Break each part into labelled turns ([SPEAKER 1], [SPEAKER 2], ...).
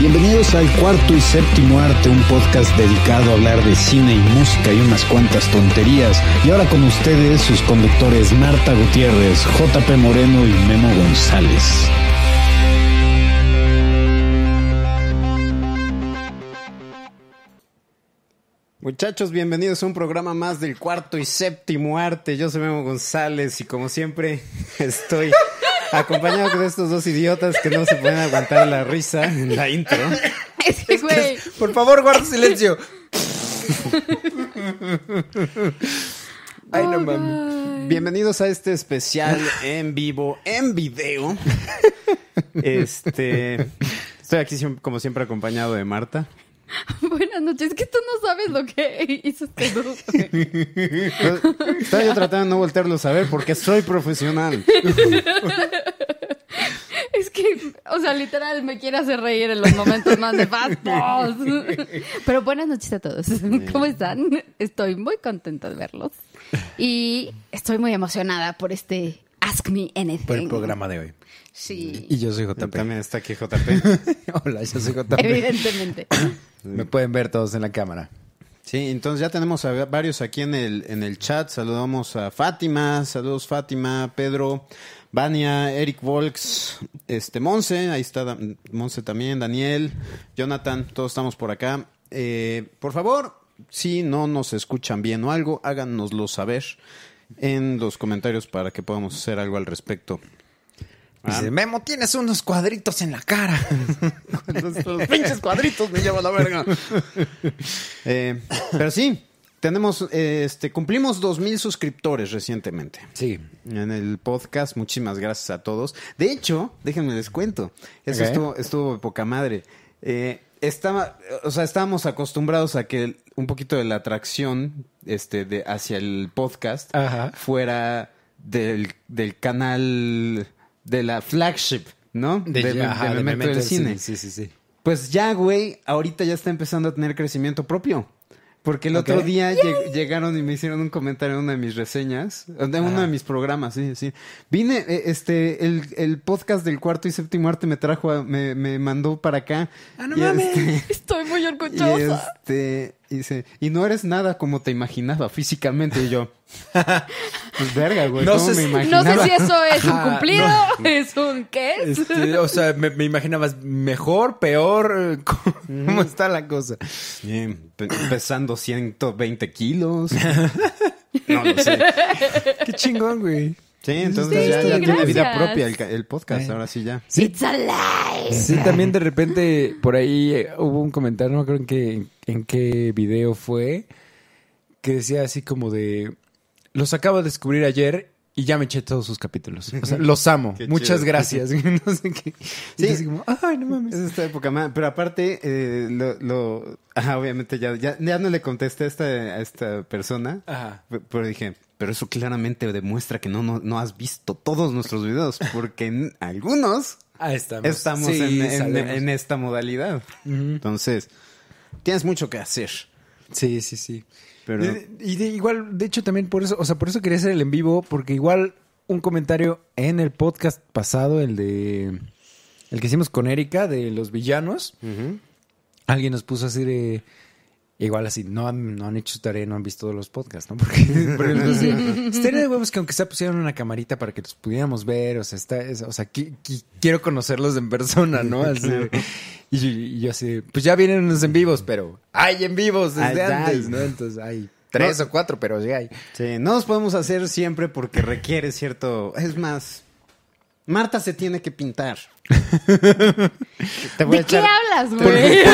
[SPEAKER 1] Bienvenidos al cuarto y séptimo arte, un podcast dedicado a hablar de cine y música y unas cuantas tonterías. Y ahora con ustedes sus conductores Marta Gutiérrez, JP Moreno y Memo González.
[SPEAKER 2] Muchachos, bienvenidos a un programa más del cuarto y séptimo arte. Yo soy Memo González y como siempre estoy acompañado de estos dos idiotas que no se pueden aguantar la risa en la intro.
[SPEAKER 3] Este
[SPEAKER 4] Ese güey.
[SPEAKER 3] Por favor, guarda silencio.
[SPEAKER 4] Oh,
[SPEAKER 3] Ay, no mames.
[SPEAKER 2] Bienvenidos a este especial en vivo, en video. Este, estoy aquí siem- como siempre acompañado de Marta.
[SPEAKER 4] Buenas noches. Es que tú no sabes lo que hizo este dude, güey.
[SPEAKER 2] Estaba yo tratando de no voltearlos a ver porque soy profesional.
[SPEAKER 4] Es que, o sea, literal, me quiere hacer reír en los momentos más nefastos. Pero buenas noches a todos. ¿Cómo están? Estoy muy contenta de verlos. Y estoy muy emocionada por este Ask Me Anything.
[SPEAKER 3] Por el programa de hoy. Y
[SPEAKER 4] Sí,
[SPEAKER 3] yo soy JP.
[SPEAKER 2] También está aquí JP.
[SPEAKER 3] Hola, yo soy JP.
[SPEAKER 4] evidentemente.
[SPEAKER 3] Me pueden ver todos en la cámara.
[SPEAKER 2] Sí, entonces ya tenemos a varios aquí en el, en el chat. Saludamos a Fátima, saludos Fátima, Pedro, Vania, Eric Volks, este Monse, ahí está Da- Monse también, Daniel, Jonathan, todos estamos por acá. Eh, por favor, si no nos escuchan bien o algo, háganoslo saber en los comentarios para que podamos hacer algo al respecto.
[SPEAKER 3] Dice, Memo, tienes unos cuadritos en la cara.
[SPEAKER 2] Entonces, los pinches cuadritos me llevan la verga. Eh, pero sí, tenemos, eh, este, cumplimos 2.000 suscriptores recientemente.
[SPEAKER 3] Sí.
[SPEAKER 2] En el podcast, muchísimas gracias a todos. De hecho, déjenme les cuento, eso
[SPEAKER 3] Ok.
[SPEAKER 2] estuvo, estuvo de poca madre. Eh, estaba, o sea, estábamos acostumbrados a que el- un poquito de la atracción este, de, hacia el podcast
[SPEAKER 3] Ajá.
[SPEAKER 2] fuera del, del canal de la flagship, ¿no? Me-
[SPEAKER 3] ajá,
[SPEAKER 2] Memento
[SPEAKER 3] Memento
[SPEAKER 2] del cine.
[SPEAKER 3] Sí, sí, sí.
[SPEAKER 2] Pues ya, güey, ahorita ya está empezando a tener crecimiento propio. Porque el otro
[SPEAKER 3] Ok.
[SPEAKER 2] día lleg- llegaron y me hicieron un comentario en una de mis reseñas, de uno de mis programas, sí, sí. Vine, eh, este, el, el podcast del cuarto y séptimo arte me trajo, a- me, me mandó para acá.
[SPEAKER 3] Ah, no
[SPEAKER 2] Y
[SPEAKER 3] mames.
[SPEAKER 2] este-
[SPEAKER 4] Estoy muy
[SPEAKER 2] y
[SPEAKER 4] orgullosa.
[SPEAKER 2] este, dice, y no eres nada como te imaginaba físicamente. Y yo, pues verga, güey,
[SPEAKER 3] No
[SPEAKER 2] ¿cómo
[SPEAKER 3] sé
[SPEAKER 2] me
[SPEAKER 3] si- Ah,
[SPEAKER 4] No
[SPEAKER 2] imaginaba?
[SPEAKER 4] sé si eso es un
[SPEAKER 3] Ajá,
[SPEAKER 4] cumplido, es un qué es.
[SPEAKER 3] Este, o sea, me, me imaginabas mejor, peor, eh, cómo está la cosa.
[SPEAKER 2] Bien, pe- pesando 120 kilos. No lo sé.
[SPEAKER 3] Qué chingón, güey.
[SPEAKER 2] Sí, entonces
[SPEAKER 4] Sí,
[SPEAKER 2] ya, ya tiene
[SPEAKER 4] gracias.
[SPEAKER 2] vida propia el, ca- el podcast, ahora sí ya.
[SPEAKER 3] Sí.
[SPEAKER 4] It's alive.
[SPEAKER 3] Sí, también de repente por ahí eh, hubo un comentario, no me acuerdo en qué, en qué video fue, que decía así como de, los acabo de descubrir ayer y ya me eché todos sus capítulos. O sea, los amo.
[SPEAKER 2] Qué
[SPEAKER 3] Muchas
[SPEAKER 2] chido.
[SPEAKER 3] gracias. no sé qué. Y
[SPEAKER 2] Sí.
[SPEAKER 3] así como, ay, no
[SPEAKER 2] Es
[SPEAKER 3] mames.
[SPEAKER 2] esta época más, pero aparte, eh, lo, lo- ajá, obviamente ya, ya, ya no le contesté a esta, a esta persona,
[SPEAKER 3] Ajá.
[SPEAKER 2] pe- pero dije, pero eso claramente demuestra que no, no, no has visto todos nuestros videos, porque en algunos
[SPEAKER 3] Ahí estamos.
[SPEAKER 2] estamos
[SPEAKER 3] Sí,
[SPEAKER 2] en, en-
[SPEAKER 3] sabemos. Mm.
[SPEAKER 2] en esta modalidad. Entonces, tienes mucho que hacer.
[SPEAKER 3] Sí, sí, sí.
[SPEAKER 2] Pero-
[SPEAKER 3] Y, de- y de- igual, de hecho, también por eso, o sea, por eso quería hacer el en vivo, porque igual un comentario en el podcast pasado, el de. El que hicimos con Erika, de los villanos. Alguien nos puso así de. Igual así, no han, no han hecho su tarea, no han visto los podcasts, ¿no? Porque, porque nos dice, estaría de huevos que aunque sea pusieron una camarita para que los pudiéramos ver, o sea, está, es- o sea, qui- qui- quiero conocerlos en persona, ¿no? Así, y, yo- y yo así, de, pues ya vienen los en vivos, pero hay en vivos desde
[SPEAKER 2] Ay, ya
[SPEAKER 3] antes,
[SPEAKER 2] hay.
[SPEAKER 3] ¿no? Entonces hay tres
[SPEAKER 2] No.
[SPEAKER 3] o cuatro, pero sí hay.
[SPEAKER 2] Sí, no nos podemos hacer siempre porque requiere cierto, es más, Marta se tiene que pintar. Te voy a
[SPEAKER 4] ¿De qué
[SPEAKER 2] echar-
[SPEAKER 4] hablas,
[SPEAKER 3] Por,
[SPEAKER 4] güey?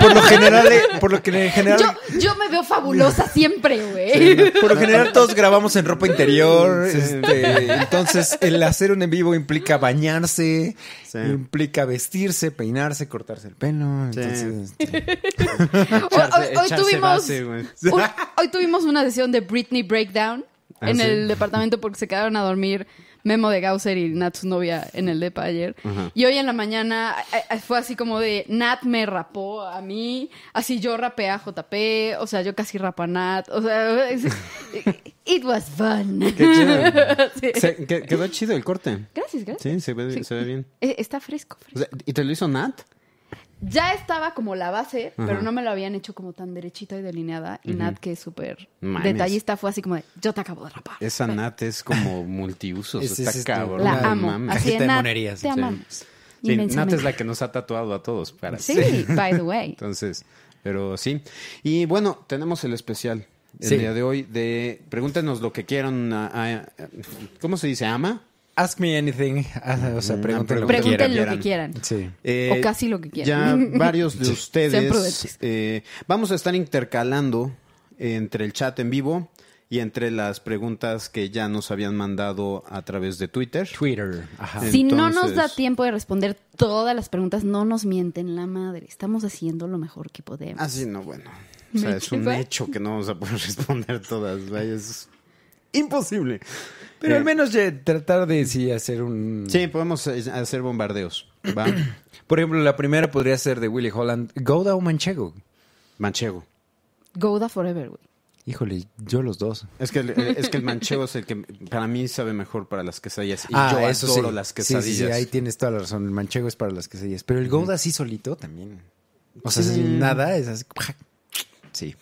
[SPEAKER 3] por lo general, eh, por lo que en general,
[SPEAKER 4] Yo, yo me veo fabulosa siempre, güey.
[SPEAKER 3] por lo general todos grabamos en ropa interior,
[SPEAKER 2] Sí.
[SPEAKER 3] este, entonces el hacer un en vivo implica bañarse,
[SPEAKER 2] Sí.
[SPEAKER 3] implica vestirse, peinarse, cortarse el pelo,
[SPEAKER 2] Sí.
[SPEAKER 3] entonces, este,
[SPEAKER 2] Echarse-
[SPEAKER 4] hoy, hoy- hoy
[SPEAKER 2] echarse
[SPEAKER 4] tuvimos,
[SPEAKER 2] base, güey.
[SPEAKER 4] un- hoy tuvimos una sesión de Britney Breakdown
[SPEAKER 2] Ah,
[SPEAKER 4] en
[SPEAKER 2] sí.
[SPEAKER 4] el departamento porque se quedaron a dormir Memo de Gausser y Nat, su novia, en el depa ayer. Y hoy en la mañana a- a- fue así como de Nat me rapó a mí, así yo rapé a JP, o sea, yo casi rapo a Nat, o sea, es- it was fun.
[SPEAKER 2] Qué chido.
[SPEAKER 4] Sí.
[SPEAKER 2] Se- que- quedó chido el corte.
[SPEAKER 4] Gracias, gracias.
[SPEAKER 2] Sí, se ve, se ve bien.
[SPEAKER 4] Eh, Está fresco, fresco.
[SPEAKER 2] O sea, ¿Y te lo hizo Nat?
[SPEAKER 4] ya estaba como la base, pero no me lo habían hecho como tan derechita y delineada. Y Nat, que es súper
[SPEAKER 2] Mames.
[SPEAKER 4] detallista, fue así como de, yo te acabo de rapar.
[SPEAKER 2] Esa Nat es como multiusos,
[SPEAKER 3] Es-
[SPEAKER 2] está
[SPEAKER 3] es- es-
[SPEAKER 2] cabrón.
[SPEAKER 4] la
[SPEAKER 2] no
[SPEAKER 4] amo.
[SPEAKER 2] mames.
[SPEAKER 4] Así
[SPEAKER 3] Cajita
[SPEAKER 4] de
[SPEAKER 3] de
[SPEAKER 4] Nat,
[SPEAKER 3] monerías,
[SPEAKER 4] te
[SPEAKER 3] sí.
[SPEAKER 4] amamos.
[SPEAKER 2] Sí, Nat
[SPEAKER 4] Inmensamente.
[SPEAKER 2] es la que nos ha tatuado a todos para
[SPEAKER 4] Sí, by the way.
[SPEAKER 2] Entonces, pero sí. Y bueno, tenemos el especial el
[SPEAKER 3] Sí.
[SPEAKER 2] día de hoy de pregúntenos lo que quieran. a- a- ¿Cómo se dice? ¿Ama?
[SPEAKER 3] Ask me anything. Ah, O sea,
[SPEAKER 2] Una
[SPEAKER 3] pregúntenle lo que
[SPEAKER 2] pregunta.
[SPEAKER 3] quieran.
[SPEAKER 4] Pregunten lo que quieran.
[SPEAKER 3] Sí.
[SPEAKER 2] Eh,
[SPEAKER 4] O casi lo que quieran.
[SPEAKER 2] Ya varios de
[SPEAKER 4] Sean
[SPEAKER 2] ustedes
[SPEAKER 4] prudentes.
[SPEAKER 2] eh, vamos a estar intercalando entre el chat en vivo y entre las preguntas que ya nos habían mandado a través de Twitter.
[SPEAKER 3] Twitter. Ajá.
[SPEAKER 2] Sí.
[SPEAKER 4] Si no nos
[SPEAKER 2] Entonces-
[SPEAKER 4] da tiempo de responder todas las preguntas, no nos mienten la madre. Estamos haciendo lo mejor que podemos.
[SPEAKER 2] Así Ah, no, bueno. O sea,
[SPEAKER 4] Me
[SPEAKER 2] es un
[SPEAKER 4] chifa.
[SPEAKER 2] hecho que no vamos a poder responder todas. Vaya, es imposible.
[SPEAKER 3] Pero
[SPEAKER 2] Eh,
[SPEAKER 3] al menos eh, tratar de sí hacer un.
[SPEAKER 2] Sí, podemos eh, hacer bombardeos. ¿va?
[SPEAKER 3] Por ejemplo, la primera podría ser de Willy Holland. Gouda o Manchego.
[SPEAKER 2] Manchego.
[SPEAKER 4] Gouda forever, güey.
[SPEAKER 3] Híjole, yo los dos.
[SPEAKER 2] Es que, el, es que el manchego es el que para mí sabe mejor para las quesadillas. Y yo adoro las
[SPEAKER 3] Ah, Sí,
[SPEAKER 2] quesadillas.
[SPEAKER 3] sí, sí, ahí tienes toda la razón. El manchego es para las quesadillas. Pero el Gouda sí solito también. O sea,
[SPEAKER 2] Sí.
[SPEAKER 3] sin nada, es así. Sí.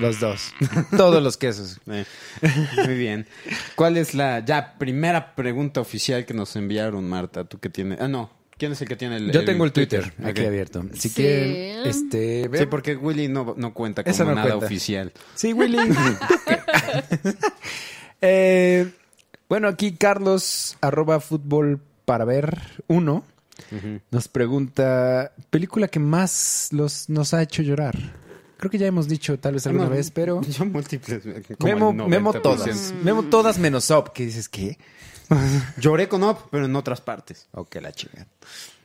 [SPEAKER 3] Los dos. Todos los quesos.
[SPEAKER 2] Eh, muy bien. ¿Cuál es la ya primera pregunta oficial que nos enviaron, Marta? ¿Tú que tienes? Ah, no. ¿Quién es el que tiene el
[SPEAKER 3] Yo tengo el Twitter, aquí
[SPEAKER 2] Ok.
[SPEAKER 3] abierto. Si
[SPEAKER 4] Sí.
[SPEAKER 3] quieren, este.
[SPEAKER 2] Sí,
[SPEAKER 3] ver-
[SPEAKER 2] porque Willy no, no cuenta como
[SPEAKER 3] Eso no
[SPEAKER 2] nada
[SPEAKER 3] cuenta.
[SPEAKER 2] oficial.
[SPEAKER 3] Sí, Willy. Eh, bueno, aquí Carlos, arroba fútbol para ver uno, nos pregunta, película que más los, nos ha hecho llorar. Creo que ya hemos dicho tal vez alguna
[SPEAKER 2] Hemos-
[SPEAKER 3] vez, pero...
[SPEAKER 2] Yo múltiples. como
[SPEAKER 3] Memo,
[SPEAKER 2] el
[SPEAKER 3] memo
[SPEAKER 2] 90%.
[SPEAKER 3] todas. Memo todas menos Up, que dices, ¿qué?
[SPEAKER 2] Lloré con Op, pero en otras partes.
[SPEAKER 3] Ok, la chica.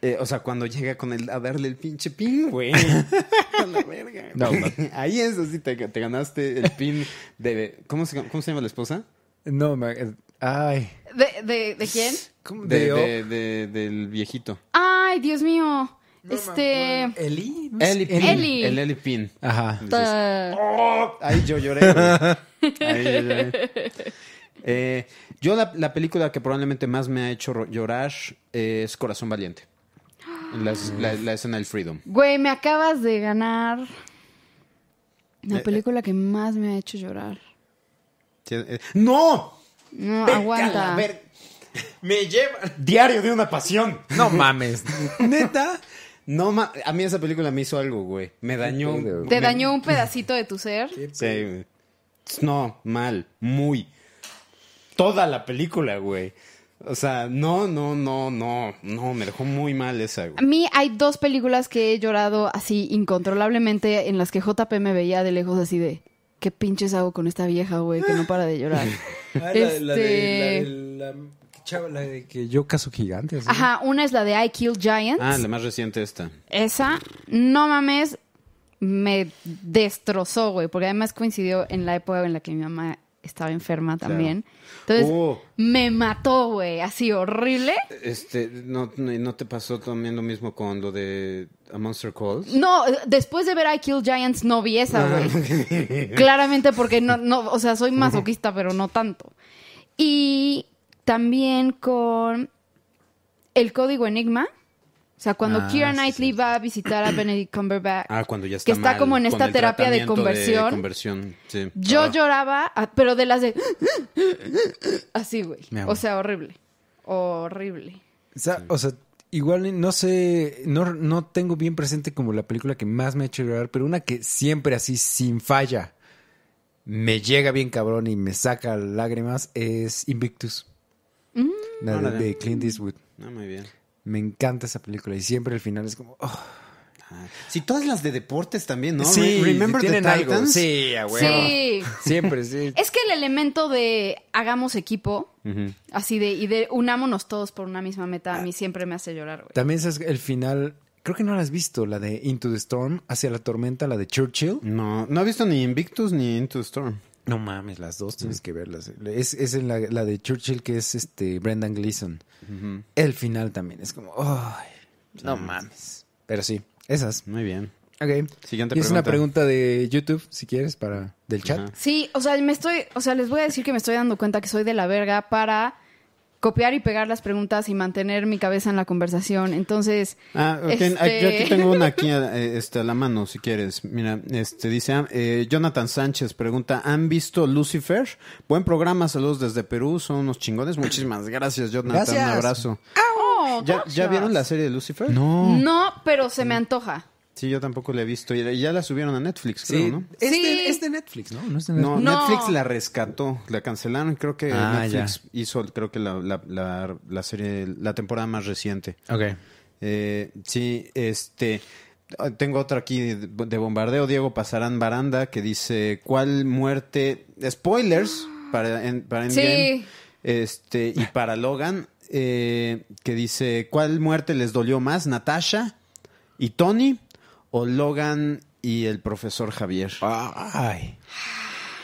[SPEAKER 2] Eh, o sea, cuando llega con el, a darle el pinche pin, güey. A la verga.
[SPEAKER 3] No, no.
[SPEAKER 2] Ahí es así, te, te ganaste el pin de... ¿cómo se, ¿Cómo se llama la esposa?
[SPEAKER 3] No, ma- eh, ay.
[SPEAKER 4] ¿De, de, de quién?
[SPEAKER 3] ¿Cómo
[SPEAKER 2] De-
[SPEAKER 3] de Up?
[SPEAKER 2] de- de- del viejito.
[SPEAKER 4] Ay, Dios mío. este.
[SPEAKER 3] Eli.
[SPEAKER 2] Eli Pin.
[SPEAKER 4] Eli.
[SPEAKER 2] El Eli Pin.
[SPEAKER 3] Ajá.
[SPEAKER 4] ta-
[SPEAKER 2] Ahí yo lloré. güey. Ahí yo lloré. Eh, yo la, la película que probablemente más me ha hecho ro- llorar eh, es Corazón Valiente. Las- la, la escena del Freedom.
[SPEAKER 4] Güey, me acabas de ganar.
[SPEAKER 2] Eh,
[SPEAKER 4] La película que más me ha hecho llorar.
[SPEAKER 2] Sí, eh, ¡No!
[SPEAKER 4] No,
[SPEAKER 2] Vete a
[SPEAKER 4] aguanta.
[SPEAKER 2] la ver- Me lleva. Diario de una pasión.
[SPEAKER 3] No mames. Neta.
[SPEAKER 2] No, ma- a mí esa película me hizo algo, güey. Me dañó.
[SPEAKER 3] Qué pedo.
[SPEAKER 4] Te
[SPEAKER 2] me-
[SPEAKER 4] dañó un pedacito de tu ser.
[SPEAKER 2] Sí, güey. No, mal, muy. Toda la película, güey. O sea, no, no, no, no, no, me dejó muy mal esa,
[SPEAKER 4] A
[SPEAKER 2] güey.
[SPEAKER 4] mí hay dos películas que he llorado así incontrolablemente en las que JP me veía de lejos así de qué pinches hago con esta vieja, güey, que no para de llorar.
[SPEAKER 2] Ah,
[SPEAKER 3] Ah,
[SPEAKER 4] Este,
[SPEAKER 3] que yo caso gigante.
[SPEAKER 4] ajá, una es la de I Kill Giants.
[SPEAKER 2] Ah, la más reciente esta.
[SPEAKER 4] Esa, no mames, me destrozó, güey, porque además coincidió en la época en la que mi mamá estaba enferma
[SPEAKER 2] Claro.
[SPEAKER 4] también. Entonces,
[SPEAKER 2] Oh.
[SPEAKER 4] me mató, güey, así horrible.
[SPEAKER 2] Este, ¿no, no no te pasó también lo mismo con lo de A Monster Calls? Ah,
[SPEAKER 4] No, después de ver I Kill Giants no vi esa, güey. Claramente porque no, no, o sea, soy masoquista, pero no tanto. Y también con el código Enigma. O sea, cuando
[SPEAKER 3] Ah,
[SPEAKER 4] Keira
[SPEAKER 3] sí,
[SPEAKER 4] Knightley va a visitar a Benedict Cumberbatch.
[SPEAKER 2] Ah, cuando ya está
[SPEAKER 4] Que está
[SPEAKER 2] mal,
[SPEAKER 4] como en
[SPEAKER 2] con
[SPEAKER 4] esta
[SPEAKER 2] el
[SPEAKER 4] terapia de
[SPEAKER 2] tratamiento
[SPEAKER 4] conversión.
[SPEAKER 2] conversión, sí.
[SPEAKER 4] Yo
[SPEAKER 2] Ah.
[SPEAKER 4] lloraba, ah, pero de las de... Así, güey.
[SPEAKER 3] Mi amor.
[SPEAKER 4] O sea, horrible. Horrible.
[SPEAKER 3] O sea, igual no sé, no, no tengo bien presente como la película que más me ha hecho llorar, pero una que siempre así, sin falla, me llega bien cabrón y me saca lágrimas es Invictus.
[SPEAKER 4] Mm.
[SPEAKER 3] La de,
[SPEAKER 2] Órale.
[SPEAKER 3] de Clint Eastwood.
[SPEAKER 2] No, ah, muy bien.
[SPEAKER 3] Me encanta esa película y siempre al final es como... oh,
[SPEAKER 2] Ah. Sí, todas las de deportes también, ¿no?
[SPEAKER 3] sí,
[SPEAKER 2] Re- Remember the
[SPEAKER 3] tienen algo.
[SPEAKER 2] Titans?
[SPEAKER 3] Sí, a huevo.
[SPEAKER 4] Sí.
[SPEAKER 3] Siempre, sí.
[SPEAKER 4] Es que el elemento de hagamos equipo,
[SPEAKER 2] Ujú.
[SPEAKER 4] así de, y de unámonos todos por una misma meta, a mí siempre me hace llorar, güey.
[SPEAKER 3] También es el final, creo que no la has visto, la de Into the Storm, hacia la tormenta, la de Churchill.
[SPEAKER 2] No, no he visto ni Invictus ni Into the Storm.
[SPEAKER 3] No mames, las dos tienes que verlas. Es, es en la, la de Churchill que es este Brendan Gleeson. El final también es como, ay, no mames. Pero sí, esas.
[SPEAKER 2] Muy bien.
[SPEAKER 3] Ok.
[SPEAKER 2] Siguiente
[SPEAKER 3] y es una
[SPEAKER 2] pregunta.
[SPEAKER 3] pregunta de YouTube, si quieres, para del chat.
[SPEAKER 2] Ajá.
[SPEAKER 4] Sí, o sea, me estoy, o sea, les voy a decir que me estoy dando cuenta que soy de la verga para copiar y pegar las preguntas y mantener mi cabeza en la conversación. Entonces,
[SPEAKER 2] Ah, ok.
[SPEAKER 4] este-
[SPEAKER 2] Ah, Yo aquí tengo una aquí eh, este, a la mano, si quieres. Mira, este dice ah, eh, Jonathan Sánchez pregunta: ¿Han visto Lucifer? Buen programa, saludos desde Perú, son unos chingones. Muchísimas gracias, Jonathan.
[SPEAKER 3] Gracias.
[SPEAKER 2] Un abrazo.
[SPEAKER 4] Oh,
[SPEAKER 2] ¿Ya, ¿Ya
[SPEAKER 4] gracias.
[SPEAKER 2] vieron la serie de Lucifer?
[SPEAKER 3] No.
[SPEAKER 4] No, pero se me antoja.
[SPEAKER 2] Sí, yo tampoco la he visto. Y ya la subieron a Netflix, creo,
[SPEAKER 3] Sí.
[SPEAKER 2] ¿no?
[SPEAKER 3] Es,
[SPEAKER 4] Sí.
[SPEAKER 3] De, es de Netflix, ¿no? No es de
[SPEAKER 2] No,
[SPEAKER 3] Netflix.
[SPEAKER 4] No.
[SPEAKER 2] Netflix la rescató, la cancelaron. Creo que
[SPEAKER 3] Ah,
[SPEAKER 2] Netflix hizo, creo que la, la, la, la serie, la temporada más reciente.
[SPEAKER 3] Ok.
[SPEAKER 2] Eh, sí, este. Tengo otra aquí de, de bombardeo, Diego Pasarán Baranda, que dice: ¿Cuál muerte? Spoilers para, en, para
[SPEAKER 4] Sí.
[SPEAKER 2] Endgame, Este, y para Logan, eh, que dice: ¿Cuál muerte les dolió más? ¿Natasha y Tony? ¿O Logan y el profesor Javier?
[SPEAKER 3] Ay.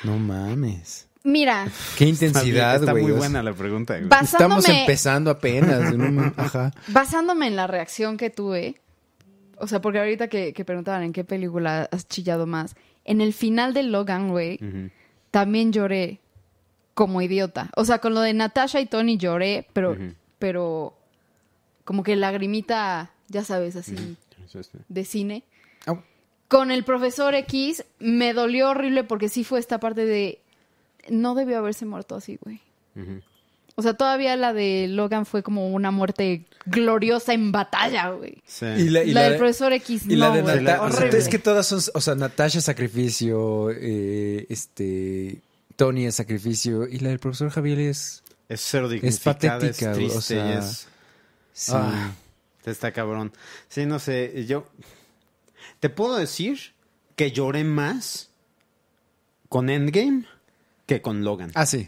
[SPEAKER 3] No mames.
[SPEAKER 4] Mira,
[SPEAKER 2] Está
[SPEAKER 3] Qué
[SPEAKER 2] bien,
[SPEAKER 3] intensidad, güey.
[SPEAKER 2] Está muy
[SPEAKER 3] O sea,
[SPEAKER 2] buena la pregunta, güey.
[SPEAKER 4] Va-
[SPEAKER 3] Estamos
[SPEAKER 4] Basándome-
[SPEAKER 3] empezando apenas. ¿no? Ma- Ajá.
[SPEAKER 4] basándome en la reacción que tuve, o sea, porque ahorita que, que preguntaban en qué película has chillado más, en el final de Logan, güey, también lloré como idiota. O sea, con lo de Natasha y Tony lloré, pero, pero como que lagrimita, ya sabes, así de cine.
[SPEAKER 3] Au.
[SPEAKER 4] Con el profesor X me dolió horrible porque sí fue esta parte de no debió haberse muerto así, güey. O sea, todavía la de Logan fue como una muerte gloriosa en batalla, güey.
[SPEAKER 2] Sí.
[SPEAKER 3] la,
[SPEAKER 4] La del profesor X,
[SPEAKER 3] Y la
[SPEAKER 4] no,
[SPEAKER 3] de
[SPEAKER 4] güey,
[SPEAKER 3] Natasha.
[SPEAKER 4] horrible.
[SPEAKER 3] es que todas son. O sea, Natasha es sacrificio. eh, este. Tony es sacrificio. Y la del profesor Javier es.
[SPEAKER 2] Es cero dignificada, es,
[SPEAKER 3] patética, güey, o
[SPEAKER 2] triste,
[SPEAKER 3] sea,
[SPEAKER 2] y es-
[SPEAKER 3] sí.
[SPEAKER 2] Ah, está cabrón. Sí, no sé, yo... Te puedo decir que lloré más con Endgame que con Logan.
[SPEAKER 3] Ah, sí.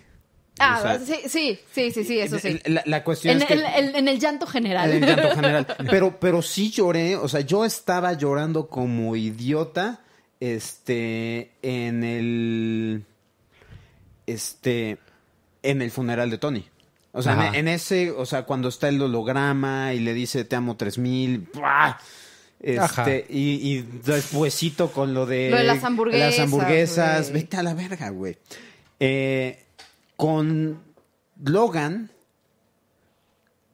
[SPEAKER 4] Ah,
[SPEAKER 2] o sea,
[SPEAKER 4] sí, sí, sí, sí, sí, eso sí.
[SPEAKER 2] La, la cuestión
[SPEAKER 4] En
[SPEAKER 2] es que...
[SPEAKER 4] el, el- en el llanto general.
[SPEAKER 2] En el llanto general. Pero, pero sí lloré, o sea, yo estaba llorando como idiota, este, en el, este, en el funeral de Tony. O sea, en, e,
[SPEAKER 3] Ajá.
[SPEAKER 2] en ese, o sea, cuando está el holograma y le dice te amo 3000, ¡buah!
[SPEAKER 3] Ajá.
[SPEAKER 2] Este, y, y despuesito con lo de...
[SPEAKER 4] Lo de las hamburguesas,
[SPEAKER 2] Las hamburguesas,
[SPEAKER 4] güey.
[SPEAKER 2] vete a la verga, güey. Eh, con Logan,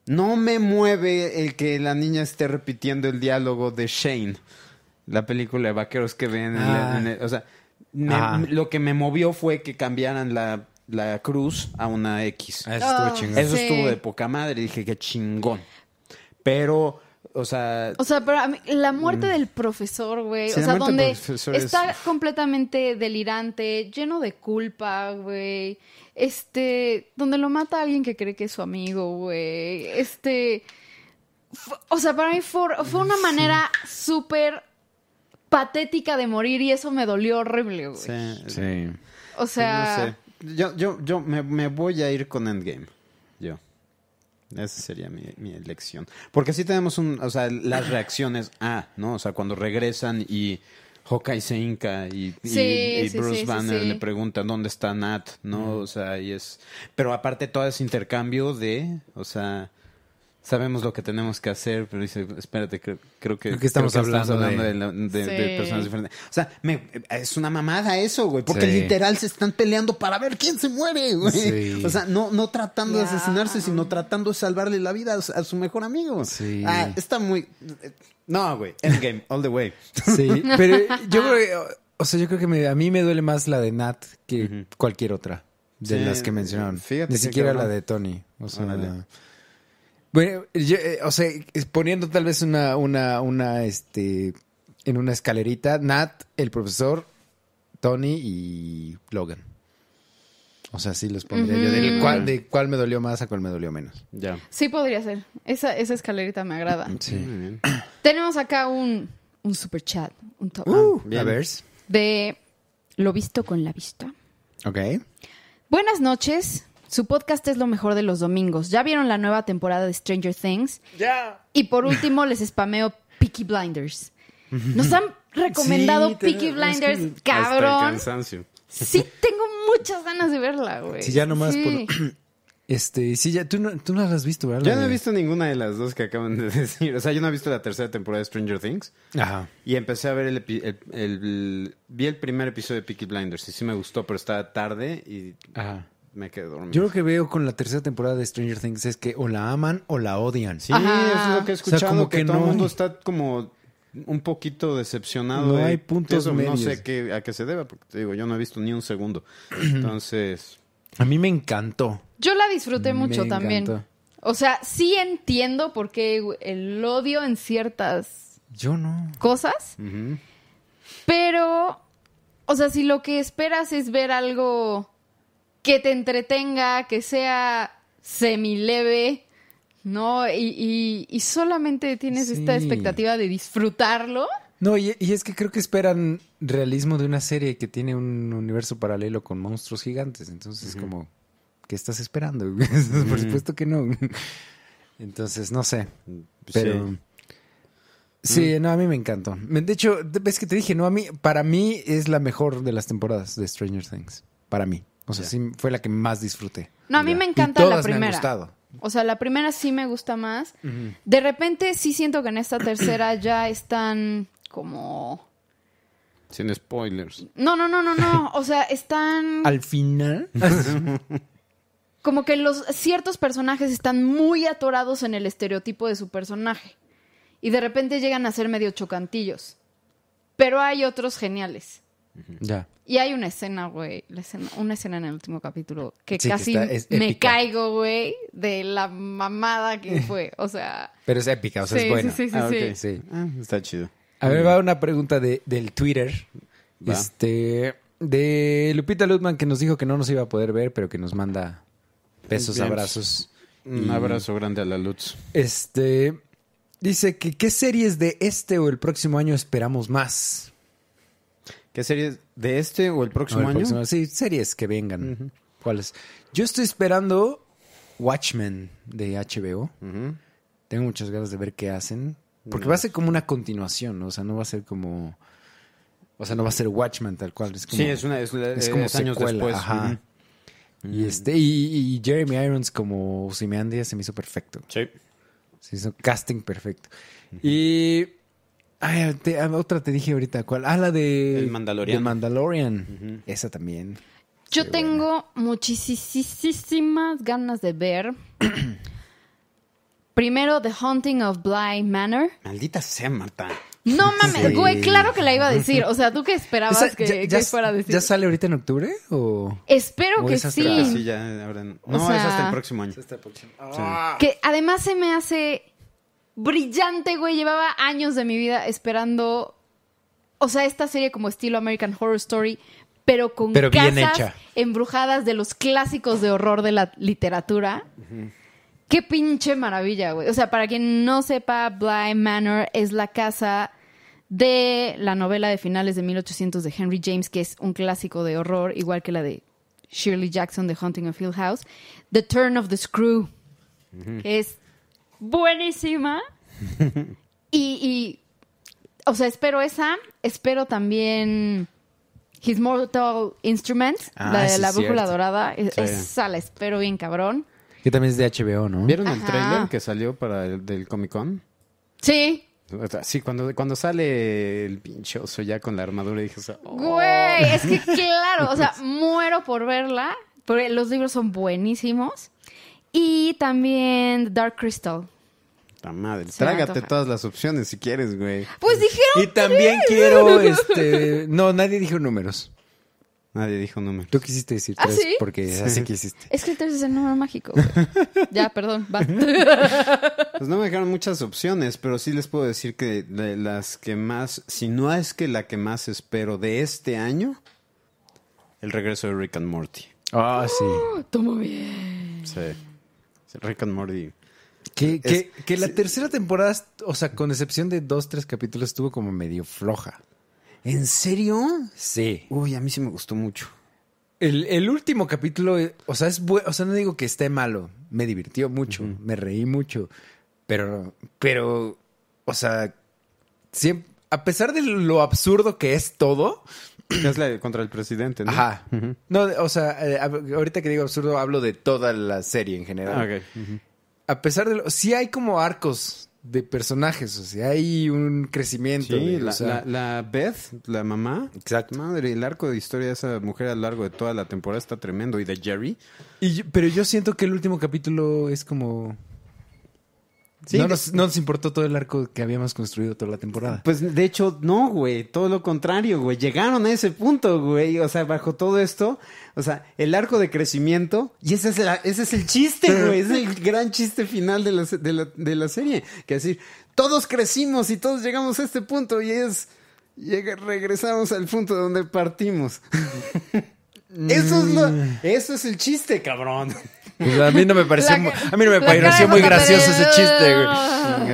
[SPEAKER 2] no me mueve el que la niña esté repitiendo el diálogo de Shane, la película de vaqueros que ven. en la-
[SPEAKER 3] Ah.
[SPEAKER 2] en el- o sea, me-
[SPEAKER 3] Ah.
[SPEAKER 2] lo que me movió fue que cambiaran la, la cruz a una X.
[SPEAKER 3] Ah,
[SPEAKER 2] Eso
[SPEAKER 3] eso estuvo
[SPEAKER 4] Ah,
[SPEAKER 3] chingón.
[SPEAKER 4] es- Sí.
[SPEAKER 2] estuvo de poca madre. Dije que chingón. Pero, o sea,
[SPEAKER 4] O sea, pero a mí- la muerte del profesor, güey.
[SPEAKER 2] Mm. Sí,
[SPEAKER 4] o
[SPEAKER 2] la
[SPEAKER 4] sea,
[SPEAKER 2] muerte del
[SPEAKER 4] donde
[SPEAKER 2] profesor es-
[SPEAKER 4] está completamente delirante, lleno de culpa, güey. Este, donde lo mata alguien que cree que es su amigo, güey. Este, fu- o sea, para mí fue, fue una manera súper patética de morir y eso me dolió horrible, güey.
[SPEAKER 2] sí, sí,
[SPEAKER 3] Sí.
[SPEAKER 4] O sea,
[SPEAKER 2] no sé. yo, yo, yo me, me voy a ir con Endgame. Yo. Esa sería mi, mi elección. Porque sí tenemos un, o sea, las reacciones ah, ¿no? O sea, cuando regresan y Hawkeye se hinca y, y-
[SPEAKER 4] Sí,
[SPEAKER 2] y
[SPEAKER 4] sí,
[SPEAKER 2] Bruce
[SPEAKER 4] sí, sí,
[SPEAKER 2] Banner
[SPEAKER 4] sí.
[SPEAKER 2] le pregunta dónde está Nat, ¿no? O sea, y es... Pero aparte todo ese intercambio de, o sea, sabemos lo que tenemos que hacer, pero dice, espérate, creo, creo que...
[SPEAKER 3] Creo que estamos hablando de-
[SPEAKER 2] la- de, de
[SPEAKER 4] Sí.
[SPEAKER 2] personas diferentes. O sea, me- es una mamada eso, güey. Porque
[SPEAKER 3] Sí.
[SPEAKER 2] literal se están peleando para ver quién se muere, güey.
[SPEAKER 3] Sí.
[SPEAKER 2] O sea, no, no tratando de
[SPEAKER 4] Ya.
[SPEAKER 2] asesinarse, sino tratando de salvarle la vida a, su- a su mejor amigo.
[SPEAKER 3] Sí.
[SPEAKER 2] Ah, está muy. No, güey. Endgame, all the way.
[SPEAKER 3] Sí, pero yo creo que, o- o sea, yo creo que me- a mí me duele más la de Nat que cualquier otra de
[SPEAKER 2] Sí, eh,
[SPEAKER 3] las que mencionaron.
[SPEAKER 2] fíjate
[SPEAKER 3] Ni
[SPEAKER 2] qué
[SPEAKER 3] siquiera
[SPEAKER 2] cabrón.
[SPEAKER 3] la de Tony. O sea,
[SPEAKER 2] Órale.
[SPEAKER 3] bueno, yo, eh, o sea, es- poniendo tal vez una, una, una, este, en una escalerita, Nat, el profesor, Tony y Logan. O sea, sí los pondría yo. De cuál, de cuál me dolió más a cuál me dolió menos.
[SPEAKER 2] Ya.
[SPEAKER 4] sí podría ser. Esa, esa escalerita me agrada.
[SPEAKER 2] Mm,
[SPEAKER 3] Sí.
[SPEAKER 4] Tenemos acá un, un super chat, un top.
[SPEAKER 2] Ah, bien.
[SPEAKER 3] Uh, a ver.
[SPEAKER 4] de Lo visto con la vista.
[SPEAKER 3] Ok.
[SPEAKER 4] Buenas noches. Su podcast es lo mejor de los domingos. ¿Ya vieron la nueva temporada de Stranger Things? Ya. Y por último les spameo Peaky Blinders. Nos han recomendado
[SPEAKER 3] Sí, te-
[SPEAKER 4] Peaky Blinders, cabrón. Sí, tengo muchas ganas de verla, güey.
[SPEAKER 3] Sí, ya nomás
[SPEAKER 4] Sí.
[SPEAKER 3] Este, sí, ya, tú no, tú no las has visto, ¿verdad?
[SPEAKER 2] Yo
[SPEAKER 3] La
[SPEAKER 2] no he
[SPEAKER 3] de-
[SPEAKER 2] visto ninguna de las dos que acaban de decir. O sea, yo no he visto la tercera temporada de Stranger Things.
[SPEAKER 3] Ajá.
[SPEAKER 2] Y empecé a ver el, epi- el- el- Vi el primer episodio de Peaky Blinders. Y sí me gustó, pero estaba tarde y
[SPEAKER 3] Ajá.
[SPEAKER 2] me quedé dormido.
[SPEAKER 3] Yo lo que veo con la tercera temporada de Stranger Things es que o la aman o la odian.
[SPEAKER 2] Sí,
[SPEAKER 4] Ajá.
[SPEAKER 2] es lo que he
[SPEAKER 3] O sea,
[SPEAKER 2] escuchado,
[SPEAKER 3] como
[SPEAKER 2] que,
[SPEAKER 3] que
[SPEAKER 2] todo el
[SPEAKER 3] no
[SPEAKER 2] mundo
[SPEAKER 3] hay-
[SPEAKER 2] está como un poquito decepcionado.
[SPEAKER 3] No
[SPEAKER 2] de
[SPEAKER 3] hay puntos
[SPEAKER 2] eso. No
[SPEAKER 3] medios.
[SPEAKER 2] sé qué, a qué se deba, porque te digo, yo no he visto ni un segundo. Entonces,
[SPEAKER 3] A mí me encantó.
[SPEAKER 4] Yo la disfruté
[SPEAKER 3] Me
[SPEAKER 4] mucho también.
[SPEAKER 3] encantó.
[SPEAKER 4] O sea, sí entiendo por qué güey, el odio en ciertas
[SPEAKER 3] Yo no.
[SPEAKER 4] cosas,
[SPEAKER 2] ujú.
[SPEAKER 4] pero, o sea, si lo que esperas es ver algo que te entretenga, que sea semileve, ¿no? Y, y- y solamente tienes esta
[SPEAKER 3] Sí.
[SPEAKER 4] expectativa de disfrutarlo.
[SPEAKER 3] No, y, y es que creo que esperan realismo de una serie que tiene un universo paralelo con monstruos gigantes. Entonces, como, ¿qué estás esperando? Por supuesto que no. Entonces, no sé.
[SPEAKER 2] pues,
[SPEAKER 3] Pero.
[SPEAKER 2] Sí. Mm.
[SPEAKER 3] Sí. no, a mí me encantó. Me- De hecho, de- ves que te dije, no, a mí, para mí es la mejor de las temporadas de Stranger Things. Para mí. O sea,
[SPEAKER 2] Ya.
[SPEAKER 3] sí fue la que más disfruté.
[SPEAKER 4] No, a mí
[SPEAKER 2] Ya.
[SPEAKER 4] me
[SPEAKER 3] Y
[SPEAKER 4] encanta la
[SPEAKER 3] todas me han
[SPEAKER 4] primera.
[SPEAKER 3] gustado.
[SPEAKER 4] O sea, la primera sí me gusta más. De repente sí siento que en esta tercera ya están como...
[SPEAKER 2] sin spoilers.
[SPEAKER 4] No, no, no, no, no. O sea, están
[SPEAKER 3] Al final.
[SPEAKER 4] como que los ciertos personajes están muy atorados en el estereotipo de su personaje. Y de repente llegan a ser medio chocantillos. Pero hay otros geniales.
[SPEAKER 3] ya.
[SPEAKER 4] Y hay una escena, güey, la escena- una escena en el último capítulo que
[SPEAKER 3] Sí, que
[SPEAKER 4] casi
[SPEAKER 3] está- es
[SPEAKER 4] me
[SPEAKER 3] épica.
[SPEAKER 4] caigo, güey, de la mamada que fue. O sea,
[SPEAKER 3] Pero es épica, o sea,
[SPEAKER 4] Sí,
[SPEAKER 3] es buena.
[SPEAKER 4] sí, sí, sí,
[SPEAKER 3] Ah,
[SPEAKER 4] sí.
[SPEAKER 3] ok, sí.
[SPEAKER 2] Ah, está chido.
[SPEAKER 3] A ver, va una pregunta de, del Twitter.
[SPEAKER 2] Mm. Va.
[SPEAKER 3] Este. De Lupita Ludman que nos dijo que no nos iba a poder ver, pero que nos manda besos,
[SPEAKER 2] Bien.
[SPEAKER 3] abrazos.
[SPEAKER 2] Un abrazo grande a la Lutz.
[SPEAKER 3] Este. Dice que qué series de este o el próximo año esperamos más.
[SPEAKER 2] ¿Qué serie de este o el
[SPEAKER 3] O
[SPEAKER 2] próximo
[SPEAKER 3] el
[SPEAKER 2] año?
[SPEAKER 3] próximo- sí, series que vengan. ¿Cuáles? Yo estoy esperando Watchmen de HBO.
[SPEAKER 2] Ujú.
[SPEAKER 3] Tengo muchas ganas de ver qué hacen. Porque va a ser como una continuación, ¿no? O sea, no va a ser como. O sea, no va a ser Watchmen tal cual. Es como,
[SPEAKER 2] Sí, es una es, una-
[SPEAKER 3] es
[SPEAKER 2] eh,
[SPEAKER 3] como
[SPEAKER 2] es años
[SPEAKER 3] secuela,
[SPEAKER 2] después.
[SPEAKER 3] ajá.
[SPEAKER 2] Ujú.
[SPEAKER 3] Y este, y, y Jeremy Irons como Simeandia se me hizo perfecto.
[SPEAKER 2] Sí.
[SPEAKER 3] Se hizo casting perfecto. Y. ay, te- ah, otra te dije ahorita, ¿cuál? Ah, la de.
[SPEAKER 2] El Mandaloriano.
[SPEAKER 3] de Mandalorian. Esa también.
[SPEAKER 4] Yo
[SPEAKER 3] Sí,
[SPEAKER 4] tengo muchísimas ganas de ver. Primero, The Haunting of Bly Manor.
[SPEAKER 2] Maldita sea, Marta.
[SPEAKER 4] No mames,
[SPEAKER 3] Sí.
[SPEAKER 4] güey, claro que la iba a decir. O sea, ¿tú qué esperabas
[SPEAKER 3] Esa-
[SPEAKER 4] Ah, que, que fuera a decir?
[SPEAKER 3] ya sale ahorita en octubre? ¿O.?
[SPEAKER 4] Espero
[SPEAKER 3] o
[SPEAKER 4] que
[SPEAKER 3] esa
[SPEAKER 4] sí.
[SPEAKER 3] será
[SPEAKER 2] Ah, sí, ya ahora no.
[SPEAKER 4] O
[SPEAKER 2] No, es
[SPEAKER 4] sea-
[SPEAKER 2] hasta el próximo año.
[SPEAKER 4] Que además se me hace brillante, güey. Llevaba años de mi vida esperando. O sea, esta serie como estilo American Horror Story, pero con
[SPEAKER 3] Pero
[SPEAKER 4] casas
[SPEAKER 3] bien hecha.
[SPEAKER 4] embrujadas de los clásicos de horror de la literatura. Qué pinche maravilla, güey. O sea, para quien no sepa, Bly Manor es la casa de la novela de finales de 1800 de Henry James, que es un clásico de horror, igual que la de Shirley Jackson, The Haunting of Hill House. The Turn of the Screw, que es buenísima. y, y, o sea, espero esa. Espero también His Mortal Instruments,
[SPEAKER 3] Ah,
[SPEAKER 4] la de
[SPEAKER 3] sí,
[SPEAKER 4] la
[SPEAKER 3] es
[SPEAKER 4] brújula
[SPEAKER 3] cierto.
[SPEAKER 4] dorada. Es-
[SPEAKER 2] Sí.
[SPEAKER 4] Esa la espero bien cabrón.
[SPEAKER 3] Que también es de HBO, ¿no?
[SPEAKER 2] ¿Vieron el
[SPEAKER 4] Ajá.
[SPEAKER 2] trailer que salió para el del Comic Con?
[SPEAKER 4] Sí.
[SPEAKER 2] O sea, Sí, cuando, cuando sale el pinche oso ya con la armadura, dije, o sea, oh.
[SPEAKER 4] Güey, es que claro, o sea, muero por verla. Porque los libros son buenísimos. Y también Dark Crystal.
[SPEAKER 2] La madre,
[SPEAKER 4] Se me
[SPEAKER 2] trágate
[SPEAKER 4] antoja.
[SPEAKER 2] todas las opciones si quieres, güey.
[SPEAKER 4] Pues
[SPEAKER 3] Y
[SPEAKER 4] dijeron.
[SPEAKER 3] también quiero, este... No, nadie dijo números.
[SPEAKER 2] Nadie dijo número.
[SPEAKER 3] Tú quisiste decir
[SPEAKER 4] ¿Ah,
[SPEAKER 3] tres
[SPEAKER 4] sí?
[SPEAKER 3] porque así quisiste.
[SPEAKER 4] Es que el 3 es el número mágico. güey. Ya, perdón. va.
[SPEAKER 2] Pues no me dejaron muchas opciones, pero sí les puedo decir que de las que más, si no es que la que más espero de este año, el regreso de Rick and Morty.
[SPEAKER 3] Ah, sí.
[SPEAKER 4] Tomo bien.
[SPEAKER 2] Sí. Sí, Rick and Morty.
[SPEAKER 3] Que, que-
[SPEAKER 2] Es-
[SPEAKER 3] que la tercera temporada, o sea, con excepción de dos, tres capítulos, estuvo como medio floja.
[SPEAKER 2] ¿En serio?
[SPEAKER 3] Sí.
[SPEAKER 2] Uy, a mí sí me gustó mucho.
[SPEAKER 3] El, el último capítulo, eh, o sea, es bue- o sea, no digo que esté malo. Me divirtió mucho, me reí mucho. Pero, pero, o sea, siem- a pesar de lo absurdo que es todo,
[SPEAKER 2] Es la de contra el presidente, ¿no?
[SPEAKER 3] Ajá. No, de- o sea, eh, ab- ahorita que digo Ah, absurdo hablo de toda la serie en general.
[SPEAKER 2] Ah, ok.
[SPEAKER 3] A pesar de lo, sí hay como arcos de personajes. O sea, hay un crecimiento.
[SPEAKER 2] Sí,
[SPEAKER 3] güey,
[SPEAKER 2] la,
[SPEAKER 3] o sea,
[SPEAKER 2] la- la Beth, la mamá.
[SPEAKER 3] Exacto.
[SPEAKER 2] Madre, el arco de historia de esa mujer a lo largo de toda la temporada está tremendo. Y de Jerry.
[SPEAKER 3] y yo- pero yo siento que el último capítulo es como...
[SPEAKER 2] Sí,
[SPEAKER 3] no,
[SPEAKER 2] de-
[SPEAKER 3] nos, no nos importó todo el arco que habíamos construido toda la temporada.
[SPEAKER 2] Pues de hecho, no, güey, todo lo contrario, güey. Llegaron a ese punto, güey. O sea, bajo todo esto, o sea, el arco de crecimiento, y ese es, la- ese es el chiste, güey. Es el gran chiste final de la, se- de la, de la serie. Que es decir, todos crecimos y todos llegamos a este punto, y es. llega- regresamos al punto donde partimos. Eso es, lo- eso es el chiste, cabrón.
[SPEAKER 3] Pues a mí no me pareció,
[SPEAKER 4] La
[SPEAKER 3] mu-
[SPEAKER 4] ca-
[SPEAKER 3] a mí no me
[SPEAKER 4] la cara
[SPEAKER 3] pareció
[SPEAKER 4] de
[SPEAKER 3] muy
[SPEAKER 4] J.
[SPEAKER 3] gracioso
[SPEAKER 4] Pérez.
[SPEAKER 3] ese chiste,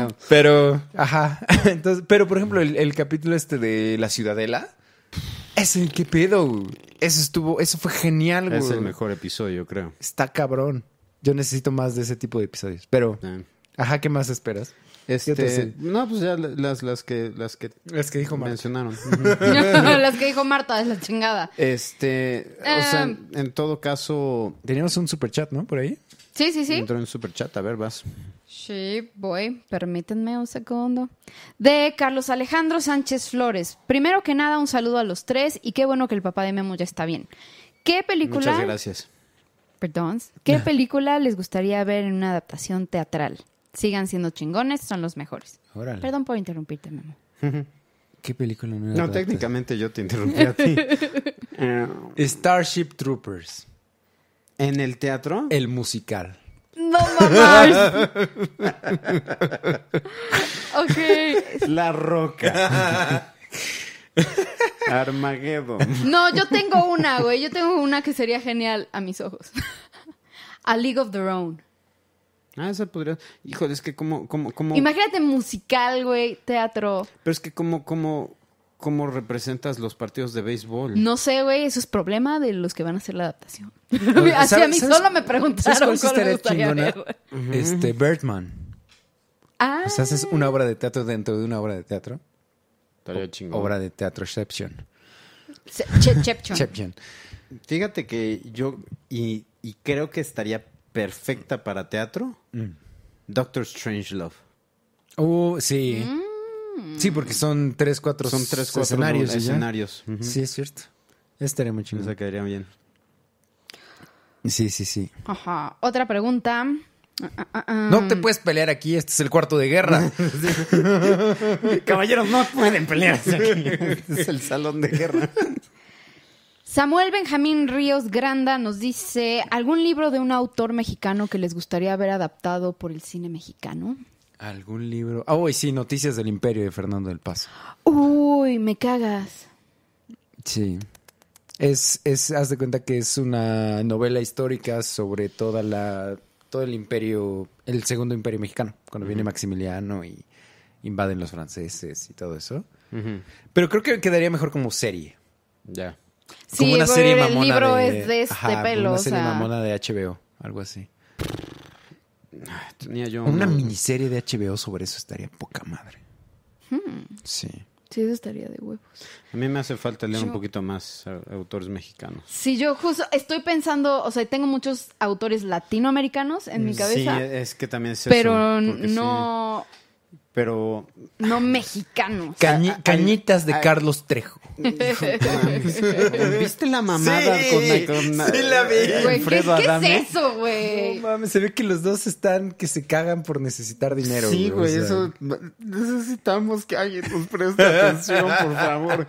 [SPEAKER 3] güey. Pero, ajá. Entonces, pero por ejemplo, el, el capítulo este de La Ciudadela, es el que pedo, güey. Eso estuvo, eso fue genial, güey.
[SPEAKER 2] episodio, creo.
[SPEAKER 3] Está cabrón. Yo necesito más de ese tipo de episodios. Pero, ajá, ¿qué más esperas? ¿Qué otras
[SPEAKER 2] Este,
[SPEAKER 3] series?
[SPEAKER 2] no, pues ya las, las que las que
[SPEAKER 3] las que dijo Marta.
[SPEAKER 2] mencionaron.
[SPEAKER 4] Las que dijo Marta es la chingada.
[SPEAKER 2] Este, o
[SPEAKER 4] Ah.
[SPEAKER 2] sea, en, en todo caso,
[SPEAKER 3] Teníamos un superchat, ¿no? Por ahí.
[SPEAKER 4] Sí, sí, sí.
[SPEAKER 2] entró en superchat, a ver, vas.
[SPEAKER 4] Sí, voy. Permítanme un segundo. De Carlos Alejandro Sánchez Flores. Primero que nada, un saludo a los tres y qué bueno que el papá de Memo ya está bien. ¿Qué película?
[SPEAKER 2] Muchas gracias.
[SPEAKER 4] Perdón. ¿Qué película les gustaría ver en una adaptación teatral? Sigan siendo chingones, son los mejores.
[SPEAKER 3] Órale.
[SPEAKER 4] Perdón por interrumpirte, Memo.
[SPEAKER 3] ¿Qué película nueva?
[SPEAKER 2] No, técnicamente yo te interrumpí a ti. Eh,
[SPEAKER 3] Starship Troopers,
[SPEAKER 2] en el teatro,
[SPEAKER 3] el musical.
[SPEAKER 4] No mamás. ok.
[SPEAKER 2] La Roca. Armageddon.
[SPEAKER 4] No, yo tengo una, güey. Yo tengo una que sería genial a mis ojos. a League of Their Own.
[SPEAKER 2] Ah, esa podría. Híjole, es que como, como, como.
[SPEAKER 4] Imagínate musical, güey, teatro.
[SPEAKER 2] Pero es que como, como, como representas los partidos de béisbol.
[SPEAKER 4] No sé, güey, eso es problema de los que van a hacer la adaptación.
[SPEAKER 3] Oye,
[SPEAKER 4] Así
[SPEAKER 3] ¿sabes-
[SPEAKER 4] a mí
[SPEAKER 3] sabes-
[SPEAKER 4] solo me
[SPEAKER 3] ¿sabes
[SPEAKER 4] preguntaron
[SPEAKER 3] cuál sí
[SPEAKER 4] cuál me
[SPEAKER 3] estaría
[SPEAKER 4] gustaría
[SPEAKER 3] chingona?
[SPEAKER 4] ver, güey.
[SPEAKER 3] Este, Birdman.
[SPEAKER 4] Ah,
[SPEAKER 3] O sea, haces una obra de teatro dentro de una obra de teatro.
[SPEAKER 2] Estaría chingón.
[SPEAKER 3] Obra de teatro, Shepsion.
[SPEAKER 4] se- che- Chepchon.
[SPEAKER 3] Shepsion.
[SPEAKER 2] Fíjate que yo, y, y creo que estaría perfecta para teatro,
[SPEAKER 3] Mm.
[SPEAKER 2] Doctor Strangelove.
[SPEAKER 3] Oh, sí. Sí, porque son tres, cuatro
[SPEAKER 2] Son tres, cuatro
[SPEAKER 3] escenarios. y ya.
[SPEAKER 2] escenarios. Ujú.
[SPEAKER 3] Sí, es cierto. Estaría muy
[SPEAKER 2] O
[SPEAKER 3] chido.
[SPEAKER 2] sea, quedaría bien.
[SPEAKER 3] Sí, sí, sí.
[SPEAKER 4] Ajá. Otra pregunta. Ah, ah, ah.
[SPEAKER 3] No te puedes pelear aquí, este es el cuarto de guerra.
[SPEAKER 2] Caballeros no pueden pelearse aquí. es el salón de guerra.
[SPEAKER 4] Samuel Benjamín Ríos Granda nos dice, ¿algún libro de un autor mexicano que les gustaría ver adaptado por el cine mexicano?
[SPEAKER 3] ¿Algún libro? Ah, hoy sí, Noticias del Imperio de Fernando del Paso.
[SPEAKER 4] Uy, me cagas.
[SPEAKER 3] Sí. Es, es, haz de cuenta que es una novela histórica sobre toda la, todo el imperio, el segundo imperio mexicano, cuando viene Maximiliano y invaden los franceses y todo eso. Pero creo que quedaría mejor como serie.
[SPEAKER 2] Ya.
[SPEAKER 4] Sí,
[SPEAKER 3] como una
[SPEAKER 4] pero
[SPEAKER 3] serie
[SPEAKER 4] el
[SPEAKER 3] mamona
[SPEAKER 4] libro
[SPEAKER 3] de,
[SPEAKER 4] es de este
[SPEAKER 3] ajá, como
[SPEAKER 4] pelo, o
[SPEAKER 3] Una serie
[SPEAKER 4] sea.
[SPEAKER 3] mamona de HBO, algo así.
[SPEAKER 2] Tenía yo
[SPEAKER 3] Una
[SPEAKER 2] uno.
[SPEAKER 3] miniserie de HBO sobre eso estaría poca madre. Sí.
[SPEAKER 4] Sí, eso estaría de huevos.
[SPEAKER 2] A mí me hace falta leer un
[SPEAKER 4] Yo-
[SPEAKER 2] poquito más a- autores mexicanos.
[SPEAKER 4] Sí, yo justo estoy pensando, o sea, tengo muchos autores latinoamericanos en
[SPEAKER 3] Mm.
[SPEAKER 4] mi cabeza,
[SPEAKER 2] Sí, es que también es
[SPEAKER 4] pero
[SPEAKER 2] eso, porque
[SPEAKER 4] no,
[SPEAKER 2] sí. Pero
[SPEAKER 4] no mexicanos.
[SPEAKER 3] Cañi-
[SPEAKER 2] hay-
[SPEAKER 3] cañitas de
[SPEAKER 2] hay-
[SPEAKER 3] Carlos Trejo.
[SPEAKER 2] ¿Viste la mamada
[SPEAKER 3] Sí,
[SPEAKER 2] con, con
[SPEAKER 3] sí la vi.
[SPEAKER 4] Güey, ¿qué,
[SPEAKER 2] Alfredo
[SPEAKER 4] qué
[SPEAKER 2] Adame?
[SPEAKER 4] es eso, güey?
[SPEAKER 3] No mames, se ve que los dos están que se cagan por necesitar dinero.
[SPEAKER 2] Sí,
[SPEAKER 3] o
[SPEAKER 2] güey,
[SPEAKER 3] sea.
[SPEAKER 2] eso necesitamos que alguien nos preste atención, por favor.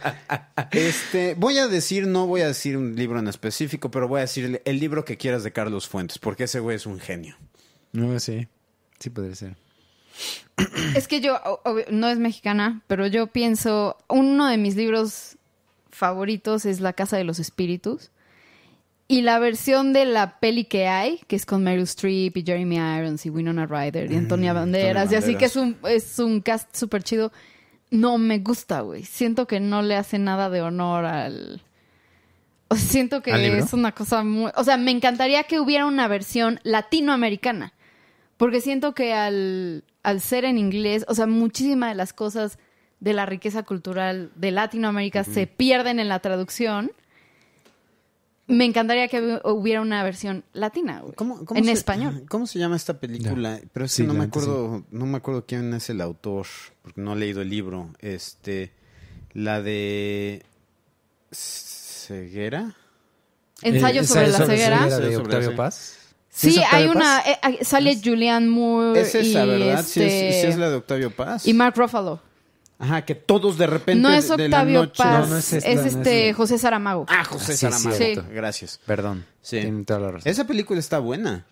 [SPEAKER 2] Este, voy a decir, no voy a decir un libro en específico, pero voy a decir el, el libro que quieras de Carlos Fuentes, porque ese güey es un genio.
[SPEAKER 3] No, sí. Sí podría ser.
[SPEAKER 4] Es que yo, o- obvio, no es mexicana, pero yo pienso, uno de mis libros favoritos es La Casa de los Espíritus. Y la versión de la peli que hay, que es con Meryl Streep y Jeremy Irons y Winona Ryder y Antonia Banderas, y así
[SPEAKER 2] Banderas.
[SPEAKER 4] que es un, es un cast súper chido. No me gusta, güey. Siento que no le hace nada de honor al... O sea, siento que
[SPEAKER 3] ¿Al libro?
[SPEAKER 4] es una cosa muy... O sea, me encantaría que hubiera una versión latinoamericana. Porque siento que al, al ser en inglés, o sea, muchísimas de las cosas de la riqueza cultural de Latinoamérica se pierden en la traducción. Me encantaría que hubi- hubiera una versión latina, güey.
[SPEAKER 2] ¿Cómo- cómo
[SPEAKER 4] en
[SPEAKER 2] se-
[SPEAKER 4] español.
[SPEAKER 2] ¿Cómo se llama esta película? Pero es que
[SPEAKER 3] Sí,
[SPEAKER 2] no
[SPEAKER 3] la
[SPEAKER 2] me
[SPEAKER 3] neta,
[SPEAKER 2] acuerdo, no me acuerdo quién es el autor, porque no he leído el libro. Este, la de ceguera.
[SPEAKER 4] Ensayo
[SPEAKER 3] Eh,
[SPEAKER 4] sobre
[SPEAKER 3] ensayo
[SPEAKER 4] la ceguera.
[SPEAKER 2] ceguera.
[SPEAKER 3] de
[SPEAKER 2] Sobre
[SPEAKER 3] Octavio
[SPEAKER 2] sí.
[SPEAKER 3] Paz.
[SPEAKER 4] Sí,
[SPEAKER 3] ¿Es
[SPEAKER 4] hay
[SPEAKER 3] Octavio
[SPEAKER 4] una.
[SPEAKER 3] Paz?
[SPEAKER 4] eh, eh, sale Julianne Moore.
[SPEAKER 2] Es esa,
[SPEAKER 4] y
[SPEAKER 2] ¿verdad? Sí es-
[SPEAKER 4] este-
[SPEAKER 2] sí, es, la de Octavio Paz.
[SPEAKER 4] Y Mark Ruffalo.
[SPEAKER 2] Ajá, que todos de repente
[SPEAKER 4] No es
[SPEAKER 2] de la
[SPEAKER 4] Octavio
[SPEAKER 2] noche.
[SPEAKER 4] Paz,
[SPEAKER 3] No, no es
[SPEAKER 4] es,
[SPEAKER 3] esta, no es
[SPEAKER 4] este
[SPEAKER 3] esta.
[SPEAKER 4] José Saramago.
[SPEAKER 2] Ah, José
[SPEAKER 3] Ah, sí,
[SPEAKER 2] Saramago.
[SPEAKER 4] sí.
[SPEAKER 2] Gracias.
[SPEAKER 3] Perdón.
[SPEAKER 2] Sí.
[SPEAKER 3] Tiene toda la razón.
[SPEAKER 2] Esa película está buena.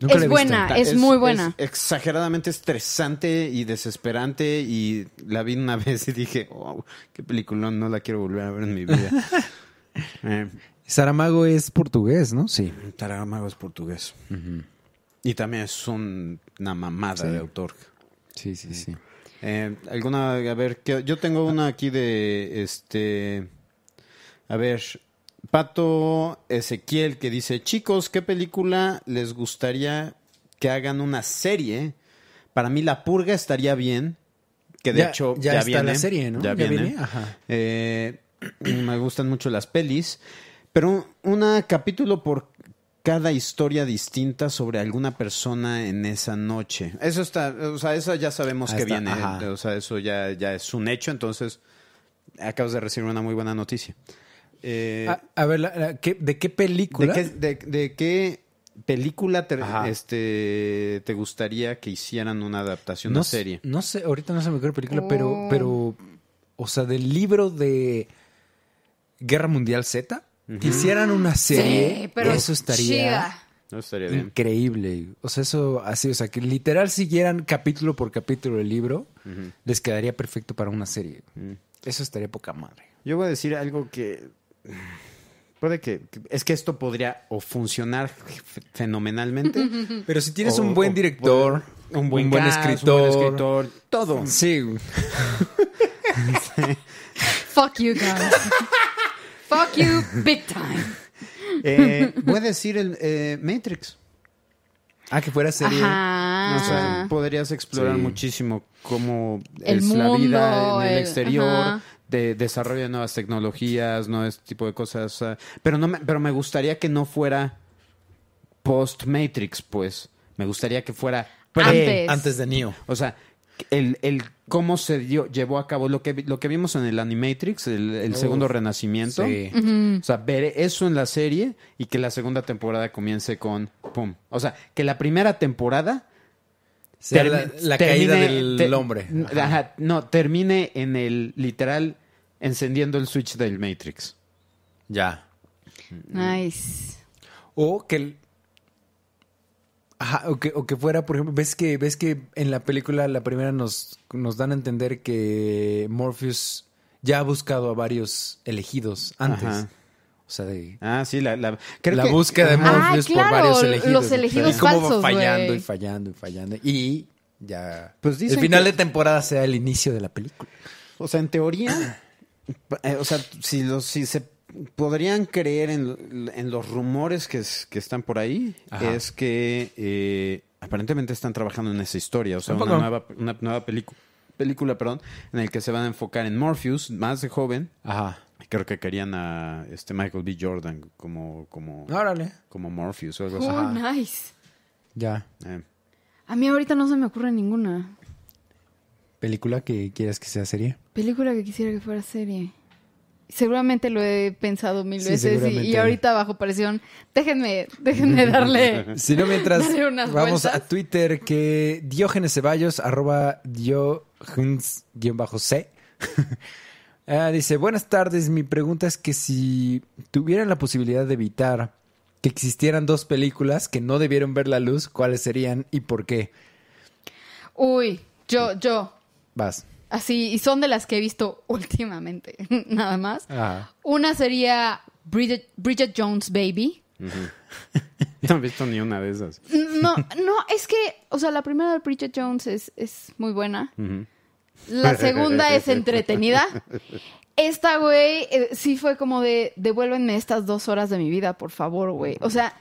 [SPEAKER 3] Nunca
[SPEAKER 4] Es
[SPEAKER 3] la he visto.
[SPEAKER 4] buena. Ah, es muy buena.
[SPEAKER 2] es exageradamente estresante y desesperante y la vi una vez y dije, wow, qué película, no la quiero volver a ver en mi vida. eh,
[SPEAKER 3] Saramago es portugués, ¿no? Sí.
[SPEAKER 2] Saramago es portugués. Y también es un- una mamada
[SPEAKER 3] Sí.
[SPEAKER 2] de autor.
[SPEAKER 3] Sí, sí, sí.
[SPEAKER 2] Eh, alguna, a ver, ¿qué- yo tengo una aquí de, este, a ver, Pato Ezequiel que dice, chicos, ¿qué película les gustaría que hagan una serie? Para mí La Purga estaría bien, que de
[SPEAKER 3] Ya-
[SPEAKER 2] hecho
[SPEAKER 3] ya
[SPEAKER 2] ya,
[SPEAKER 3] está
[SPEAKER 2] viene,
[SPEAKER 3] la serie, ¿no?
[SPEAKER 2] Ya,
[SPEAKER 3] Ya
[SPEAKER 2] viene.
[SPEAKER 3] viene, ajá.
[SPEAKER 2] Eh, me gustan mucho las pelis, pero una capítulo por cada historia distinta sobre alguna persona en esa noche. Eso está, o sea, esa ya sabemos
[SPEAKER 3] Ah,
[SPEAKER 2] que
[SPEAKER 3] está,
[SPEAKER 2] viene,
[SPEAKER 3] ajá.
[SPEAKER 2] o sea, eso ya, ya es un hecho, entonces acabas de recibir una muy buena noticia. Eh,
[SPEAKER 3] A, a ver, la- la- ¿qué- ¿de qué
[SPEAKER 2] ¿de,
[SPEAKER 3] película?
[SPEAKER 2] qué, de- de qué película te,
[SPEAKER 3] Ajá.
[SPEAKER 2] este, te gustaría que hicieran una adaptación
[SPEAKER 3] no,
[SPEAKER 2] a
[SPEAKER 3] sé-
[SPEAKER 2] serie?
[SPEAKER 3] No sé, ahorita no se me ocurre película,
[SPEAKER 4] Oh.
[SPEAKER 3] pero, pero, o sea, del libro de Guerra Mundial Z, que hicieran una serie, eso estaría
[SPEAKER 4] chida.
[SPEAKER 2] No estaría bien.
[SPEAKER 3] increíble. O sea, eso así, o sea, que literal siguieran capítulo por capítulo el libro, les quedaría perfecto para una serie.
[SPEAKER 2] Mm.
[SPEAKER 3] Eso estaría poca madre.
[SPEAKER 2] Yo voy a decir algo que puede que que- es que esto podría o funcionar f- fenomenalmente.
[SPEAKER 3] Pero si tienes
[SPEAKER 2] o-
[SPEAKER 3] un buen
[SPEAKER 2] o
[SPEAKER 3] director,
[SPEAKER 2] puede- un buen, cast,
[SPEAKER 3] escritor,
[SPEAKER 2] un buen escritor, todo.
[SPEAKER 3] Sí, güey.
[SPEAKER 4] Fuck you guys. Fuck you big time.
[SPEAKER 2] Eh, voy a decir el eh, Matrix.
[SPEAKER 3] Ah, que fuera serie.
[SPEAKER 4] Ajá.
[SPEAKER 2] O sea, podrías explorar
[SPEAKER 3] Ah. Sí.
[SPEAKER 2] muchísimo cómo
[SPEAKER 4] El
[SPEAKER 2] es la vida
[SPEAKER 4] mundo,
[SPEAKER 2] en el,
[SPEAKER 4] el-
[SPEAKER 2] exterior,
[SPEAKER 4] ajá.
[SPEAKER 2] de desarrollo de nuevas tecnologías, no este tipo de cosas. ah, Pero no, me- pero me gustaría que no fuera post Matrix, pues. Me gustaría que fuera pre-
[SPEAKER 4] Antes.
[SPEAKER 3] Eh, Antes de Neo.
[SPEAKER 2] O sea, el, el cómo se dio, llevó a cabo lo que, vi- lo que vimos en el Animatrix, el, el
[SPEAKER 3] Uf,
[SPEAKER 2] segundo renacimiento.
[SPEAKER 3] Sí.
[SPEAKER 4] Mm.
[SPEAKER 2] O sea, ver eso en la serie y que la segunda temporada comience con pum. O sea, que la primera temporada
[SPEAKER 3] Sea la,
[SPEAKER 2] termi-
[SPEAKER 3] la
[SPEAKER 2] termine-
[SPEAKER 3] caída del
[SPEAKER 2] te-
[SPEAKER 3] hombre.
[SPEAKER 2] ajá. no, termine en el literal encendiendo el switch del Matrix.
[SPEAKER 3] Ya.
[SPEAKER 4] Nice.
[SPEAKER 3] O que el- Ajá, o que, o que fuera, por ejemplo, ves que, ves que en la película, la primera nos, nos dan a entender que Morpheus ya ha buscado a varios elegidos antes.
[SPEAKER 2] Ajá.
[SPEAKER 3] O sea, de
[SPEAKER 2] Ah, sí, la, la, creo
[SPEAKER 3] la
[SPEAKER 2] que-
[SPEAKER 3] búsqueda de
[SPEAKER 4] Ah,
[SPEAKER 3] Morpheus por
[SPEAKER 4] claro,
[SPEAKER 3] varios elegidos.
[SPEAKER 4] los elegidos
[SPEAKER 3] y cómo va
[SPEAKER 4] falsos,
[SPEAKER 3] fallando
[SPEAKER 4] güey.
[SPEAKER 3] y fallando y fallando. Y ya.
[SPEAKER 2] Pues dicen
[SPEAKER 3] el final
[SPEAKER 2] que-
[SPEAKER 3] de temporada sea el inicio de la película.
[SPEAKER 2] O sea, en teoría, eh, o sea, si, los, si se podrían creer en, en los rumores que, es- que están por ahí,
[SPEAKER 3] Ajá.
[SPEAKER 2] es que eh, aparentemente están trabajando en esa historia, o sea,
[SPEAKER 3] Un
[SPEAKER 2] una
[SPEAKER 3] poco.
[SPEAKER 2] nueva, una nueva película película, perdón, en el que se van a enfocar en Morpheus, más de joven.
[SPEAKER 3] Ajá.
[SPEAKER 2] Creo que querían a este Michael B. Jordan como como,
[SPEAKER 3] Órale.
[SPEAKER 2] como Morpheus o algo
[SPEAKER 3] pues,
[SPEAKER 2] así.
[SPEAKER 4] Oh, nice.
[SPEAKER 3] Ya.
[SPEAKER 2] Eh,
[SPEAKER 4] A mí ahorita no se me ocurre ninguna
[SPEAKER 3] ¿Película que quieras que sea serie?
[SPEAKER 4] película que quisiera que fuera serie. Seguramente lo he pensado mil
[SPEAKER 3] Sí,
[SPEAKER 4] veces y- y,
[SPEAKER 3] seguramente.
[SPEAKER 4] ahorita bajo presión, déjenme, déjenme darle.
[SPEAKER 3] Si no, mientras
[SPEAKER 4] Dale unas
[SPEAKER 3] vamos
[SPEAKER 4] vueltas.
[SPEAKER 3] a Twitter que Diógenes Ceballos, arroba Diógenes, guión bajo C. Ah, dice, buenas tardes, mi pregunta es que si tuvieran la posibilidad de evitar que existieran dos películas que no debieron ver la luz, ¿cuáles serían y por qué?
[SPEAKER 4] Uy, yo, yo,
[SPEAKER 3] Vas.
[SPEAKER 4] así, y son de las que he visto últimamente, nada más.
[SPEAKER 3] Ajá.
[SPEAKER 4] Una sería Bridget, Bridget Jones Baby.
[SPEAKER 2] No he visto ni una de esas.
[SPEAKER 4] No, no, es que, o sea, la primera de Bridget Jones es, es muy buena.
[SPEAKER 2] Ujú.
[SPEAKER 4] La segunda es entretenida. Esta, güey, eh, sí fue como de, devuélvenme estas dos horas de mi vida, por favor, güey. O sea,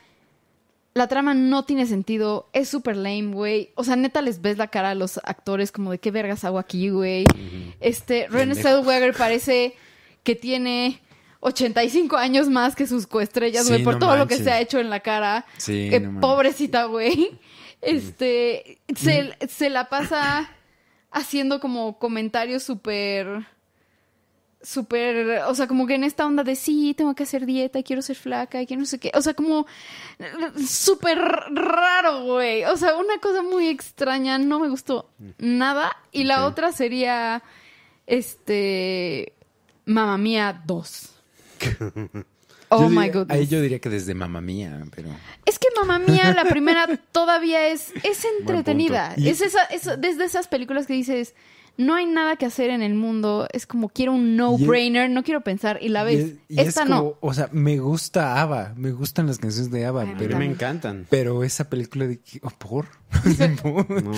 [SPEAKER 4] la trama no tiene sentido, es súper lame, güey. O sea, neta les ves la cara a los actores como de qué vergas hago aquí, güey. Este, René Zellweger parece que tiene 85 años más que sus coestrellas,
[SPEAKER 3] Sí,
[SPEAKER 4] güey, por
[SPEAKER 3] no
[SPEAKER 4] todo lo que
[SPEAKER 3] manches.
[SPEAKER 4] se ha hecho en la cara.
[SPEAKER 3] Sí,
[SPEAKER 4] Eh,
[SPEAKER 3] no mames.
[SPEAKER 4] pobrecita, güey. Este, se, se la pasa haciendo como comentarios súper, súper, o sea, como que en esta onda de sí, tengo que hacer dieta, quiero ser flaca, quiero no sé qué, o sea, como eh, súper raro, güey. O sea, una cosa muy extraña, no me gustó nada. Y la otra sería, este, Mamma Mía 2. Oh
[SPEAKER 3] Yo
[SPEAKER 4] my
[SPEAKER 3] diría-
[SPEAKER 4] goodness.
[SPEAKER 3] Ahí yo diría que desde mamá mía, pero.
[SPEAKER 4] Es que Mamá Mía, la primera, todavía es, es entretenida.
[SPEAKER 3] Y-
[SPEAKER 4] Es esa, es desde esas películas que dices, no hay nada que hacer en el mundo. Es como quiero un no-brainer, no quiero pensar. Y la
[SPEAKER 3] Y
[SPEAKER 4] ves.
[SPEAKER 3] es- y es
[SPEAKER 4] Esta
[SPEAKER 3] como- O sea, me gusta Ava, me gustan las canciones de Ava,
[SPEAKER 4] Ay, a mí
[SPEAKER 3] pero,
[SPEAKER 2] me encantan.
[SPEAKER 3] pero esa película de que- oh, por.
[SPEAKER 2] No,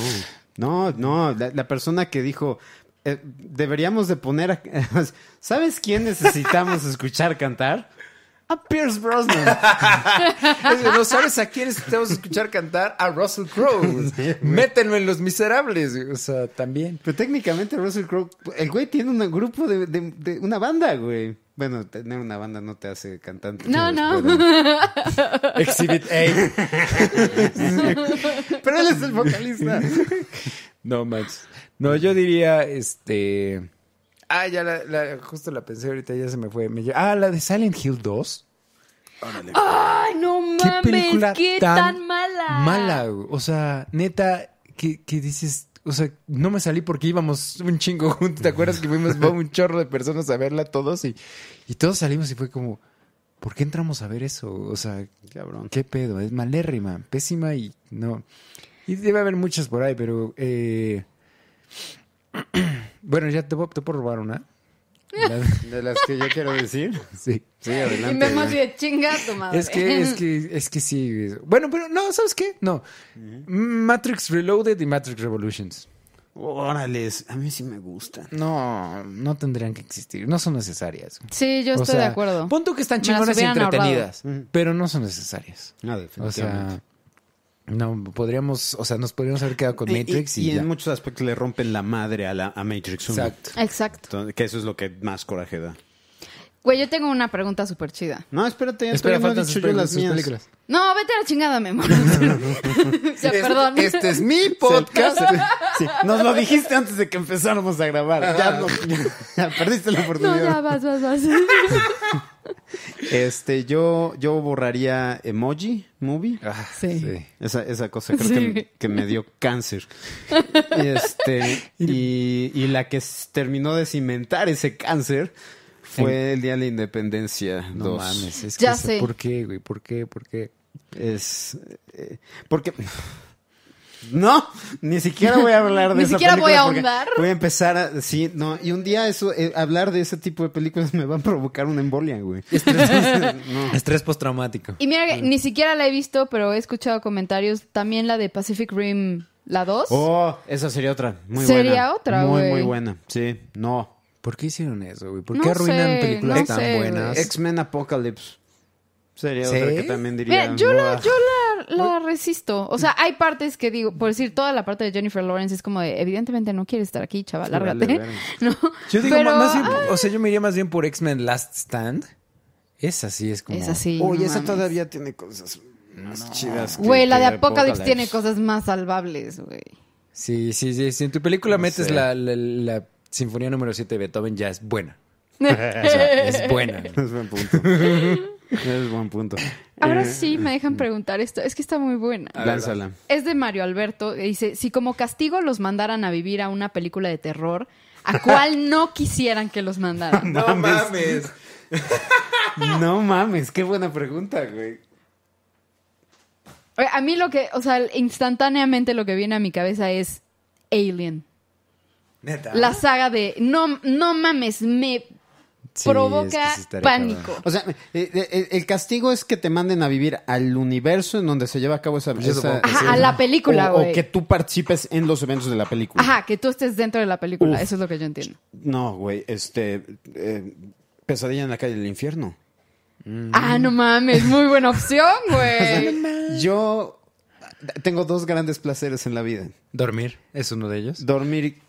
[SPEAKER 2] no, no, la, la persona que dijo, eh, deberíamos de poner... a- ¿Sabes quién necesitamos escuchar cantar? A Pierce Brosnan.
[SPEAKER 3] ¿No sabes a quién necesitamos escuchar cantar? A Russell Crowe. Métenlo en Los Miserables. O sea, también.
[SPEAKER 2] Pero técnicamente Russell Crowe, el güey tiene un grupo de, de- de una banda, güey. Bueno, tener una banda no te hace cantante.
[SPEAKER 4] No, no.
[SPEAKER 2] Pero,
[SPEAKER 3] Exhibit A.
[SPEAKER 2] pero él es el vocalista.
[SPEAKER 3] No manches. No, yo diría, este. Ah, ya la, la- justo la pensé ahorita, ya se me fue. Me lle- Ah, la de Silent Hill 2.
[SPEAKER 4] no. ¡Ay, no
[SPEAKER 3] ¿Qué
[SPEAKER 4] mames!
[SPEAKER 3] película
[SPEAKER 4] ¡Qué tan,
[SPEAKER 3] tan,
[SPEAKER 4] mala!
[SPEAKER 3] Mala, güey. o sea, neta, que, que dices, o sea, no me salí porque íbamos un chingo juntos. ¿Te acuerdas que fuimos fue un chorro de personas a verla todos y, y todos salimos y fue como, ¿por qué entramos a ver eso? O sea,
[SPEAKER 2] Cabrón.
[SPEAKER 3] ¿Qué pedo? Es malérrima, pésima y no. Y debe haber muchas por ahí, pero. eh, bueno, ya te, puedo- te puedo robar una. La-
[SPEAKER 2] De las que yo quiero decir.
[SPEAKER 3] sí.
[SPEAKER 2] Sí,
[SPEAKER 4] Y
[SPEAKER 2] adelante.
[SPEAKER 4] vemos
[SPEAKER 2] güey.
[SPEAKER 4] de chinga tu madre.
[SPEAKER 3] Es que, es que, es que sí. Bueno, pero no, ¿sabes qué? No. Matrix Reloaded y Matrix Revolutions.
[SPEAKER 2] Órales, a mí sí me gustan.
[SPEAKER 3] No, no tendrían que existir. No son necesarias.
[SPEAKER 4] Sí, yo
[SPEAKER 3] O
[SPEAKER 4] estoy de
[SPEAKER 3] sea, pues,
[SPEAKER 4] acuerdo.
[SPEAKER 3] Pon tú que están
[SPEAKER 4] Me las
[SPEAKER 3] chingonas y
[SPEAKER 4] hubieran ahorrado.
[SPEAKER 3] entretenidas, pero no son necesarias.
[SPEAKER 2] No,
[SPEAKER 3] O
[SPEAKER 2] definitivamente.
[SPEAKER 3] sea, no podríamos, o sea, nos podríamos haber quedado con
[SPEAKER 2] Y- y-
[SPEAKER 3] Matrix y,
[SPEAKER 2] y,
[SPEAKER 3] ya.
[SPEAKER 2] en muchos aspectos le rompen la madre a, la, a Matrix 1.
[SPEAKER 3] Exacto.
[SPEAKER 4] Exacto.
[SPEAKER 2] Entonces, que eso es lo que más coraje da.
[SPEAKER 4] Güey, yo tengo una pregunta súper chida.
[SPEAKER 2] No, espérate,
[SPEAKER 3] Espera,
[SPEAKER 2] espera, no he
[SPEAKER 3] faltan
[SPEAKER 2] dicho yo
[SPEAKER 3] sus películas,
[SPEAKER 2] las
[SPEAKER 3] sus
[SPEAKER 2] mías.
[SPEAKER 3] películas.
[SPEAKER 4] No, vete a la chingada, mi amor. ya, perdón.
[SPEAKER 3] Este, es mi podcast.
[SPEAKER 2] Sí, nos lo dijiste antes de que empezáramos a grabar. Ya, no- ya perdiste la
[SPEAKER 4] No,
[SPEAKER 2] oportunidad.
[SPEAKER 4] ya, vas, vas, vas.
[SPEAKER 2] Este, yo, yo borraría emoji, movie.
[SPEAKER 4] Sí.
[SPEAKER 2] Esa, esa cosa creo que,
[SPEAKER 4] Sí.
[SPEAKER 2] que me dio cáncer. Este, y, y la que s- terminó de cimentar ese cáncer fue el Día de la Independencia
[SPEAKER 3] No
[SPEAKER 2] 2.
[SPEAKER 3] mames, es que
[SPEAKER 4] Ya
[SPEAKER 3] eso-
[SPEAKER 4] sé.
[SPEAKER 3] ¿Por qué, güey? ¿Por qué? ¿Por qué?
[SPEAKER 2] Es. eh, porque. No, ni siquiera voy a hablar de
[SPEAKER 4] Ni
[SPEAKER 2] esa
[SPEAKER 4] siquiera voy
[SPEAKER 2] película
[SPEAKER 4] a
[SPEAKER 2] porque
[SPEAKER 4] ahondar.
[SPEAKER 2] Voy a empezar a. Sí, no. Y un día eso, eh, hablar de ese tipo de películas me va a provocar una embolia, güey.
[SPEAKER 3] Estrés postraumático.
[SPEAKER 4] Y mira que ni siquiera la he visto, pero he escuchado comentarios. También la de Pacific Rim, la 2.
[SPEAKER 2] Oh, esa sería otra. Muy
[SPEAKER 4] Sería
[SPEAKER 2] buena.
[SPEAKER 4] otra,
[SPEAKER 2] Muy,
[SPEAKER 4] güey.
[SPEAKER 2] muy buena. Sí, no.
[SPEAKER 3] ¿Por qué hicieron eso, güey? ¿Por
[SPEAKER 4] No
[SPEAKER 3] qué arruinan
[SPEAKER 4] sé,
[SPEAKER 3] películas
[SPEAKER 4] no
[SPEAKER 3] tan
[SPEAKER 4] sé, güey.
[SPEAKER 3] buenas?
[SPEAKER 2] X-Men Apocalypse. Sería
[SPEAKER 3] ¿Sí?
[SPEAKER 2] otra que también diría.
[SPEAKER 4] Mira, yo la,
[SPEAKER 2] "Buah".
[SPEAKER 4] yo la, la resisto. O sea, hay partes que digo, por decir, toda la parte de Jennifer Lawrence es como de, evidentemente no quieres estar aquí, chaval,
[SPEAKER 2] Sí, vale,
[SPEAKER 4] lárgate.
[SPEAKER 2] verga.
[SPEAKER 4] ¿No?
[SPEAKER 3] Yo digo,
[SPEAKER 4] Pero,
[SPEAKER 3] más bien,
[SPEAKER 4] ah,
[SPEAKER 3] o sea, yo me iría más bien por X-Men Last Stand. Esa sí es como.
[SPEAKER 4] es así.
[SPEAKER 2] Oye,
[SPEAKER 4] no
[SPEAKER 2] esa
[SPEAKER 4] mames.
[SPEAKER 2] todavía tiene cosas más chidas. que-
[SPEAKER 4] Güey, la de
[SPEAKER 2] que
[SPEAKER 4] Apocalypse tiene cosas más salvables, güey.
[SPEAKER 3] Sí, sí, sí. Si en tu película
[SPEAKER 2] No
[SPEAKER 3] metes
[SPEAKER 2] sé.
[SPEAKER 3] la, la- la sinfonía número 7 de Beethoven, ya es buena. O sea, es buena. güey.
[SPEAKER 2] Es buen punto. es buen punto.
[SPEAKER 4] Ahora sí me dejan preguntar esto. Es que está muy buena.
[SPEAKER 2] Lánzala.
[SPEAKER 4] Es de Mario Alberto. que Dice, si como castigo los mandaran a vivir a una película de terror, ¿a cuál no quisieran que los mandaran?
[SPEAKER 3] No mames.
[SPEAKER 2] No mames, qué buena pregunta, güey.
[SPEAKER 4] Oye, A mí lo que, o sea, instantáneamente lo que viene a mi cabeza es Alien.
[SPEAKER 3] Neta.
[SPEAKER 4] La saga de, no, no mames, me
[SPEAKER 3] Sí,
[SPEAKER 4] provoca
[SPEAKER 3] es que sí estaría
[SPEAKER 4] pánico.
[SPEAKER 3] cabrón.
[SPEAKER 2] O sea, eh, eh, eh, el castigo es que te manden a vivir al universo en donde se lleva a cabo esa.
[SPEAKER 3] Pues Yo supongo que
[SPEAKER 4] Ajá, sí. a la película,
[SPEAKER 2] O- o,
[SPEAKER 4] güey.
[SPEAKER 2] que tú participes en los eventos de la película.
[SPEAKER 4] Ajá, que tú estés dentro de la película,
[SPEAKER 2] Uf.
[SPEAKER 4] eso es lo que yo entiendo.
[SPEAKER 2] No, güey, este. eh, pesadilla en la calle del infierno.
[SPEAKER 3] Mm.
[SPEAKER 4] Ah, no mames, muy buena opción,
[SPEAKER 2] O sea,
[SPEAKER 4] güey.
[SPEAKER 2] yo tengo dos grandes placeres en la vida:
[SPEAKER 3] Dormir es uno de ellos.
[SPEAKER 2] dormir y-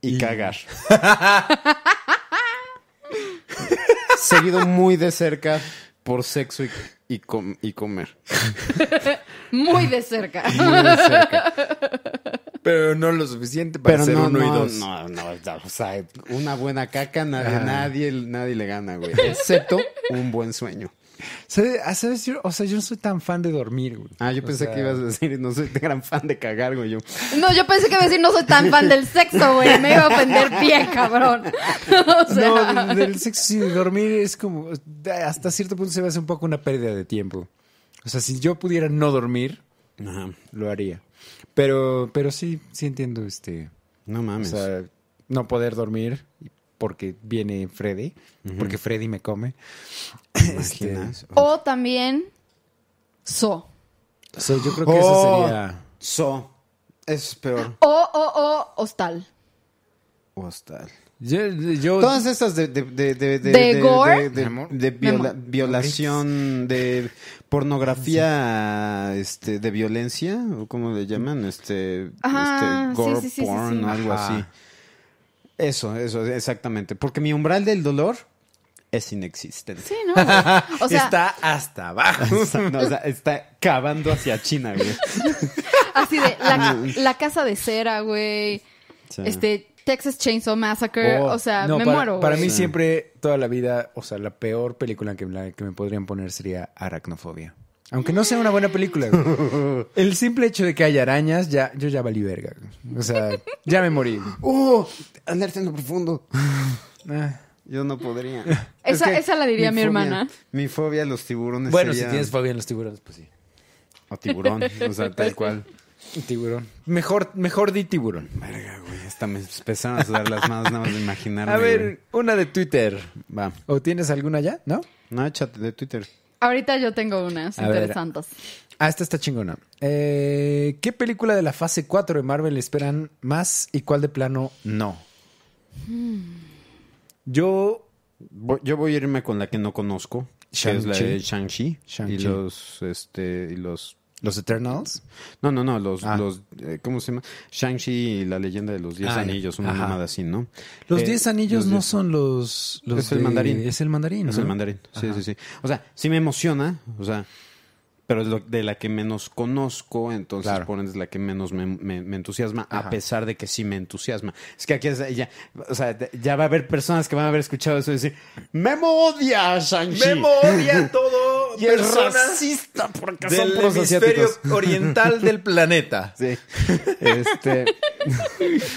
[SPEAKER 2] y cagar. seguido muy de cerca por sexo y, y com- y comer.
[SPEAKER 4] Muy de cerca.
[SPEAKER 2] Muy de cerca.
[SPEAKER 3] Pero no lo suficiente para
[SPEAKER 2] Pero
[SPEAKER 3] ser
[SPEAKER 2] no,
[SPEAKER 3] uno y
[SPEAKER 2] no,
[SPEAKER 3] dos.
[SPEAKER 2] no, no, no, o sea, una buena caca nadie, nadie, nadie le gana, güey. Excepto un buen sueño.
[SPEAKER 3] ¿Sabe- ah, ¿Sabes? Yo- O sea, yo no soy tan fan de dormir, güey.
[SPEAKER 2] Ah, yo
[SPEAKER 3] O
[SPEAKER 2] pensé
[SPEAKER 3] sea,
[SPEAKER 2] que ibas a decir, no soy gran fan de cagar, güey. Yo,
[SPEAKER 4] No, yo pensé que iba a decir no soy tan fan del sexo, güey. Me iba a ofender bien, cabrón. O sea,
[SPEAKER 3] No, del, del sexo sí, de dormir es como. Hasta cierto punto se me hace un poco una pérdida de tiempo. O sea, si yo pudiera no dormir,
[SPEAKER 2] Ajá.
[SPEAKER 3] lo haría. Pero, pero sí, sí entiendo este.
[SPEAKER 2] no
[SPEAKER 3] O
[SPEAKER 2] mames.
[SPEAKER 3] sea, no poder dormir porque viene Freddy, porque Freddy me come.
[SPEAKER 2] ¿te imaginas?
[SPEAKER 4] o también so.
[SPEAKER 3] O sea, yo creo que eso
[SPEAKER 2] Oh,
[SPEAKER 3] sería.
[SPEAKER 2] So. Es peor.
[SPEAKER 4] O, o, o, hostal.
[SPEAKER 2] Hostal.
[SPEAKER 3] Yo, yo-
[SPEAKER 2] Todas estas de... De, de, de,
[SPEAKER 4] ¿De gore?
[SPEAKER 2] de-
[SPEAKER 3] Memo.
[SPEAKER 2] de viola-
[SPEAKER 4] Memo.
[SPEAKER 2] violación, de pornografía este, de violencia, o como le llaman, este,
[SPEAKER 4] Ajá,
[SPEAKER 2] este
[SPEAKER 4] sí,
[SPEAKER 2] gore
[SPEAKER 4] sí, sí, sí,
[SPEAKER 2] porn
[SPEAKER 4] sí.
[SPEAKER 2] o algo
[SPEAKER 3] Ajá.
[SPEAKER 2] así. Eso, eso, exactamente. Porque mi umbral del dolor es inexistente.
[SPEAKER 4] Sí, ¿no? O sea,
[SPEAKER 3] está hasta abajo.
[SPEAKER 2] O sea, no, o sea, está cavando hacia China, güey.
[SPEAKER 4] así de la, la casa de cera, güey.
[SPEAKER 2] Sí.
[SPEAKER 4] Este, Texas Chainsaw Massacre.
[SPEAKER 2] Oh,
[SPEAKER 4] o sea,
[SPEAKER 3] No,
[SPEAKER 4] me
[SPEAKER 3] para,
[SPEAKER 4] muero.
[SPEAKER 3] Para
[SPEAKER 4] güey.
[SPEAKER 3] mí siempre, toda la vida, o sea, la peor película que, la que me podrían poner sería Aracnofobia. Aunque no sea una buena película. güey. El simple hecho de que haya arañas, ya, yo ya valí verga. güey. O sea, ya me morí. güey.
[SPEAKER 2] ¡Oh! Andarte en lo profundo.
[SPEAKER 3] Ah.
[SPEAKER 2] Yo no podría.
[SPEAKER 4] Esa- esa la diría mi
[SPEAKER 2] fobia-
[SPEAKER 4] hermana.
[SPEAKER 2] Mi fobia a los tiburones.
[SPEAKER 3] Bueno,
[SPEAKER 2] sería-
[SPEAKER 3] si tienes fobia en los tiburones, pues sí.
[SPEAKER 2] O tiburón, o sea, tal cual.
[SPEAKER 3] Tiburón. Mejor, mejor di tiburón.
[SPEAKER 2] Verga, güey, hasta me empezaron a sudar las manos nada más de imaginarme.
[SPEAKER 3] A
[SPEAKER 2] güey.
[SPEAKER 3] ver, una de Twitter.
[SPEAKER 2] Va.
[SPEAKER 3] ¿O tienes alguna ya? ¿No?
[SPEAKER 2] No, échate de Twitter.
[SPEAKER 4] Ahorita yo tengo unas
[SPEAKER 3] A ver.
[SPEAKER 4] interesantes.
[SPEAKER 3] Ah, esta está chingona. Eh, ¿Qué película de la fase 4 de Marvel esperan más y cuál de plano no?
[SPEAKER 2] Hmm.
[SPEAKER 3] Yo.
[SPEAKER 2] Voy- yo voy a irme con la que no conozco, que es la
[SPEAKER 3] Shang-Chi.
[SPEAKER 2] de Shang-Chi.
[SPEAKER 3] Shang-Chi.
[SPEAKER 2] y los, este, y los...
[SPEAKER 3] ¿Los Eternals?
[SPEAKER 2] No, no, no, los,
[SPEAKER 3] Ah.
[SPEAKER 2] los eh, ¿cómo se llama? Shang-Chi y la leyenda de los Diez
[SPEAKER 3] Ah, ya.
[SPEAKER 2] Anillos, una
[SPEAKER 3] Ajá.
[SPEAKER 2] mamada así, ¿no?
[SPEAKER 3] Los
[SPEAKER 2] Eh,
[SPEAKER 3] 10 anillos
[SPEAKER 2] los
[SPEAKER 3] no
[SPEAKER 2] diez-
[SPEAKER 3] son los. los
[SPEAKER 2] Es el
[SPEAKER 3] de-
[SPEAKER 2] mandarín.
[SPEAKER 3] Es el mandarín.
[SPEAKER 2] Es
[SPEAKER 3] ¿no?
[SPEAKER 2] el mandarín, sí,
[SPEAKER 3] Ajá.
[SPEAKER 2] sí, sí. O sea, sí me emociona, o sea, pero es lo- de la que menos conozco, entonces
[SPEAKER 3] Claro.
[SPEAKER 2] por ende es la que menos me, me- me entusiasma,
[SPEAKER 3] Ajá.
[SPEAKER 2] a pesar de que sí me entusiasma. Es que aquí es- ya, o sea, de- ya va a haber personas que van a haber escuchado eso y decir, ¡Memo odia a Shang-Chi!
[SPEAKER 5] Memo odia todo
[SPEAKER 2] Y es
[SPEAKER 5] personas
[SPEAKER 2] racista porque son
[SPEAKER 5] del
[SPEAKER 2] puros
[SPEAKER 5] hemisferio
[SPEAKER 2] asiáticos.
[SPEAKER 5] oriental del planeta.
[SPEAKER 2] Sí. Este.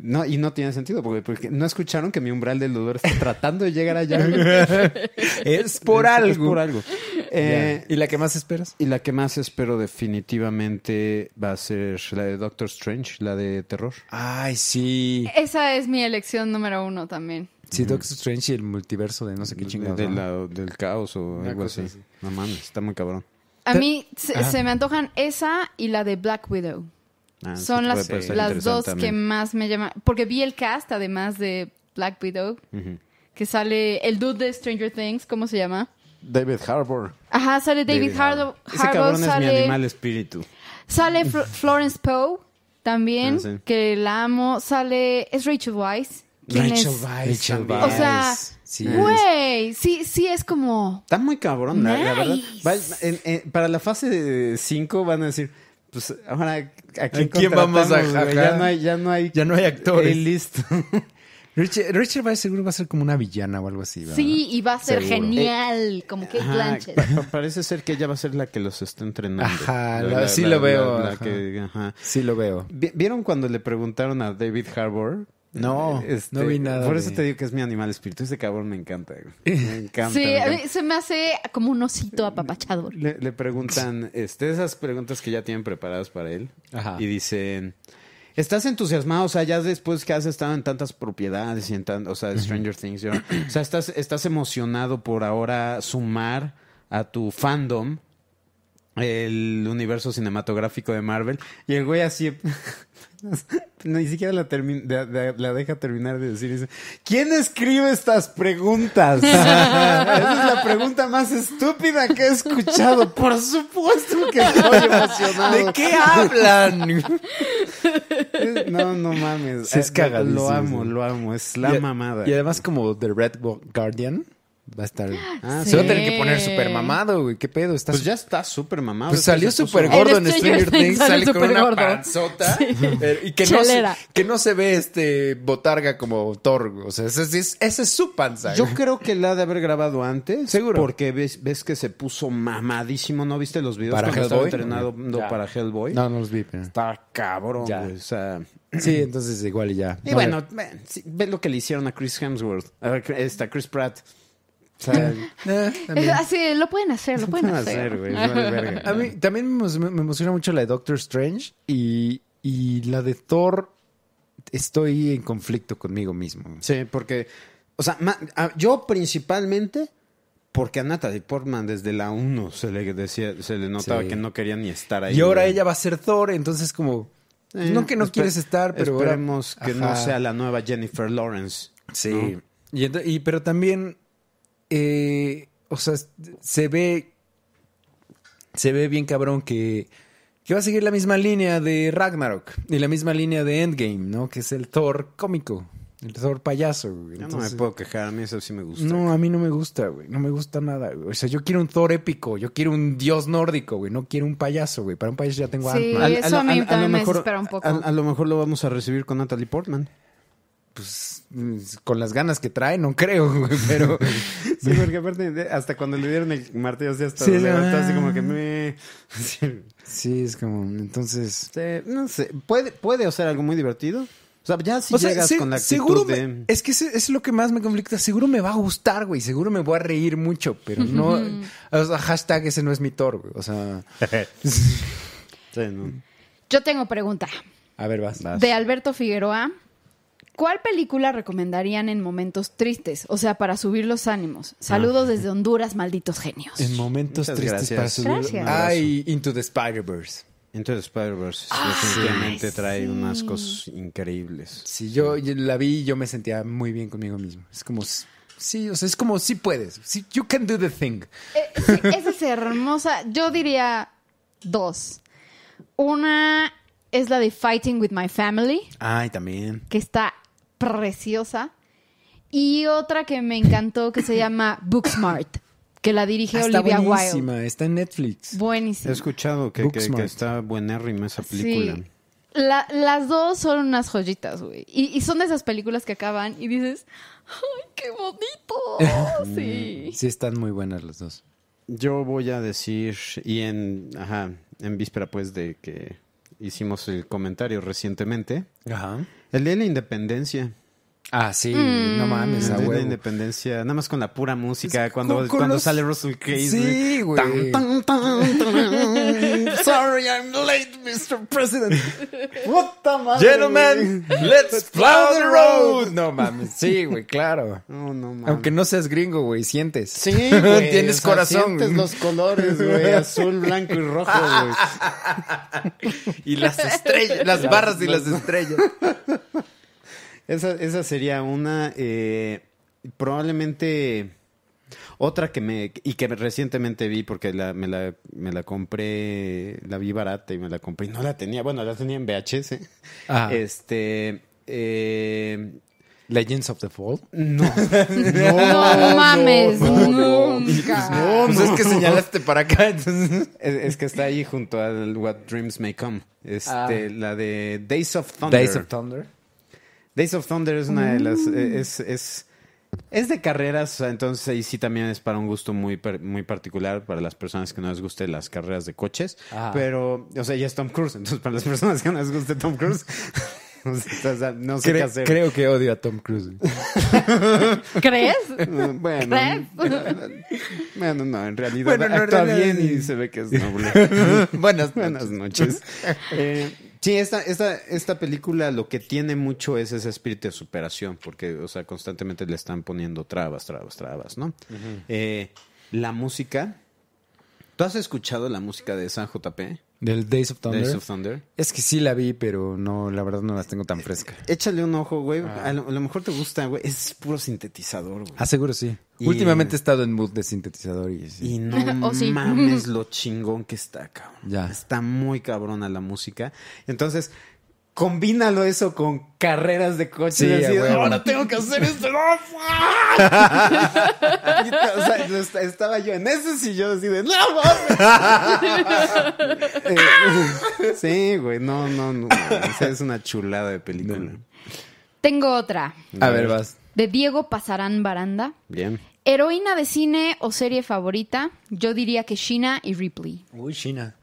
[SPEAKER 2] No, y no tiene sentido, porque, porque no escucharon que mi umbral del dolor está tratando de llegar allá. güey.
[SPEAKER 3] Es por algo.
[SPEAKER 2] Es por algo. Eh,
[SPEAKER 3] Ya. ¿Y la que más esperas?
[SPEAKER 2] Y la que más espero definitivamente va a ser la de Doctor Strange, la de terror.
[SPEAKER 3] Ay, sí.
[SPEAKER 4] Esa es mi elección número uno también.
[SPEAKER 3] Sí, Doctor Strange y el multiverso de no sé qué chingados.
[SPEAKER 2] De- de
[SPEAKER 3] ¿no?
[SPEAKER 2] la- del caos o
[SPEAKER 3] Una
[SPEAKER 2] algo
[SPEAKER 3] cosa
[SPEAKER 2] así.
[SPEAKER 3] así.
[SPEAKER 2] No mames, está muy cabrón.
[SPEAKER 4] A
[SPEAKER 3] Te-
[SPEAKER 4] mí se,
[SPEAKER 3] Ajá.
[SPEAKER 4] se me antojan esa y la de Black Widow.
[SPEAKER 2] Ah, este
[SPEAKER 4] Son
[SPEAKER 2] puede-
[SPEAKER 4] las,
[SPEAKER 2] puede estar
[SPEAKER 4] las
[SPEAKER 2] interesante
[SPEAKER 4] dos que
[SPEAKER 2] también.
[SPEAKER 4] más me llaman. Porque vi el cast, además de Black Widow,
[SPEAKER 2] Ujú.
[SPEAKER 4] que sale el dude de Stranger Things, ¿cómo se llama?
[SPEAKER 2] David Harbour.
[SPEAKER 4] Ajá, sale David, Harlow,
[SPEAKER 2] Ese cabrón es mi
[SPEAKER 4] sale,
[SPEAKER 2] animal espíritu.
[SPEAKER 4] sale Fl- Florence Poe también,
[SPEAKER 2] Ah, sí.
[SPEAKER 4] que la amo. Sale, es Rachel Weisz. ¿Quién
[SPEAKER 3] Rachel
[SPEAKER 4] es?
[SPEAKER 3] Weisz.
[SPEAKER 2] Rachel
[SPEAKER 3] también.
[SPEAKER 2] Weisz.
[SPEAKER 4] O sea,
[SPEAKER 3] Sí.
[SPEAKER 4] Güey, sí, sí es como...
[SPEAKER 2] Está muy cabrón, la, la verdad.
[SPEAKER 4] Nice.
[SPEAKER 2] Va- en- en- para la fase 5 van a decir, pues ahora a quién,
[SPEAKER 3] quién
[SPEAKER 2] contratamos,
[SPEAKER 3] vamos a-
[SPEAKER 2] güey?
[SPEAKER 3] ajá.
[SPEAKER 2] Ya no hay, ya no hay,
[SPEAKER 3] Ya no hay actores.
[SPEAKER 2] Eh, listo.
[SPEAKER 3] Richard, Richard Weiss seguro va a ser como una villana o algo así. ¿verdad?
[SPEAKER 4] Sí, y va a ser
[SPEAKER 3] Seguro.
[SPEAKER 4] genial, como Kate
[SPEAKER 2] Ajá,
[SPEAKER 4] Blanchett.
[SPEAKER 2] pa- pa- parece ser que ella va a ser la que los está entrenando.
[SPEAKER 3] Ajá, la- sí lo veo,
[SPEAKER 2] la
[SPEAKER 3] ajá.
[SPEAKER 2] que- ajá.
[SPEAKER 3] Sí, lo veo.
[SPEAKER 2] Vi- ¿Vieron cuando le preguntaron a David Harbour?
[SPEAKER 3] No,
[SPEAKER 2] Este,
[SPEAKER 3] no vi nada
[SPEAKER 2] Por eso
[SPEAKER 3] de-
[SPEAKER 2] te digo que es mi animal espíritu. Ese cabrón me encanta. güey. Me encanta.
[SPEAKER 4] Sí,
[SPEAKER 2] me
[SPEAKER 4] a
[SPEAKER 2] encanta.
[SPEAKER 4] mí se me hace como un osito apapachador.
[SPEAKER 2] Le, le preguntan este, esas preguntas que ya tienen preparadas para él.
[SPEAKER 3] Ajá.
[SPEAKER 2] Y dicen, ¿estás entusiasmado? O sea, ya después que has estado en tantas propiedades y en tan, o sea, Stranger Things. yo- o sea, ¿estás, ¿estás emocionado por ahora sumar a tu fandom el universo cinematográfico de Marvel? Y el güey así... Ni siquiera la, termi- de- de- la deja terminar de decir eso. ¿Quién escribe estas preguntas? Esa es la pregunta más estúpida que he escuchado. Por supuesto que estoy emocionado.
[SPEAKER 3] ¿De qué hablan?
[SPEAKER 2] No, no mames.
[SPEAKER 3] Sí, es
[SPEAKER 2] Eh,
[SPEAKER 3] cagadísimo.
[SPEAKER 2] Lo amo, lo amo. Es la
[SPEAKER 3] Y a-
[SPEAKER 2] mamada.
[SPEAKER 3] Y además como The Red Gu- Guardian, Va a estar.
[SPEAKER 2] Ah,
[SPEAKER 3] Se va a
[SPEAKER 4] sí.
[SPEAKER 3] tener que poner súper mamado, güey. ¿Qué pedo? Estás...
[SPEAKER 2] Pues ya está súper mamado.
[SPEAKER 3] Pues
[SPEAKER 2] Es que
[SPEAKER 3] salió
[SPEAKER 2] se puso-
[SPEAKER 3] súper
[SPEAKER 4] En
[SPEAKER 3] gordo en
[SPEAKER 4] Stranger
[SPEAKER 3] Stranger Things,
[SPEAKER 4] Things sale
[SPEAKER 3] sale con
[SPEAKER 4] súper
[SPEAKER 3] una
[SPEAKER 4] gordo.
[SPEAKER 3] panzota
[SPEAKER 4] Sí.
[SPEAKER 3] eh, y que no, se,
[SPEAKER 4] Chelera.
[SPEAKER 3] que no se ve este botarga como Thor, güey. o sea, ese, es- ese es su panza. ¿eh?
[SPEAKER 2] Yo
[SPEAKER 3] güey.
[SPEAKER 2] creo que la ha de haber grabado antes.
[SPEAKER 3] Seguro.
[SPEAKER 2] Porque ves, ves que se puso mamadísimo. ¿No viste los videos
[SPEAKER 3] ¿Para
[SPEAKER 2] cuando estaba
[SPEAKER 3] Hellboy?
[SPEAKER 2] entrenando
[SPEAKER 3] Ya.
[SPEAKER 2] para Hellboy?
[SPEAKER 3] No, no los vi, pero...
[SPEAKER 2] Está cabrón,
[SPEAKER 3] Ya.
[SPEAKER 2] güey. O sea.
[SPEAKER 3] Sí, entonces igual y ya.
[SPEAKER 2] Y
[SPEAKER 3] No,
[SPEAKER 2] bueno, ve, sí, ve lo que le hicieron a Chris Hemsworth. A esta, Chris Pratt. O sea,
[SPEAKER 3] eh,
[SPEAKER 4] Es
[SPEAKER 3] también.
[SPEAKER 4] así, lo pueden hacer, lo pueden
[SPEAKER 2] van a
[SPEAKER 4] hacer.
[SPEAKER 2] hacer, güey? Vale verga.
[SPEAKER 3] A mí también me, emo- me emociona mucho la de Doctor Strange y, y la de Thor. Estoy en conflicto conmigo mismo.
[SPEAKER 2] Sí, porque. O sea, ma- a- yo principalmente. Porque a Natalie Portman desde la 1 se le decía, se le notaba
[SPEAKER 3] Sí.
[SPEAKER 2] que no quería ni estar ahí.
[SPEAKER 3] Y ahora
[SPEAKER 2] güey.
[SPEAKER 3] ella va a ser Thor, entonces como...
[SPEAKER 2] Eh,
[SPEAKER 3] pues, no que no
[SPEAKER 2] espe-
[SPEAKER 3] quieres estar, pero ahora-
[SPEAKER 2] esperemos que no
[SPEAKER 3] Ajá.
[SPEAKER 2] sea la nueva Jennifer Lawrence.
[SPEAKER 3] Sí. Y, ento- y- pero también, eh, o sea, s- se ve, se ve bien cabrón que, que va a seguir la misma línea de Ragnarok y la misma línea de Endgame, ¿no? Que es el Thor cómico, el Thor payaso. güey.
[SPEAKER 2] Yo no
[SPEAKER 3] Entonces-
[SPEAKER 2] me puedo quejar, a mí eso sí me gusta.
[SPEAKER 3] No, a mí no me gusta, güey. No me gusta nada, güey. O sea, yo quiero un Thor épico, yo quiero un dios nórdico, güey. No quiero un payaso, güey. Para un payaso ya tengo
[SPEAKER 4] Sí.
[SPEAKER 3] Ant-Man.
[SPEAKER 4] eso a mí también me desespera un poco.
[SPEAKER 2] A, a lo mejor lo vamos a recibir con Natalie Portman.
[SPEAKER 3] Pues, mm, con las ganas que trae, no creo, güey. Pero,
[SPEAKER 2] Sí, porque aparte, de- hasta cuando le dieron el martillo, así hasta
[SPEAKER 3] Sí,
[SPEAKER 2] le
[SPEAKER 3] sí.
[SPEAKER 2] levantó así como que me. ah. Sí,
[SPEAKER 3] sí, es como, entonces...
[SPEAKER 2] sí, no sé, puede, puede ser algo muy divertido. O sea, ya si
[SPEAKER 3] O sea,
[SPEAKER 2] llegas
[SPEAKER 3] se-
[SPEAKER 2] con la actitud
[SPEAKER 3] seguro me-
[SPEAKER 2] de.
[SPEAKER 3] es que ese- es lo que más me conflicta. Seguro me va a gustar, güey. Seguro me voy a reír mucho, pero no. o sea, hashtag ese no es mi Thor, güey. O sea,
[SPEAKER 2] Sí, no.
[SPEAKER 4] Yo tengo pregunta
[SPEAKER 3] a ver, vas.
[SPEAKER 4] de Alberto Figueroa. ¿Cuál película recomendarían en momentos tristes? O sea, para subir los ánimos. Saludos desde Honduras, malditos genios.
[SPEAKER 3] Ah. En Ah. momentos
[SPEAKER 2] Muchas
[SPEAKER 3] tristes
[SPEAKER 2] gracias.
[SPEAKER 3] para subir.
[SPEAKER 4] Gracias.
[SPEAKER 3] Ay, Into the Spider-Verse.
[SPEAKER 2] Entonces, Spider-Verse definitivamente trae unas cosas increíbles.
[SPEAKER 3] Sí, yo, yo la vi y yo me sentía muy bien conmigo mismo. Es como, s- sí, o sea, es como, sí puedes. Sí, you can do the thing.
[SPEAKER 4] Eh, sí, esa es hermosa. Yo diría dos. Una es la de Fighting with My Family,
[SPEAKER 3] Ay, también.
[SPEAKER 4] que está preciosa. Y otra que me encantó, que se llama Booksmart, que la dirige
[SPEAKER 3] Ah, está
[SPEAKER 4] Olivia
[SPEAKER 3] buenísima.
[SPEAKER 4] Wilde.
[SPEAKER 3] Está en Netflix.
[SPEAKER 2] He
[SPEAKER 4] Buenísima.
[SPEAKER 2] escuchado que, que- que
[SPEAKER 3] Booksmart.
[SPEAKER 2] está buenérrima esa película.
[SPEAKER 4] Sí. La- las dos son unas joyitas, güey. Y, y son de esas películas que acaban y dices, ¡ay, qué bonito! Sí.
[SPEAKER 3] Sí, están muy buenas las dos.
[SPEAKER 2] Yo voy a decir, y en, ajá, en víspera pues de que hicimos el comentario recientemente,
[SPEAKER 3] Ajá.
[SPEAKER 2] el Día de la Independencia.
[SPEAKER 3] Ah, sí,
[SPEAKER 4] Mm.
[SPEAKER 3] no mames,
[SPEAKER 2] El
[SPEAKER 3] a
[SPEAKER 2] Día de la
[SPEAKER 3] huevo.
[SPEAKER 2] Independencia, nada más con la pura música,
[SPEAKER 3] Es
[SPEAKER 2] cuando,
[SPEAKER 3] con- con
[SPEAKER 2] cuando
[SPEAKER 3] los-
[SPEAKER 2] sale Russell Cage.
[SPEAKER 3] Sí, güey.
[SPEAKER 2] Tan, tan, tan, tan. Sorry, I'm late, Mr. President. Puta madre.
[SPEAKER 5] Gentlemen, let's plow the road.
[SPEAKER 3] No mames, sí, güey, claro.
[SPEAKER 2] güey. No, no, mames.
[SPEAKER 3] Aunque no seas gringo, güey, sientes.
[SPEAKER 2] Sí, güey.
[SPEAKER 3] Tienes
[SPEAKER 2] o sea,
[SPEAKER 3] corazón.
[SPEAKER 2] sientes los colores, güey. Azul, blanco y rojo, güey.
[SPEAKER 3] Y las estrellas, las barras y las estrellas.
[SPEAKER 2] Esa, esa sería una. eh, probablemente otra que me. Y que recientemente vi porque la, me, la, me la compré. La vi barata y me la compré. y No la tenía. Bueno, la tenía en VHS.
[SPEAKER 3] Ah.
[SPEAKER 2] Este. eh,
[SPEAKER 3] Legends of the Fall.
[SPEAKER 2] no.
[SPEAKER 4] No, mames,
[SPEAKER 2] no, no.
[SPEAKER 4] nunca.
[SPEAKER 3] pues es que señalaste para acá, entonces.
[SPEAKER 2] Es, es que está ahí junto al What Dreams May Come. Este,
[SPEAKER 3] Ah.
[SPEAKER 2] La de Days of Thunder.
[SPEAKER 3] Days of Thunder.
[SPEAKER 2] Days of Thunder es una de las. eh, Es, es, es de carreras, o sea, entonces ahí sí también es para un gusto muy, per- muy particular para las personas que no les guste las carreras de coches.
[SPEAKER 3] Ah.
[SPEAKER 2] Pero, o sea, ya es Tom Cruise, entonces para las personas que no les guste Tom Cruise, o sea, no sé qué
[SPEAKER 3] Cre-
[SPEAKER 2] hacer.
[SPEAKER 3] creo que odio a Tom Cruise. güey.
[SPEAKER 4] ¿Crees?
[SPEAKER 2] Eh, Bueno,
[SPEAKER 4] ¿Crees?
[SPEAKER 2] bueno, no, en realidad
[SPEAKER 3] Bueno, no, en
[SPEAKER 2] actúa
[SPEAKER 3] realidad-
[SPEAKER 2] bien y se ve que es noble.
[SPEAKER 3] Buenas,
[SPEAKER 2] Buenas noches. Eh, sí, esta, esta, esta película lo que tiene mucho es ese espíritu de superación, porque, o sea, constantemente le están poniendo trabas, trabas, trabas, ¿no? Eh, la música. ¿Tú has escuchado la música de San JP?
[SPEAKER 3] Del Days of Thunder.
[SPEAKER 2] Days of Thunder.
[SPEAKER 3] Es que sí la vi, pero no, la verdad no las tengo tan fresca.
[SPEAKER 2] Échale un ojo, güey. A, lo, a lo mejor te gusta, güey. Es puro sintetizador, güey.
[SPEAKER 3] Ah, seguro sí.
[SPEAKER 2] Y-
[SPEAKER 3] Últimamente he estado en mood de sintetizador y sí.
[SPEAKER 2] Y no
[SPEAKER 4] O sí.
[SPEAKER 2] mames lo chingón que está, cabrón.
[SPEAKER 3] Ya.
[SPEAKER 2] Está muy cabrona la música. Entonces, combínalo eso con carreras de coches.
[SPEAKER 3] Sí,
[SPEAKER 2] así,
[SPEAKER 3] a huevo.
[SPEAKER 2] ahora tengo que hacer esto. ¡No! ¡Ah! o sea, lo est- estaba yo en ese sillón así de, no mames". Eh, sí, güey, no, no, no. O sea, es una chulada de película.
[SPEAKER 4] Tengo otra.
[SPEAKER 3] A ver, vas.
[SPEAKER 4] De Diego Pasarán Baranda.
[SPEAKER 2] Bien.
[SPEAKER 4] Heroína de cine o serie favorita, yo diría que Sheena y Ripley.
[SPEAKER 3] Uy, China.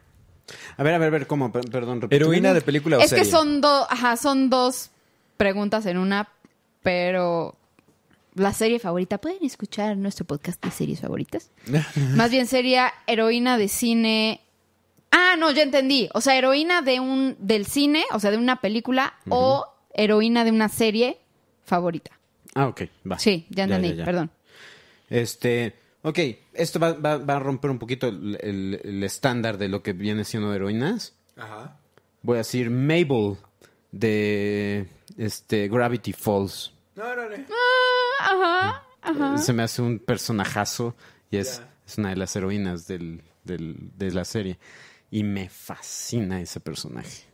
[SPEAKER 2] A ver, a ver, a ver, ¿cómo? Per- Perdón, repíteme.
[SPEAKER 3] Heroína de película o
[SPEAKER 4] es
[SPEAKER 3] serie.
[SPEAKER 4] que son dos, ajá, son dos preguntas en una, pero la serie favorita, pueden escuchar nuestro podcast de series favoritas. Más bien sería heroína de cine. Ah, no, ya entendí. O sea, heroína de un del cine, o sea, de una película o heroína de una serie favorita.
[SPEAKER 2] Ah, ok, va.
[SPEAKER 4] Sí, ya entendí,
[SPEAKER 2] ya.
[SPEAKER 4] perdón.
[SPEAKER 2] Este, ok, esto va, va- va a romper un poquito el- el el estándar de lo que viene siendo heroínas.
[SPEAKER 3] Ajá.
[SPEAKER 2] Voy a decir Mabel de este, Gravity Falls.
[SPEAKER 3] No, no, no.
[SPEAKER 4] Ajá.
[SPEAKER 2] Se me hace un personajazo y es, es una de las heroínas del- del- de la serie. Y me fascina ese personaje.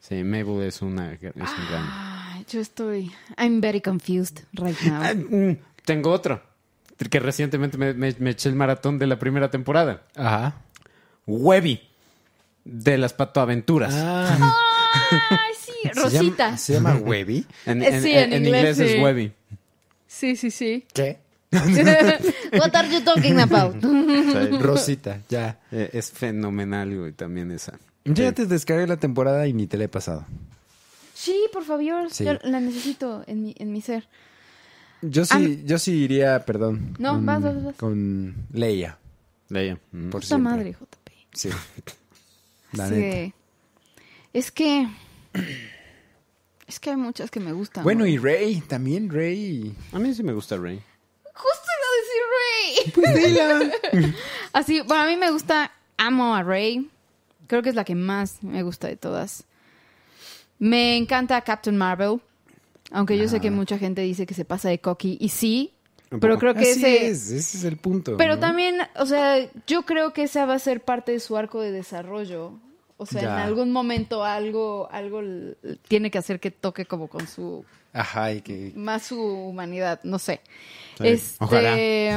[SPEAKER 2] Sí, Mabel es, una, es un gran...
[SPEAKER 4] Ay, yo estoy. I'm very confused right now.
[SPEAKER 2] Ah, mm, Tengo otro, que recientemente me- me- me eché el maratón de la primera temporada.
[SPEAKER 3] Ajá.
[SPEAKER 2] Webby de las Patoaventuras.
[SPEAKER 3] Ah,
[SPEAKER 4] Ay, sí, Rosita.
[SPEAKER 3] ¿Se llama Webby?
[SPEAKER 2] En,
[SPEAKER 4] Eh, sí, en inglés,
[SPEAKER 2] es
[SPEAKER 4] sí.
[SPEAKER 2] Webby.
[SPEAKER 4] Sí, sí, sí.
[SPEAKER 3] ¿Qué?
[SPEAKER 4] What are you talking about?
[SPEAKER 3] Rosita, ya.
[SPEAKER 2] Eh, es fenomenal, güey, también esa.
[SPEAKER 3] Yo ya te descargué la temporada y ni te la he pasado.
[SPEAKER 4] Sí, por favor,
[SPEAKER 3] Sí.
[SPEAKER 4] yo la necesito en mi, en mi ser.
[SPEAKER 3] Yo sí, yo sí iría, perdón.
[SPEAKER 4] Ah, No,
[SPEAKER 3] con,
[SPEAKER 4] vas, vas, vas.
[SPEAKER 3] Con Leia,
[SPEAKER 2] Leia. Mm.
[SPEAKER 3] por
[SPEAKER 4] Puta
[SPEAKER 3] siempre.
[SPEAKER 4] madre, JP.
[SPEAKER 3] Sí. La
[SPEAKER 4] Así
[SPEAKER 3] neta.
[SPEAKER 4] de- Es que... Es que hay muchas que me gustan.
[SPEAKER 3] Bueno,
[SPEAKER 4] güey.
[SPEAKER 3] y Rey, también Rey.
[SPEAKER 2] A mí sí me gusta Rey.
[SPEAKER 4] Justo iba a decir Rey. Pues Así, bueno, a mí me gusta, amo a Rey. Creo que es la que más me gusta de todas. Me encanta Captain Marvel. Aunque yo sé
[SPEAKER 3] Ah.
[SPEAKER 4] que mucha gente dice que se pasa de cocky. Y sí, pero creo que
[SPEAKER 3] Así
[SPEAKER 4] ese...
[SPEAKER 3] es, ese es el punto.
[SPEAKER 4] Pero
[SPEAKER 3] ¿no?
[SPEAKER 4] también, o sea, yo creo que esa va a ser parte de su arco de desarrollo. O sea, en
[SPEAKER 3] Ya.
[SPEAKER 4] algún momento algo, algo l- tiene que hacer que toque como con su
[SPEAKER 3] Ajá, y que...
[SPEAKER 4] más su humanidad, no sé.
[SPEAKER 2] Sí, ojalá.
[SPEAKER 4] Este,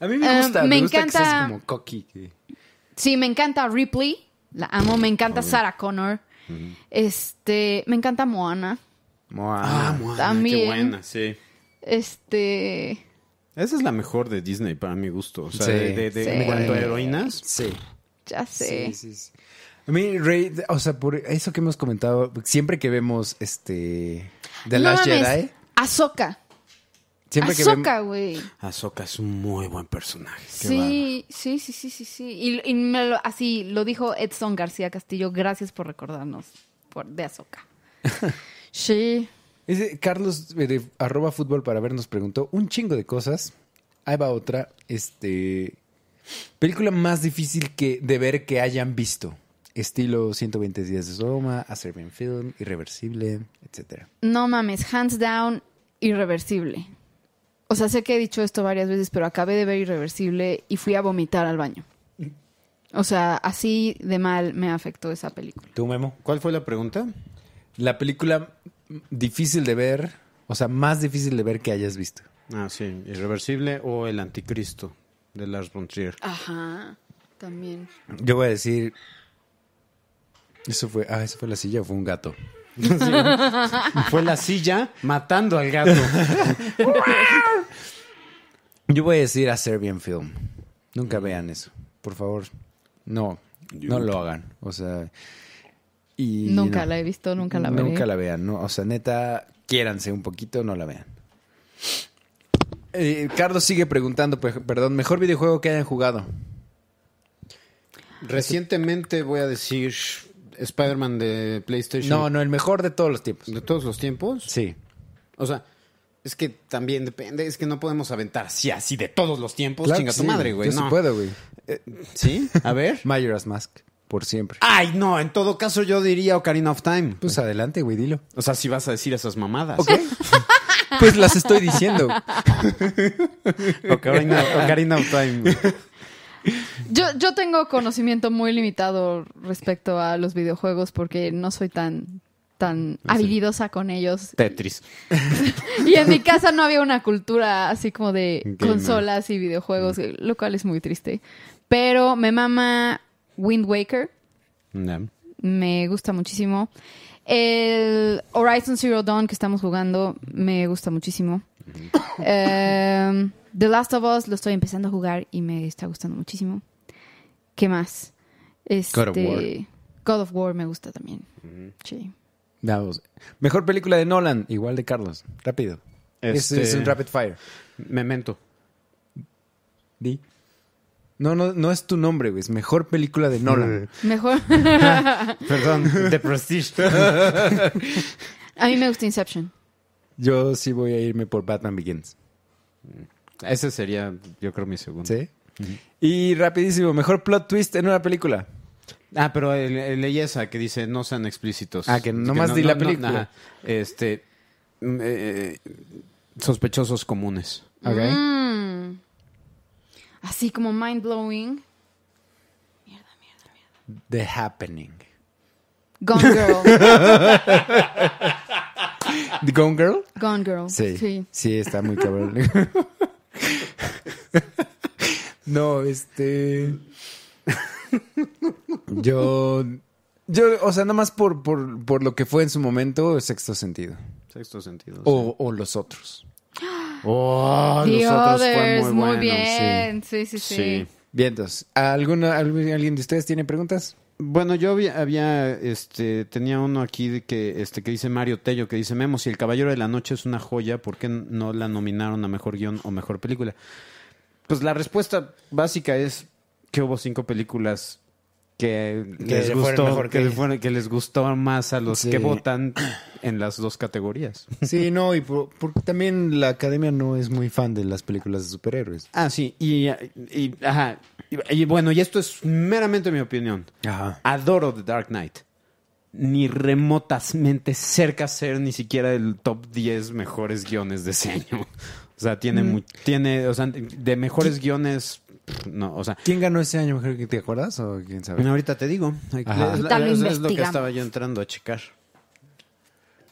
[SPEAKER 3] A mí
[SPEAKER 4] Eh,
[SPEAKER 3] me gusta,
[SPEAKER 4] me
[SPEAKER 3] me, gusta que
[SPEAKER 4] encanta-
[SPEAKER 3] seas como cocky. que-
[SPEAKER 4] sí, me encanta Ripley, la amo, me encanta Sarah Connor. Este, me encanta Moana.
[SPEAKER 3] Moana.
[SPEAKER 4] Ah, También.
[SPEAKER 2] Ah, Qué buena, sí.
[SPEAKER 4] Este,
[SPEAKER 2] Esa es la mejor de Disney para mi gusto. O sea,
[SPEAKER 3] Sí.
[SPEAKER 2] de, de- de-
[SPEAKER 4] Sí.
[SPEAKER 2] en cuanto a heroínas.
[SPEAKER 3] Sí.
[SPEAKER 4] ya sé.
[SPEAKER 3] Sí, sí, sí. A mí, Rey, o sea, por eso que hemos comentado, siempre que vemos este The
[SPEAKER 4] No
[SPEAKER 3] Last
[SPEAKER 4] mames,
[SPEAKER 3] Jedi,
[SPEAKER 4] Ahsoka.
[SPEAKER 3] siempre que
[SPEAKER 4] Ahsoka,
[SPEAKER 3] vemos.
[SPEAKER 4] güey.
[SPEAKER 2] Ahsoka es un muy buen personaje.
[SPEAKER 4] Sí, sí, sí, sí, sí, sí. Y, y me lo- así lo dijo Edson García Castillo. Gracias por recordarnos por, de Azoka. sí.
[SPEAKER 3] Ese Carlos eh, de arroba fútbol para ver nos preguntó un chingo de cosas. Ahí va otra. Este. Película más difícil que de ver que hayan visto. Estilo 120 días de Sodoma, A Serbian Film, Irreversible, etcétera.
[SPEAKER 4] No mames, hands down, irreversible. O sea, sé que he dicho esto varias veces, pero acabé de ver irreversible y fui a vomitar al baño. O sea, así de mal me afectó esa película.
[SPEAKER 3] ¿Tú, Memo?
[SPEAKER 2] ¿Cuál fue la pregunta?
[SPEAKER 3] La película difícil de ver, o sea, más difícil de ver que hayas visto.
[SPEAKER 2] Ah, sí. Irreversible o El Anticristo de Lars von Trier.
[SPEAKER 4] Ajá, también.
[SPEAKER 3] Yo voy a decir. Eso fue. Ah, ¿eso fue la silla o fue un gato?
[SPEAKER 2] Fue la silla matando al gato.
[SPEAKER 3] Yo voy a decir a Serbian Film. Nunca vean eso. Por favor. No. No lo hagan. O sea. Y
[SPEAKER 4] Nunca
[SPEAKER 3] no.
[SPEAKER 4] la he visto, nunca la veré.
[SPEAKER 3] Nunca la vean, ¿no? O sea, neta, quiéranse un poquito, no la vean. Eh, Carlos sigue preguntando, pe- perdón, mejor videojuego que hayan jugado.
[SPEAKER 2] Recientemente voy a decir Spider-Man de PlayStation.
[SPEAKER 3] No, no, el mejor de todos los tiempos.
[SPEAKER 2] ¿De todos los tiempos?
[SPEAKER 3] Sí.
[SPEAKER 2] O sea, es que también depende, es que no podemos aventar así, así de todos los tiempos.
[SPEAKER 3] Claro
[SPEAKER 2] Chinga
[SPEAKER 3] que
[SPEAKER 2] tu
[SPEAKER 3] sí,
[SPEAKER 2] madre, güey.
[SPEAKER 3] Yo
[SPEAKER 2] no.
[SPEAKER 3] sí puedo, güey.
[SPEAKER 2] Sí, a ver.
[SPEAKER 3] Majora's Mask, por siempre.
[SPEAKER 2] Ay, no, en todo caso yo diría Ocarina of Time.
[SPEAKER 3] Pues adelante, güey, dilo.
[SPEAKER 2] O sea, si vas a decir esas mamadas.
[SPEAKER 3] Ok. pues las estoy diciendo.
[SPEAKER 2] Ocarina, Ocarina of Time.
[SPEAKER 4] Yo, yo tengo conocimiento muy limitado respecto a los videojuegos porque no soy tan tan habilidosa con ellos.
[SPEAKER 2] Tetris.
[SPEAKER 4] Y en mi casa no había una cultura así como de
[SPEAKER 2] Gamer.
[SPEAKER 4] consolas y videojuegos, lo cual es muy triste. Pero me mama Wind Waker,
[SPEAKER 2] Ya.
[SPEAKER 4] me gusta muchísimo. El Horizon Zero Dawn que estamos jugando, me gusta muchísimo. Em, The Last of Us lo estoy empezando a jugar y me está gustando muchísimo. ¿Qué más? Este,
[SPEAKER 3] God of War.
[SPEAKER 4] God of War me gusta también. Sí.
[SPEAKER 3] Vamos. Mejor película de Nolan, igual de Carlos. Rápido. Es,
[SPEAKER 2] Este-
[SPEAKER 3] es un rapid fire.
[SPEAKER 2] Memento.
[SPEAKER 3] Di. No, no, no es tu nombre, güey. Es mejor película de Nolan.
[SPEAKER 4] Mejor.
[SPEAKER 2] Perdón, The Prestige.
[SPEAKER 4] a mí me gusta Inception.
[SPEAKER 3] Yo sí voy a irme por Batman Begins.
[SPEAKER 2] Ese sería, yo creo, mi segundo.
[SPEAKER 3] ¿Sí? Y rapidísimo, mejor plot twist en una película.
[SPEAKER 2] Ah, pero el- el- leí esa que dice no sean explícitos.
[SPEAKER 3] Ah, que nomás di la película.
[SPEAKER 2] ajá. este. mm, eh, sospechosos comunes.
[SPEAKER 4] Mm. Así como mind blowing.
[SPEAKER 3] The Happening.
[SPEAKER 4] Gone Girl.
[SPEAKER 3] ¿The Gone Girl?
[SPEAKER 4] Gone Girl.
[SPEAKER 3] Sí. Sí, está muy cabrón. no, este. Yo. Yo, o sea, nada más por, por, por lo que fue en su momento, sexto sentido.
[SPEAKER 2] Sexto sentido.
[SPEAKER 3] O, o los otros.
[SPEAKER 2] Oh,
[SPEAKER 4] The
[SPEAKER 2] nosotros fue
[SPEAKER 4] Others,
[SPEAKER 2] muy,
[SPEAKER 4] muy,
[SPEAKER 2] bueno.
[SPEAKER 4] bien. Sí, sí, sí.
[SPEAKER 2] Sí.
[SPEAKER 3] Bien, entonces, ¿alguna, algu- ¿alguien de ustedes tiene preguntas?
[SPEAKER 2] Bueno, yo había, había, este, tenía uno aquí de que, este, que dice Mario Tello, que dice Memo, si El Caballero de la Noche es una joya, ¿por qué no la nominaron a Mejor Guión o Mejor Película? Pues la respuesta básica es que hubo cinco películas que, les
[SPEAKER 3] le fueron
[SPEAKER 2] gustó,
[SPEAKER 3] mejor
[SPEAKER 2] que,
[SPEAKER 3] que-
[SPEAKER 2] le fueron- que les gustó más a los
[SPEAKER 3] Sí.
[SPEAKER 2] que votan en las dos categorías.
[SPEAKER 3] Sí, no, y por- porque también la academia no es muy fan de las películas de superhéroes.
[SPEAKER 2] Ah, sí, y, y- ajá, y- y bueno, y esto es meramente mi opinión.
[SPEAKER 3] Ajá.
[SPEAKER 2] Adoro The Dark Knight. Ni remotamente cerca a ser ni siquiera el top 10 mejores guiones de ese año. O sea, tiene, mu- tiene o sea, de mejores guiones, pff, no, o sea.
[SPEAKER 3] ¿Quién ganó ese año mejor que te acuerdas? ¿O quién sabe?
[SPEAKER 2] bueno, ahorita te digo. Es,
[SPEAKER 3] Ajá.
[SPEAKER 4] Ahorita lo
[SPEAKER 2] es- es lo que
[SPEAKER 4] investigamos.
[SPEAKER 2] estaba yo entrando a checar.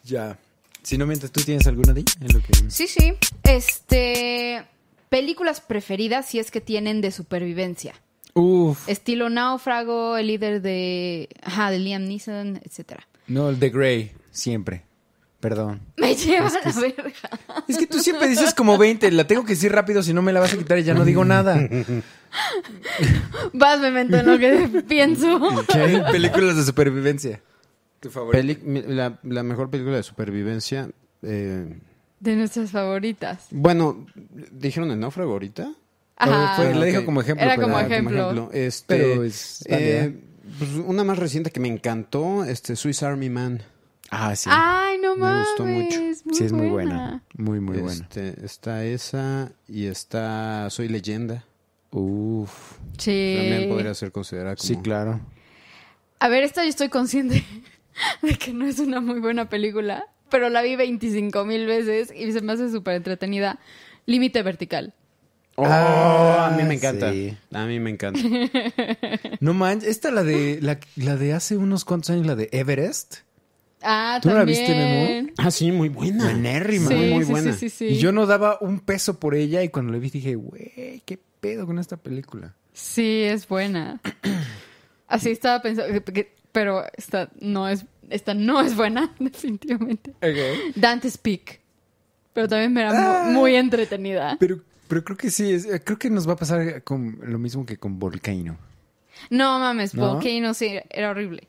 [SPEAKER 3] Ya. Si no mientras tú tienes alguna de en lo que...
[SPEAKER 4] Sí, sí. Este. Películas preferidas si es que tienen de supervivencia.
[SPEAKER 3] Uf.
[SPEAKER 4] Estilo Náufrago, el líder de. Ajá, de Liam Neeson, etcétera.
[SPEAKER 3] No, el de Grey. Siempre. Perdón.
[SPEAKER 4] Me llevan a verga.
[SPEAKER 3] Es que tú siempre dices como 20. La tengo que decir rápido, si no me la vas a quitar y ya no digo nada.
[SPEAKER 4] Vas, memento en lo que pienso.
[SPEAKER 3] ¿Qué? Películas de supervivencia. Tu favorito.
[SPEAKER 2] Peli- mi- la, la mejor película de supervivencia. eh,
[SPEAKER 4] De nuestras favoritas.
[SPEAKER 2] bueno, ¿dijeron el náufrago ahorita?
[SPEAKER 4] Ajá.
[SPEAKER 3] Fue-
[SPEAKER 2] Ah,
[SPEAKER 3] le dijo
[SPEAKER 2] ok.
[SPEAKER 3] como ejemplo.
[SPEAKER 4] Era
[SPEAKER 3] pero-
[SPEAKER 4] como
[SPEAKER 2] Ah,
[SPEAKER 4] ejemplo.
[SPEAKER 2] Este,
[SPEAKER 3] Pero es válida.
[SPEAKER 2] eh, pues, una más reciente que me encantó, este Swiss Army Man.
[SPEAKER 3] Ah, sí.
[SPEAKER 4] Ay, no mames.
[SPEAKER 2] Me gustó mucho.
[SPEAKER 3] sí, es muy buena. Muy, muy buena.
[SPEAKER 2] Este, Está esa y está Soy Leyenda.
[SPEAKER 3] Uf.
[SPEAKER 4] Sí.
[SPEAKER 2] También podría ser considerada como...
[SPEAKER 3] Sí, claro.
[SPEAKER 4] A ver, esta yo estoy consciente de que no es una muy buena película, pero la vi 25 mil veces y se me hace súper entretenida. Límite vertical.
[SPEAKER 2] ¡Oh!
[SPEAKER 3] Ah,
[SPEAKER 2] a mí me encanta.
[SPEAKER 3] sí.
[SPEAKER 2] A mí me encanta.
[SPEAKER 3] No manches, esta la de la, la de hace unos cuantos años, la de Everest.
[SPEAKER 4] Ah,
[SPEAKER 3] ¿Tú no la
[SPEAKER 4] también.
[SPEAKER 3] viste, Memo?
[SPEAKER 2] ah, sí, muy buena.
[SPEAKER 3] Buenérrima.
[SPEAKER 4] Sí,
[SPEAKER 2] muy, muy
[SPEAKER 4] sí,
[SPEAKER 2] buena.
[SPEAKER 4] sí, sí, sí.
[SPEAKER 3] Y yo no daba un peso por ella y cuando la vi dije, güey, qué pedo con esta película.
[SPEAKER 4] Sí, es buena. Así estaba pensando, que- pero esta no es, esta no es buena, definitivamente. Dante's Peak. Pero también me era mu-
[SPEAKER 3] Ah.
[SPEAKER 4] muy, entretenida.
[SPEAKER 3] Pero, pero creo que sí, es- eh, creo que nos va a pasar con lo mismo que con Volcano.
[SPEAKER 4] No mames,
[SPEAKER 3] ¿No?
[SPEAKER 4] Volcano sí, era horrible.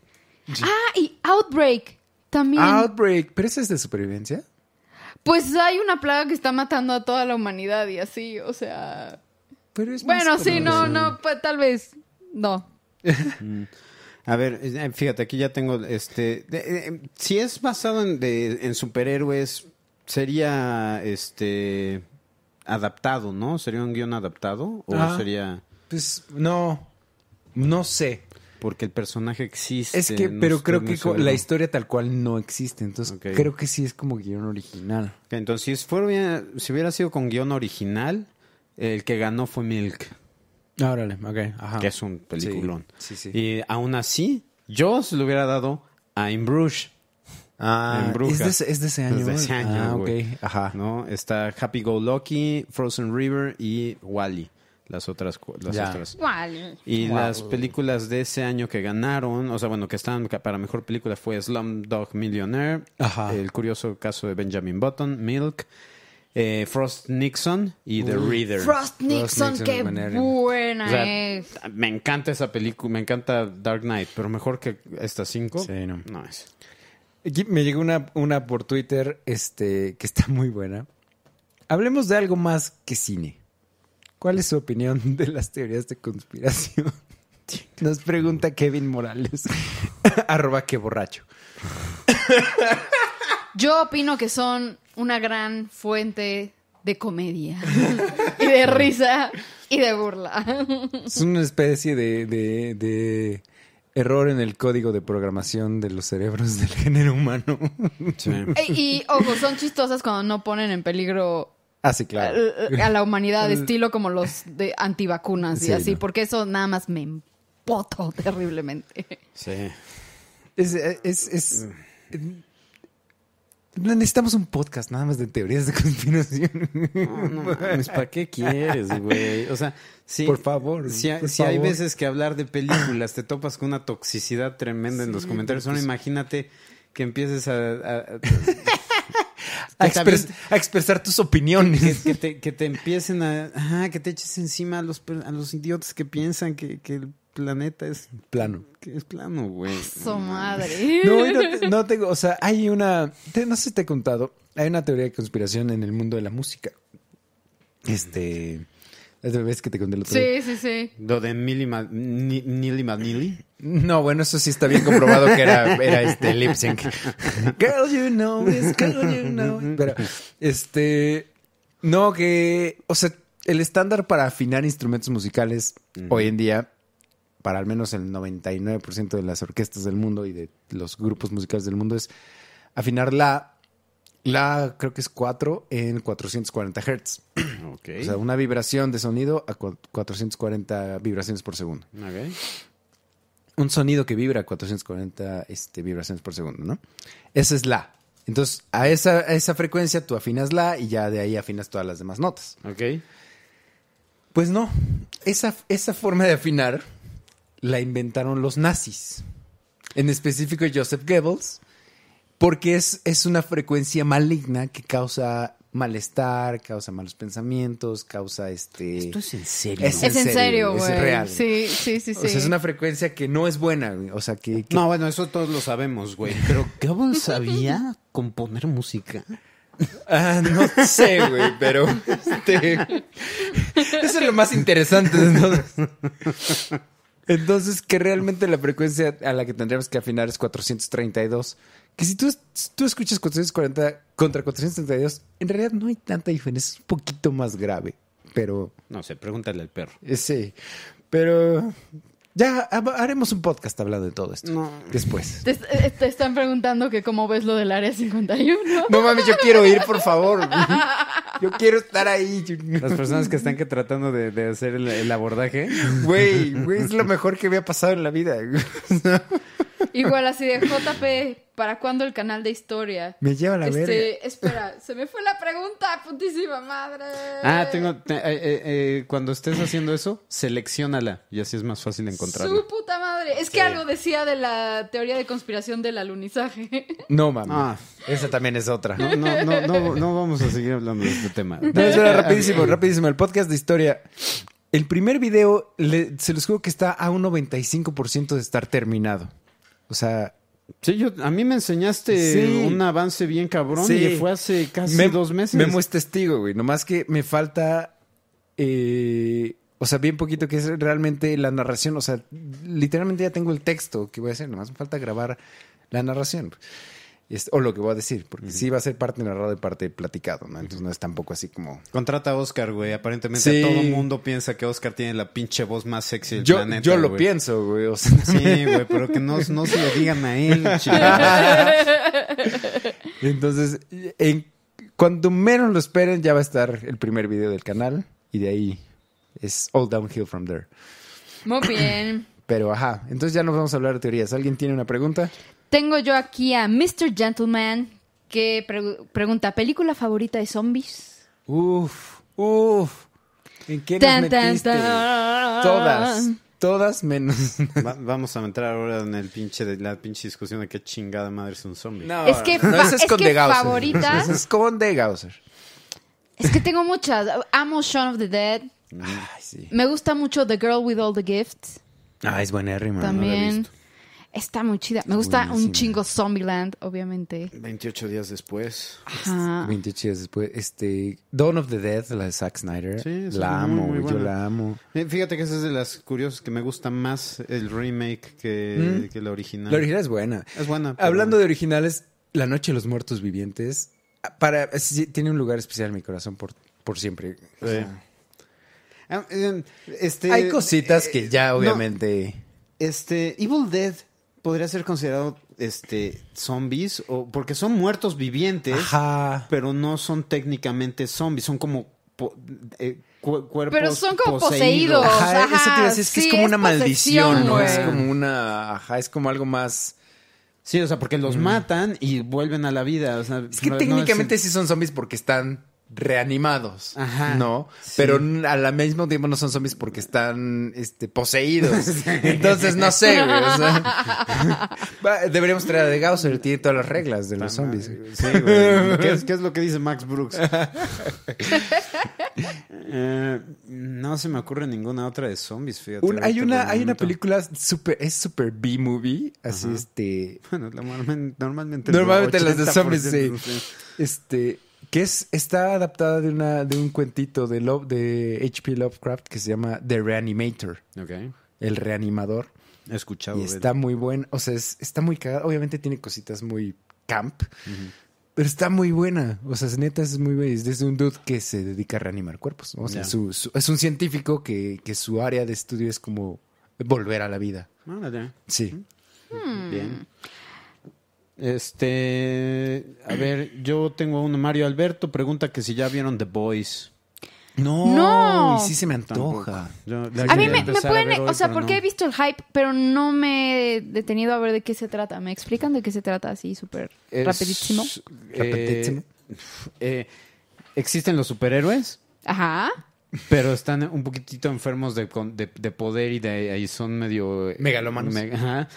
[SPEAKER 4] Ah, y Outbreak también.
[SPEAKER 3] Ah, Outbreak, pero esa es de supervivencia.
[SPEAKER 4] Pues hay una plaga que está matando a toda la humanidad y así, o sea.
[SPEAKER 3] Pero es más
[SPEAKER 4] Bueno,
[SPEAKER 3] como
[SPEAKER 4] sí, no,
[SPEAKER 3] de-
[SPEAKER 4] no, pues, tal vez. No.
[SPEAKER 2] A ver, eh, fíjate, aquí ya tengo este. de- eh, si es basado en, de- en superhéroes, sería este adaptado, ¿no? ¿Sería un guión adaptado? ¿O
[SPEAKER 3] Ah.
[SPEAKER 2] sería
[SPEAKER 3] Pues no, no sé.
[SPEAKER 2] porque el personaje existe? este
[SPEAKER 3] Es que,
[SPEAKER 2] No
[SPEAKER 3] pero
[SPEAKER 2] estoy
[SPEAKER 3] creo
[SPEAKER 2] muy
[SPEAKER 3] que co-
[SPEAKER 2] seguro.
[SPEAKER 3] la historia tal cual no existe, entonces
[SPEAKER 2] Ok.
[SPEAKER 3] creo que sí es como guión original.
[SPEAKER 2] Entonces, si, fuera, si hubiera sido con guión original, el que ganó fue Milk.
[SPEAKER 3] Ah, órale, ok. Ajá.
[SPEAKER 2] que es un peliculón.
[SPEAKER 3] Sí, sí, sí.
[SPEAKER 2] Y aún así, yo se lo hubiera dado a In Bruges.
[SPEAKER 3] Ah,
[SPEAKER 2] en Brujas.
[SPEAKER 3] Es de, ese- es de ese año.
[SPEAKER 2] Es de ese
[SPEAKER 3] güey.
[SPEAKER 2] año,
[SPEAKER 3] Ah,
[SPEAKER 2] güey.
[SPEAKER 3] ok. Ajá.
[SPEAKER 2] ¿No? Está Happy Go Lucky, Frozen River y Wally. Las otras. cu- Las
[SPEAKER 3] Ya.
[SPEAKER 2] otras.
[SPEAKER 4] Vale.
[SPEAKER 2] Y las películas de ese año que ganaron, o sea, bueno, que están ca- para mejor película fue Slumdog Millionaire,
[SPEAKER 3] Ajá.
[SPEAKER 2] El curioso caso de Benjamin Button, Milk, eh, Frost Nixon y The Reader.
[SPEAKER 4] Frost Nixon,
[SPEAKER 3] Nixon,
[SPEAKER 4] qué
[SPEAKER 3] manera.
[SPEAKER 4] buena
[SPEAKER 2] O sea,
[SPEAKER 4] es.
[SPEAKER 2] me encanta esa película, me encanta Dark Knight, pero mejor que estas cinco.
[SPEAKER 3] Sí, no.
[SPEAKER 2] es.
[SPEAKER 3] Aquí me llegó una, una por Twitter este, que está muy buena. Hablemos de algo más que cine. ¿Cuál es su opinión de las teorías de conspiración? Nos pregunta Kevin Morales. Arroba que borracho.
[SPEAKER 4] Yo opino que son una gran fuente de comedia y de risa y de burla.
[SPEAKER 3] Es una especie de, de- de error en el código de programación de los cerebros del género humano.
[SPEAKER 4] E- Y, ojo, son chistosas cuando no ponen en peligro
[SPEAKER 3] Ah, sí, claro.
[SPEAKER 4] a, a la humanidad, estilo como los de antivacunas y
[SPEAKER 3] Sí,
[SPEAKER 4] así,
[SPEAKER 3] no.
[SPEAKER 4] porque eso nada más me empoto terriblemente.
[SPEAKER 2] Sí.
[SPEAKER 3] Es, es, es- Mm. necesitamos un podcast nada más de teorías de conspiración.
[SPEAKER 2] No, no mames, ¿para qué quieres, güey? O sea, sí.
[SPEAKER 3] Por favor,
[SPEAKER 2] Si, hay-
[SPEAKER 3] por
[SPEAKER 2] si hay
[SPEAKER 3] favor.
[SPEAKER 2] veces que hablar de películas te topas con una toxicidad tremenda en los comentarios. Ahora imagínate que empieces a. a- a-
[SPEAKER 3] a,
[SPEAKER 2] Que también-
[SPEAKER 3] expres- a expresar tus
[SPEAKER 2] que,
[SPEAKER 3] opiniones.
[SPEAKER 2] que te, que te empiecen a. ajá, que te eches encima a los, per- a los idiotas que piensan que, que el planeta es,
[SPEAKER 3] Plano.
[SPEAKER 2] que es plano, güey.
[SPEAKER 4] Su madre.
[SPEAKER 3] No, y no, te- no tengo, o sea, hay una, te- no sé si te he contado, hay una teoría de conspiración en el mundo de la música. Este, la otra vez que te conté el otro día.
[SPEAKER 4] Sí, sí, sí.
[SPEAKER 2] Lo de Milly Ma- Ni- Nili Manili.
[SPEAKER 3] No, bueno, eso sí está bien comprobado que era, era este lip sync. Girl, you know, it's girl, you know. it. Pero, este, no, que, o sea, el estándar para afinar instrumentos musicales hoy en día, para al menos el 99% de las orquestas del mundo y de los grupos musicales del mundo, es afinar la, la, creo que es 4 en 440 hertz.
[SPEAKER 2] Ok.
[SPEAKER 3] O sea, una vibración de sonido a cua- 440 vibraciones por segundo
[SPEAKER 2] Ok.
[SPEAKER 3] un sonido que vibra a 440 este, vibraciones por segundo, ¿no? Esa es la. Entonces, a esa, a esa frecuencia tú afinas la y ya de ahí afinas todas las demás notas.
[SPEAKER 2] Ok.
[SPEAKER 3] Pues no, esa, esa forma de afinar la inventaron los nazis. En específico Joseph Goebbels, porque es, es una frecuencia maligna que causa malestar, causa malos pensamientos, causa este...
[SPEAKER 2] es en serio.
[SPEAKER 3] Es
[SPEAKER 4] Es en serio,
[SPEAKER 3] es
[SPEAKER 4] güey.
[SPEAKER 3] real.
[SPEAKER 4] Sí, sí, sí, sí.
[SPEAKER 3] O sea, es una frecuencia que no es buena, güey. O sea, que... que-
[SPEAKER 2] No, bueno, eso todos lo sabemos, güey. Pero Goebbels sabía componer música.
[SPEAKER 3] Ah, no sé, güey, pero este, eso es lo más interesante de todo. Entonces, que realmente la frecuencia a la que tendríamos que afinar es 432. Que si tú, es- si tú escuchas 440 contra 432, en realidad no hay tanta diferencia, es un poquito más grave, pero
[SPEAKER 2] No sé, pregúntale al perro.
[SPEAKER 3] eh, sí. Pero ya ha- haremos un podcast hablando de todo esto
[SPEAKER 2] No.
[SPEAKER 3] después.
[SPEAKER 4] Te, eh, te están preguntando que cómo ves lo del área 51.
[SPEAKER 3] No mames, yo quiero ir, por favor. Yo quiero estar ahí.
[SPEAKER 2] Las personas que están que tratando de, de hacer el, el abordaje.
[SPEAKER 3] Güey, güey, es lo mejor que me ha pasado en la vida.
[SPEAKER 4] Igual así de JP, ¿para cuándo el canal de historia?
[SPEAKER 3] Me lleva a la verga.
[SPEAKER 4] Este, espera, se me fue la pregunta, putísima madre.
[SPEAKER 2] Ah, tengo. te- eh, eh, eh, cuando estés haciendo eso, seleccionala y así es más fácil encontrarla.
[SPEAKER 4] Su puta madre. Es que algo decía de la teoría de conspiración del alunizaje.
[SPEAKER 3] No, mami.
[SPEAKER 2] Ah.
[SPEAKER 3] Esa también es otra.
[SPEAKER 2] No, no, no, no, no vamos a seguir hablando de este tema.
[SPEAKER 3] No, espera, rapidísimo, rapidísimo. El podcast de historia. El primer video, le- se los juro que está a un 95% de estar terminado. O sea,
[SPEAKER 2] Sí, yo, a mí me enseñaste
[SPEAKER 3] Sí.
[SPEAKER 2] un avance bien cabrón
[SPEAKER 3] Sí.
[SPEAKER 2] y fue hace casi
[SPEAKER 3] me-
[SPEAKER 2] Ah, dos meses.
[SPEAKER 3] Memo es testigo, güey. Nomás que me falta. eh, o sea, bien poquito que es realmente la narración. O sea, literalmente ya tengo el texto que voy a hacer. Nomás me falta grabar la narración. Es- o lo que voy a decir. Porque sí va a ser parte narrado y parte platicado, ¿no? Entonces no es tampoco así como.
[SPEAKER 2] Contrata a Oscar, güey. Aparentemente
[SPEAKER 3] Sí.
[SPEAKER 2] todo el mundo piensa que Oscar tiene la pinche voz más sexy del
[SPEAKER 3] Yo,
[SPEAKER 2] planeta.
[SPEAKER 3] yo lo
[SPEAKER 2] güey.
[SPEAKER 3] pienso, güey. O sea,
[SPEAKER 2] Sí, güey, pero que no, no se lo digan a él,
[SPEAKER 3] Entonces, en- cuando menos lo esperen, ya va a estar el primer video del canal. Y de ahí Es all downhill from there.
[SPEAKER 4] Muy bien.
[SPEAKER 3] Pero ajá, entonces ya nos vamos a hablar de teorías. ¿Alguien tiene una pregunta?
[SPEAKER 4] Tengo yo aquí a Mr. Gentleman que pregu- pregunta, ¿película favorita de zombies?
[SPEAKER 3] Uf, uf. ¿En qué
[SPEAKER 4] Tan,
[SPEAKER 3] nos
[SPEAKER 4] tan,
[SPEAKER 3] metiste?
[SPEAKER 4] tan.
[SPEAKER 3] Todas, todas menos.
[SPEAKER 2] Va- vamos a entrar ahora en el pinche de la pinche discusión de qué chingada madre es un zombie.
[SPEAKER 4] Es que
[SPEAKER 3] no,
[SPEAKER 4] fa-
[SPEAKER 3] ese
[SPEAKER 4] es
[SPEAKER 3] con
[SPEAKER 4] que
[SPEAKER 3] De Gausser.
[SPEAKER 4] favorita-
[SPEAKER 3] Ese es con De Gausser.
[SPEAKER 4] Es que tengo muchas. Amo Shaun of the Dead.
[SPEAKER 3] Ay, sí.
[SPEAKER 4] Me gusta mucho The Girl with All the Gifts.
[SPEAKER 3] Ah, es buena rima.
[SPEAKER 4] También. Está muy chida. Me gusta un
[SPEAKER 3] Buenísima.
[SPEAKER 4] chingo Zombieland, obviamente.
[SPEAKER 2] 28 días después.
[SPEAKER 3] Ah.
[SPEAKER 4] Ajá.
[SPEAKER 3] 28 días después, este, Dawn of the Dead, la de Zack Snyder.
[SPEAKER 2] Sí, es
[SPEAKER 3] la
[SPEAKER 2] muy,
[SPEAKER 3] amo,
[SPEAKER 2] muy
[SPEAKER 3] güey, yo
[SPEAKER 2] buena.
[SPEAKER 3] la amo.
[SPEAKER 2] Eh, Fíjate que esa es de las curiosas que me gusta más el remake que, que la original.
[SPEAKER 3] Mm. La original es buena.
[SPEAKER 2] Es buena, pero-
[SPEAKER 3] Hablando de originales, La Noche de los Muertos Vivientes, para, sí, tiene un lugar especial en mi corazón por, por siempre. O
[SPEAKER 2] Sí.
[SPEAKER 3] sea,
[SPEAKER 2] Ah, eh, este,
[SPEAKER 3] hay cositas que ya
[SPEAKER 2] Eh, no.
[SPEAKER 3] obviamente...
[SPEAKER 2] Este, Evil Dead podría ser considerado este zombies o porque son muertos vivientes,
[SPEAKER 3] Ajá.
[SPEAKER 2] pero no son técnicamente zombies, son como po- eh, cu- cuerpos
[SPEAKER 4] Pero son como poseídos.
[SPEAKER 3] Ajá,
[SPEAKER 4] Ajá,
[SPEAKER 3] eso te iba a decir, es que
[SPEAKER 4] sí,
[SPEAKER 3] es como
[SPEAKER 4] es
[SPEAKER 3] una
[SPEAKER 4] posesión,
[SPEAKER 3] maldición, ¿no?
[SPEAKER 4] güey.
[SPEAKER 3] Es como una, ajá, es como algo más...
[SPEAKER 2] Sí, o sea, porque los matan y vuelven a la vida, o sea,
[SPEAKER 3] Mm. Es que
[SPEAKER 2] no- no
[SPEAKER 3] técnicamente sí son zombies porque están reanimados,
[SPEAKER 2] Ajá.
[SPEAKER 3] ¿no?
[SPEAKER 2] Sí.
[SPEAKER 3] Pero n- a la mismo tiempo no son zombies porque están este, poseídos. Entonces, no sé, güey. o sea. Va, Deberíamos traer a De Gausser, tiene todas las reglas de los zombies. güey.
[SPEAKER 2] eh, Sí, güey. ¿Qué es, qué es lo que dice Max Brooks? Eh, no se me ocurre ninguna otra de zombies, fíjate.
[SPEAKER 3] Un- hay
[SPEAKER 2] ahorita por
[SPEAKER 3] una,
[SPEAKER 2] el
[SPEAKER 3] hay una
[SPEAKER 2] momento.
[SPEAKER 3] película super, es super B-movie, así este,
[SPEAKER 2] Bueno, la- normal- normalmente.
[SPEAKER 3] Normalmente
[SPEAKER 2] el
[SPEAKER 3] las de zombies,
[SPEAKER 2] 80%
[SPEAKER 3] sí. Este, que es, está adaptada de una, de un cuentito de Love, de H.P. Lovecraft que se llama The Reanimator,
[SPEAKER 2] Ok.
[SPEAKER 3] el reanimador.
[SPEAKER 2] He escuchado.
[SPEAKER 3] Y
[SPEAKER 2] de-
[SPEAKER 3] está muy buen, o sea, es- está muy cagada. Obviamente tiene cositas muy camp, pero está muy buena. O sea, es neta es muy buena. Es desde un dude que se dedica a reanimar cuerpos. ¿no? O sea,
[SPEAKER 2] Ya.
[SPEAKER 3] su- su- es un científico que, que su área de estudio es como volver a la vida.
[SPEAKER 2] Órale.
[SPEAKER 3] Sí.
[SPEAKER 4] Mm.
[SPEAKER 2] Bien. Este, a ver, yo tengo uno. Mario Alberto pregunta que si ya vieron The Boys.
[SPEAKER 4] No.
[SPEAKER 3] y sí se me
[SPEAKER 2] Tampoco.
[SPEAKER 3] antoja.
[SPEAKER 2] Yo-
[SPEAKER 4] A
[SPEAKER 2] voy
[SPEAKER 4] mí me, me
[SPEAKER 2] empezar a
[SPEAKER 4] pueden...
[SPEAKER 2] ver hoy,
[SPEAKER 4] o sea,
[SPEAKER 2] pero
[SPEAKER 4] porque
[SPEAKER 2] no.
[SPEAKER 4] he visto el hype, pero no me he detenido a ver de qué se trata. ¿Me explican de qué se trata así súper
[SPEAKER 2] Es-
[SPEAKER 4] rapidísimo?
[SPEAKER 2] eh,
[SPEAKER 3] Rapidísimo.
[SPEAKER 2] eh, existen los superhéroes,
[SPEAKER 4] Ajá.
[SPEAKER 2] pero están un poquitito enfermos de, con- de- de poder y de ahí son medio eh,
[SPEAKER 3] Megalomanos.
[SPEAKER 2] me- ajá.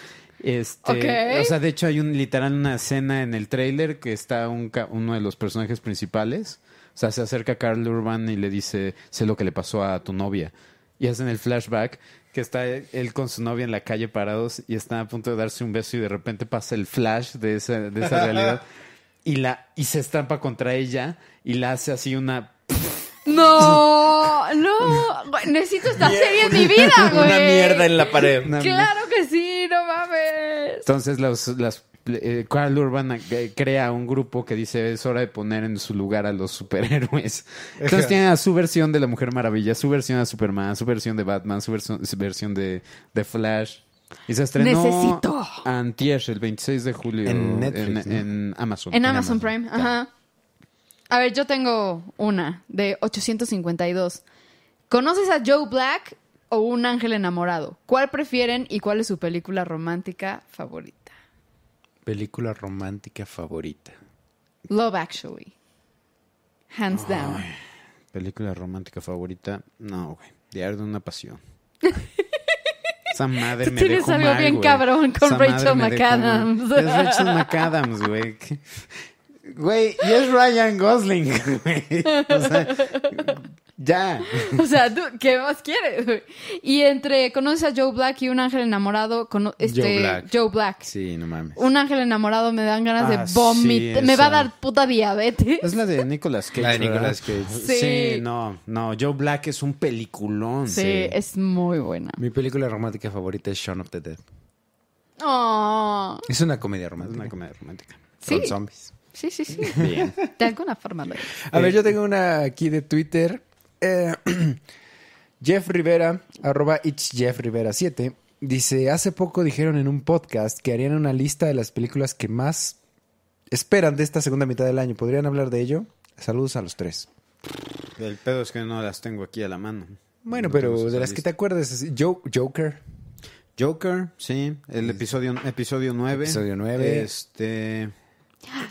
[SPEAKER 2] Este,
[SPEAKER 4] Ok.
[SPEAKER 2] o sea, de hecho hay un literal una escena en el tráiler que está un ca- uno de los personajes principales. O sea, se acerca a Carl Urban y le dice, sé lo que le pasó a tu novia. Y hacen el flashback que está él con su novia en la calle parados y están a punto de darse un beso y de repente pasa el flash de esa, de esa realidad y, la, y se estampa contra ella y la hace así una
[SPEAKER 4] No, no. Güey, Necesito esta serie en mi vida, güey.
[SPEAKER 3] Una mierda en la pared.
[SPEAKER 4] Claro que sí, no mames.
[SPEAKER 2] Entonces, los, las, eh, Carl Urban eh, crea un grupo que dice es hora de poner en su lugar a los superhéroes. Entonces, tiene a su versión de la Mujer Maravilla, su versión de Superman, su versión de Batman, su, verso- su versión de, de Flash. Y se estrenó
[SPEAKER 4] Necesito.
[SPEAKER 2] antier, el 26 de julio
[SPEAKER 3] En Netflix,
[SPEAKER 2] en,
[SPEAKER 3] ¿no?
[SPEAKER 2] en Amazon.
[SPEAKER 4] En Amazon Prime, ajá. A ver, yo tengo una de 852. ¿Conoces a Joe Black o un ángel enamorado? ¿Cuál prefieren y cuál es su película romántica favorita?
[SPEAKER 3] Película romántica favorita.
[SPEAKER 4] Love Actually. Hands down.
[SPEAKER 2] Película romántica favorita. No, güey. Diario de una pasión. Esa madre
[SPEAKER 4] Tú
[SPEAKER 2] me
[SPEAKER 4] tienes
[SPEAKER 2] dejó
[SPEAKER 4] algo
[SPEAKER 2] mal,
[SPEAKER 4] bien
[SPEAKER 2] güey.
[SPEAKER 4] cabrón con
[SPEAKER 2] Esa madre
[SPEAKER 4] Rachel
[SPEAKER 2] me dejó mal.
[SPEAKER 4] McAdams.
[SPEAKER 2] Es Rachel McAdams, güey. ¿Qué? Güey, y es Ryan Gosling, güey. O sea, ya.
[SPEAKER 4] O sea, ¿tú, ¿qué más quieres? güey? Y entre conoces a Joe Black y un ángel enamorado, cono- este, Joe
[SPEAKER 3] Black.
[SPEAKER 4] Black.
[SPEAKER 3] Sí, no mames.
[SPEAKER 4] Un ángel enamorado me dan ganas
[SPEAKER 2] Ah,
[SPEAKER 4] de
[SPEAKER 2] sí,
[SPEAKER 4] vomitar. me
[SPEAKER 2] esa.
[SPEAKER 4] va a dar puta diabetes.
[SPEAKER 2] Es la de Nicolas Cage.
[SPEAKER 3] La de
[SPEAKER 2] ¿verdad?
[SPEAKER 3] Nicolas Cage.
[SPEAKER 2] Sí.
[SPEAKER 4] Sí.
[SPEAKER 2] no, no. Joe Black es un peliculón.
[SPEAKER 4] Sí, es muy buena.
[SPEAKER 3] Mi película romántica favorita es Shaun of the Dead.
[SPEAKER 4] Oh,
[SPEAKER 3] Es una comedia
[SPEAKER 2] Es
[SPEAKER 3] romántica.
[SPEAKER 2] una comedia romántica.
[SPEAKER 4] sí,
[SPEAKER 3] Con zombies.
[SPEAKER 4] sí, sí, sí.
[SPEAKER 2] Bien.
[SPEAKER 4] De alguna forma lo es.
[SPEAKER 3] A ver, yo tengo una aquí de Twitter. Eh, Jeff Rivera, arroba it's Jeff Rivera 7, dice, hace poco dijeron en un podcast que harían una lista de las películas que más esperan de esta segunda mitad del año. ¿Podrían hablar de ello? Saludos a los tres.
[SPEAKER 2] El pedo es que no las tengo aquí a la mano.
[SPEAKER 3] Bueno,
[SPEAKER 2] No
[SPEAKER 3] pero
[SPEAKER 2] tenemos esa
[SPEAKER 3] de las que te
[SPEAKER 2] lista.
[SPEAKER 3] acuerdas, es Jo- Joker.
[SPEAKER 2] Joker, sí, el episodio, episodio 9.
[SPEAKER 3] Episodio nueve.
[SPEAKER 2] Este...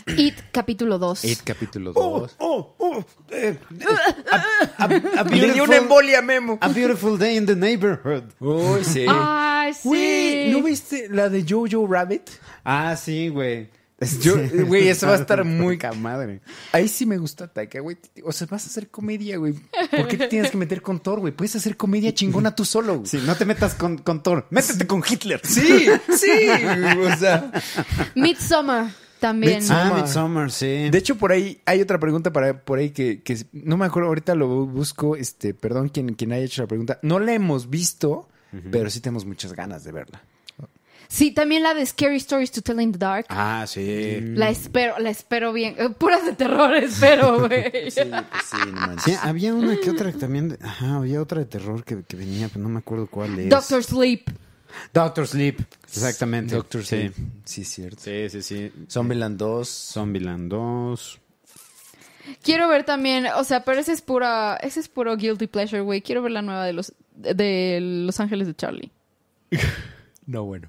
[SPEAKER 4] It, capítulo 2.
[SPEAKER 3] It capítulo 2.
[SPEAKER 2] Oh, oh, eh, eh, a, a- a
[SPEAKER 3] Le
[SPEAKER 2] beautiful-
[SPEAKER 3] dio una embolia a Memo.
[SPEAKER 2] A Beautiful Day in the Neighborhood.
[SPEAKER 3] Uy, sí.
[SPEAKER 4] Ay,
[SPEAKER 3] Güey,
[SPEAKER 4] sí.
[SPEAKER 3] ¿no viste la de Jojo Rabbit?
[SPEAKER 2] Ah, sí, güey.
[SPEAKER 3] Yo- eh, güey, eso va a estar muy
[SPEAKER 2] Poca madre.
[SPEAKER 3] Ahí sí me gusta Taika, güey. O sea, vas a hacer comedia, güey. ¿Por qué te tienes que meter con Thor, güey? Puedes hacer comedia chingona tú solo, güey.
[SPEAKER 2] Sí, no te metas con, con Thor, métete con Hitler.
[SPEAKER 3] Sí, sí. O sea,
[SPEAKER 4] Midsommar también.
[SPEAKER 3] Midsommar.
[SPEAKER 2] Ah, Midsommar, sí.
[SPEAKER 3] de hecho, por ahí hay otra pregunta para, por ahí que, que no me acuerdo. Ahorita lo busco. Este, perdón quien, quien haya hecho la pregunta. No la hemos visto, pero sí tenemos muchas ganas de verla.
[SPEAKER 4] Sí, también la de Scary Stories to Tell in the Dark.
[SPEAKER 2] Ah, sí.
[SPEAKER 4] La espero, la espero bien. Eh, Puras de terror espero, güey.
[SPEAKER 3] sí, no
[SPEAKER 2] Sí, había una que otra que también. de- Ajá, había otra de terror que, que venía, pero no me acuerdo cuál es.
[SPEAKER 4] Doctor Sleep.
[SPEAKER 2] Doctor Sleep. Exactamente.
[SPEAKER 3] Doctor
[SPEAKER 2] sí.
[SPEAKER 3] sí. Sí, cierto.
[SPEAKER 2] Sí, sí, sí.
[SPEAKER 3] Zombieland 2.
[SPEAKER 2] Zombieland 2.
[SPEAKER 4] Quiero ver también, o sea, pero ese es pura, ese es puro guilty pleasure, güey. Quiero ver la nueva de los de Los Ángeles de Charlie.
[SPEAKER 3] No, bueno.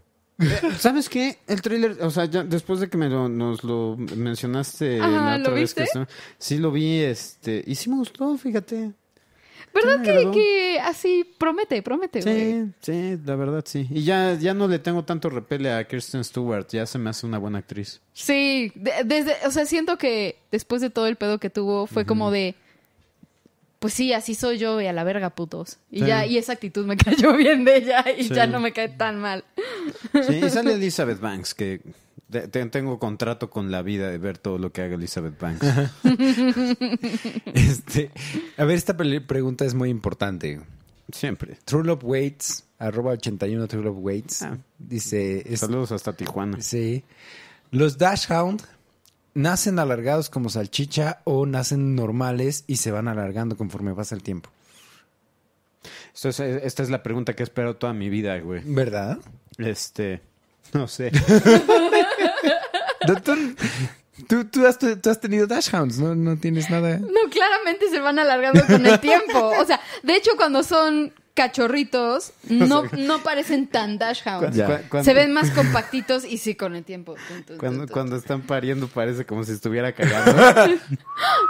[SPEAKER 2] ¿Sabes qué? El tráiler, o sea, ya después de que me lo, nos lo mencionaste
[SPEAKER 4] Ajá,
[SPEAKER 2] la
[SPEAKER 4] ¿lo
[SPEAKER 2] otra vez que
[SPEAKER 4] viste?
[SPEAKER 2] estu- sí lo vi, este, y sí me gustó, fíjate.
[SPEAKER 4] ¿Verdad
[SPEAKER 2] me
[SPEAKER 4] que,
[SPEAKER 2] agradó.
[SPEAKER 4] que así promete, promete, güey?
[SPEAKER 2] Sí, sí, la verdad sí. Y ya, ya no le tengo tanto repele a Kirsten Stewart, ya se me hace una buena actriz.
[SPEAKER 4] Sí, de- desde, o sea, siento que después de todo el pedo que tuvo fue como de pues sí, así soy yo y a la verga putos. Y
[SPEAKER 2] Sí.
[SPEAKER 4] ya y esa actitud me cayó bien de ella y
[SPEAKER 2] Sí.
[SPEAKER 4] ya no me cae tan mal.
[SPEAKER 2] Sí, y sale Elizabeth Banks, que te- te- tengo contrato con la vida de ver todo lo que haga Elizabeth Banks.
[SPEAKER 3] Este, a ver, esta pele- pregunta es muy importante.
[SPEAKER 2] Siempre.
[SPEAKER 3] True Love Waits, arroba 81 True Love Waits,
[SPEAKER 2] Ah.
[SPEAKER 3] dice, es-
[SPEAKER 2] Saludos hasta Tijuana.
[SPEAKER 4] pues
[SPEAKER 3] sí, los Dash Hound nacen alargados como salchicha o nacen normales y se van alargando conforme pasa el tiempo.
[SPEAKER 2] Esto es- esta es la pregunta que he esperado toda mi vida, güey.
[SPEAKER 3] ¿Verdad?
[SPEAKER 2] Este, no sé.
[SPEAKER 3] No, tú, tú- tú has, tú has tenido Dash Hounds, ¿no? No tienes nada.
[SPEAKER 4] No, claramente se van alargando con el tiempo. O sea, de hecho cuando son cachorritos no no parecen tan dash hounds.
[SPEAKER 3] Ya.
[SPEAKER 2] Cu- cu-
[SPEAKER 4] Se ven más compactitos y sí con el tiempo. Tun, tun, tun,
[SPEAKER 2] Cuando,
[SPEAKER 4] tun.
[SPEAKER 2] cuando están pariendo parece como si estuviera cagando.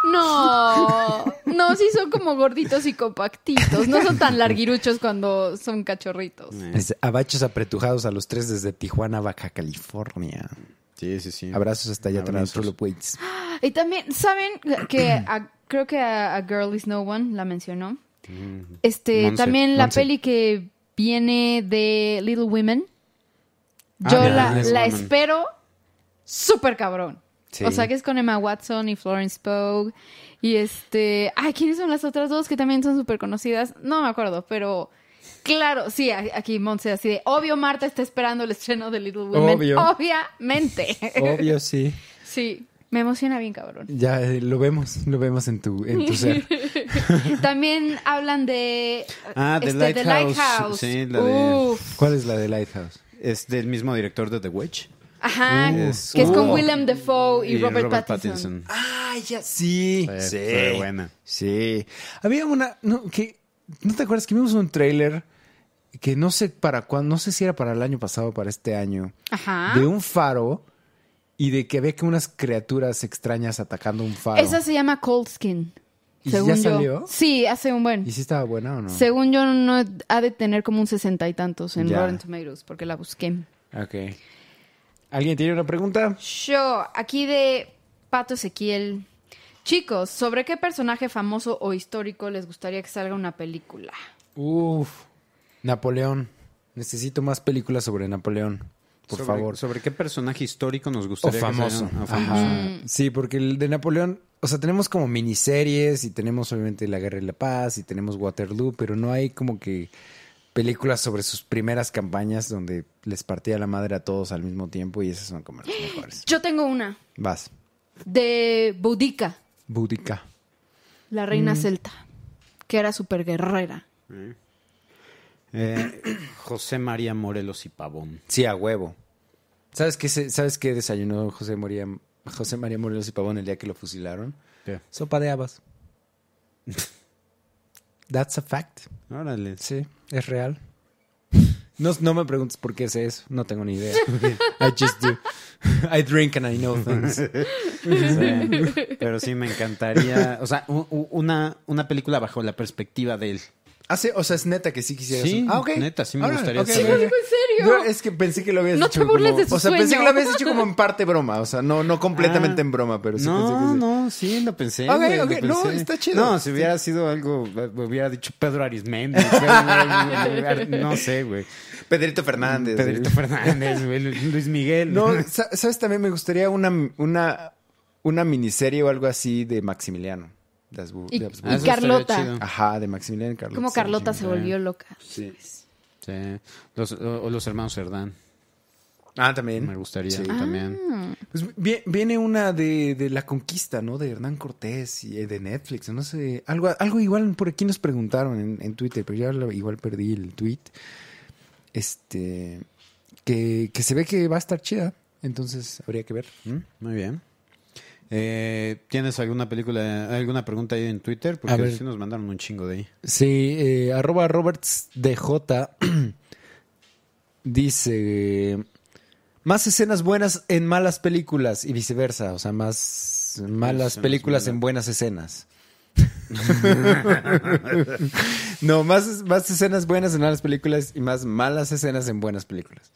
[SPEAKER 4] No, no, sí son como gorditos y compactitos. No son tan larguiruchos cuando son cachorritos.
[SPEAKER 3] Dice, Abachos apretujados a los tres desde Tijuana, Baja California.
[SPEAKER 2] Sí, sí, sí.
[SPEAKER 3] Abrazos hasta allá también,
[SPEAKER 2] Abrazos.
[SPEAKER 3] True Love Waits.
[SPEAKER 4] Y también, ¿saben que a- creo que a, a Girl is No One la mencionó?
[SPEAKER 2] Mm.
[SPEAKER 4] Este,
[SPEAKER 2] Monse,
[SPEAKER 4] también la
[SPEAKER 2] Monse.
[SPEAKER 4] peli que viene de Little Women.
[SPEAKER 2] Ah,
[SPEAKER 4] Yo
[SPEAKER 2] de
[SPEAKER 4] la,
[SPEAKER 2] Little
[SPEAKER 4] la
[SPEAKER 2] Women.
[SPEAKER 4] espero súper cabrón.
[SPEAKER 3] Sí.
[SPEAKER 4] O sea, que es con Emma Watson y Florence Pugh. Y este. Ay, ¿quiénes son las otras dos que también son súper conocidas? No me acuerdo, pero. Claro, sí, a- aquí Monse, así de. Obvio, Marta está esperando el estreno de Little Women.
[SPEAKER 3] Obvio.
[SPEAKER 4] Obviamente.
[SPEAKER 3] Obvio, sí.
[SPEAKER 4] Sí, me emociona bien, cabrón.
[SPEAKER 3] Ya eh, lo vemos, lo vemos en tu, en tu ser.
[SPEAKER 4] También hablan de.
[SPEAKER 2] Ah, The
[SPEAKER 4] este, The
[SPEAKER 2] Lighthouse.
[SPEAKER 4] Lighthouse.
[SPEAKER 2] Sí, la de-
[SPEAKER 4] Uf.
[SPEAKER 3] ¿Cuál es la de Lighthouse?
[SPEAKER 2] Es del mismo director de The Witch.
[SPEAKER 4] Ajá,
[SPEAKER 2] Es-
[SPEAKER 4] que es con
[SPEAKER 2] Uh.
[SPEAKER 4] Willem Dafoe y, Robert, Pattinson.
[SPEAKER 3] Ah, ya sí.
[SPEAKER 2] Eh,
[SPEAKER 3] sí.
[SPEAKER 2] fue buena.
[SPEAKER 3] Sí. Había una, no, que, ¿no te acuerdas que vimos un tráiler que no sé para cuándo, no sé si era para el año pasado o para este año,
[SPEAKER 4] Ajá.
[SPEAKER 3] de un faro y de que había que unas criaturas extrañas atacando un faro.
[SPEAKER 4] Esa se llama Cold Skin.
[SPEAKER 3] ¿Y
[SPEAKER 4] según
[SPEAKER 3] ya
[SPEAKER 4] yo.
[SPEAKER 3] salió?
[SPEAKER 4] Sí, hace un buen.
[SPEAKER 3] ¿Y si estaba buena o no?
[SPEAKER 4] Según yo, no ha de tener como un sesenta y tantos en
[SPEAKER 3] Ya.
[SPEAKER 4] Rotten Tomatoes, porque la busqué.
[SPEAKER 3] Ok. ¿Alguien tiene una pregunta?
[SPEAKER 4] Yo, aquí de Pato Ezequiel. Chicos, ¿sobre qué personaje famoso o histórico les gustaría que salga una película?
[SPEAKER 3] Uf. Napoleón. Necesito más películas sobre Napoleón. Por
[SPEAKER 2] Sobre-
[SPEAKER 3] favor.
[SPEAKER 2] ¿Sobre qué personaje histórico nos
[SPEAKER 3] O
[SPEAKER 2] gustaría que
[SPEAKER 3] famoso.
[SPEAKER 2] salgan? O
[SPEAKER 3] Ajá.
[SPEAKER 2] famoso.
[SPEAKER 3] Sí, porque el de Napoleón, o sea, tenemos como miniseries y tenemos obviamente La Guerra y la Paz y tenemos Waterloo, pero no hay como que películas sobre sus primeras campañas donde les partía la madre a todos al mismo tiempo y esas son como las mejores.
[SPEAKER 4] Yo tengo una,
[SPEAKER 3] Vas.
[SPEAKER 4] de Boudica,
[SPEAKER 3] Boudica.
[SPEAKER 4] la reina
[SPEAKER 2] Mm.
[SPEAKER 4] celta, que era súper guerrera.
[SPEAKER 2] Eh, José María Morelos y Pavón.
[SPEAKER 3] Sí, a huevo. ¿Sabes qué, se- ¿sabes qué desayunó José María, José María Morelos y Pavón el día que lo fusilaron? Sopa de habas. That's a fact.
[SPEAKER 2] Órale.
[SPEAKER 3] Sí, es real. No, no me preguntes por qué sé eso. No tengo ni idea. I just do. I drink and I know things.
[SPEAKER 2] Sí. Pero sí me encantaría. O sea, u- u- una, una película bajo la perspectiva de él.
[SPEAKER 3] Ah, sí, o sea, es neta que sí quisieras.
[SPEAKER 2] Sí,
[SPEAKER 3] un- ah, ok.
[SPEAKER 2] neta, sí me
[SPEAKER 3] Alright,
[SPEAKER 2] gustaría
[SPEAKER 3] ok,
[SPEAKER 2] saber.
[SPEAKER 3] ok.
[SPEAKER 2] Sí, lo
[SPEAKER 4] digo en serio.
[SPEAKER 3] No, es que pensé que lo habías
[SPEAKER 4] No
[SPEAKER 3] dicho
[SPEAKER 4] te burles
[SPEAKER 3] como-
[SPEAKER 4] de su
[SPEAKER 5] O sea, pensé que lo
[SPEAKER 4] sueño.
[SPEAKER 5] habías dicho como en parte broma. O sea, no, no completamente
[SPEAKER 3] Ah.
[SPEAKER 5] en broma, pero sí pensé que
[SPEAKER 2] Ah. no,
[SPEAKER 5] sí.
[SPEAKER 2] no, sí, lo pensé.
[SPEAKER 3] Ok,
[SPEAKER 2] güey, lo
[SPEAKER 3] ok, no,
[SPEAKER 2] pensé.
[SPEAKER 3] está chido.
[SPEAKER 2] No, si hubiera sido algo, eh, hubiera dicho Pedro Arismendi. güey, no sé, güey.
[SPEAKER 5] Pedrito Fernández.
[SPEAKER 2] Pedrito
[SPEAKER 5] güey.
[SPEAKER 2] Fernández, güey, Luis Miguel.
[SPEAKER 5] No, sa- ¿sabes? También me gustaría una, una, una miniserie o algo así de Maximiliano. de Habsbu-
[SPEAKER 4] Y-
[SPEAKER 5] de Habsburgo.
[SPEAKER 4] y
[SPEAKER 2] pues,
[SPEAKER 3] Ah,
[SPEAKER 2] eso estaría
[SPEAKER 4] Carlota.
[SPEAKER 2] chido.
[SPEAKER 5] Ajá, de Maximiliano y Carlota.
[SPEAKER 4] Como Carlota se volvió loca.
[SPEAKER 2] Sí. Los, o, o los hermanos Cerdán.
[SPEAKER 5] Ah, también.
[SPEAKER 2] Me gustaría
[SPEAKER 5] Sí.
[SPEAKER 2] también.
[SPEAKER 5] Pues vi- viene una de, de La Conquista, ¿no? De Hernán Cortés y eh, de Netflix, no sé. Algo, algo igual por aquí nos preguntaron en, en Twitter, pero ya lo- igual perdí el tweet. Este. Que, que se ve que va a estar chida. Entonces habría que ver. ¿Mm?
[SPEAKER 2] Muy bien. Eh, ¿Tienes alguna película, alguna pregunta ahí en Twitter? Porque
[SPEAKER 3] A ver.
[SPEAKER 2] sí nos mandaron un chingo de ahí.
[SPEAKER 3] Sí, eh, arroba robertsdj dice eh, más escenas buenas en malas películas y viceversa, o sea, más malas
[SPEAKER 2] Escenas
[SPEAKER 3] películas
[SPEAKER 2] malas.
[SPEAKER 3] en buenas escenas. no, más, más escenas buenas en malas películas y más malas escenas en buenas películas.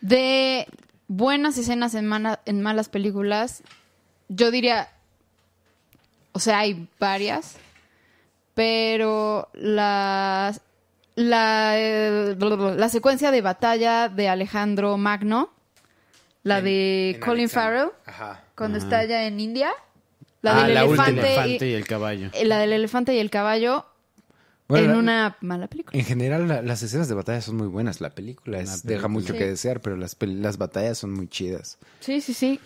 [SPEAKER 4] De buenas escenas en, mana- en malas películas, yo diría, o sea, hay varias, pero las, la, eh, la secuencia de batalla de Alejandro Magno, la de Colin Farrell,
[SPEAKER 5] Ajá.
[SPEAKER 4] cuando
[SPEAKER 2] Ajá.
[SPEAKER 4] está allá en India,
[SPEAKER 2] Ah,
[SPEAKER 4] la del
[SPEAKER 2] la última,
[SPEAKER 4] elefante,
[SPEAKER 2] el elefante
[SPEAKER 4] y,
[SPEAKER 2] y el caballo.
[SPEAKER 4] eh, la del elefante y el caballo,
[SPEAKER 3] Bueno,
[SPEAKER 4] en
[SPEAKER 3] la-
[SPEAKER 4] una mala película.
[SPEAKER 5] En general, la- las escenas de batalla son muy buenas. La película, es- deja mucho
[SPEAKER 4] Sí.
[SPEAKER 5] que desear, pero las, pel- las batallas son muy chidas.
[SPEAKER 4] Sí, sí, sí.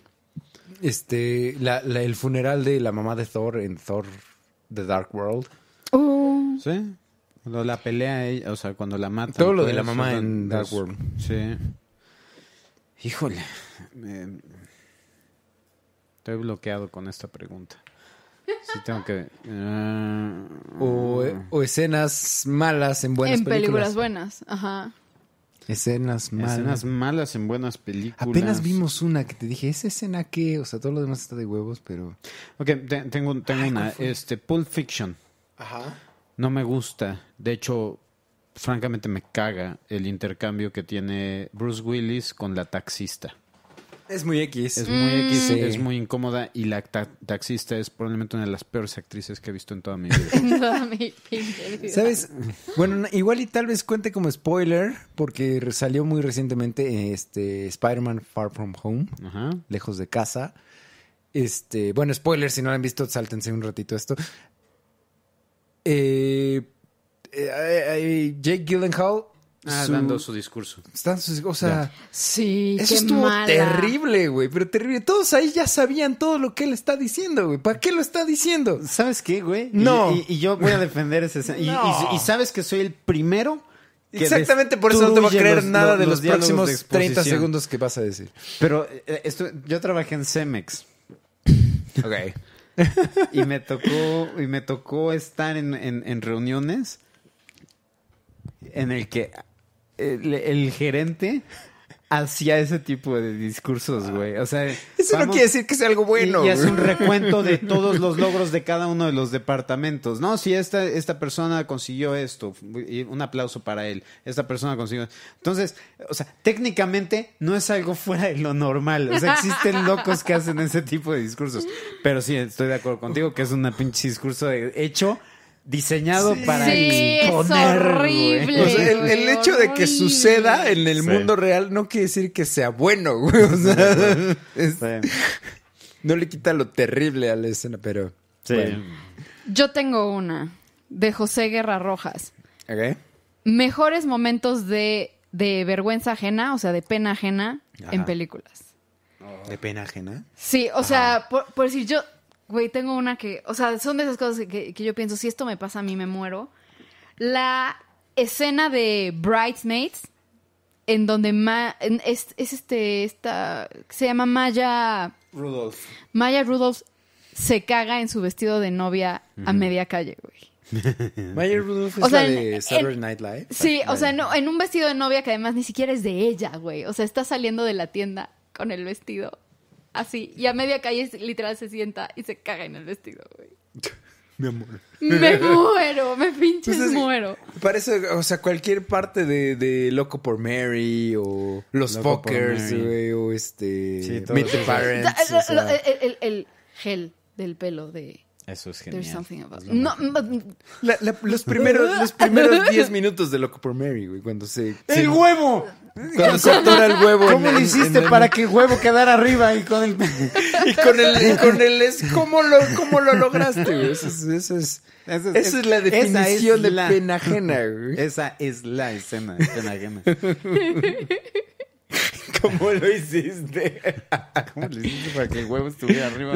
[SPEAKER 5] Este, la- la- el funeral de la mamá de Thor en Thor The Dark World.
[SPEAKER 4] Uh,
[SPEAKER 2] Sí. Cuando la pelea, ella, o sea, cuando la mata.
[SPEAKER 5] Todo lo de la mamá en Dark World.
[SPEAKER 2] World. Sí. Híjole. me- Estoy bloqueado con esta pregunta. Sí, tengo que. Ah,
[SPEAKER 3] O, o escenas malas en buenas
[SPEAKER 4] en
[SPEAKER 3] películas.
[SPEAKER 4] películas buenas, ajá.
[SPEAKER 5] Escenas malas.
[SPEAKER 2] escenas malas en buenas películas.
[SPEAKER 5] Apenas vimos una que te dije, ¿esa escena qué? O sea, todo lo demás está de huevos, pero...
[SPEAKER 2] Ok, te- tengo, tengo una. Este, Pulp Fiction.
[SPEAKER 5] Ajá.
[SPEAKER 2] No me gusta. De hecho, francamente me caga el intercambio que tiene Bruce Willis con la taxista.
[SPEAKER 3] Es muy X.
[SPEAKER 2] Es muy X,
[SPEAKER 3] Sí.
[SPEAKER 2] es muy incómoda y la ta- taxista es probablemente una de las peores actrices que he visto en toda mi vida.
[SPEAKER 4] En toda mi pinche vida.
[SPEAKER 3] ¿Sabes? Bueno, na- igual y tal vez cuente como spoiler, porque re- salió muy recientemente este Spider-Man Far From Home,
[SPEAKER 2] Ajá.
[SPEAKER 3] lejos de casa. Este, bueno, spoiler, si no lo han visto, sáltense un ratito esto. Eh, eh, eh, Jake Gyllenhaal
[SPEAKER 2] Ah,
[SPEAKER 3] su-
[SPEAKER 2] dando su discurso.
[SPEAKER 3] están sus- o sea,
[SPEAKER 4] Sí,
[SPEAKER 3] eso
[SPEAKER 4] qué
[SPEAKER 3] estuvo
[SPEAKER 4] mala.
[SPEAKER 3] terrible, güey, pero terrible. Todos ahí ya sabían todo lo que él está diciendo, güey. ¿Para qué lo está diciendo?
[SPEAKER 2] ¿Sabes qué, güey?
[SPEAKER 3] No.
[SPEAKER 2] Y, y- y yo voy a defender ese. y- Y,
[SPEAKER 3] No.
[SPEAKER 2] y sabes que soy el primero. que
[SPEAKER 3] Exactamente por eso no te voy a
[SPEAKER 2] destruye
[SPEAKER 3] creer
[SPEAKER 2] los-
[SPEAKER 3] nada de los,
[SPEAKER 2] diálogos de
[SPEAKER 3] próximos 30
[SPEAKER 2] exposición.
[SPEAKER 3] segundos que vas a decir.
[SPEAKER 2] Pero eh, esto, yo trabajé en Cemex.
[SPEAKER 5] Ok.
[SPEAKER 2] y me tocó y me tocó estar en, en- en reuniones en el que eh, el, el gerente hacía ese tipo de discursos, güey. O sea,
[SPEAKER 3] Eso no
[SPEAKER 2] vamos-
[SPEAKER 3] quiere decir que sea algo bueno.
[SPEAKER 2] y, y hace
[SPEAKER 3] güey.
[SPEAKER 2] un recuento de todos los logros de cada uno de los departamentos. No, si esta, esta persona consiguió esto, y un aplauso para él. Esta persona consiguió. Entonces, o sea, técnicamente no es algo fuera de lo normal. O sea, existen locos que hacen ese tipo de discursos. Pero sí, estoy de acuerdo contigo que es un pinche discurso de- hecho, diseñado para
[SPEAKER 4] Sí, es
[SPEAKER 2] imponer, güey.
[SPEAKER 4] horrible.
[SPEAKER 3] O sea, el, el
[SPEAKER 4] güey,
[SPEAKER 3] hecho de que
[SPEAKER 4] horrible.
[SPEAKER 3] suceda en el
[SPEAKER 2] Sí.
[SPEAKER 3] mundo real no quiere decir que sea bueno, güey. O sea, es-
[SPEAKER 2] Sí,
[SPEAKER 3] no le quita lo terrible a la escena, pero.
[SPEAKER 2] sí.
[SPEAKER 3] bueno.
[SPEAKER 4] Yo tengo una de José Guerra Rojas.
[SPEAKER 3] Ok.
[SPEAKER 4] Mejores momentos de, de vergüenza ajena, o sea, de pena ajena en películas.
[SPEAKER 5] De pena ajena.
[SPEAKER 4] Sí, o sea, por, por decir, yo, güey, tengo una que, o sea, son de esas cosas que, que yo pienso, si esto me pasa a mí, me muero. La escena de Bridesmaids, en donde Ma- en- es, es este, esta, se llama Maya... Rudolph. Maya Rudolph se caga en su vestido de novia a media calle, güey.
[SPEAKER 3] Maya Rudolph es
[SPEAKER 4] O sea,
[SPEAKER 3] la
[SPEAKER 4] en-
[SPEAKER 3] de
[SPEAKER 4] en-
[SPEAKER 3] Saturday Night Live.
[SPEAKER 4] Sí, o sea, no, en un vestido de novia que además ni siquiera es de ella, güey. O sea, está saliendo de la tienda con el vestido así. Y a media calle literal se sienta y se caga en el vestido, güey.
[SPEAKER 3] Mi amor.
[SPEAKER 4] Me muero, me pinches
[SPEAKER 3] Pues es-
[SPEAKER 4] muero.
[SPEAKER 3] Parece, o sea, cualquier parte de, de Loco por Mary o Los
[SPEAKER 2] Loco por
[SPEAKER 3] Fuckers,
[SPEAKER 2] Mary.
[SPEAKER 3] güey, o este.
[SPEAKER 2] Sí, todos
[SPEAKER 3] Meet the
[SPEAKER 2] esos.
[SPEAKER 3] Parents.
[SPEAKER 4] O sea,
[SPEAKER 3] o sea.
[SPEAKER 4] el, el- el- el gel del pelo de
[SPEAKER 2] Eso es genial.
[SPEAKER 4] There's something about no, mm,
[SPEAKER 3] La- la- los primeros los primeros 10 minutos de Loco por Mary, güey, cuando se. se-
[SPEAKER 2] ¡El huevo!
[SPEAKER 3] Cuando se atora el huevo. en-
[SPEAKER 2] ¿Cómo lo
[SPEAKER 3] en-
[SPEAKER 2] hiciste
[SPEAKER 3] en el-
[SPEAKER 2] para que el huevo quedara arriba y con el...
[SPEAKER 3] Y con el, y con el es cómo lo, cómo lo lograste, güey. Eso es, eso es,
[SPEAKER 2] Eso es-
[SPEAKER 3] esa es la
[SPEAKER 2] esa es
[SPEAKER 3] definición de
[SPEAKER 2] la-
[SPEAKER 3] pena ajena, güey.
[SPEAKER 2] Esa es la escena. escena ajena.
[SPEAKER 3] ¿Cómo lo hiciste?
[SPEAKER 2] ¿Cómo lo hiciste para que el huevo estuviera arriba?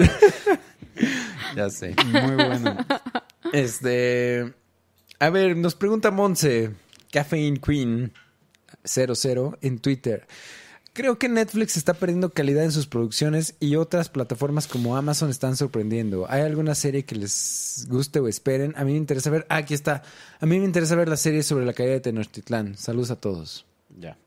[SPEAKER 3] Ya sé.
[SPEAKER 2] Muy bueno.
[SPEAKER 3] Este. A ver, nos pregunta Monse, Caffeine Queen 00 en Twitter. Creo que Netflix está perdiendo calidad en sus producciones y otras plataformas como Amazon están sorprendiendo. ¿Hay alguna serie que les guste o esperen? A mí me interesa ver. Ah, aquí está. A mí me interesa ver la serie sobre la caída de Tenochtitlán. Saludos a todos.
[SPEAKER 2] Ya.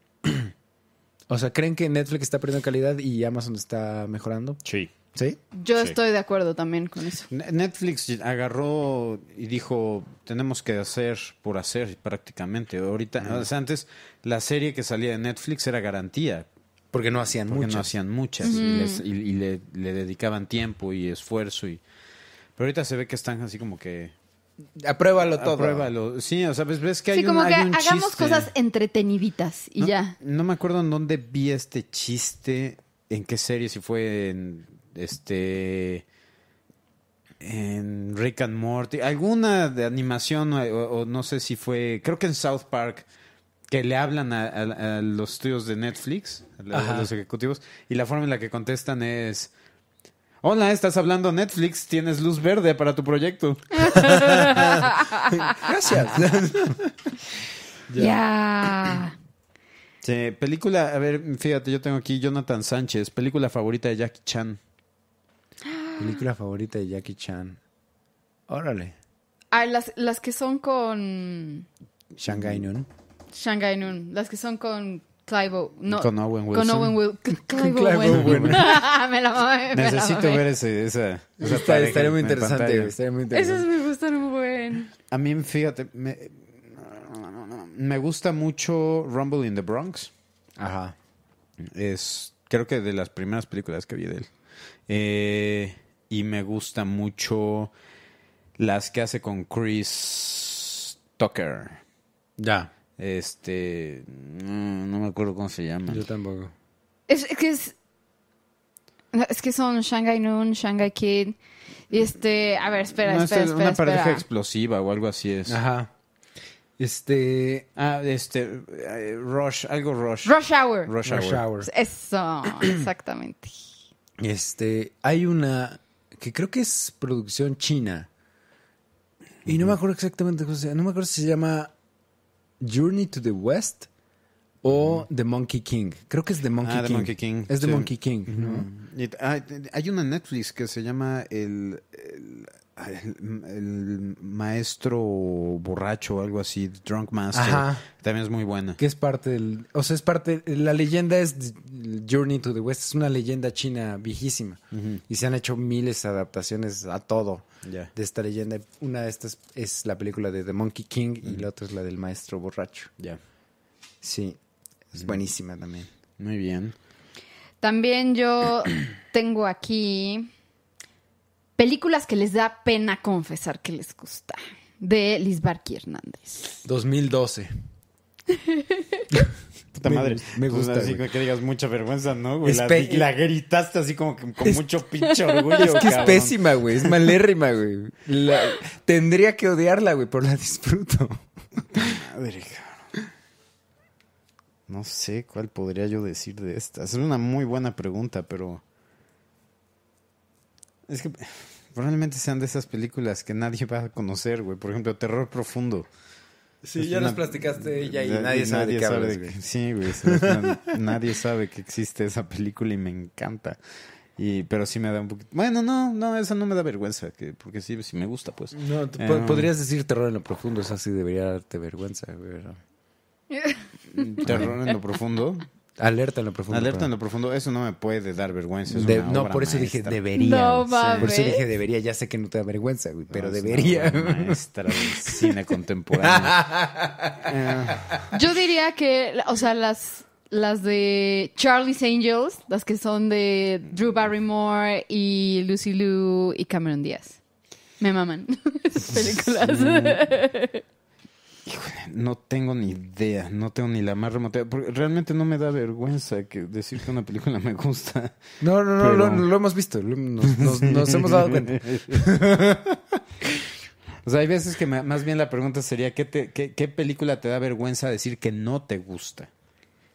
[SPEAKER 3] O sea, ¿creen que Netflix está perdiendo calidad y Amazon está mejorando?
[SPEAKER 2] Sí.
[SPEAKER 3] ¿Sí?
[SPEAKER 4] yo
[SPEAKER 2] Sí.
[SPEAKER 4] estoy de acuerdo también con eso.
[SPEAKER 2] Ne- Netflix agarró y dijo, tenemos que hacer por hacer prácticamente. Ahorita, o sea, antes la serie que salía de Netflix era garantía,
[SPEAKER 3] Porque no hacían
[SPEAKER 2] porque
[SPEAKER 3] muchas.
[SPEAKER 2] no hacían muchas y, les- y- y le, le dedicaban tiempo y esfuerzo. y Pero ahorita se ve que están así como que...
[SPEAKER 3] Apruébalo todo.
[SPEAKER 2] Apruébalo. Sí, o sea, pues, ves, ves que hay
[SPEAKER 4] Sí, como
[SPEAKER 2] un,
[SPEAKER 4] que
[SPEAKER 2] hay un
[SPEAKER 4] hagamos
[SPEAKER 2] chiste.
[SPEAKER 4] cosas entreteniditas y
[SPEAKER 2] no,
[SPEAKER 4] ya.
[SPEAKER 2] No me acuerdo en dónde vi este chiste, en qué serie, si fue en este en Rick and Morty, alguna de animación o, o no sé si fue, creo que en South Park que le hablan a, a- a los estudios de Netflix, a, la- a
[SPEAKER 3] Ajá.
[SPEAKER 2] los ejecutivos y la forma en la que contestan es Hola, estás hablando a Netflix, tienes luz verde para tu proyecto.
[SPEAKER 3] Gracias.
[SPEAKER 4] Ya.
[SPEAKER 2] Sí, película, a ver, fíjate, yo tengo aquí Jonathan Sánchez, película favorita de Jackie Chan.
[SPEAKER 3] Película favorita de Jackie Chan. Órale.
[SPEAKER 4] Ah, las, las que son con
[SPEAKER 3] Shanghai Noon.
[SPEAKER 4] Shanghai Noon, las que son con Clive Ow- no,
[SPEAKER 2] Con Owen
[SPEAKER 4] Con
[SPEAKER 2] Wilson.
[SPEAKER 4] Owen Wil- con Clive
[SPEAKER 3] Clive
[SPEAKER 4] Owen.
[SPEAKER 3] Owen.
[SPEAKER 4] me la mamé, me la
[SPEAKER 2] Necesito
[SPEAKER 4] mamé.
[SPEAKER 2] ver este, ese, esa, esa
[SPEAKER 3] Está-
[SPEAKER 2] pareja
[SPEAKER 3] estaría muy
[SPEAKER 2] en
[SPEAKER 3] interesante.
[SPEAKER 2] pantalla.
[SPEAKER 3] güey, Estaría muy
[SPEAKER 4] Esos
[SPEAKER 3] interesante.
[SPEAKER 4] me gustan un buen.
[SPEAKER 2] A mí, fíjate, me, me gusta mucho Rumble in the Bronx.
[SPEAKER 3] Ajá.
[SPEAKER 2] Es, creo que de las primeras películas que vi de él. Eh, y me gusta mucho las que hace con Chris Tucker.
[SPEAKER 3] Ya.
[SPEAKER 2] Este, no, no me acuerdo cómo se llama.
[SPEAKER 3] Yo tampoco.
[SPEAKER 4] Es, es que es. no, Es que son Shanghai Noon, Shanghai Kid. Y este. A ver, espera,
[SPEAKER 2] No,
[SPEAKER 4] espera,
[SPEAKER 2] es
[SPEAKER 4] espera.
[SPEAKER 2] una pareja
[SPEAKER 4] espera.
[SPEAKER 2] explosiva o algo así es.
[SPEAKER 3] Ajá. Este.
[SPEAKER 2] Ah, este, eh, Rush, algo Rush.
[SPEAKER 4] Rush Hour.
[SPEAKER 2] Rush
[SPEAKER 3] Rush
[SPEAKER 2] Hour.
[SPEAKER 3] Hour.
[SPEAKER 4] Eso, exactamente.
[SPEAKER 3] Este. Hay una que creo que es producción china. Y no me acuerdo exactamente cómo se No me acuerdo si se llama Journey to the West o The Monkey King. Creo que es The Monkey
[SPEAKER 2] Ah,
[SPEAKER 3] King.
[SPEAKER 2] The Monkey King,
[SPEAKER 3] Es The
[SPEAKER 2] sí.
[SPEAKER 3] Monkey King, ¿no?
[SPEAKER 2] Y t- ah, t- hay una en Netflix que se llama el, el, el- el maestro borracho o algo así, Drunk Master.
[SPEAKER 3] Ajá.
[SPEAKER 2] También es muy buena.
[SPEAKER 3] Que es parte del. O sea, es parte. La leyenda es Journey to the West. Es una leyenda china viejísima. Y se han hecho miles de adaptaciones a todo
[SPEAKER 2] Ya.
[SPEAKER 3] de esta leyenda. Una de estas es la película de The Monkey King y la otra es la del maestro borracho.
[SPEAKER 2] Ya.
[SPEAKER 3] Sí. Es buenísima también.
[SPEAKER 2] Muy bien.
[SPEAKER 4] También yo tengo aquí. Películas que les da pena confesar que les gusta. De Lisbarqui Hernández.
[SPEAKER 3] 2012.
[SPEAKER 2] Puta
[SPEAKER 3] Me
[SPEAKER 2] madre.
[SPEAKER 3] gust- me
[SPEAKER 2] Pues
[SPEAKER 3] gusta,
[SPEAKER 2] así
[SPEAKER 3] güey.
[SPEAKER 2] que digas mucha vergüenza, ¿no? güey? La,
[SPEAKER 3] Espe-
[SPEAKER 2] la gritaste así como que con
[SPEAKER 3] Es-
[SPEAKER 2] mucho pinche orgullo.
[SPEAKER 3] Es que es
[SPEAKER 2] cabrón.
[SPEAKER 3] pésima, güey. Es malérrima, güey. La- Tendría que odiarla, güey, pero la disfruto.
[SPEAKER 2] Madre, cabrón. No sé cuál podría yo decir de estas. Es una muy buena pregunta, pero. Es que probablemente sean de esas películas que nadie va a conocer, güey. Por ejemplo, Terror Profundo. Es una- Na- nadie sabe de- Sí, güey. es una- nadie sabe que existe esa película y me encanta. Y, pero sí me da un poquito. Bueno, no, no, eso no me da vergüenza, que, porque sí, sí me gusta, pues.
[SPEAKER 3] No, tú
[SPEAKER 2] Eh,
[SPEAKER 3] po- podrías decir terror en lo profundo, es así, debería darte vergüenza. pero-
[SPEAKER 2] Em, Terror en lo profundo.
[SPEAKER 3] Alerta en lo profundo.
[SPEAKER 2] Alerta en
[SPEAKER 3] perdón.
[SPEAKER 2] lo profundo, eso no me puede dar vergüenza. es
[SPEAKER 3] De-
[SPEAKER 2] una
[SPEAKER 3] no,
[SPEAKER 2] obra
[SPEAKER 3] por eso
[SPEAKER 2] maestra.
[SPEAKER 3] dije debería.
[SPEAKER 4] No
[SPEAKER 3] Sí.
[SPEAKER 4] mames.
[SPEAKER 3] Por eso dije debería, ya sé que no te da vergüenza, güey, pero
[SPEAKER 2] Es una
[SPEAKER 3] debería.
[SPEAKER 2] obra Maestra del cine contemporáneo.
[SPEAKER 4] Yo diría que, o sea, las, las de Charlie's Angels, las que son de Drew Barrymore y Lucy Liu y Cameron Díaz. Me maman esas películas.
[SPEAKER 2] No tengo ni idea, no tengo ni la más remota. Porque realmente no me da vergüenza que decir que una película me gusta.
[SPEAKER 3] No, no, no,
[SPEAKER 2] Pero-
[SPEAKER 3] lo, lo hemos visto, lo- nos, nos- nos hemos dado cuenta.
[SPEAKER 2] O sea, hay veces que me- más bien la pregunta sería, ¿qué, te- qué, qué película te da vergüenza decir que no te gusta?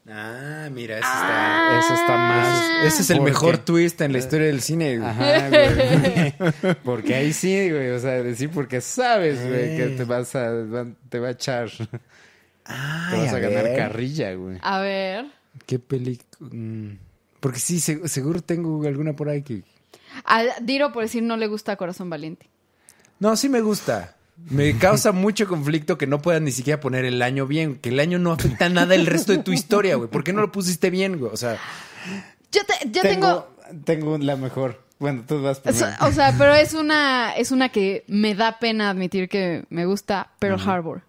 [SPEAKER 3] Ah, mira,
[SPEAKER 2] Ah, Eso está más...
[SPEAKER 3] Ese es el
[SPEAKER 2] porque-
[SPEAKER 3] mejor twist en la historia del cine. güey.
[SPEAKER 2] Ajá, Ah, güey. Porque ahí sí, güey. O sea, decir porque sabes, güey,
[SPEAKER 3] Eh.
[SPEAKER 2] que te vas a... va- Te va a echar... te vas a,
[SPEAKER 3] a
[SPEAKER 2] ganar
[SPEAKER 3] ver.
[SPEAKER 2] carrilla, güey.
[SPEAKER 4] A ver.
[SPEAKER 3] ¿Qué película? Porque sí, seg- seguro tengo alguna por ahí que...
[SPEAKER 4] A Diro por decir no le gusta Corazón Valiente.
[SPEAKER 3] No, sí me gusta. Me causa mucho conflicto que no puedas ni siquiera poner el año bien, que el año no afecta nada el resto de tu historia, güey. ¿Por qué no lo pusiste bien, güey? O sea,
[SPEAKER 4] Yo, te- yo tengo...
[SPEAKER 2] Tengo la mejor. Bueno, tú vas
[SPEAKER 4] o
[SPEAKER 2] primero.
[SPEAKER 4] sea- o sea, pero es una, es una que me da pena admitir que me gusta Pearl Harbor.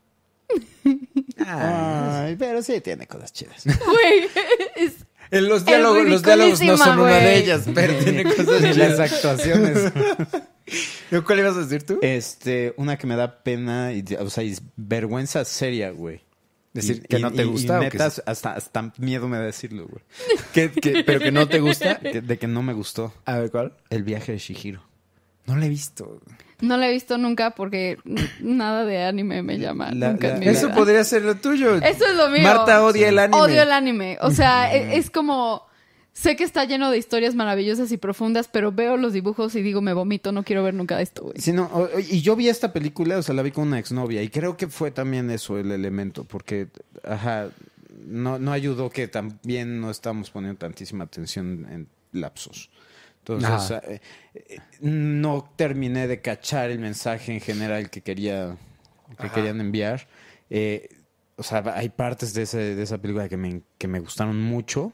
[SPEAKER 2] Ay, pero sí tiene cosas chidas.
[SPEAKER 4] Güey, es
[SPEAKER 3] eh, los
[SPEAKER 4] Es
[SPEAKER 3] diálogos, los diálogos no son
[SPEAKER 4] ridiculísima,
[SPEAKER 3] una de
[SPEAKER 4] güey.
[SPEAKER 3] ellas, pero tiene cosas
[SPEAKER 2] Ni las
[SPEAKER 3] chidas.
[SPEAKER 2] actuaciones.
[SPEAKER 3] ¿Cuál ibas a decir tú?
[SPEAKER 2] Este, una que me da pena y, o sea, y es vergüenza seria, güey.
[SPEAKER 3] Decir que no te gusta o que
[SPEAKER 2] neta, hasta, hasta miedo me da decirlo, güey. pero que no te gusta. de que no me gustó.
[SPEAKER 3] A ver, ¿cuál?
[SPEAKER 2] El viaje de Shihiro.
[SPEAKER 3] No la he visto.
[SPEAKER 4] No la he visto nunca porque n- nada de anime me llama.
[SPEAKER 2] La-
[SPEAKER 4] nunca
[SPEAKER 2] la-
[SPEAKER 4] en mi
[SPEAKER 3] Eso
[SPEAKER 4] vida.
[SPEAKER 3] podría ser lo tuyo.
[SPEAKER 4] Eso es lo mío.
[SPEAKER 3] Marta odia el anime.
[SPEAKER 4] Odio el anime. O sea, e- es, como. Sé que está lleno de historias maravillosas y profundas, pero veo los dibujos y digo, me vomito, no quiero ver nunca esto, güey.
[SPEAKER 2] Sí, no, o- o- y yo vi esta película, o sea, la vi con una exnovia y creo que fue también eso el elemento, porque, ajá, no, no ayudó que también no estábamos poniendo tantísima atención en lapsos. Entonces,
[SPEAKER 3] Ajá.
[SPEAKER 2] eh, eh, no terminé de cachar el mensaje en general que quería que querían enviar. Eh, o sea, hay partes de, ese- de esa película que me, que me gustaron mucho,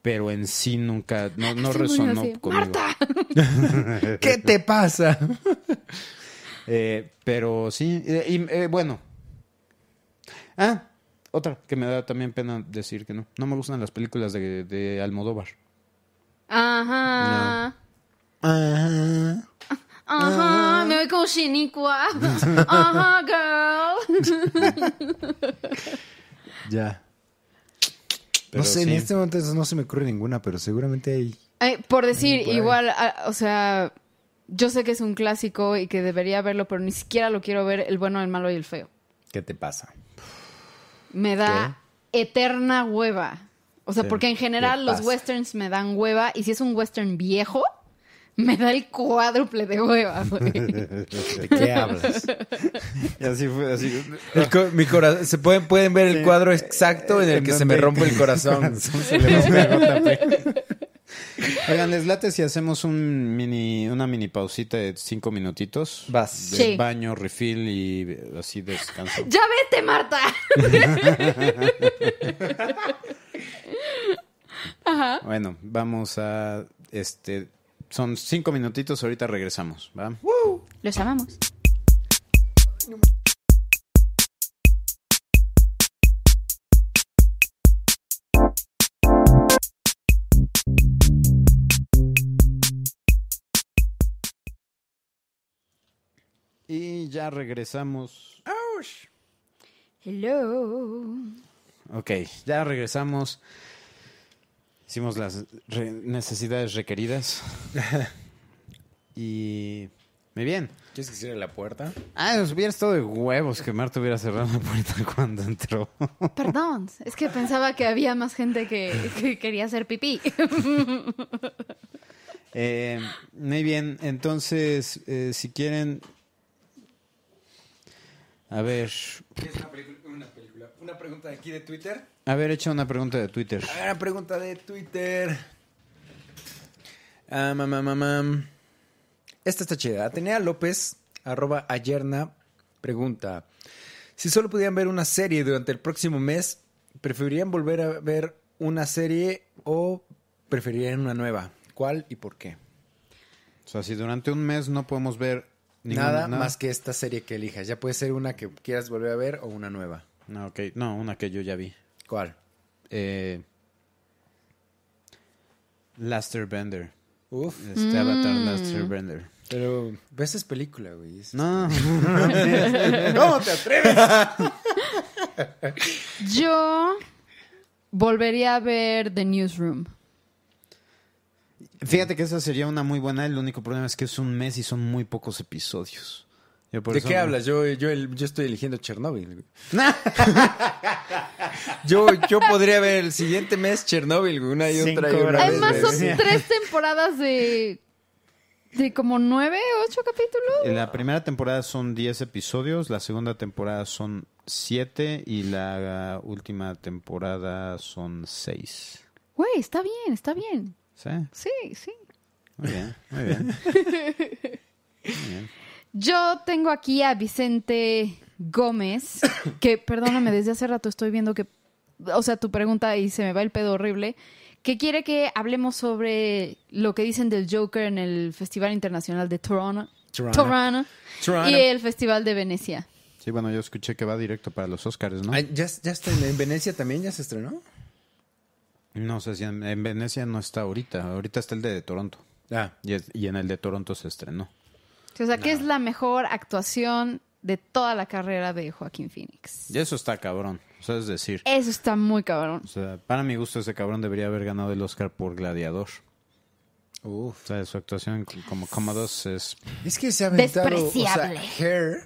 [SPEAKER 2] pero en sí nunca, no, no
[SPEAKER 4] Estoy
[SPEAKER 2] resonó
[SPEAKER 4] muriendo Ah, así.
[SPEAKER 2] conmigo.
[SPEAKER 4] ¡Marta!
[SPEAKER 3] ¿Qué te pasa?
[SPEAKER 2] Eh, pero sí, eh, y, eh, bueno. Ah, otra que me da también pena decir que no. No me gustan las películas de, de Almodóvar.
[SPEAKER 4] Ajá. Ajá. Me voy como Shiniqua. Ajá, girl.
[SPEAKER 2] Ya.
[SPEAKER 3] no sé, en este momento no se me ocurre ninguna, pero seguramente hay.
[SPEAKER 4] Ay, por decir,
[SPEAKER 3] Por ahí.
[SPEAKER 4] igual, a- o sea, yo sé que es un clásico y que debería verlo, pero ni siquiera lo quiero ver, el bueno, el malo y el feo.
[SPEAKER 3] ¿Qué te pasa?
[SPEAKER 4] me da eterna hueva. O sea,
[SPEAKER 2] Sí,
[SPEAKER 4] porque en general
[SPEAKER 3] le
[SPEAKER 4] los
[SPEAKER 3] pasa.
[SPEAKER 4] westerns me dan hueva y si es un western viejo, me da el cuádruple de hueva. güey.
[SPEAKER 3] ¿De qué hablas?
[SPEAKER 2] Y así fue, así.
[SPEAKER 3] El co- mi corazón, se pueden, pueden ver el cuadro exacto Eh, en el que se me rompe el corazón.
[SPEAKER 2] Oigan, les late si hacemos un mini, una mini pausita de cinco minutitos.
[SPEAKER 3] Vas.
[SPEAKER 2] De
[SPEAKER 4] Sí.
[SPEAKER 2] baño, refill y así descanso.
[SPEAKER 4] ya vete, Marta.
[SPEAKER 2] Bueno, vamos a este. Son cinco minutitos, ahorita regresamos, ¿va?
[SPEAKER 4] Los amamos.
[SPEAKER 2] Y ya regresamos.
[SPEAKER 4] Hello.
[SPEAKER 2] Ok, ya regresamos. Hicimos las re- necesidades requeridas. y. Muy bien.
[SPEAKER 3] ¿Quieres que cierre la puerta?
[SPEAKER 2] Ah, nos hubiera estado de huevos que Marta hubiera cerrado la puerta cuando entró.
[SPEAKER 4] Perdón, es que pensaba que había más gente que, que quería hacer pipí.
[SPEAKER 2] Eh, muy bien, entonces, eh, si quieren. A ver.
[SPEAKER 3] una película, una película. Una pregunta aquí de Twitter.
[SPEAKER 2] A ver, echa una pregunta de Twitter.
[SPEAKER 3] A ver, una pregunta de Twitter. Ah, mam, mam, mam. Esta está chida. Atenea López, arroba ayerna, pregunta. Si solo pudieran ver una serie durante el próximo mes, ¿preferirían volver a ver una serie o preferirían una nueva? ¿Cuál y por qué?
[SPEAKER 2] O sea, si durante un mes no podemos ver ninguna-
[SPEAKER 3] nada, más que esta serie que elijas. Ya puede ser una que quieras volver a ver o una nueva.
[SPEAKER 2] No, Ah, ok. No, una que yo ya vi.
[SPEAKER 3] ¿Cuál?
[SPEAKER 2] Eh, Laster Bender.
[SPEAKER 3] Uf.
[SPEAKER 2] Este Avatar Laster Bender. Ah.
[SPEAKER 3] Pero ves es película, güey. Es-
[SPEAKER 2] No,
[SPEAKER 3] ¿Cómo te atreves?
[SPEAKER 4] Yo volvería a ver The Newsroom.
[SPEAKER 2] fíjate que esa sería una muy buena. El único problema es que es un mes y son muy pocos episodios. Yo por
[SPEAKER 3] ¿De
[SPEAKER 2] eso
[SPEAKER 3] qué
[SPEAKER 2] no-
[SPEAKER 3] hablas? Yo, yo, el- yo estoy eligiendo Chernobyl. güey. yo, yo podría ver el siguiente mes Chernobyl, güey, una y
[SPEAKER 2] Cinco
[SPEAKER 3] otra y otra
[SPEAKER 2] horas.
[SPEAKER 3] vez,
[SPEAKER 4] Además
[SPEAKER 3] güey.
[SPEAKER 4] son
[SPEAKER 2] sí.
[SPEAKER 4] tres temporadas de... De como nueve, ocho capítulos.
[SPEAKER 2] En La primera temporada son 10 episodios, la segunda temporada son 7 y la última temporada son 6.
[SPEAKER 4] Güey, está bien, está bien.
[SPEAKER 2] ¿Sí?
[SPEAKER 4] Sí, sí.
[SPEAKER 2] Muy bien, muy bien.
[SPEAKER 4] Yo tengo aquí a Vicente Gómez, que perdóname, desde hace rato estoy viendo que, o sea, tu pregunta y se me va el pedo horrible, que quiere que hablemos sobre lo que dicen del Joker en el Festival Internacional de Toronto,
[SPEAKER 3] Toronto.
[SPEAKER 4] Toronto,
[SPEAKER 3] Toronto.
[SPEAKER 4] y el Festival de Venecia.
[SPEAKER 2] Sí, bueno, yo escuché que va directo para los Oscars, ¿no?
[SPEAKER 3] Ah, ¿Ya, ya está en, en Venecia también? ¿Ya se estrenó?
[SPEAKER 2] No sé si en, en Venecia no está ahorita, ahorita está el de Toronto.
[SPEAKER 3] Ah,
[SPEAKER 2] Y, es- y en el de Toronto se estrenó.
[SPEAKER 4] O sea, que es la mejor actuación de toda la carrera de Joaquín Phoenix.
[SPEAKER 2] Y eso está cabrón, o sea, es decir,
[SPEAKER 4] Eso está muy cabrón.
[SPEAKER 2] o sea, para mi gusto ese cabrón debería haber ganado el Oscar por Gladiador.
[SPEAKER 3] uf.
[SPEAKER 2] O sea, su actuación como Commodus es...
[SPEAKER 3] Es que se ha aventado... O sea,
[SPEAKER 4] Despreciable.
[SPEAKER 3] Hair,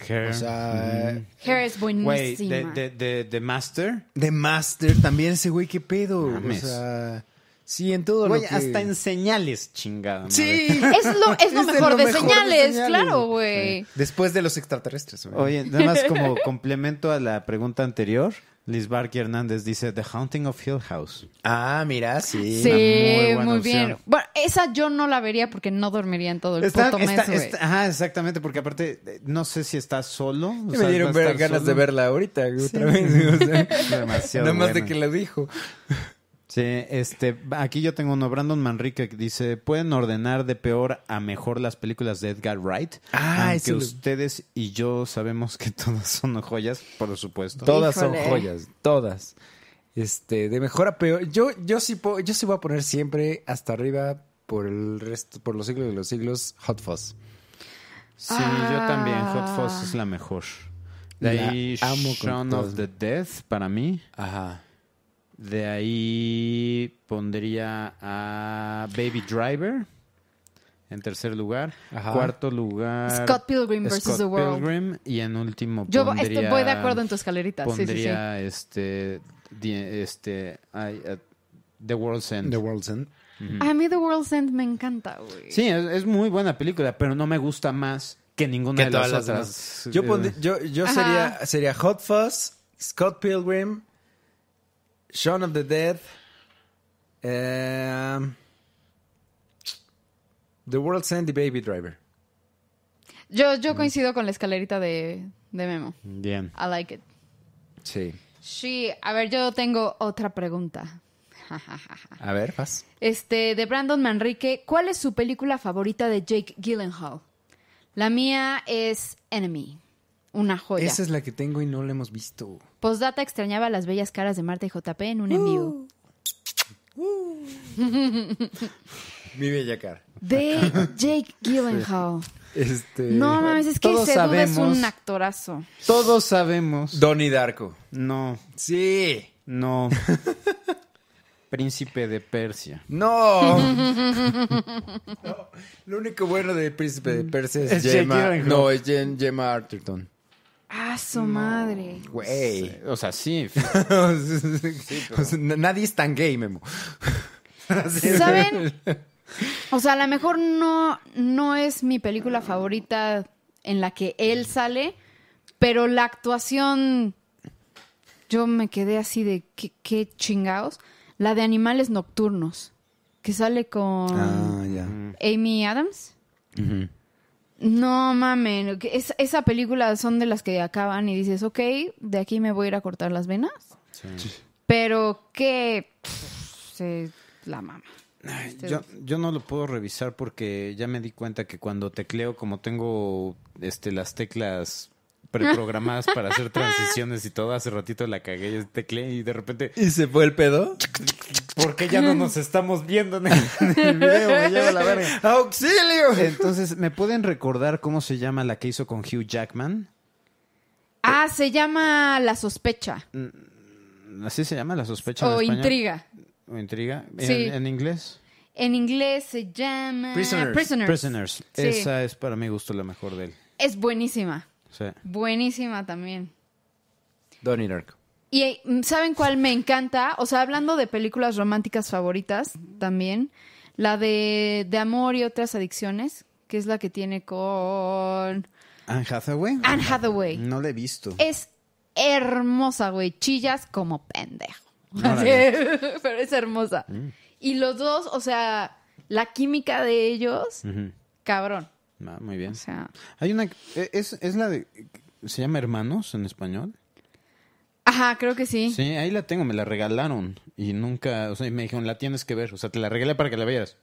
[SPEAKER 3] o
[SPEAKER 2] Hair. Mm.
[SPEAKER 3] sea...
[SPEAKER 4] Hair es buenísima.
[SPEAKER 2] Güey, de, de, de, de Master...
[SPEAKER 3] The Master también ese güey, qué pedo.
[SPEAKER 2] Mames.
[SPEAKER 3] O sea... Sí, en todo
[SPEAKER 2] Güey,
[SPEAKER 3] lo que...
[SPEAKER 2] hasta en señales, chingada. madre.
[SPEAKER 3] Sí.
[SPEAKER 4] Es lo, es lo
[SPEAKER 3] Es
[SPEAKER 4] mejor, de,
[SPEAKER 3] lo mejor de
[SPEAKER 4] señales,
[SPEAKER 3] señales.
[SPEAKER 4] claro, güey.
[SPEAKER 3] Después de los extraterrestres, güey.
[SPEAKER 2] Oye, nada más como complemento a la pregunta anterior, Liz Barky Hernández dice The Haunting of Hill House.
[SPEAKER 3] Ah, mira, sí.
[SPEAKER 4] Sí,
[SPEAKER 2] muy
[SPEAKER 4] muy,
[SPEAKER 2] buena
[SPEAKER 4] bien.
[SPEAKER 2] opción.
[SPEAKER 4] Bueno, esa yo no la vería porque no dormiría en todo el
[SPEAKER 2] Está-
[SPEAKER 4] puto mes,
[SPEAKER 2] está-
[SPEAKER 4] güey.
[SPEAKER 2] está- ajá, exactamente, porque aparte, eh, no sé si está solo. o
[SPEAKER 3] Ya
[SPEAKER 2] sea,
[SPEAKER 3] me dieron
[SPEAKER 2] va a
[SPEAKER 3] ver-
[SPEAKER 2] estar
[SPEAKER 3] ganas
[SPEAKER 2] solo.
[SPEAKER 3] de verla ahorita, güey, otra vez. güey, o sea,
[SPEAKER 2] Demasiado
[SPEAKER 3] nada más de
[SPEAKER 2] buena.
[SPEAKER 3] que la dijo.
[SPEAKER 2] Sí, este, aquí yo tengo uno, Brandon Manrique, que dice, ¿pueden ordenar de peor a mejor las películas de Edgar Wright?
[SPEAKER 3] Ah,
[SPEAKER 2] Aunque
[SPEAKER 3] ese lo-
[SPEAKER 2] ustedes y yo sabemos que todas son joyas, por supuesto.
[SPEAKER 3] Todas son
[SPEAKER 4] Híjole.
[SPEAKER 3] joyas, todas. Este, de mejor a peor. Yo, yo sí po- yo sí voy a poner siempre hasta arriba por el resto, por los siglos de los siglos, Hot Fuzz.
[SPEAKER 2] Sí, yo
[SPEAKER 4] Ah.
[SPEAKER 2] también. Hot Fuzz es la mejor. De
[SPEAKER 3] La
[SPEAKER 2] ahí
[SPEAKER 3] amo con
[SPEAKER 2] Shaun of
[SPEAKER 3] todo.
[SPEAKER 2] the Death para mí.
[SPEAKER 3] Ajá.
[SPEAKER 2] De ahí pondría a Baby Driver en tercer lugar.
[SPEAKER 3] Ajá.
[SPEAKER 2] Cuarto lugar.
[SPEAKER 4] Scott Pilgrim versus
[SPEAKER 2] Scott
[SPEAKER 4] the World.
[SPEAKER 2] Pilgrim. Y en último
[SPEAKER 4] Yo
[SPEAKER 2] pondría...
[SPEAKER 4] estoy- voy de acuerdo en tu escalerita, sí, sí, sí.
[SPEAKER 2] Pondría este... die- este ay, eh, The World's End.
[SPEAKER 3] The World's End.
[SPEAKER 4] A mí The World's End me encanta, güey.
[SPEAKER 2] Sí, es, es muy buena película, pero no me gusta más que ninguna de las otras.
[SPEAKER 3] Yo,
[SPEAKER 2] Eh,
[SPEAKER 3] pondría- yo, yo
[SPEAKER 4] Ajá.
[SPEAKER 3] sería, sería Hot Fuzz, Scott Pilgrim, Shaun of the Dead, em, The World's End y Baby Driver.
[SPEAKER 4] Yo, yo coincido con la escalerita de, de Memo.
[SPEAKER 2] Bien.
[SPEAKER 4] I like it.
[SPEAKER 3] Sí.
[SPEAKER 4] Sí, a ver, yo tengo otra pregunta.
[SPEAKER 3] A ver, vas.
[SPEAKER 4] Este, de Brandon Manrique, ¿cuál es su película favorita de Jake Gyllenhaal? La mía es Enemy, una joya.
[SPEAKER 3] Esa es la que tengo y no la hemos visto.
[SPEAKER 4] Postdata extrañaba las bellas caras de Marta y JP en un en
[SPEAKER 2] ¡Oh!
[SPEAKER 4] vivo.
[SPEAKER 3] Mi bella cara.
[SPEAKER 4] De Jake Gyllenhaal.
[SPEAKER 3] Este.
[SPEAKER 4] No mames, es que
[SPEAKER 2] Todos
[SPEAKER 4] ese dude es
[SPEAKER 2] sabemos.
[SPEAKER 4] un actorazo.
[SPEAKER 2] Todos sabemos.
[SPEAKER 3] Donnie Darko.
[SPEAKER 2] No,
[SPEAKER 3] Sí.
[SPEAKER 2] no. Príncipe de Persia.
[SPEAKER 3] No. No, Lo único bueno de Príncipe de Persia es,
[SPEAKER 2] Es Jake
[SPEAKER 3] Gemma.
[SPEAKER 2] Gyllenhaal.
[SPEAKER 3] No, es Jen- Gemma Arterton.
[SPEAKER 4] Ah, su madre.
[SPEAKER 3] Güey.
[SPEAKER 2] O sea, sí.
[SPEAKER 3] O sea, na- Pues, Nadie es tan gay, Memo.
[SPEAKER 4] ¿Saben? O sea, a lo mejor no, no es mi película favorita en la que él sale, pero la actuación. Yo me quedé así de qué, qué chingados. La de animales nocturnos. que sale con
[SPEAKER 3] Ah, ya.
[SPEAKER 4] Amy Adams.
[SPEAKER 3] Ujú.
[SPEAKER 4] No mamen, que es- esa película son de las que acaban y dices, ok, de aquí me voy a ir a cortar las venas. Pero que pff, se la mama.
[SPEAKER 2] Ay, Yo, yo no lo puedo revisar porque ya me di cuenta que cuando tecleo, como tengo este, las teclas preprogramadas para hacer transiciones y todo, hace ratito la cagué, y tecleé y de repente,
[SPEAKER 3] ¿Y se fue el pedo?
[SPEAKER 2] ¿por qué ya no nos estamos viendo en el, en el video? Me lleva la verga.
[SPEAKER 3] ¡Auxilio!
[SPEAKER 2] Entonces, ¿me pueden recordar cómo se llama la que hizo con Hugh Jackman?
[SPEAKER 4] Ah, se llama La Sospecha
[SPEAKER 2] ¿Así se llama? ¿La sospecha en
[SPEAKER 4] o
[SPEAKER 2] español?
[SPEAKER 4] Intriga.
[SPEAKER 2] ¿O intriga? ¿En,
[SPEAKER 4] Sí.
[SPEAKER 2] en inglés?
[SPEAKER 4] En inglés se llama
[SPEAKER 2] Prisoners. Prisoners.
[SPEAKER 4] Sí.
[SPEAKER 2] Esa es para mi gusto la mejor de él.
[SPEAKER 4] Es buenísima,
[SPEAKER 2] Sí.
[SPEAKER 4] buenísima también.
[SPEAKER 3] Donnie Darko.
[SPEAKER 4] Y eh, ¿saben cuál me encanta? O sea, hablando de películas románticas favoritas también, la de De amor y otras adicciones, que es la que tiene con
[SPEAKER 2] Anne Hathaway.
[SPEAKER 4] Anne Hathaway.
[SPEAKER 2] No la he visto.
[SPEAKER 4] Es hermosa, güey, chillas como pendejo. Pero es hermosa. Y los dos, o sea, la química de ellos,
[SPEAKER 2] Ujú.
[SPEAKER 4] cabrón.
[SPEAKER 2] Ah, muy bien.
[SPEAKER 4] O sea,
[SPEAKER 2] Hay una... e, Es, es la de... ¿Se llama Hermanos en español?
[SPEAKER 4] ajá, creo que sí.
[SPEAKER 2] Sí, ahí la tengo, me la regalaron. Y nunca... O sea, y me dijeron, la tienes que ver. O sea, te la regalé para que la veas.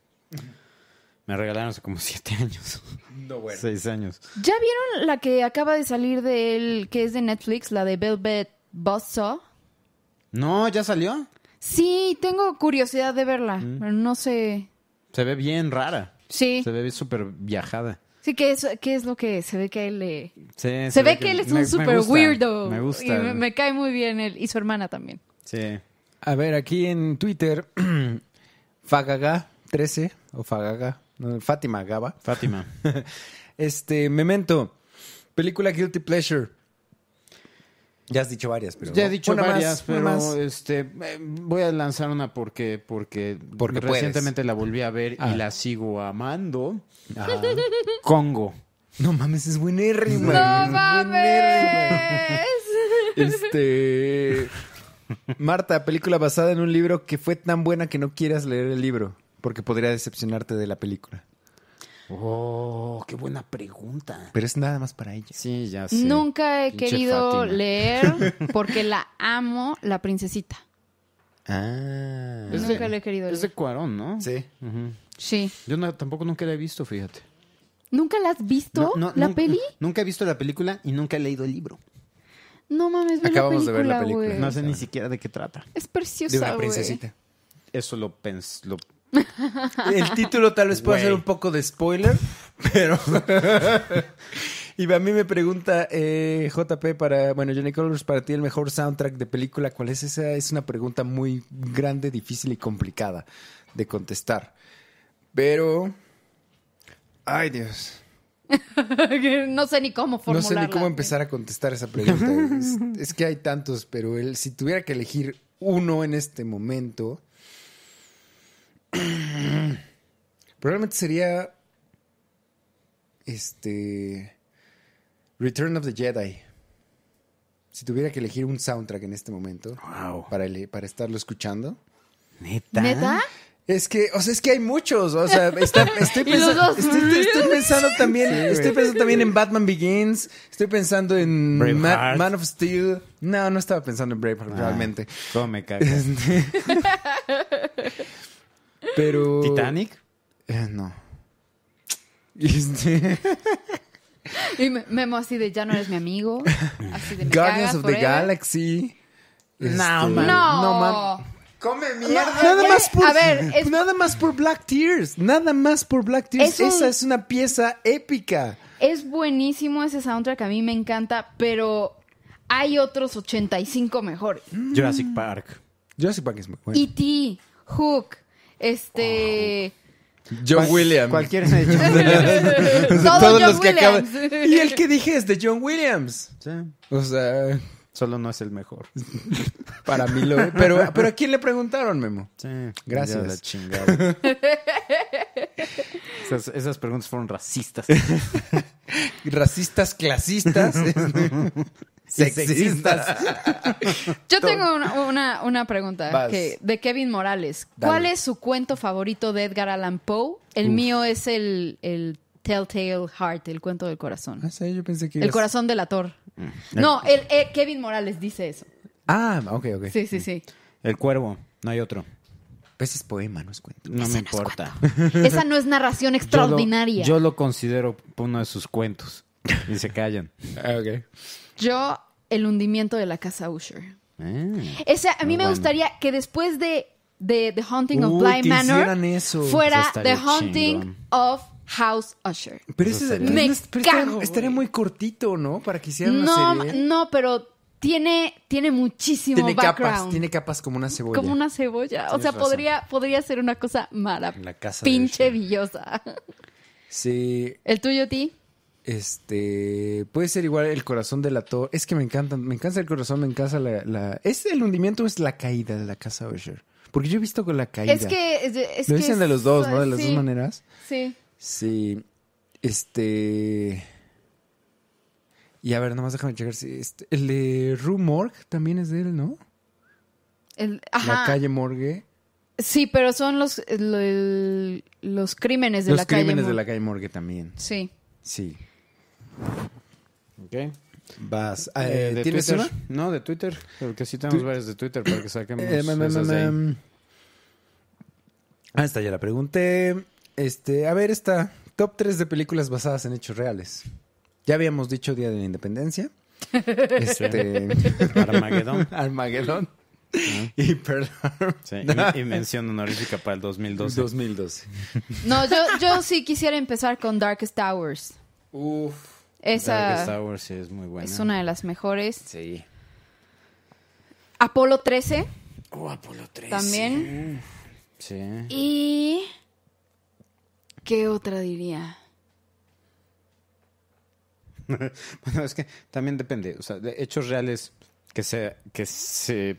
[SPEAKER 2] Me regalaron hace como siete años.
[SPEAKER 3] No,
[SPEAKER 2] Seis años.
[SPEAKER 4] ¿Ya vieron la que acaba de salir del que es de Netflix, la de Velvet Buzzsaw?
[SPEAKER 2] No, ¿ya salió?
[SPEAKER 4] Sí, tengo curiosidad de verla, pero no sé.
[SPEAKER 2] Se ve bien rara.
[SPEAKER 4] Sí,
[SPEAKER 2] Se ve súper viajada.
[SPEAKER 4] sí, ¿qué es, qué es lo que se ve que a él le...
[SPEAKER 2] Sí, se,
[SPEAKER 4] Se, ve que, él es un
[SPEAKER 2] me- me
[SPEAKER 4] super
[SPEAKER 2] gusta,
[SPEAKER 4] weirdo.
[SPEAKER 2] Me gusta.
[SPEAKER 4] Y me, me cae muy bien él y su hermana también.
[SPEAKER 2] Sí.
[SPEAKER 3] A ver, aquí en Twitter, Fagaga13 o Fagaga, no, Fátima Gaba.
[SPEAKER 2] Fátima.
[SPEAKER 3] Este, Memento, película Guilty Pleasure. Ya has dicho varias, pero.
[SPEAKER 2] Ya he dicho
[SPEAKER 3] Una más,
[SPEAKER 2] varias,
[SPEAKER 3] una
[SPEAKER 2] pero
[SPEAKER 3] más.
[SPEAKER 2] este eh, voy a lanzar una porque porque,
[SPEAKER 3] Porque puedes.
[SPEAKER 2] recientemente la volví a ver
[SPEAKER 3] Ah.
[SPEAKER 2] y la sigo amando.
[SPEAKER 3] Ajá.
[SPEAKER 2] Congo.
[SPEAKER 3] No mames, es buenérrima.
[SPEAKER 4] ¡No
[SPEAKER 3] es
[SPEAKER 4] mames!
[SPEAKER 3] Este. Marta, película basada en un libro que fue tan buena que no quieras leer el libro, porque podría decepcionarte de la película.
[SPEAKER 2] Oh, qué buena pregunta.
[SPEAKER 3] Pero es nada más para ella.
[SPEAKER 2] Sí, ya
[SPEAKER 4] Mm.
[SPEAKER 2] sé.
[SPEAKER 4] Nunca he
[SPEAKER 2] Pinche
[SPEAKER 4] querido
[SPEAKER 2] Fátima.
[SPEAKER 4] leer porque la amo, la princesita.
[SPEAKER 3] Ah.
[SPEAKER 2] Es
[SPEAKER 4] Nunca
[SPEAKER 2] de-
[SPEAKER 4] la he querido
[SPEAKER 2] Es de
[SPEAKER 4] leer.
[SPEAKER 2] Cuarón, ¿no?
[SPEAKER 3] Sí.
[SPEAKER 4] Sí.
[SPEAKER 2] Yo no- tampoco nunca la he visto, fíjate.
[SPEAKER 4] ¿Nunca la has visto?
[SPEAKER 2] No, no,
[SPEAKER 4] ¿La
[SPEAKER 2] nun-
[SPEAKER 4] peli?
[SPEAKER 2] Nunca he visto la película y nunca he leído el libro.
[SPEAKER 4] No mames, ve
[SPEAKER 3] Acabamos
[SPEAKER 4] la
[SPEAKER 3] de ver la
[SPEAKER 4] película, güey.
[SPEAKER 3] película.
[SPEAKER 2] No sé ni siquiera de qué trata.
[SPEAKER 4] Es preciosa,
[SPEAKER 3] De
[SPEAKER 2] Ah,
[SPEAKER 3] una
[SPEAKER 4] güey.
[SPEAKER 3] princesita.
[SPEAKER 2] Eso lo pens lo
[SPEAKER 3] El título tal vez puede
[SPEAKER 2] Güey.
[SPEAKER 3] ser un poco de spoiler, pero... y a mí me pregunta eh, JP para... Bueno, Johnny Colors, para ti el mejor soundtrack de película, ¿cuál es esa? Es una pregunta muy grande, difícil y complicada de contestar. Pero... Ay, Dios.
[SPEAKER 4] Que no sé ni cómo
[SPEAKER 3] No
[SPEAKER 4] formularla.
[SPEAKER 3] sé ni cómo
[SPEAKER 4] güey.
[SPEAKER 3] empezar a contestar esa pregunta. es, es que hay tantos, pero el, si tuviera que elegir uno en este momento, probablemente sería este Return of the Jedi. Si tuviera que elegir un soundtrack en este momento
[SPEAKER 2] Wow.
[SPEAKER 3] para, ele- para estarlo escuchando.
[SPEAKER 2] Neta.
[SPEAKER 4] ¿Neta?
[SPEAKER 3] Es que, o sea, es que hay muchos. O sea, está- estoy,
[SPEAKER 4] Y los
[SPEAKER 3] pensa-
[SPEAKER 4] dos.
[SPEAKER 3] estoy, estoy- estoy pensando también. estoy pensando también en Batman Begins. Estoy pensando en Ma-
[SPEAKER 2] Braveheart. Ah.
[SPEAKER 3] Man of Steel. No, no estaba pensando en Braveheart Ah. realmente.
[SPEAKER 2] ¿Cómo me cagas?
[SPEAKER 3] Pero.
[SPEAKER 2] Titanic.
[SPEAKER 3] Eh, no. Este,
[SPEAKER 4] Y me- Memo así de ya no eres mi amigo. Así de me
[SPEAKER 3] Guardians
[SPEAKER 4] cagas
[SPEAKER 3] of the
[SPEAKER 4] forever.
[SPEAKER 3] Galaxy.
[SPEAKER 2] No,
[SPEAKER 3] Este,
[SPEAKER 2] man.
[SPEAKER 4] No.
[SPEAKER 3] No, man.
[SPEAKER 2] Come
[SPEAKER 3] Nada
[SPEAKER 4] güey.
[SPEAKER 3] más por,
[SPEAKER 4] A ver, es-
[SPEAKER 3] nada más por Black Tears. Nada más por Black Tears.
[SPEAKER 4] Es un-
[SPEAKER 3] Esa es una pieza épica.
[SPEAKER 4] Es buenísimo ese soundtrack, a mí me encanta, pero hay otros 85 mejores.
[SPEAKER 2] Jurassic Park.
[SPEAKER 3] Jurassic Park es muy bueno.
[SPEAKER 4] E.T., Hook, este...
[SPEAKER 3] John Williams.
[SPEAKER 2] Cualquier de
[SPEAKER 4] Todos
[SPEAKER 3] Oh. Todos
[SPEAKER 4] John
[SPEAKER 3] los que acaban-
[SPEAKER 4] Williams.
[SPEAKER 3] Y el que dije es de John Williams.
[SPEAKER 2] John.
[SPEAKER 3] O sea,
[SPEAKER 2] Solo no es el mejor.
[SPEAKER 3] para mí lo es. Pero, pero ¿a quién le preguntaron, Memo? Gracias.
[SPEAKER 2] Ya la chingada. esas, esas preguntas fueron racistas.
[SPEAKER 3] Racistas, clasistas. Sexistas.
[SPEAKER 4] Yo tengo una, una, una pregunta
[SPEAKER 3] Vas.
[SPEAKER 4] que- de Kevin Morales.
[SPEAKER 3] Dale.
[SPEAKER 4] ¿Cuál es su cuento favorito de Edgar Allan Poe? El mío es el, el Telltale Heart, el cuento del corazón.
[SPEAKER 3] Ah, sí, yo pensé que
[SPEAKER 4] El
[SPEAKER 3] ibas-
[SPEAKER 4] corazón delator.
[SPEAKER 3] Mm.
[SPEAKER 4] No, el, eh, Kevin Morales dice eso.
[SPEAKER 3] Ah, ok, ok.
[SPEAKER 4] Sí, sí, sí.
[SPEAKER 2] El cuervo, no hay otro.
[SPEAKER 3] Pues es poema, no es cuento.
[SPEAKER 2] No me importa.
[SPEAKER 4] Esa no es narración
[SPEAKER 2] Yo lo-
[SPEAKER 4] extraordinaria.
[SPEAKER 2] Yo lo considero uno de sus cuentos. Y se callan.
[SPEAKER 3] Ah, ok.
[SPEAKER 4] Yo, el hundimiento de la casa Usher.
[SPEAKER 2] Ah.
[SPEAKER 4] Ese, a mí
[SPEAKER 2] Muy
[SPEAKER 4] me
[SPEAKER 2] bueno.
[SPEAKER 4] gustaría que después de, de The Haunting of
[SPEAKER 3] Uy,
[SPEAKER 4] Blind
[SPEAKER 3] que
[SPEAKER 4] Manor
[SPEAKER 3] hicieran eso.
[SPEAKER 4] fuera
[SPEAKER 2] Eso
[SPEAKER 4] The
[SPEAKER 2] estaría
[SPEAKER 4] Haunting
[SPEAKER 2] chingón.
[SPEAKER 4] of House Usher.
[SPEAKER 3] Pero ese
[SPEAKER 2] estaría-
[SPEAKER 3] no
[SPEAKER 4] Me
[SPEAKER 3] es- pero estaría-
[SPEAKER 4] cago,
[SPEAKER 3] estaría
[SPEAKER 4] güey.
[SPEAKER 3] muy cortito, ¿no? Para que hicieran
[SPEAKER 4] No,
[SPEAKER 3] una serie.
[SPEAKER 4] no, pero tiene, tiene muchísimo
[SPEAKER 3] Tiene
[SPEAKER 4] background.
[SPEAKER 3] capas, tiene capas como una cebolla.
[SPEAKER 4] como una cebolla. o
[SPEAKER 3] Tienes
[SPEAKER 4] sea,
[SPEAKER 3] razón.
[SPEAKER 4] podría, podría ser una cosa mala.
[SPEAKER 3] La casa de
[SPEAKER 4] pinche
[SPEAKER 3] Usher.
[SPEAKER 4] villosa.
[SPEAKER 3] Sí,
[SPEAKER 4] ¿El tuyo, ti?
[SPEAKER 3] este, puede ser igual el corazón de la torre. Es que me encantan, me encanta el corazón, me encanta la, la- ¿Es el hundimiento o es la caída de la casa Usher? Porque yo he visto con la caída.
[SPEAKER 4] Es que. Es, es
[SPEAKER 3] Lo
[SPEAKER 4] que
[SPEAKER 3] dicen de
[SPEAKER 4] es- pues,
[SPEAKER 3] los dos, ¿no? De las
[SPEAKER 4] sí,
[SPEAKER 3] dos maneras.
[SPEAKER 4] Sí.
[SPEAKER 3] Sí. Este. Y a ver, nomás déjame checar si. este- el de Rue Morgue también es de él, ¿no?
[SPEAKER 4] El- ajá.
[SPEAKER 3] La calle Morgue.
[SPEAKER 4] Sí, pero son los, el- los crímenes de
[SPEAKER 3] Los
[SPEAKER 4] la calle.
[SPEAKER 3] crímenes de
[SPEAKER 4] Moore.
[SPEAKER 3] la calle Morgue también.
[SPEAKER 4] Sí.
[SPEAKER 3] Sí.
[SPEAKER 2] Ok.
[SPEAKER 3] Vas.
[SPEAKER 2] Eh, de
[SPEAKER 3] ¿Tienes
[SPEAKER 2] Twitter.
[SPEAKER 3] una?
[SPEAKER 2] No, de Twitter. Porque sí tenemos
[SPEAKER 3] Tu-
[SPEAKER 2] varios de Twitter para que saquemos.
[SPEAKER 3] Eh, ma, ma,
[SPEAKER 2] esas
[SPEAKER 3] ma,
[SPEAKER 2] de ahí.
[SPEAKER 3] ma. Ah, esta ya la pregunté. Este, a ver, esta. Top 3 de películas basadas en hechos reales. Ya habíamos dicho Día de la Independencia. Este.
[SPEAKER 2] Armagedón.
[SPEAKER 3] Armagedón. Y Pearl Harbor.
[SPEAKER 2] Sí, y, y mención honorífica para el 2012.
[SPEAKER 3] 2012.
[SPEAKER 4] No, yo, yo sí quisiera empezar con Darkest Towers.
[SPEAKER 3] Uf.
[SPEAKER 4] Esa
[SPEAKER 2] Darkest Hour sí es muy buena.
[SPEAKER 4] es una de las mejores.
[SPEAKER 3] Sí.
[SPEAKER 4] Apolo 13
[SPEAKER 3] Eh,
[SPEAKER 2] Oh, Apolo 3.
[SPEAKER 4] también.
[SPEAKER 2] Sí.
[SPEAKER 4] Y. ¿Qué otra diría?
[SPEAKER 2] Bueno, es que también depende. O sea, de hechos reales que se, que se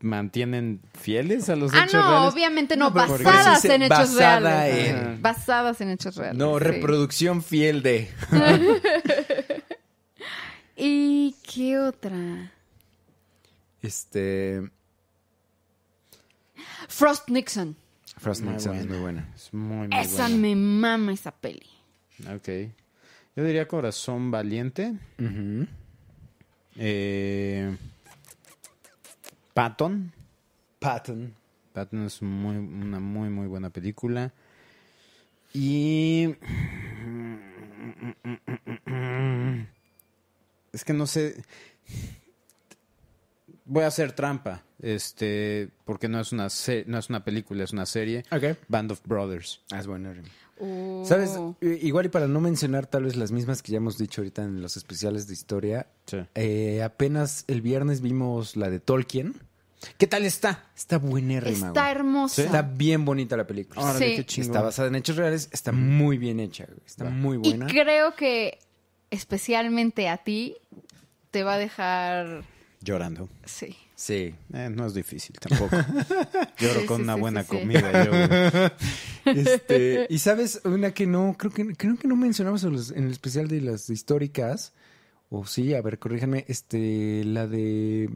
[SPEAKER 2] mantienen fieles a los
[SPEAKER 4] Ah,
[SPEAKER 2] hechos
[SPEAKER 4] no,
[SPEAKER 2] reales.
[SPEAKER 4] obviamente no.
[SPEAKER 3] pero porque
[SPEAKER 4] basadas
[SPEAKER 3] sí se-
[SPEAKER 4] en hechos
[SPEAKER 3] basada
[SPEAKER 4] reales.
[SPEAKER 3] en-
[SPEAKER 4] Ajá. Basadas en hechos reales.
[SPEAKER 3] No,
[SPEAKER 4] sí.
[SPEAKER 3] reproducción fiel de.
[SPEAKER 4] ¿Y qué otra?
[SPEAKER 3] Este.
[SPEAKER 4] Frost Nixon.
[SPEAKER 3] Frost
[SPEAKER 2] Muy
[SPEAKER 3] Nixon es
[SPEAKER 2] buena.
[SPEAKER 3] muy buena.
[SPEAKER 2] Es muy, muy
[SPEAKER 4] Esa
[SPEAKER 2] buena.
[SPEAKER 4] me mama esa peli.
[SPEAKER 2] Ok. Yo diría Corazón Valiente. Eh, Patton.
[SPEAKER 3] Patton.
[SPEAKER 2] Patton es muy, una muy, muy buena película. Y... Es que no sé... Voy a hacer trampa, este, porque no es una se- no es una película, es una serie.
[SPEAKER 3] Ok.
[SPEAKER 2] Band of Brothers.
[SPEAKER 3] Ah, es buena. Remy. ¿Sabes?
[SPEAKER 2] Oh.
[SPEAKER 4] Oh,
[SPEAKER 3] Eh, Igual y para no mencionar tal vez las mismas que ya hemos dicho ahorita en los especiales de historia.
[SPEAKER 2] Sí.
[SPEAKER 3] eh, apenas el viernes vimos la de Tolkien.
[SPEAKER 2] ¿Qué tal está?
[SPEAKER 3] Está buenérrima.
[SPEAKER 4] Está
[SPEAKER 3] güey.
[SPEAKER 4] hermosa.
[SPEAKER 3] Está bien bonita la película.
[SPEAKER 2] Órale,
[SPEAKER 4] Sí.
[SPEAKER 2] qué chingón.
[SPEAKER 3] Está basada en hechos reales. Está muy bien hecha. güey. Está muy
[SPEAKER 4] Y
[SPEAKER 3] buena.
[SPEAKER 4] creo que especialmente a ti te va a dejar.
[SPEAKER 2] Llorando.
[SPEAKER 4] Sí.
[SPEAKER 3] Sí.
[SPEAKER 2] Eh, no es difícil tampoco. Lloro
[SPEAKER 4] Sí,
[SPEAKER 2] con
[SPEAKER 4] sí,
[SPEAKER 2] una
[SPEAKER 4] sí,
[SPEAKER 2] buena
[SPEAKER 4] sí, sí.
[SPEAKER 2] comida. yo, güey.
[SPEAKER 3] Este, y sabes, una que no, creo que creo que no mencionamos en, los- en el especial de las históricas. O sí, a ver, corríjanme. Este, la de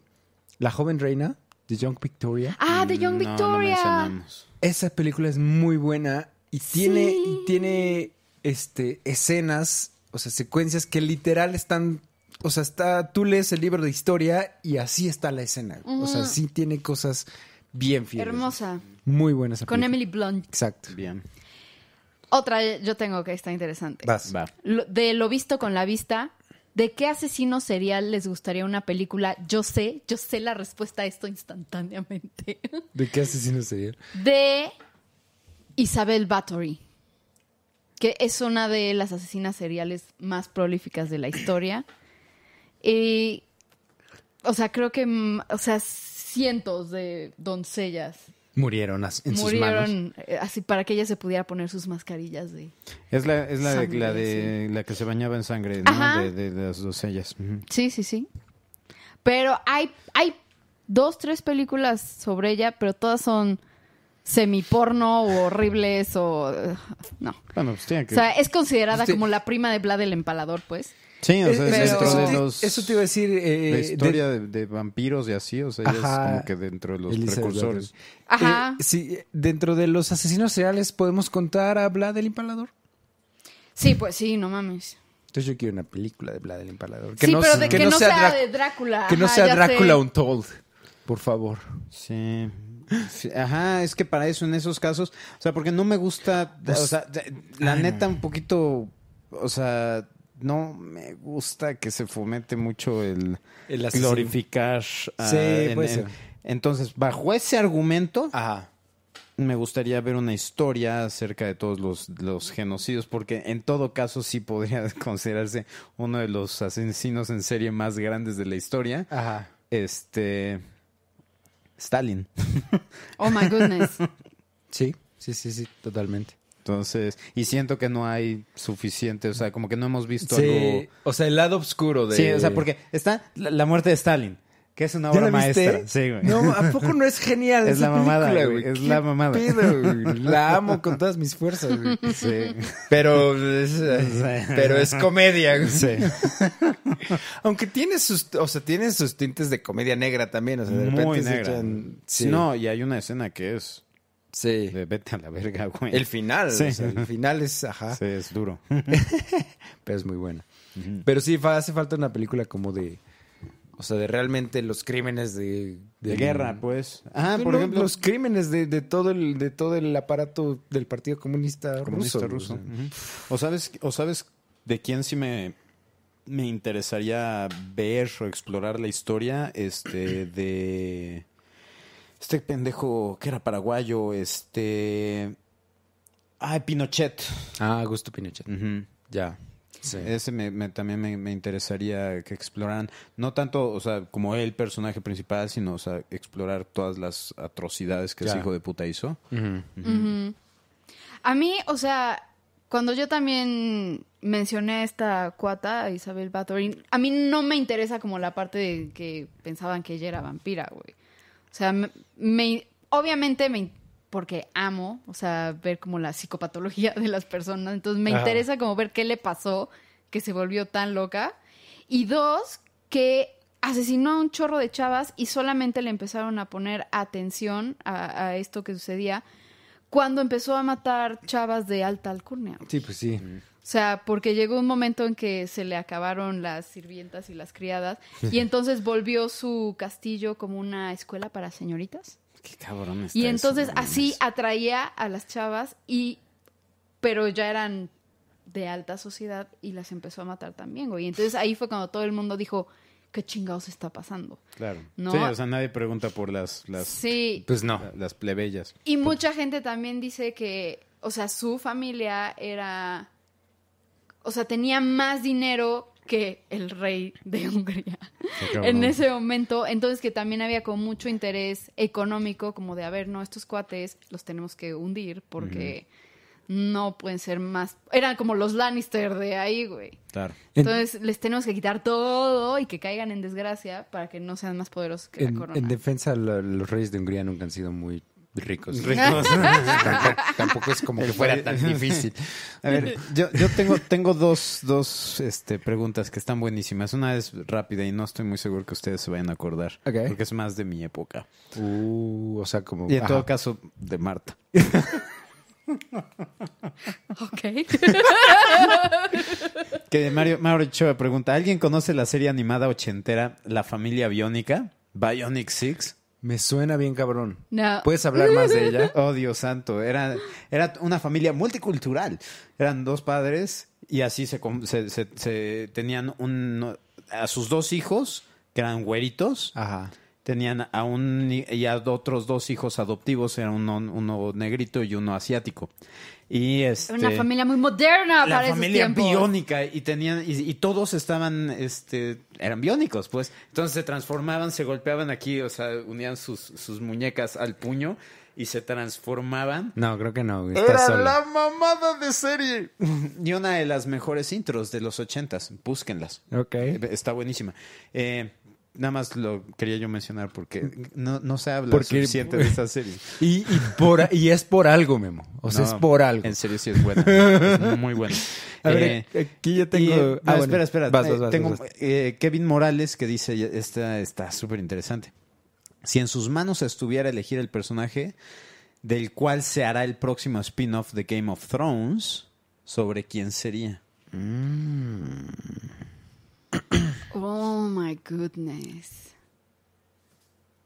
[SPEAKER 3] La joven reina, de Young Victoria.
[SPEAKER 4] Ah, de Young
[SPEAKER 2] No, Mm, no
[SPEAKER 4] Victoria.
[SPEAKER 2] mencionamos.
[SPEAKER 3] Esa película es muy buena y tiene, y tiene este, escenas, o sea, secuencias que literal están. O sea, está, tú lees el libro de historia y así está la escena. O sea,
[SPEAKER 4] Ujú.
[SPEAKER 3] sí tiene cosas bien fieles.
[SPEAKER 4] hermosa.
[SPEAKER 3] Muy buena esa
[SPEAKER 4] Con
[SPEAKER 3] película.
[SPEAKER 4] Emily Blunt.
[SPEAKER 3] Exacto.
[SPEAKER 2] Bien.
[SPEAKER 4] Otra yo tengo que está interesante.
[SPEAKER 3] Vas.
[SPEAKER 2] Va.
[SPEAKER 4] Lo- de lo visto con la vista. ¿De qué asesino serial les gustaría una película? Yo sé, yo sé la respuesta a esto instantáneamente.
[SPEAKER 3] ¿De qué asesino sería?
[SPEAKER 4] de Isabel Bathory, que es una de las asesinas seriales más prolíficas de la historia. Y, o sea, creo que, mm, o sea, cientos de doncellas
[SPEAKER 3] Murieron as- en sus manos.
[SPEAKER 4] murieron eh, así para que ella se pudiera poner sus mascarillas de...
[SPEAKER 2] Es la, es la, de-
[SPEAKER 4] Sangre,
[SPEAKER 2] la de la que se bañaba en sangre,
[SPEAKER 4] Ajá.
[SPEAKER 2] ¿no? De, de- de las doncellas. Ujú.
[SPEAKER 4] Sí, sí, sí. Pero hay, hay dos, tres películas sobre ella, pero todas son semiporno o horribles o... eh, No.
[SPEAKER 2] Bueno, pues tiene
[SPEAKER 4] O
[SPEAKER 2] que.
[SPEAKER 4] sea, es considerada
[SPEAKER 3] Usted-
[SPEAKER 4] como la prima de Vlad el Empalador, pues.
[SPEAKER 2] Sí, o sea,
[SPEAKER 4] Eh,
[SPEAKER 2] es
[SPEAKER 4] pero-
[SPEAKER 2] dentro de
[SPEAKER 4] eso te-
[SPEAKER 2] los...
[SPEAKER 3] Eso te iba a decir. eh,
[SPEAKER 2] La
[SPEAKER 3] de-
[SPEAKER 2] historia de, de vampiros y así, o sea, ya
[SPEAKER 3] Ajá.
[SPEAKER 2] es como que dentro de los
[SPEAKER 3] Elizabeth
[SPEAKER 2] precursores.
[SPEAKER 4] Ajá.
[SPEAKER 3] Eh, sí, dentro de los asesinos seriales podemos contar a Vlad el Impalador.
[SPEAKER 4] Sí, pues sí, no mames.
[SPEAKER 3] Entonces yo quiero una película de Vlad el Impalador.
[SPEAKER 4] sí, pero de que, no sea,
[SPEAKER 3] Drá-
[SPEAKER 4] de Drácula.
[SPEAKER 3] que no
[SPEAKER 4] Ajá,
[SPEAKER 3] sea
[SPEAKER 4] ya sé.
[SPEAKER 3] Drácula Untold, por favor.
[SPEAKER 2] Sí. Sí, Ajá, es que para eso, en esos casos, o sea, porque no me gusta, o sea, de- la neta un poquito, o sea, no me gusta que se fomente mucho el,
[SPEAKER 3] El asesino.
[SPEAKER 2] glorificar. a-
[SPEAKER 3] Sí, puede ser.
[SPEAKER 2] Ah, entonces, bajo ese argumento,
[SPEAKER 3] Ajá.
[SPEAKER 2] me gustaría ver una historia acerca de todos los, los genocidios, porque en todo caso sí podría considerarse uno de los asesinos en serie más grandes de la historia.
[SPEAKER 3] Ajá.
[SPEAKER 2] Este. Stalin.
[SPEAKER 4] Oh my goodness.
[SPEAKER 3] Sí, sí, sí, sí, totalmente.
[SPEAKER 2] Entonces, y siento que no hay suficiente, o sea, como que no hemos visto
[SPEAKER 3] Sí,
[SPEAKER 2] algo.
[SPEAKER 3] o sea, el lado oscuro de...
[SPEAKER 2] Sí, o sea, porque está la, la muerte de Stalin, que es una
[SPEAKER 3] ¿Ya
[SPEAKER 2] obra
[SPEAKER 3] la viste?
[SPEAKER 2] maestra. Sí, güey.
[SPEAKER 3] No, ¿a poco no es genial?
[SPEAKER 2] Es
[SPEAKER 3] esa
[SPEAKER 2] la mamada,
[SPEAKER 3] película,
[SPEAKER 2] güey, es
[SPEAKER 3] ¿Qué
[SPEAKER 2] la mamada.
[SPEAKER 3] pedo, güey? La amo con todas mis fuerzas, güey.
[SPEAKER 2] Sí.
[SPEAKER 3] Pero es, pero es comedia. güey.
[SPEAKER 2] Sí.
[SPEAKER 3] Aunque tiene sus, o sea, tiene sus tintes de comedia negra también. O sea, de
[SPEAKER 2] Muy
[SPEAKER 3] repente se
[SPEAKER 2] negra.
[SPEAKER 3] echan- sí,
[SPEAKER 2] No, y hay una escena que es
[SPEAKER 3] sí.
[SPEAKER 2] de vete a la verga, güey.
[SPEAKER 3] El final.
[SPEAKER 2] Sí.
[SPEAKER 3] o sea, el final es, ajá.
[SPEAKER 2] Sí, es duro.
[SPEAKER 3] Pero es muy buena. Pero sí, fa- hace falta una película como de. O sea, de realmente los crímenes de.
[SPEAKER 2] De guerra, pues. Ah,
[SPEAKER 3] Ah,
[SPEAKER 2] por ejemplo.
[SPEAKER 3] los crímenes de, de todo el de todo el aparato del Partido Comunista,
[SPEAKER 2] Comunista ruso.
[SPEAKER 3] ruso. güey, o sea.
[SPEAKER 2] Ujú. O sabes, o sabes de quién sí me, me interesaría ver o explorar la historia, este, de este pendejo que era paraguayo, este, ah, Pinochet.
[SPEAKER 3] Ah, Augusto Pinochet. Ya. Sí.
[SPEAKER 2] Ese me, me- también me, me interesaría que exploraran, no tanto, o sea, como el personaje principal, sino, o sea, explorar todas las atrocidades que ese
[SPEAKER 3] Ya.
[SPEAKER 2] hijo de puta hizo.
[SPEAKER 4] A mí, o sea, cuando yo también mencioné a esta cuata, Isabel Batorin, a mí no me interesa como la parte de que pensaban que ella era vampira, güey. O sea, me, me- obviamente me in- porque amo, o sea, ver como la psicopatología de las personas, entonces me
[SPEAKER 3] Ajá.
[SPEAKER 4] interesa como ver qué le pasó que se volvió tan loca. Y dos, que asesinó a un chorro de chavas y solamente le empezaron a poner atención a, a esto que sucedía cuando empezó a matar chavas de alta alcurnia.
[SPEAKER 3] Sí, pues sí.
[SPEAKER 4] O sea, porque llegó un momento en que se le acabaron las sirvientas y las criadas y entonces volvió su castillo como una escuela para señoritas.
[SPEAKER 2] Qué cabrón está
[SPEAKER 4] Y
[SPEAKER 2] eso,
[SPEAKER 4] entonces
[SPEAKER 2] no mames.
[SPEAKER 4] así ah, atraía a las chavas y pero ya eran de alta sociedad y las empezó a matar también, güey. Y entonces ahí fue cuando todo el mundo dijo, ¿qué chingados está pasando?
[SPEAKER 2] Claro.
[SPEAKER 4] ¿No?
[SPEAKER 2] Sí, o sea, nadie pregunta por las, las,
[SPEAKER 4] Sí.
[SPEAKER 3] Pues no.
[SPEAKER 2] la- las plebeyas.
[SPEAKER 4] Y mucha gente también dice que, o sea, su familia era, o sea, tenía más dinero que el rey de Hungría en ese momento. Entonces que también había como mucho interés económico, como de, a ver, no, estos cuates los tenemos que hundir porque no pueden ser más... Eran como los Lannister de ahí, güey.
[SPEAKER 2] Claro.
[SPEAKER 4] Entonces les tenemos que quitar todo y que caigan en desgracia para que no sean más poderosos que la
[SPEAKER 3] En,
[SPEAKER 4] corona.
[SPEAKER 3] en defensa, la- los reyes de Hungría nunca han sido muy ricos.
[SPEAKER 2] Ricos.
[SPEAKER 3] Tampoco es como que fuera tan difícil.
[SPEAKER 2] A ver, yo, yo tengo, tengo dos, dos este, preguntas que están buenísimas. Una es rápida y no estoy muy seguro que ustedes se vayan a acordar.
[SPEAKER 3] Ok.
[SPEAKER 2] Porque es más de mi época.
[SPEAKER 3] Uh, o sea, como.
[SPEAKER 2] Y en
[SPEAKER 3] ajá.
[SPEAKER 2] todo caso, de Marta.
[SPEAKER 4] Ok.
[SPEAKER 2] Que Mario, Mario Ochoa pregunta: ¿Alguien conoce la serie animada ochentera La familia biónica? Bionic Six.
[SPEAKER 3] Me suena bien cabrón.
[SPEAKER 4] No.
[SPEAKER 3] ¿Puedes hablar más de ella?
[SPEAKER 2] Oh, Dios santo. Era, era una familia multicultural. Eran dos padres y así se, com- se- se- se tenían un, a sus dos hijos, que eran güeritos.
[SPEAKER 3] Ajá.
[SPEAKER 2] Tenían a un ni- y a otros dos hijos adoptivos, era uno, uno negrito y uno asiático. Y este,
[SPEAKER 4] Una familia muy moderna
[SPEAKER 2] la
[SPEAKER 4] para
[SPEAKER 2] familia
[SPEAKER 4] esos tiempos.
[SPEAKER 2] biónica y tenían y, y todos estaban este eran biónicos pues entonces se transformaban se golpeaban aquí o sea unían sus, sus muñecas al puño y se transformaban
[SPEAKER 3] No, creo que no. güey. Está sola.
[SPEAKER 2] mamada de serie y una de las mejores intros de los ochentas búsquenlas
[SPEAKER 3] Ok.
[SPEAKER 2] está buenísima Eh, Nada más lo quería yo mencionar porque no, no se habla
[SPEAKER 3] Porque-
[SPEAKER 2] suficiente de esta serie.
[SPEAKER 3] Y, y por, y pues es por algo, Memo. O sea,
[SPEAKER 2] No,
[SPEAKER 3] es por algo.
[SPEAKER 2] En serio, sí es buena. Es muy buena.
[SPEAKER 3] A ver,
[SPEAKER 2] Eh,
[SPEAKER 3] aquí yo
[SPEAKER 2] Y,
[SPEAKER 3] tengo.
[SPEAKER 2] eh, no,
[SPEAKER 3] Ah, bueno.
[SPEAKER 2] espera, espera.
[SPEAKER 3] Vas,
[SPEAKER 2] Eh,
[SPEAKER 3] vas, vas,
[SPEAKER 2] tengo
[SPEAKER 3] vas.
[SPEAKER 2] eh, Kevin Morales que dice, y esta está súper interesante. Si en sus manos estuviera elegir el personaje del cual se hará el próximo spin-off de Game of Thrones, ¿sobre quién sería?
[SPEAKER 4] Oh my goodness.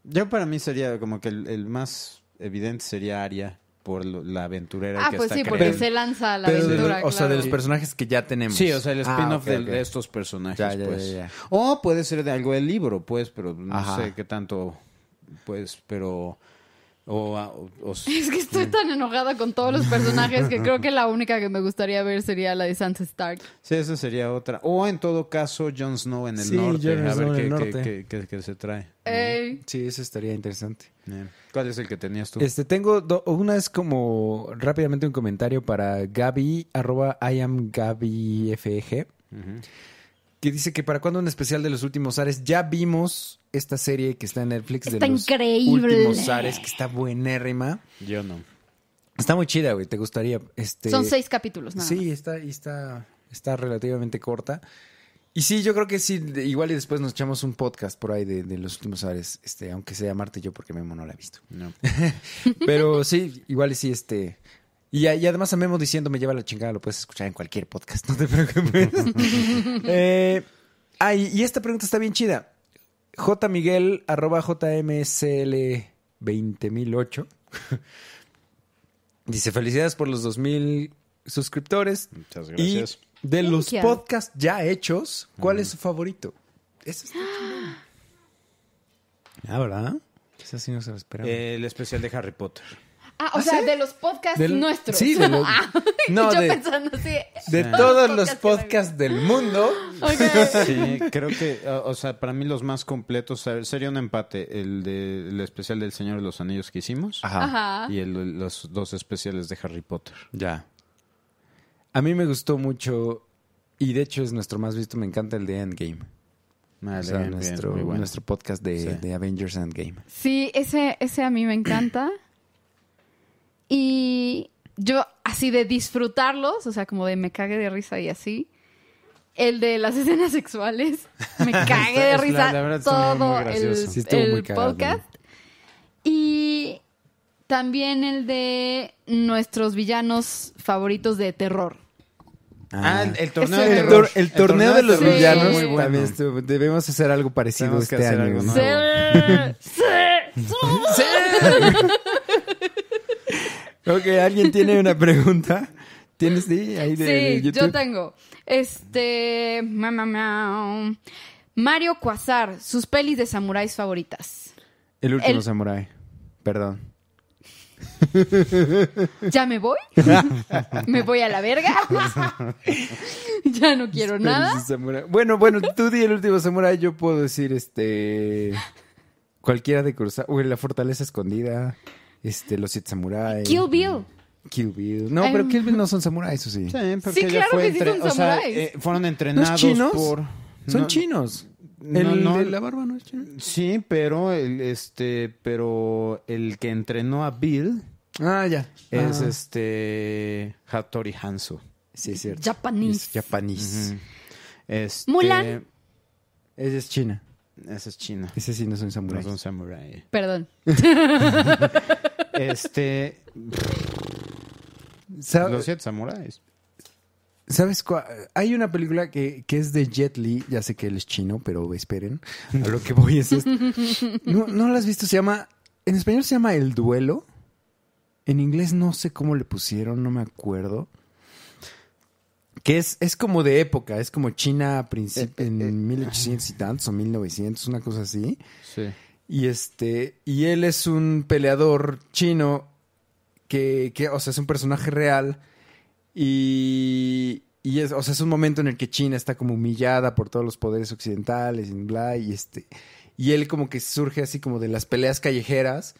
[SPEAKER 2] Yo para mí sería como que el, el más evidente sería Arya por lo- la aventurera
[SPEAKER 4] Ah,
[SPEAKER 2] que
[SPEAKER 4] pues
[SPEAKER 2] está
[SPEAKER 4] sí, porque
[SPEAKER 2] creando.
[SPEAKER 4] se lanza a la
[SPEAKER 3] Pero de
[SPEAKER 4] aventura.
[SPEAKER 3] los- o sea, de
[SPEAKER 4] claro.
[SPEAKER 3] los personajes que ya tenemos.
[SPEAKER 2] Sí, o sea, el
[SPEAKER 3] Ah,
[SPEAKER 2] spin-off
[SPEAKER 3] ok,
[SPEAKER 2] de,
[SPEAKER 3] ok.
[SPEAKER 2] de estos personajes,
[SPEAKER 3] Ya, ya,
[SPEAKER 2] pues.
[SPEAKER 3] ya, ya.
[SPEAKER 2] O puede ser de algo del libro, pues, pero no
[SPEAKER 3] Ajá.
[SPEAKER 2] sé qué tanto, pues, pero... O, a- o- o-
[SPEAKER 4] Es que estoy tan enojada con todos los personajes que creo que la única que me gustaría ver sería la de Sansa Stark.
[SPEAKER 2] sí, esa sería otra. O en todo caso, Jon Snow en el
[SPEAKER 3] Sí,
[SPEAKER 2] norte,
[SPEAKER 3] Jon
[SPEAKER 2] a ver
[SPEAKER 3] Snow en
[SPEAKER 2] qué,
[SPEAKER 3] el
[SPEAKER 2] qué-
[SPEAKER 3] norte.
[SPEAKER 2] qué- qué- qué se trae.
[SPEAKER 4] Eh. Ey,
[SPEAKER 3] Sí, eso estaría interesante.
[SPEAKER 2] Eh, ¿Cuál es el que tenías tú?
[SPEAKER 3] Este, tengo do- una es como rápidamente un comentario para Gaby, arroba I am Gaby FEG, que dice que para cuando un especial de los últimos Ares, ya vimos esta serie que está en Netflix
[SPEAKER 4] Está
[SPEAKER 3] de los
[SPEAKER 4] increíble.
[SPEAKER 3] últimos Ares, que está buenérrima.
[SPEAKER 2] Yo no.
[SPEAKER 3] Está muy chida, güey, te gustaría. Este,
[SPEAKER 4] Son seis capítulos, pues nada más.
[SPEAKER 3] Sí, está, y está, está relativamente corta. Y sí, yo creo que sí, de- igual y después nos echamos un podcast por ahí de, de los últimos Ares, este, aunque sea Marte yo porque Memo no la ha visto.
[SPEAKER 2] no.
[SPEAKER 3] Pero sí, igual y sí, este. Y, a- y además a Memo diciendo me lleva la chingada, lo puedes escuchar en cualquier podcast, no te preocupes. Eh, ah, y, y esta pregunta está bien chida. J. Miguel, arroba JMSL 20008. Dice, felicidades por los 2000 suscriptores.
[SPEAKER 2] Muchas
[SPEAKER 3] Y
[SPEAKER 2] gracias.
[SPEAKER 3] de los
[SPEAKER 4] Thank you.
[SPEAKER 3] podcasts ya hechos, ¿cuál es su favorito? Eso está chingón.
[SPEAKER 2] Ah, ¿verdad?
[SPEAKER 3] Eso sí no se lo esperaba.
[SPEAKER 2] Eh, El especial de Harry Potter.
[SPEAKER 4] Ah, o sea, de los podcasts
[SPEAKER 3] Del-
[SPEAKER 4] nuestros.
[SPEAKER 3] Sí, de los-
[SPEAKER 4] Ah,
[SPEAKER 3] No,
[SPEAKER 4] yo
[SPEAKER 3] de-
[SPEAKER 4] pensando así.
[SPEAKER 3] De
[SPEAKER 2] Sí.
[SPEAKER 3] todos los
[SPEAKER 4] podcasts
[SPEAKER 3] podcasts del mundo.
[SPEAKER 4] que había. Ok.
[SPEAKER 2] Sí, creo que, o o sea, para mí los más completos a ver, sería un empate. El de el especial del Señor de los Anillos que hicimos.
[SPEAKER 4] Ajá.
[SPEAKER 2] Y el- los dos especiales de Harry Potter.
[SPEAKER 3] Ya. A mí me gustó mucho, y de hecho es nuestro más visto, me encanta el de Endgame.
[SPEAKER 2] Me
[SPEAKER 3] O sea,
[SPEAKER 2] alegra, bien,
[SPEAKER 3] nuestro,
[SPEAKER 2] muy bueno.
[SPEAKER 3] nuestro podcast de,
[SPEAKER 2] Sí.
[SPEAKER 3] de Avengers Endgame.
[SPEAKER 4] Sí, ese, ese a mí me encanta. Y yo, así de disfrutarlos, o sea, como de me cague de risa y así. El de las escenas sexuales, me cague de
[SPEAKER 2] es la-
[SPEAKER 4] risa
[SPEAKER 2] la verdad está muy,
[SPEAKER 4] todo
[SPEAKER 2] muy
[SPEAKER 4] el,
[SPEAKER 2] gracioso.
[SPEAKER 3] Sí, estuvo
[SPEAKER 4] el
[SPEAKER 3] muy cagado,
[SPEAKER 4] podcast. Y también el de nuestros villanos favoritos de terror.
[SPEAKER 2] Ah, el, el torneo
[SPEAKER 4] Ese-
[SPEAKER 2] de
[SPEAKER 4] El
[SPEAKER 3] El,
[SPEAKER 2] terror.
[SPEAKER 3] tor- el torneo de los
[SPEAKER 2] terror
[SPEAKER 4] villanos
[SPEAKER 3] villanos
[SPEAKER 2] muy bueno.
[SPEAKER 3] también estuvo- debemos hacer algo parecido
[SPEAKER 2] Tenemos que
[SPEAKER 3] este
[SPEAKER 2] hacer
[SPEAKER 3] año.
[SPEAKER 2] algo
[SPEAKER 3] ¿no?
[SPEAKER 2] nuevo.
[SPEAKER 4] Sí, sí, sí.
[SPEAKER 3] Ok, ¿alguien tiene una pregunta? ¿Tienes sí, ahí de, de
[SPEAKER 4] Sí,
[SPEAKER 3] YouTube?
[SPEAKER 4] yo tengo. Este. ma, ma, ma. Mario Cuasar, sus pelis de samuráis favoritas.
[SPEAKER 3] El último
[SPEAKER 4] el-
[SPEAKER 3] samurái. Perdón.
[SPEAKER 4] ¿Ya me voy? ¿Me voy a la verga? ya no quiero
[SPEAKER 3] Pero
[SPEAKER 4] nada.
[SPEAKER 3] sí, Samurai. Bueno, bueno, tú di el último samurai, yo puedo decir este cualquiera de cruzar, uy, la fortaleza escondida, este los siete samuráis.
[SPEAKER 4] Kill Bill.
[SPEAKER 3] Kill Bill. No,
[SPEAKER 4] Ay,
[SPEAKER 3] pero
[SPEAKER 4] no.
[SPEAKER 3] Kill Bill no son samuráis, eso sí.
[SPEAKER 2] Sí, porque
[SPEAKER 4] Sí,
[SPEAKER 2] ya
[SPEAKER 4] claro
[SPEAKER 2] fue
[SPEAKER 4] que sí son
[SPEAKER 2] o sea,
[SPEAKER 4] samuráis.
[SPEAKER 2] eh, fueron
[SPEAKER 3] ¿No es
[SPEAKER 2] entrenados
[SPEAKER 3] chinos?
[SPEAKER 2] por...
[SPEAKER 3] Son
[SPEAKER 2] no-
[SPEAKER 3] chinos. El
[SPEAKER 2] no, no.
[SPEAKER 3] de la barba no es chino.
[SPEAKER 2] Sí, pero el, este, pero el que entrenó a Bill
[SPEAKER 3] Ah, ya.
[SPEAKER 2] es
[SPEAKER 3] Ah.
[SPEAKER 2] este Hattori Hanzo.
[SPEAKER 3] Sí, es cierto.
[SPEAKER 4] Japanese.
[SPEAKER 3] Es japanís.
[SPEAKER 2] Este,
[SPEAKER 4] Mulan.
[SPEAKER 3] Esa es china.
[SPEAKER 2] Esa es China.
[SPEAKER 3] Ese sí no son
[SPEAKER 2] No
[SPEAKER 3] samuráis.
[SPEAKER 2] son samuráis.
[SPEAKER 4] Perdón.
[SPEAKER 2] Este,
[SPEAKER 3] Sa-
[SPEAKER 2] los siete samuráis.
[SPEAKER 3] ¿Sabes cuál? Hay una película que, que es de Jet Li, ya sé que él es chino, pero esperen, a lo que voy es esto. ¿No, ¿No la has visto? Se llama, en español se llama El Duelo. En inglés no sé cómo le pusieron, no me acuerdo. Que es, es como de época, es como China a princip- en 1800 y tantos o 1900, una cosa así.
[SPEAKER 2] Sí.
[SPEAKER 3] Y este, y él es un peleador chino que, que, o sea, es un personaje real y, y es, o sea, es un momento en el que China está como humillada por todos los poderes occidentales y bla, y este, y él como que surge así como de las peleas callejeras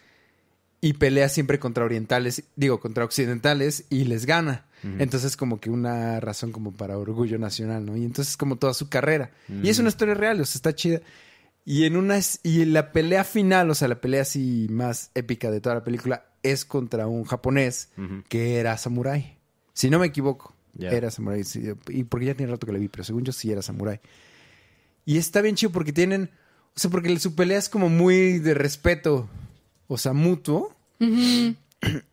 [SPEAKER 3] y pelea siempre contra orientales, digo, contra occidentales y les gana. Entonces como que una razón como para orgullo nacional, ¿no? Y entonces como toda su carrera. Y es una historia real, o sea, está chida. Y en una es- y en la pelea final, o sea, la pelea así más épica de toda la película es contra un japonés que era samurái, si no me equivoco.
[SPEAKER 2] Ya.
[SPEAKER 3] Era samurái. sí, y porque ya tiene rato que la vi, pero según yo sí era samurái. Y está bien chido porque tienen. O sea, porque su pelea es como muy de respeto. O sea, mutuo.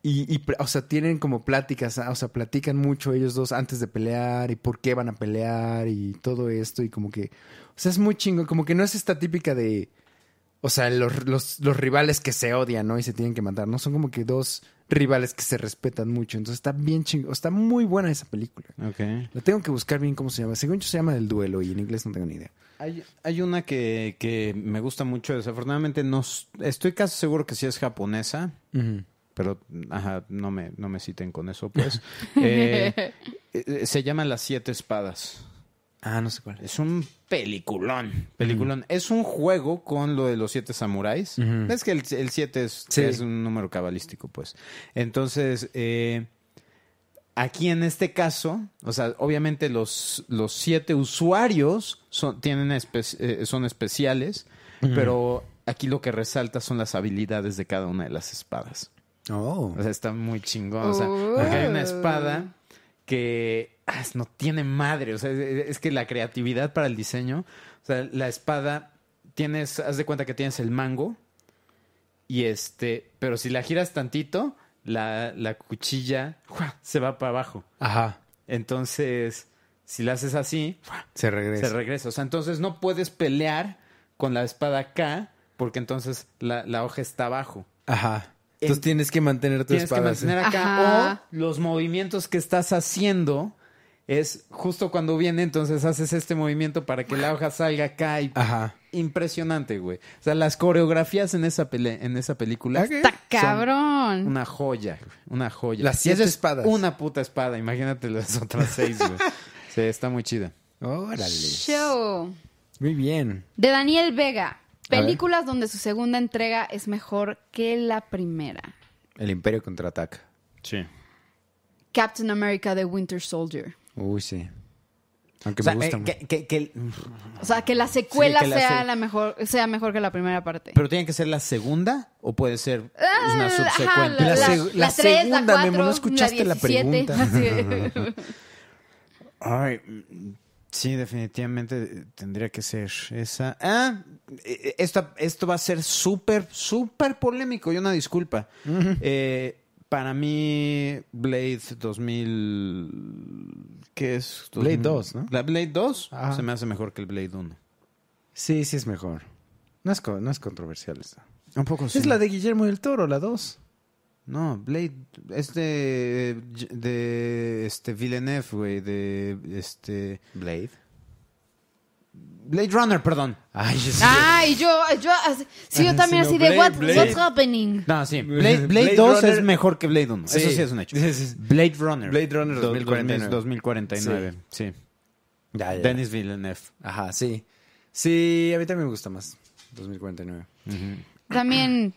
[SPEAKER 3] Y, y, o sea, tienen como pláticas, ah, o sea, platican mucho ellos dos antes de pelear y por qué van a pelear y todo esto y como que, o sea, es muy chingo, como que no es esta típica de, o sea, los, los, los rivales que se odian, ¿no? Y se tienen que matar, ¿no? Son como que dos rivales que se respetan mucho, entonces está bien chingo, está muy buena esa película.
[SPEAKER 2] Ok.
[SPEAKER 3] La tengo que buscar bien cómo se llama, según yo se llama El Duelo y en inglés no tengo ni idea.
[SPEAKER 2] Hay, hay una que, que me gusta mucho, desafortunadamente no s- estoy casi seguro que sí es japonesa, pero ajá, no me, no me citen con eso, pues. Eh, eh, se llama Las Siete Espadas.
[SPEAKER 3] Ah, no sé cuál.
[SPEAKER 2] Es un peliculón. Peliculón. Es un juego con lo de los siete samuráis. Es que el, el siete es,
[SPEAKER 3] Sí.
[SPEAKER 2] es un número cabalístico, pues. Entonces, eh, aquí en este caso, o sea, obviamente los, los siete usuarios son, tienen espe- eh, son especiales, pero aquí lo que resalta son las habilidades de cada una de las espadas.
[SPEAKER 3] Oh.
[SPEAKER 2] O sea, está muy chingón. O sea,
[SPEAKER 4] Oh.
[SPEAKER 2] porque hay una espada que ah, no tiene madre. O sea, es es que la creatividad para el diseño. O sea, la espada tienes, haz de cuenta que tienes el mango. Y este, pero si la giras tantito, la, la cuchilla ¡jua! se va para abajo.
[SPEAKER 3] Ajá,
[SPEAKER 2] Entonces, si la haces así, ¡jua!
[SPEAKER 3] se regresa.
[SPEAKER 2] se regresa. O sea, entonces no puedes pelear con la espada acá, porque entonces la, la hoja está abajo.
[SPEAKER 3] Ajá. Entonces
[SPEAKER 2] En-
[SPEAKER 3] tienes que mantener tu
[SPEAKER 2] Tienes que
[SPEAKER 3] espada. sí.
[SPEAKER 2] mantener acá.
[SPEAKER 4] Ajá.
[SPEAKER 2] O los movimientos que estás haciendo es justo cuando viene, entonces haces este movimiento para que la hoja salga acá. Y...
[SPEAKER 3] Ajá.
[SPEAKER 2] Impresionante, güey. O sea, las coreografías en esa, pele- en esa película.
[SPEAKER 4] Está cabrón.
[SPEAKER 2] Una joya, güey, una joya.
[SPEAKER 3] Las siete
[SPEAKER 2] Y esa es
[SPEAKER 3] espadas.
[SPEAKER 2] Una puta espada, imagínate las otras seis, güey. Sí, está muy chida.
[SPEAKER 3] Órale.
[SPEAKER 4] Show.
[SPEAKER 3] Muy bien.
[SPEAKER 4] De Daniel Vega.
[SPEAKER 3] ver.
[SPEAKER 4] Películas donde su segunda entrega es mejor que la primera.
[SPEAKER 3] El Imperio contraataca.
[SPEAKER 2] Sí.
[SPEAKER 4] Captain America de Winter Soldier.
[SPEAKER 3] Uy, sí. Aunque
[SPEAKER 2] O sea,
[SPEAKER 3] me gusta
[SPEAKER 2] eh,
[SPEAKER 3] mucho.
[SPEAKER 2] que- que- que-
[SPEAKER 4] O sea, que la secuela
[SPEAKER 2] Sí, que la
[SPEAKER 4] sea
[SPEAKER 2] se-
[SPEAKER 4] la mejor sea mejor que la primera parte.
[SPEAKER 2] Pero tiene que ser la segunda o puede ser una
[SPEAKER 4] Ajá,
[SPEAKER 2] subsecuente.
[SPEAKER 4] Ah, la,
[SPEAKER 3] La
[SPEAKER 4] la-
[SPEAKER 3] seg-
[SPEAKER 4] la
[SPEAKER 3] la
[SPEAKER 4] tres, la
[SPEAKER 3] segunda,
[SPEAKER 4] cuatro,
[SPEAKER 3] Memo, no escuchaste la
[SPEAKER 4] 17.
[SPEAKER 3] pregunta.
[SPEAKER 4] Sí.
[SPEAKER 2] Ay, mm, sí, definitivamente eh, tendría que ser esa. Ah, eh, esta, esto va a ser súper, súper polémico y una disculpa. Eh, para mí, Blade 2000... ¿Qué es?
[SPEAKER 3] Blade 2, ¿no?
[SPEAKER 2] La Blade 2
[SPEAKER 3] Ajá.
[SPEAKER 2] se me hace mejor que el Blade 1.
[SPEAKER 3] Sí, sí es mejor. No es, co- no es controversial esta.
[SPEAKER 2] Un poco
[SPEAKER 3] Es la de Guillermo del Toro, la 2.
[SPEAKER 2] No, Blade es de, de este Villeneuve, güey, de este
[SPEAKER 3] Blade.
[SPEAKER 2] Blade Runner, perdón. Ah,
[SPEAKER 3] Ay, sí.
[SPEAKER 4] Ay, yo, yo, así- sí, yo también
[SPEAKER 3] Sí,
[SPEAKER 4] así
[SPEAKER 3] no,
[SPEAKER 4] de
[SPEAKER 3] Blade,
[SPEAKER 4] what,
[SPEAKER 3] Blade.
[SPEAKER 4] what's happening.
[SPEAKER 2] No, sí. Blade, Blade
[SPEAKER 3] Blade
[SPEAKER 2] 2 es
[SPEAKER 3] Runner-
[SPEAKER 2] mejor que Blade 1. Eso sí es un hecho.
[SPEAKER 3] Sí, sí, sí.
[SPEAKER 2] Blade Runner.
[SPEAKER 3] Blade Runner
[SPEAKER 2] Do-
[SPEAKER 3] 2049.
[SPEAKER 2] 2049. Sí.
[SPEAKER 3] Ya, ya.
[SPEAKER 2] Dennis Villeneuve.
[SPEAKER 3] Ajá, sí. Sí, a mí también me gusta más. 2049.
[SPEAKER 4] También,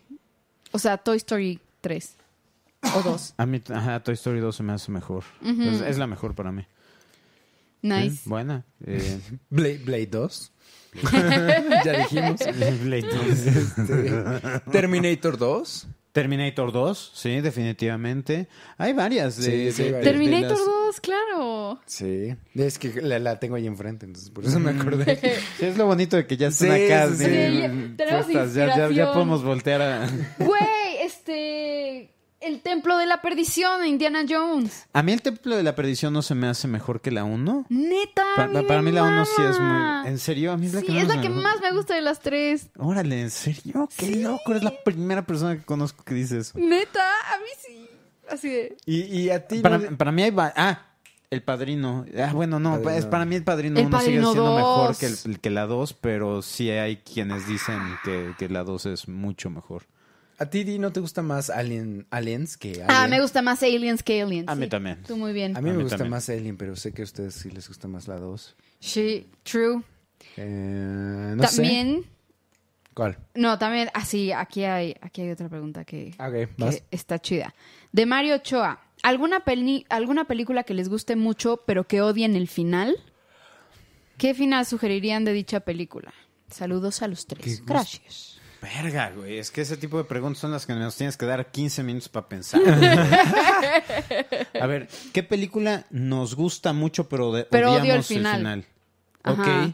[SPEAKER 4] o sea, Toy Story 3 o 2.
[SPEAKER 2] A mí, ajá, Toy Story 2 se me hace mejor. es, es la mejor para mí.
[SPEAKER 4] Nice.
[SPEAKER 2] Buena. Eh,
[SPEAKER 3] Blade, Blade 2. ya dijimos.
[SPEAKER 2] Blade 2.
[SPEAKER 3] Este, Terminator 2.
[SPEAKER 2] Terminator 2, sí, definitivamente. Hay varias. De,
[SPEAKER 3] Sí,
[SPEAKER 2] de-
[SPEAKER 3] sí, hay
[SPEAKER 2] de-
[SPEAKER 3] varias.
[SPEAKER 2] de
[SPEAKER 4] Terminator
[SPEAKER 2] las-
[SPEAKER 4] 2, claro.
[SPEAKER 3] Sí. Es que la, la tengo ahí enfrente, entonces por eso me acordé.
[SPEAKER 2] Sí, es lo bonito de que ya están
[SPEAKER 3] Sí,
[SPEAKER 2] acá.
[SPEAKER 3] sí, sí.
[SPEAKER 2] de-
[SPEAKER 4] Sí, ya- tenemos
[SPEAKER 2] puestas, ya, ya, ya
[SPEAKER 4] inspiración.
[SPEAKER 2] podemos voltear a...
[SPEAKER 4] Güey, este, el templo de la perdición de Indiana Jones.
[SPEAKER 2] A mí el Templo de la Perdición no se me hace mejor que la 1.
[SPEAKER 4] Neta. a
[SPEAKER 2] Pa-
[SPEAKER 4] mí
[SPEAKER 2] Para,
[SPEAKER 4] me
[SPEAKER 2] mí la 1 sí es
[SPEAKER 4] mama.
[SPEAKER 2] muy... ¿En serio? A mí es la que
[SPEAKER 4] Sí,
[SPEAKER 2] menos
[SPEAKER 4] es la
[SPEAKER 2] me
[SPEAKER 4] que
[SPEAKER 2] gusta.
[SPEAKER 4] más me gusta de las tres.
[SPEAKER 2] Órale, ¿en serio? Qué loco, eres la primera persona que conozco que dice eso.
[SPEAKER 4] Neta, a mí sí. Así de.
[SPEAKER 3] Y, y a ti.
[SPEAKER 2] Para,
[SPEAKER 3] no-
[SPEAKER 2] para mí hay... va- Ah, El Padrino. Ah, bueno, no,
[SPEAKER 3] Padrino.
[SPEAKER 2] es para mí El Padrino
[SPEAKER 4] El
[SPEAKER 2] 1 sigue
[SPEAKER 4] Padrino
[SPEAKER 2] siendo mejor
[SPEAKER 4] dos.
[SPEAKER 2] que, el- que la 2, pero sí hay quienes dicen que, que la 2 es mucho mejor.
[SPEAKER 3] ¿A ti Di, no te gusta más Alien, Aliens que Alien?
[SPEAKER 4] Ah, me gusta más Aliens que Aliens.
[SPEAKER 2] A
[SPEAKER 4] sí.
[SPEAKER 2] mí también.
[SPEAKER 4] Tú muy bien.
[SPEAKER 3] A mí
[SPEAKER 2] A
[SPEAKER 3] me
[SPEAKER 2] mí
[SPEAKER 3] gusta
[SPEAKER 2] también.
[SPEAKER 3] más Alien, pero sé que a ustedes sí les gusta más la 2.
[SPEAKER 4] Sí, true.
[SPEAKER 3] Eh, no sé.
[SPEAKER 4] también.
[SPEAKER 3] ¿Cuál?
[SPEAKER 4] No, también. Así, aquí hay, aquí hay otra pregunta que,
[SPEAKER 3] Ok,
[SPEAKER 4] que
[SPEAKER 3] vas.
[SPEAKER 4] está chida. De Mario Ochoa. ¿Alguna, peli- ¿Alguna película que les guste mucho, pero que odien el final? ¿Qué final sugerirían de dicha película? Saludos a los tres. Gracias.
[SPEAKER 2] Verga, güey. Es que ese tipo de preguntas son las que nos tienes que dar 15 minutos para pensar. A ver, ¿qué película nos gusta mucho pero, de-
[SPEAKER 4] Pero odio
[SPEAKER 2] odiamos
[SPEAKER 4] el final. Ajá.
[SPEAKER 2] Ok.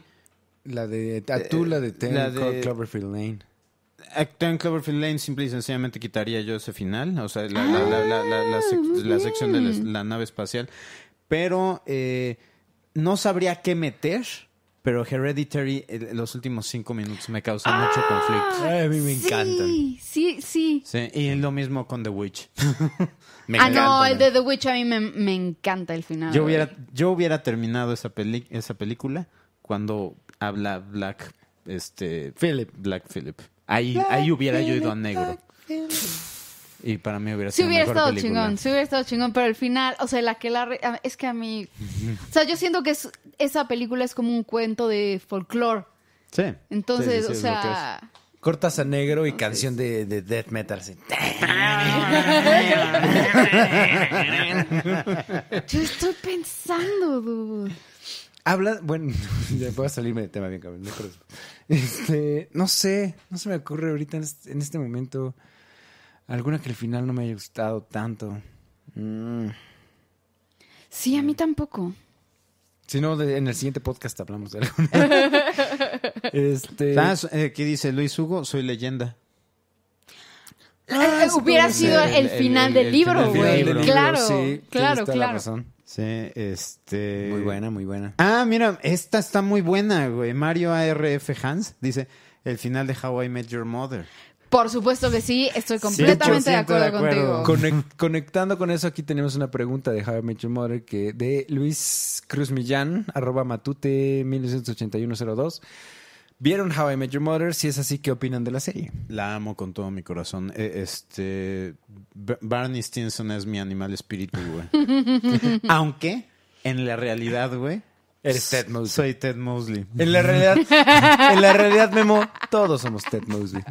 [SPEAKER 3] La de. A tú, Eh, la de Ten
[SPEAKER 2] la de-
[SPEAKER 3] Clo- Cloverfield Lane.
[SPEAKER 2] Acto en Cloverfield Lane simple y sencillamente quitaría yo ese final, o sea, la, la- la- la- la- la sec-
[SPEAKER 4] Ah,
[SPEAKER 2] la sección de la, la nave espacial. Pero eh, no sabría qué meter, pero Hereditary eh, los últimos cinco minutos me causa mucho conflicto.
[SPEAKER 3] Ay, a mí me encantan.
[SPEAKER 4] Ah, Sí, sí, sí.
[SPEAKER 2] Sí, y lo mismo con The Witch. Me
[SPEAKER 4] ah, no,
[SPEAKER 2] encantan.
[SPEAKER 4] el de The Witch a mí me, me encanta el final.
[SPEAKER 2] Yo
[SPEAKER 4] güey.
[SPEAKER 2] hubiera, yo hubiera terminado esa, peli esa película cuando habla Black, este...
[SPEAKER 3] Philip.
[SPEAKER 2] Black Philip. Ahí, ahí hubiera yo ido a negro. Y para mí hubiera
[SPEAKER 4] Si
[SPEAKER 2] sido
[SPEAKER 4] hubiera
[SPEAKER 2] mejor
[SPEAKER 4] estado
[SPEAKER 2] película.
[SPEAKER 4] chingón, si hubiera estado chingón, pero el final, o sea, la que la... re- a- Es que a mí... O sea, yo siento que es- esa película es como un cuento de folclore.
[SPEAKER 2] Sí.
[SPEAKER 4] Entonces,
[SPEAKER 2] Sí, sí, sí,
[SPEAKER 4] o
[SPEAKER 2] es lo que es.
[SPEAKER 4] sea...
[SPEAKER 3] Cortas a negro y canción de, de death metal. así.
[SPEAKER 4] Yo estoy pensando, dude.
[SPEAKER 3] Habla, bueno, ya voy a salirme del tema bien, cabrón. No, creo. Este, no sé, no se me ocurre ahorita en este, en este momento alguna que al final no me haya gustado tanto. Mm.
[SPEAKER 4] Sí, a mí tampoco.
[SPEAKER 3] Si no, de- en el siguiente podcast hablamos de alguna. este,
[SPEAKER 2] ¿Sabes? Eh, Aquí dice Luis Hugo, soy leyenda.
[SPEAKER 4] Eh, hubiera sido el,
[SPEAKER 2] Ah, ser. El- el-
[SPEAKER 4] final
[SPEAKER 2] el-
[SPEAKER 4] del
[SPEAKER 2] el
[SPEAKER 4] libro,
[SPEAKER 2] final del
[SPEAKER 4] güey.
[SPEAKER 2] libro.
[SPEAKER 4] Claro,
[SPEAKER 3] Sí, tienes
[SPEAKER 4] claro,
[SPEAKER 3] toda la
[SPEAKER 4] claro.
[SPEAKER 3] razón.
[SPEAKER 2] Sí, este.
[SPEAKER 3] Muy buena, muy buena.
[SPEAKER 2] Ah, mira, esta está muy buena, güey. Mario ARF Hans dice: El final de How I Met Your Mother.
[SPEAKER 4] Por supuesto que sí, estoy completamente de
[SPEAKER 2] 100% de
[SPEAKER 4] acuerdo
[SPEAKER 2] acuerdo.
[SPEAKER 4] contigo.
[SPEAKER 3] Conec- conectando con eso, aquí tenemos una pregunta de Javier Mitchell Mother que de Luis Cruz Millán, arroba matute 198102. ¿Vieron How I Met Your Mother? Si es así, ¿qué opinan de la serie?
[SPEAKER 2] La amo con todo mi corazón. Eh, Este. B- Barney Stinson es mi animal espíritu, güey. Aunque, en la realidad, güey.
[SPEAKER 3] Eres Ted Mosby.
[SPEAKER 2] Soy Ted Mosley.
[SPEAKER 3] En la realidad, en la realidad, Memo, todos somos Ted Mosby.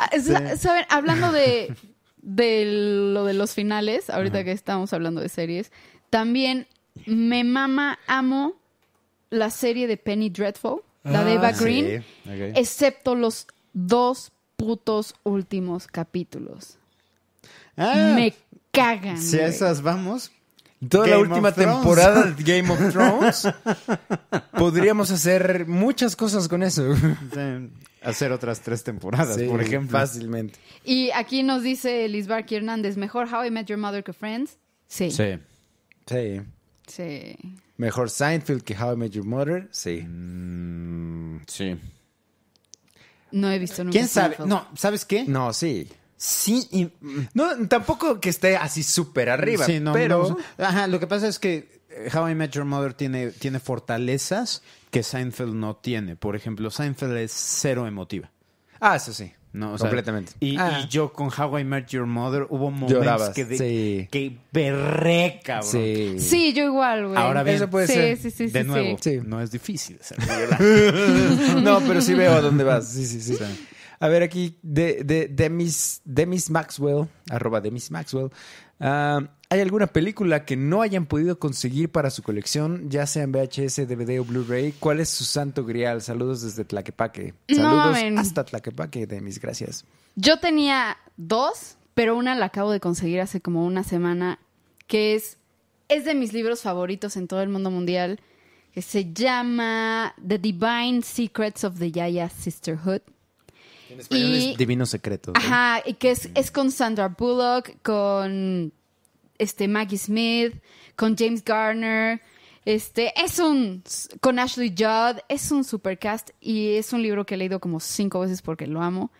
[SPEAKER 4] Ah, sa- Saben, hablando de, de lo de los finales, ahorita que estamos hablando de series, también me mama, amo la serie de Penny Dreadful, la de
[SPEAKER 2] Ah,
[SPEAKER 4] Eva Green,
[SPEAKER 2] Ok.
[SPEAKER 4] excepto los dos putos últimos capítulos.
[SPEAKER 2] Ah,
[SPEAKER 4] Me cagan.
[SPEAKER 2] si a
[SPEAKER 4] güey.
[SPEAKER 2] esas vamos.
[SPEAKER 3] Toda la
[SPEAKER 2] Game
[SPEAKER 3] última
[SPEAKER 2] of Thrones.
[SPEAKER 3] temporada de Game of Thrones, podríamos hacer muchas cosas con eso.
[SPEAKER 2] eh, Hacer otras tres temporadas,
[SPEAKER 3] Sí,
[SPEAKER 2] por ejemplo.
[SPEAKER 3] Fácilmente.
[SPEAKER 4] Y aquí nos dice Liz Barky Hernández, mejor How I Met Your Mother que Friends. Sí. Sí.
[SPEAKER 2] Sí.
[SPEAKER 3] Sí. Mejor Seinfeld que How I Met Your Mother. Sí.
[SPEAKER 2] Mm, sí.
[SPEAKER 4] No he visto nunca.
[SPEAKER 2] ¿Quién sabe?
[SPEAKER 4] Seinfeld.
[SPEAKER 2] No, ¿sabes qué?
[SPEAKER 3] No, sí.
[SPEAKER 2] Sí, y- mm.
[SPEAKER 3] No, tampoco que esté así súper arriba,
[SPEAKER 2] Sí, no,
[SPEAKER 3] pero...
[SPEAKER 2] vamos a- Ajá, lo que pasa es que eh, How I Met Your Mother tiene, tiene fortalezas que Seinfeld no tiene. Por ejemplo, Seinfeld es cero emotiva.
[SPEAKER 3] Ah, eso sí.
[SPEAKER 2] No, O sea,
[SPEAKER 3] completamente.
[SPEAKER 2] y,
[SPEAKER 3] Ah.
[SPEAKER 2] y yo con How I Met Your Mother hubo momentos
[SPEAKER 3] Llorabas,
[SPEAKER 2] que, de,
[SPEAKER 3] sí.
[SPEAKER 2] que berré, cabrón.
[SPEAKER 3] Sí.
[SPEAKER 4] Sí, yo igual, güey.
[SPEAKER 2] Ahora bien,
[SPEAKER 3] Eso puede
[SPEAKER 4] sí,
[SPEAKER 3] ser.
[SPEAKER 4] sí, sí, sí,
[SPEAKER 2] de
[SPEAKER 4] sí.
[SPEAKER 2] nuevo,
[SPEAKER 3] Sí.
[SPEAKER 2] no es difícil. hacer-
[SPEAKER 3] No, pero sí veo a dónde vas. Sí, sí, sí. A ver, aquí de, de, de, Miss, de Miss Maxwell, arroba de Miss Maxwell. ah, ¿Hay alguna película que no hayan podido conseguir para su colección, ya sea en VHS, DVD o Blu-ray? ¿Cuál es su santo grial? Saludos desde Tlaquepaque.
[SPEAKER 4] No
[SPEAKER 3] Saludos
[SPEAKER 4] mamen.
[SPEAKER 3] hasta Tlaquepaque, de mis gracias.
[SPEAKER 4] Yo tenía dos, pero una la acabo de conseguir hace como una semana, que es, es de mis libros favoritos en todo el mundo mundial, que se llama The Divine Secrets of the Yaya Sisterhood. Y,
[SPEAKER 3] Divino secreto.
[SPEAKER 4] ajá, y que es, es con Sandra Bullock, con este Maggie Smith, con James Garner. Este es un con Ashley Judd, es un supercast y es un libro que he leído como cinco veces porque lo amo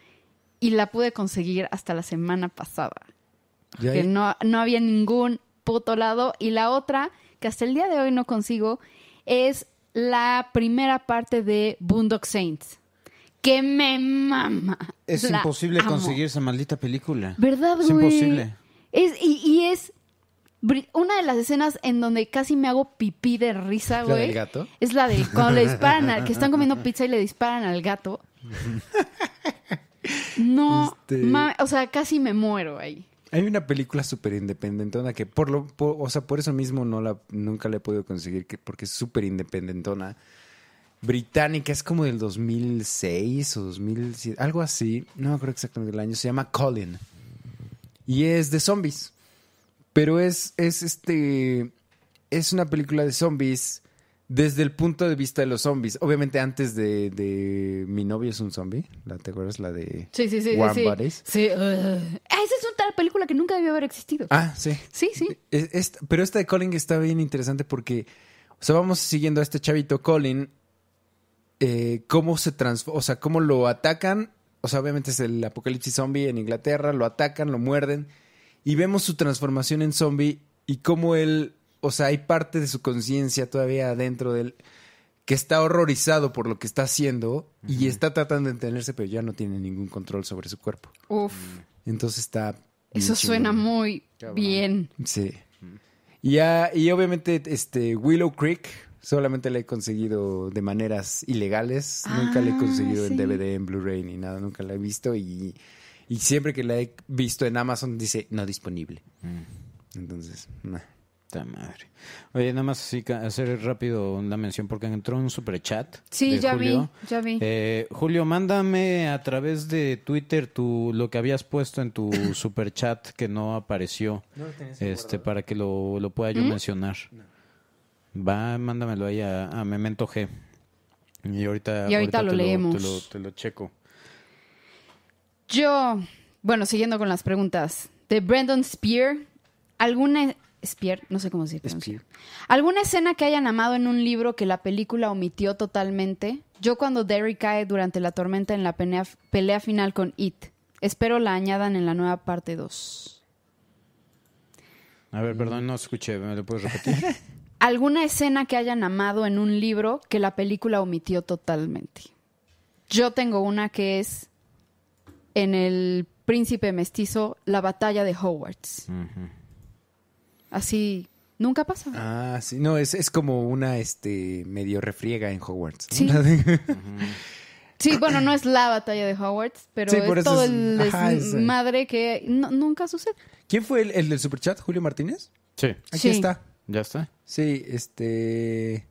[SPEAKER 4] y la pude conseguir hasta la semana pasada. Que no, no había ningún puto lado. Y la otra, que hasta el día de hoy no consigo, es la primera parte de Boondock Saints. Que me mama.
[SPEAKER 2] es
[SPEAKER 4] La
[SPEAKER 2] imposible
[SPEAKER 4] amo.
[SPEAKER 2] conseguir esa maldita película.
[SPEAKER 4] ¿Verdad,
[SPEAKER 2] Es
[SPEAKER 4] güey?
[SPEAKER 2] imposible.
[SPEAKER 4] Es, y, y es bri- una de las escenas en donde casi me hago pipí de risa,
[SPEAKER 3] ¿La
[SPEAKER 4] güey.
[SPEAKER 3] del gato?
[SPEAKER 4] Es la de cuando le disparan al que están comiendo pizza y le disparan al gato. No,
[SPEAKER 3] Este
[SPEAKER 4] ma- o sea, casi me muero ahí.
[SPEAKER 3] Hay una película súper independentona que por lo, por- o sea, por eso mismo no la, nunca la he podido conseguir, que, porque es súper independentona. británica, es como del 2006 o 2007, algo así, no me acuerdo exactamente el año, se llama Colin. Y es de zombies. Pero es, es este. Es una película de zombies desde el punto de vista de los zombies. Obviamente antes de, de Mi novio es un zombie. ¿la- ¿Te acuerdas la de
[SPEAKER 4] Sí, sí, sí.
[SPEAKER 3] Warm
[SPEAKER 4] sí, sí.
[SPEAKER 3] Bodies?
[SPEAKER 4] Sí, ugh. Ah, esa es otra película que nunca debió haber existido.
[SPEAKER 3] Ah, sí.
[SPEAKER 4] Sí, sí.
[SPEAKER 3] Es- es- pero esta de Colin está bien interesante porque, o sea, vamos siguiendo a este chavito Colin, eh, cómo se transforma, o sea, cómo lo atacan, o sea, obviamente es el apocalipsis zombie en Inglaterra, lo atacan, lo muerden, y vemos su transformación en zombie y cómo él, o sea, hay parte de su conciencia todavía adentro de él que está horrorizado por lo que está haciendo y está tratando de entenderse, pero ya no tiene ningún control sobre su cuerpo.
[SPEAKER 4] Uf.
[SPEAKER 3] Entonces está... bien
[SPEAKER 4] Eso suena
[SPEAKER 3] chingón.
[SPEAKER 4] muy bien.
[SPEAKER 3] Sí. Y, ya- y obviamente este Willow Creek solamente la he conseguido de maneras ilegales. nunca la he
[SPEAKER 4] Ah,
[SPEAKER 3] conseguido en
[SPEAKER 4] sí.
[SPEAKER 3] DVD, en Blu-ray ni nada. Nunca la he visto y, y siempre que la he visto en Amazon dice no disponible. Entonces, nah.
[SPEAKER 2] Puta madre. Oye, nada más así ca- hacer rápido la mención porque entró un superchat.
[SPEAKER 4] Sí,
[SPEAKER 2] de
[SPEAKER 4] ya vi,
[SPEAKER 2] Julio.
[SPEAKER 4] ya vi.
[SPEAKER 2] Eh, Julio, mándame a través de Twitter tu, lo que habías puesto en tu superchat que no apareció. este, para que lo, lo pueda yo mencionar. Va, mándamelo ahí a, a Memento G. Y ahorita,
[SPEAKER 4] Y ahorita lo
[SPEAKER 2] te
[SPEAKER 4] leemos.
[SPEAKER 2] te, lo, te lo checo.
[SPEAKER 4] Yo, bueno, siguiendo con las preguntas. De Brandon Spear, ¿alguna. Spear, no sé cómo se pronuncia. ¿Alguna escena que hayan amado en un libro que la película omitió totalmente? Yo cuando Derry cae durante la tormenta en la pelea, pelea final con It. Espero la añadan en la nueva parte 2.
[SPEAKER 2] A ver, perdón, no escuché. ¿Me lo puedes repetir?
[SPEAKER 4] ¿Alguna escena que hayan amado en un libro que la película omitió totalmente? Yo tengo una que es en El Príncipe Mestizo, la batalla de Hogwarts. Así, nunca pasa.
[SPEAKER 3] Ah, sí. No, es, es como una este medio refriega en Hogwarts. ¿no?
[SPEAKER 4] Sí.
[SPEAKER 3] La de-
[SPEAKER 4] Sí, bueno, no es la batalla de Hogwarts, pero
[SPEAKER 3] Sí, por
[SPEAKER 4] es
[SPEAKER 3] eso
[SPEAKER 4] todo
[SPEAKER 3] es-
[SPEAKER 4] el
[SPEAKER 3] ajá, es, eh.
[SPEAKER 4] madre que no- nunca sucede.
[SPEAKER 3] ¿Quién fue el, el del superchat? ¿Julio Martínez?
[SPEAKER 2] sí,
[SPEAKER 3] Aquí
[SPEAKER 4] Sí.
[SPEAKER 3] está.
[SPEAKER 2] ya está.
[SPEAKER 3] Sí, este...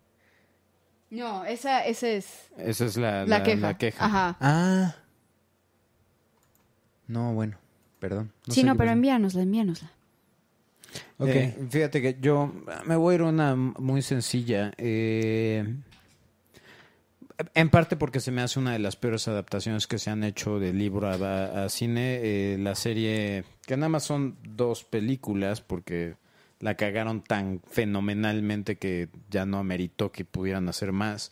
[SPEAKER 4] No, esa, esa es
[SPEAKER 2] Esa es la,
[SPEAKER 4] la, queja.
[SPEAKER 2] la queja.
[SPEAKER 4] Ajá.
[SPEAKER 3] Ah. No, bueno, perdón.
[SPEAKER 4] sí,
[SPEAKER 3] sé
[SPEAKER 4] no,
[SPEAKER 3] qué
[SPEAKER 4] pero
[SPEAKER 3] pasó.
[SPEAKER 4] envíanosla, envíanosla.
[SPEAKER 3] Ok.
[SPEAKER 2] Eh, fíjate que yo me voy a ir a una muy sencilla. eh, en parte porque se me hace una de las peores adaptaciones que se han hecho de libro a, a cine. eh, la serie, que nada más son dos películas, porque la cagaron tan fenomenalmente que ya no ameritó que pudieran hacer más.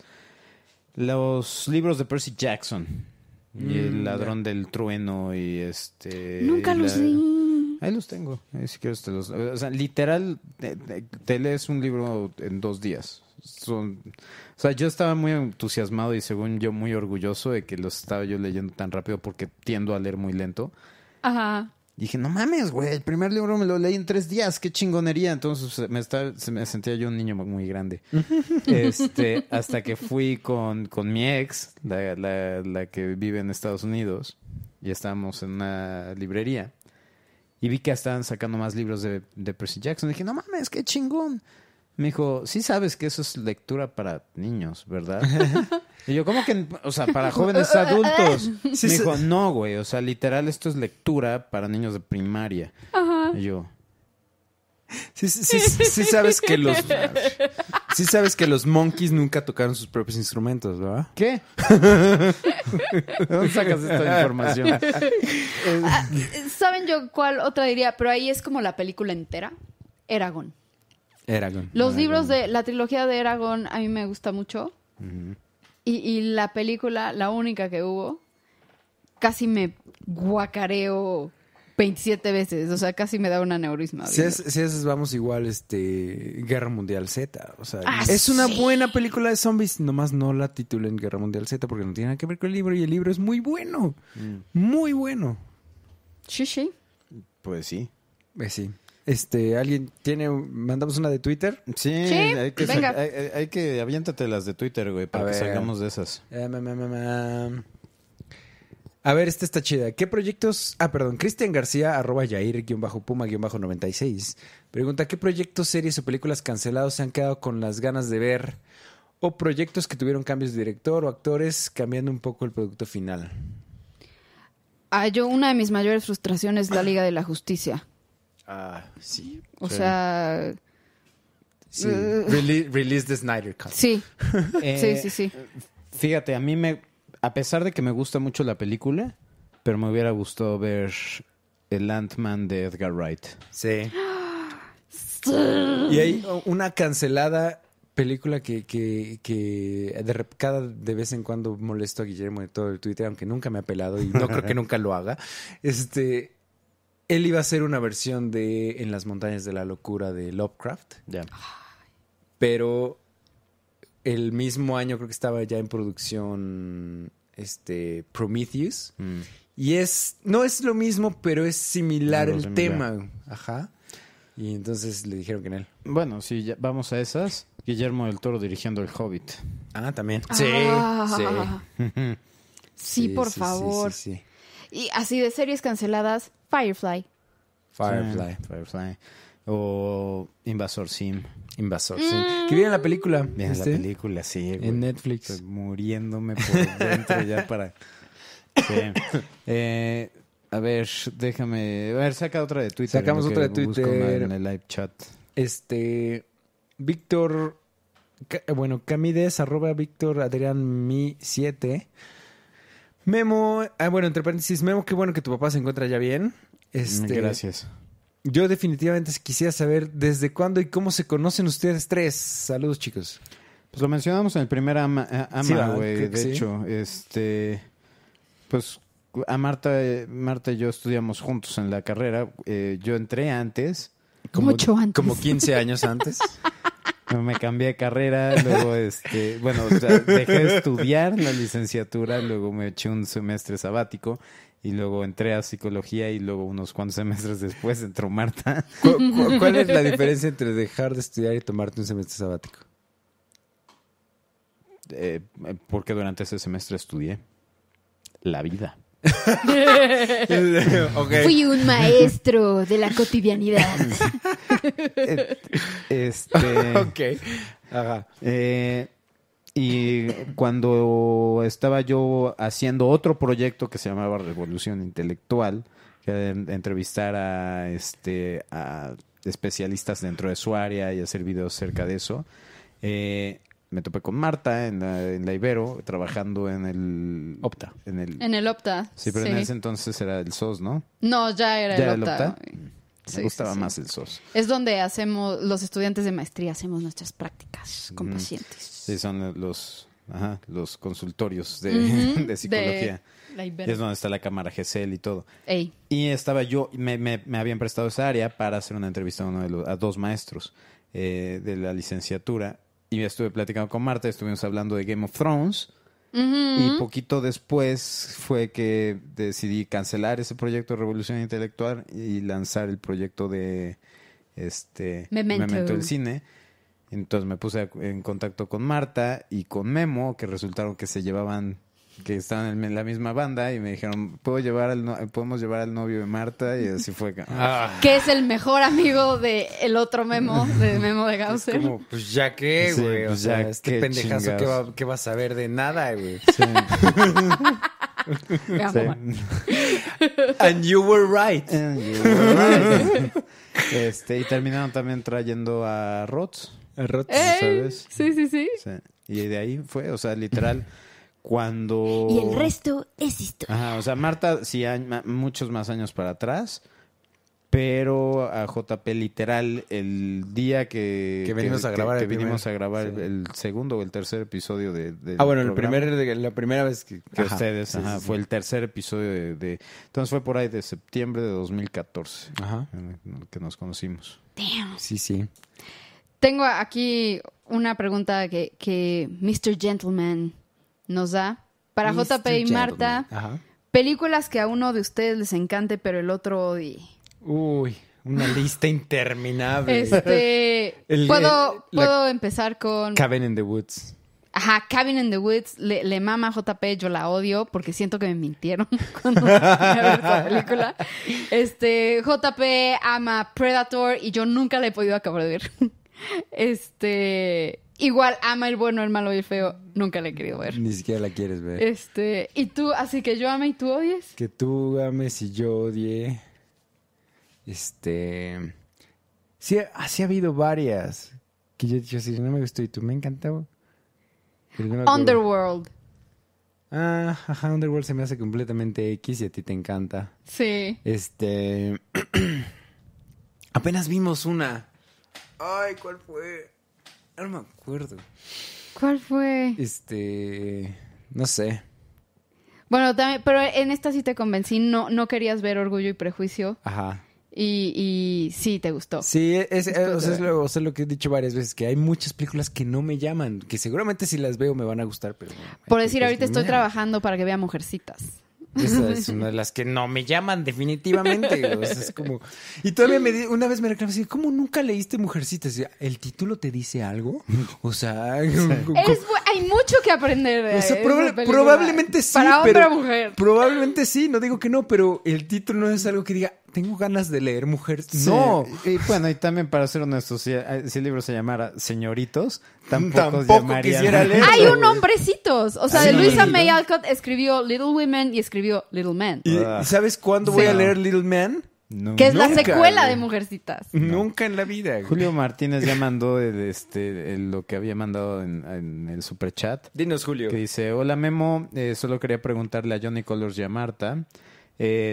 [SPEAKER 2] Los libros de Percy Jackson. Y el ladrón del trueno y este...
[SPEAKER 4] nunca
[SPEAKER 2] y
[SPEAKER 4] los
[SPEAKER 2] la-
[SPEAKER 4] leí.
[SPEAKER 2] Ahí los tengo. Ahí si quieres te los. eh, O sea, literal, te, te- te lees un libro en dos días. Son, o sea, yo estaba muy entusiasmado y según yo muy orgulloso de que los estaba yo leyendo tan rápido porque tiendo a leer muy lento.
[SPEAKER 4] Ajá.
[SPEAKER 2] Dije, no mames, güey, el primer libro me lo leí en tres días, qué chingonería. Entonces me, estaba- se me sentía yo un niño muy grande. este, hasta que fui con, con mi ex, la, la- la que vive en Estados Unidos, y estábamos en una librería. Y vi que estaban sacando más libros de, de Percy Jackson. Dije, no mames, qué chingón. Me dijo, sí sabes que eso es lectura para niños, ¿verdad? y yo, ¿cómo que? O sea, para jóvenes adultos.
[SPEAKER 3] Sí,
[SPEAKER 2] me
[SPEAKER 3] sí.
[SPEAKER 2] dijo, no, güey, o sea, literal, esto es lectura para niños de primaria. Y yo,
[SPEAKER 3] Sí, sí, sí, sí, sí sabes que los... Sí sabes que los monkeys nunca tocaron sus propios instrumentos, ¿verdad?
[SPEAKER 2] ¿qué? ¿De dónde sacas esta información?
[SPEAKER 4] ¿Saben yo cuál otra diría? Pero ahí es como la película entera. Eragon.
[SPEAKER 3] Eragon.
[SPEAKER 4] Los libros de la trilogía de Eragon a mí me gusta mucho. y, y la película, la única que hubo, casi me guacareo 27 veces. O sea, casi me da un aneurisma.
[SPEAKER 3] Si es,
[SPEAKER 4] viendo.
[SPEAKER 3] si es- vamos igual, este... Guerra Mundial Z, o sea...
[SPEAKER 4] Ah,
[SPEAKER 3] es una
[SPEAKER 4] sí.
[SPEAKER 3] buena película de zombies, nomás no la titulen Guerra Mundial Z porque no tiene nada que ver con el libro y el libro es muy bueno.
[SPEAKER 2] Mm.
[SPEAKER 3] Muy bueno.
[SPEAKER 4] Sí, sí.
[SPEAKER 2] Pues sí.
[SPEAKER 3] Eh, sí. Este, alguien tiene... Mandamos una de Twitter.
[SPEAKER 2] Sí,
[SPEAKER 4] Sí, pues
[SPEAKER 2] hay, que
[SPEAKER 4] venga.
[SPEAKER 2] sac- hay, hay- hay que aviéntate las de Twitter, güey, para
[SPEAKER 3] A
[SPEAKER 2] que
[SPEAKER 3] ver.
[SPEAKER 2] salgamos de esas.
[SPEAKER 3] Em, em, em, em, em. A ver, esta está chida. ¿Qué proyectos? Ah, perdón, Cristian García, arroba Yair, guión bajo Puma, guión bajo 96. Pregunta, ¿qué proyectos, series o películas cancelados se han quedado con las ganas de ver? o proyectos que tuvieron cambios de director o actores cambiando un poco el producto final.
[SPEAKER 4] Ah, yo, una de mis mayores frustraciones es la Liga de la Justicia.
[SPEAKER 3] Ah, sí.
[SPEAKER 4] O sea,
[SPEAKER 3] Sí. Rele- release the Snyder Cut.
[SPEAKER 4] sí, sí,
[SPEAKER 2] Eh,
[SPEAKER 4] sí, sí.
[SPEAKER 2] Fíjate, a mí me. A pesar de que me gusta mucho la película, pero me hubiera gustado ver El Ant-Man de Edgar Wright.
[SPEAKER 3] Sí. Y hay una cancelada película que, que, que de rep- cada de vez en cuando molesto a Guillermo de todo el Twitter, aunque nunca me ha pelado y no creo que nunca lo haga. Este, él iba a hacer una versión de En las montañas de la locura de Lovecraft,
[SPEAKER 2] Ya.
[SPEAKER 4] Ah.
[SPEAKER 3] pero el mismo año creo que estaba ya en producción este Prometheus
[SPEAKER 2] Mm.
[SPEAKER 3] y es no es lo mismo, pero es similar
[SPEAKER 2] Algo
[SPEAKER 3] el
[SPEAKER 2] similar.
[SPEAKER 3] tema, ajá. Y entonces le dijeron que en él.
[SPEAKER 2] Bueno, sí, ya- vamos a esas. Guillermo del Toro dirigiendo El Hobbit.
[SPEAKER 3] Ah, también.
[SPEAKER 4] Ah. Sí, por
[SPEAKER 3] sí,
[SPEAKER 4] favor.
[SPEAKER 3] sí, sí, sí.
[SPEAKER 4] Y así de series canceladas, Firefly.
[SPEAKER 3] Firefly.
[SPEAKER 2] Sí, Firefly. O Invasor Sim.
[SPEAKER 3] Invasor. sí. Que viene la película.
[SPEAKER 2] Bien,
[SPEAKER 3] ¿viste?
[SPEAKER 2] la película, sí. güey.
[SPEAKER 3] En Netflix.
[SPEAKER 2] Estoy muriéndome por dentro ya para. Sí. Eh, a ver, déjame. A ver, saca otra de Twitter.
[SPEAKER 3] Sacamos
[SPEAKER 2] en lo
[SPEAKER 3] otra
[SPEAKER 2] que
[SPEAKER 3] de
[SPEAKER 2] busco una
[SPEAKER 3] Twitter.
[SPEAKER 2] En el live chat.
[SPEAKER 3] Este. Víctor. Ca- Bueno, Camides, arroba Víctor Adrián Mi 7. Memo. Ah, bueno, entre paréntesis, Memo, qué bueno que tu papá se encuentra ya bien. Este,
[SPEAKER 2] Gracias.
[SPEAKER 3] Yo definitivamente quisiera saber desde cuándo y cómo se conocen ustedes tres. Saludos, chicos.
[SPEAKER 2] Pues lo mencionamos en el primer ama, a- ama,
[SPEAKER 3] Sí, ¿verdad?
[SPEAKER 2] güey,
[SPEAKER 3] Creo que
[SPEAKER 2] de
[SPEAKER 3] sí.
[SPEAKER 2] hecho, este, pues a Marta, eh, Marta y yo estudiamos juntos en la carrera. eh, yo entré antes,
[SPEAKER 4] Mucho antes.
[SPEAKER 3] Como 15 años antes.
[SPEAKER 2] me cambié de carrera, luego, este, bueno, o sea, dejé de estudiar la licenciatura, luego me eché un semestre sabático y luego entré a psicología y luego unos cuantos semestres después entró Marta.
[SPEAKER 3] ¿Cu- cu- cuál es la diferencia entre dejar de estudiar y tomarte un semestre sabático?
[SPEAKER 2] eh, porque durante ese semestre estudié la vida.
[SPEAKER 4] Fui un maestro de la cotidianidad.
[SPEAKER 3] Eh,
[SPEAKER 2] Este,
[SPEAKER 3] Ajá.
[SPEAKER 2] Eh, y cuando estaba yo haciendo otro proyecto que se llamaba Revolución Intelectual, que era en- entrevistar a, este, a especialistas dentro de su área y hacer videos acerca de eso, eh, me topé con Marta en la, en la Ibero, trabajando en el...
[SPEAKER 3] Opta.
[SPEAKER 2] En el,
[SPEAKER 4] En el Opta.
[SPEAKER 2] sí, pero en ese entonces era el SOS, ¿no?
[SPEAKER 4] No, ya
[SPEAKER 2] ¿Ya
[SPEAKER 4] era el
[SPEAKER 2] era el
[SPEAKER 4] Opta.
[SPEAKER 2] Opta?
[SPEAKER 4] güey. Sí,
[SPEAKER 2] Me gustaba
[SPEAKER 4] sí, sí.
[SPEAKER 2] más el SOS.
[SPEAKER 4] Es donde hacemos, los estudiantes de maestría hacemos nuestras prácticas
[SPEAKER 2] Mm,
[SPEAKER 4] con pacientes.
[SPEAKER 2] Sí, son los, ajá, los consultorios de,
[SPEAKER 4] Ujú,
[SPEAKER 2] de psicología.
[SPEAKER 4] la Ibero.
[SPEAKER 2] Y es donde está la cámara GESEL y todo.
[SPEAKER 4] Ey.
[SPEAKER 2] Y estaba yo, me, me- me habían prestado esa área para hacer una entrevista a, uno de los- a dos maestros eh, de la licenciatura. Y estuve platicando con Marta, estuvimos hablando de Game of Thrones. Y poquito después fue que decidí cancelar ese proyecto de Revolución Intelectual y lanzar el proyecto de este
[SPEAKER 4] Memento.
[SPEAKER 2] del Cine. Entonces me puse en contacto con Marta y con Memo, que resultaron que se llevaban, que estaban en la misma banda y me dijeron, ¿Puedo llevar al no- podemos llevar al novio de Marta y así fue. "Ah,
[SPEAKER 3] Ah,
[SPEAKER 4] Que es el mejor amigo de el otro Memo, de Memo de eh. Gausser.
[SPEAKER 3] Como, pues ya qué,
[SPEAKER 2] Sí,
[SPEAKER 3] güey. o
[SPEAKER 2] pues ya
[SPEAKER 3] sea, este
[SPEAKER 2] qué
[SPEAKER 3] pendejazo que
[SPEAKER 2] chingados.
[SPEAKER 3] va, que va a saber de nada, güey.
[SPEAKER 4] Me amo, man.
[SPEAKER 3] And you were right.
[SPEAKER 2] eh, este, y terminaron también trayendo a Rots.
[SPEAKER 4] Ey,
[SPEAKER 2] ¿Sabes?
[SPEAKER 4] Sí, sí, sí.
[SPEAKER 2] Sí. Y de ahí fue, o sea, literal, cuando...
[SPEAKER 6] Y el resto es historia.
[SPEAKER 2] Ajá, o sea, Marta sí, hay ma- muchos más años para atrás, pero a JP literal, el día que...
[SPEAKER 3] Que venimos a grabar
[SPEAKER 2] que
[SPEAKER 3] el primer-
[SPEAKER 2] vinimos a grabar
[SPEAKER 3] sí.
[SPEAKER 2] el segundo o el tercer episodio de... del
[SPEAKER 3] Ah, bueno, el
[SPEAKER 2] programa
[SPEAKER 3] primer, de- la primera vez que, este,
[SPEAKER 2] que
[SPEAKER 3] Ajá.
[SPEAKER 2] ustedes,
[SPEAKER 3] Sí,
[SPEAKER 2] ajá,
[SPEAKER 3] sí, sí.
[SPEAKER 2] fue el tercer episodio de, de- Entonces fue por ahí de septiembre de 2014
[SPEAKER 3] Ajá.
[SPEAKER 2] en el que nos conocimos.
[SPEAKER 3] Sí, sí.
[SPEAKER 4] Tengo aquí una pregunta que, que Mr. Gentleman nos da. Para JP y Marta,
[SPEAKER 3] Este Ajá.
[SPEAKER 4] películas que a uno de ustedes les encante, pero el otro odie.
[SPEAKER 3] Uy, una lista interminable.
[SPEAKER 4] Este,
[SPEAKER 3] El- eh,
[SPEAKER 4] puedo,
[SPEAKER 3] la-
[SPEAKER 4] puedo empezar con...
[SPEAKER 3] Cabin in the Woods.
[SPEAKER 4] Ajá, Cabin in the Woods, le, le mama a JP, yo la odio porque siento que me mintieron cuando fui a ver esa película. Este, JP ama Predator y yo nunca la he podido acabar de ver. Este, igual ama el bueno, el malo y el feo. Nunca la he querido ver.
[SPEAKER 3] Ni siquiera la quieres ver.
[SPEAKER 4] Este, y tú, así que yo ame y tú odies.
[SPEAKER 3] Que tú ames y yo odie. Este. Sí, así ha habido varias. Que yo he dicho así, no me gustó y tú me encantaba. Pero no me acuerdo.
[SPEAKER 4] Underworld.
[SPEAKER 3] Ah, ajá, Underworld se me hace completamente X y a ti te encanta.
[SPEAKER 4] Sí.
[SPEAKER 3] Este. Apenas vimos una. Ay, ¿cuál fue? No me acuerdo.
[SPEAKER 4] ¿Cuál fue?
[SPEAKER 3] Este. No sé.
[SPEAKER 4] Bueno, también, pero en esta sí te convencí. No, no querías ver Orgullo y Prejuicio.
[SPEAKER 3] Ajá.
[SPEAKER 4] Y, y sí, te gustó.
[SPEAKER 3] Sí, e-, es, es- o sea, es lo, o sea, lo que he dicho varias veces, que hay muchas películas que no me llaman, que seguramente si las veo me van a gustar, pero... no, hay
[SPEAKER 4] Por decir,
[SPEAKER 3] películas
[SPEAKER 4] ahorita
[SPEAKER 3] que no
[SPEAKER 4] estoy
[SPEAKER 3] me llaman.
[SPEAKER 4] trabajando para que vea Mujercitas.
[SPEAKER 3] Esa es una de las que no me llaman definitivamente. güey. O sea, es como... Y todavía me di- una vez me reclamé así, ¿cómo nunca leíste Mujercitas? Y yo, ¿El título te dice algo? O sea... ¿cómo-
[SPEAKER 4] Es bu- hay mucho que aprender de
[SPEAKER 3] O sea,
[SPEAKER 4] esa
[SPEAKER 3] proba-
[SPEAKER 4] película.
[SPEAKER 3] probablemente sí.
[SPEAKER 4] Para hombre
[SPEAKER 3] pero-
[SPEAKER 4] o mujer.
[SPEAKER 3] Probablemente sí, no digo que no, pero el título no es algo que diga, tengo ganas de leer mujer.
[SPEAKER 2] Sí,
[SPEAKER 3] No.
[SPEAKER 2] Y bueno, y también para ser honestos, si, eh, si el libro se llamara Señoritos, tampoco,
[SPEAKER 3] Tampoco
[SPEAKER 2] llamaría-
[SPEAKER 3] quisiera leerlo.
[SPEAKER 4] Hay
[SPEAKER 3] Eso,
[SPEAKER 4] un hombrecitos. O sea,
[SPEAKER 3] Sí.
[SPEAKER 4] Luisa May Alcott escribió Little Women y escribió Little Men.
[SPEAKER 3] ¿Y,
[SPEAKER 2] Ah.
[SPEAKER 3] y sabes cuándo voy
[SPEAKER 4] Sí.
[SPEAKER 3] a leer Little Man?
[SPEAKER 2] No.
[SPEAKER 4] que es la
[SPEAKER 3] nunca,
[SPEAKER 4] secuela de
[SPEAKER 3] güey.
[SPEAKER 4] Mujercitas.
[SPEAKER 3] Nunca en la vida. güey.
[SPEAKER 2] Julio Martínez ya mandó el, este, el- lo que había mandado en, en el superchat.
[SPEAKER 3] Dinos, Julio.
[SPEAKER 2] Que dice, hola Memo, eh, solo quería preguntarle a Johnny Colors y a Marta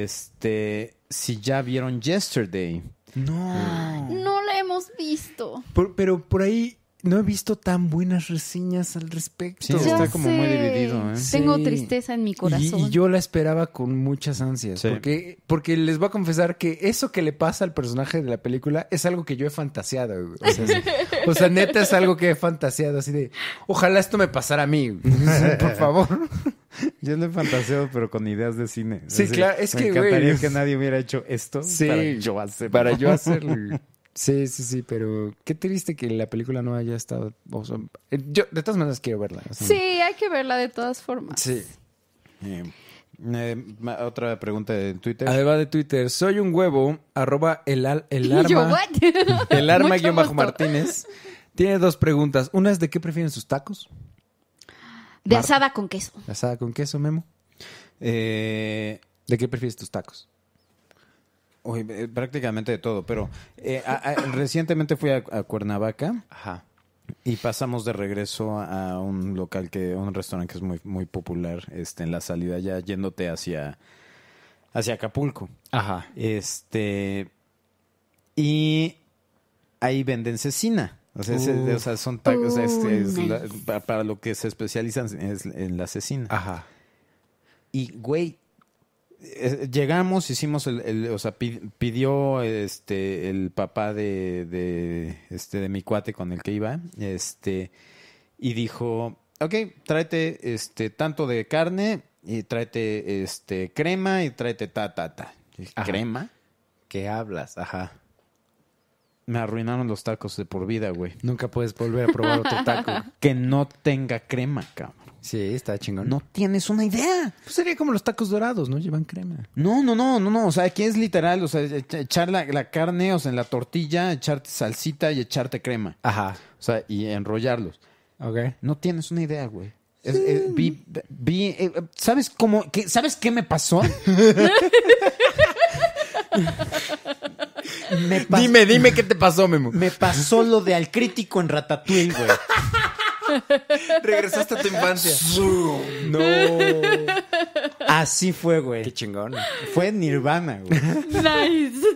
[SPEAKER 2] este, si ya vieron Yesterday.
[SPEAKER 3] No.
[SPEAKER 4] No la hemos visto.
[SPEAKER 3] Por- pero por ahí no he visto tan buenas reseñas al respecto.
[SPEAKER 2] Sí,
[SPEAKER 4] Ya
[SPEAKER 2] está como muy
[SPEAKER 4] sé.
[SPEAKER 2] dividido, ¿eh?
[SPEAKER 4] Tengo
[SPEAKER 3] Sí.
[SPEAKER 4] tristeza en mi
[SPEAKER 3] Y,
[SPEAKER 4] corazón.
[SPEAKER 3] y yo la esperaba con muchas ansias.
[SPEAKER 2] Sí.
[SPEAKER 3] Porque, porque les voy a confesar que eso que le pasa al personaje de la película es algo que yo he fantaseado. güey. O sea, sí. O sea, neta es algo que he fantaseado. Así de, ojalá esto me pasara a mí. güey. Por favor.
[SPEAKER 2] Yo lo he fantaseado, pero con ideas de cine.
[SPEAKER 3] Sí, claro, es
[SPEAKER 2] me
[SPEAKER 3] que, güey,
[SPEAKER 2] encantaría
[SPEAKER 3] es-
[SPEAKER 2] que nadie hubiera hecho esto
[SPEAKER 3] Sí,
[SPEAKER 2] para yo hacerlo.
[SPEAKER 3] Para yo hacerlo. güey. Sí, sí, sí, pero qué triste que la película no haya estado. o sea, eh, yo de todas maneras quiero verla. o sea.
[SPEAKER 4] Sí, hay que verla de todas formas.
[SPEAKER 3] Sí.
[SPEAKER 2] Eh, eh, ma- otra pregunta en Twitter.
[SPEAKER 3] Además de Twitter, soy un huevo, arroba el, al- el
[SPEAKER 4] Y
[SPEAKER 3] arma.
[SPEAKER 4] yo, what?
[SPEAKER 3] El arma
[SPEAKER 4] Mucho
[SPEAKER 3] guión bajo
[SPEAKER 4] gusto.
[SPEAKER 3] Martínez. Tiene dos preguntas. Una es de qué prefieren sus tacos.
[SPEAKER 4] De
[SPEAKER 3] Mar-
[SPEAKER 4] asada con queso.
[SPEAKER 3] Asada con queso, Memo.
[SPEAKER 2] Eh,
[SPEAKER 3] ¿De qué prefieres tus tacos?
[SPEAKER 2] uy, eh, prácticamente de todo, pero eh, a- a- recientemente fui a, a Cuernavaca
[SPEAKER 3] Ajá.
[SPEAKER 2] y pasamos de regreso a un local que, un restaurante que es muy, muy popular este, en la salida, ya yéndote hacia, hacia Acapulco.
[SPEAKER 3] Ajá.
[SPEAKER 2] Este. Y ahí venden cecina. O sea, ese-
[SPEAKER 3] Uf.
[SPEAKER 2] o sea, son tacos.
[SPEAKER 4] Uy,
[SPEAKER 2] este, es la-
[SPEAKER 4] nice.
[SPEAKER 2] pa- para lo que se especializan es en la cecina.
[SPEAKER 3] Ajá.
[SPEAKER 2] Y, güey, eh, llegamos, hicimos el, el- o sea, pi- pidió este el papá de, de, este de mi cuate con el que iba, este y dijo, ok, tráete este tanto de carne y tráete este crema y tráete ta ta ta." Y dije,
[SPEAKER 3] Ajá.
[SPEAKER 2] ¿Crema?
[SPEAKER 3] ¿Qué hablas? Ajá.
[SPEAKER 2] Me arruinaron los tacos de por vida, güey.
[SPEAKER 3] Nunca puedes volver a probar otro taco.
[SPEAKER 2] Que no tenga crema, cabrón.
[SPEAKER 3] Sí, está chingón.
[SPEAKER 2] No tienes una idea.
[SPEAKER 3] Pues sería como los tacos dorados, ¿no? Llevan crema.
[SPEAKER 2] No, no, no, no, no. O sea, aquí es literal. O sea, e- echar la, la carne, o sea, en la tortilla, echarte salsita y echarte crema.
[SPEAKER 3] Ajá.
[SPEAKER 2] O sea, y enrollarlos.
[SPEAKER 3] Ok.
[SPEAKER 2] No tienes una idea, güey. Es- eh, vi, vi, eh, eh, ¿sabes cómo? Qué, ¿Sabes qué me pasó? me, pas-
[SPEAKER 3] Dime, dime qué te pasó, Memo.
[SPEAKER 2] me pasó lo de al crítico en Ratatouille, güey.
[SPEAKER 3] Regresaste a tu infancia. no.
[SPEAKER 2] Así fue,
[SPEAKER 3] Qué
[SPEAKER 2] güey.
[SPEAKER 3] chingón.
[SPEAKER 2] Fue Nirvana, güey.
[SPEAKER 4] Nice.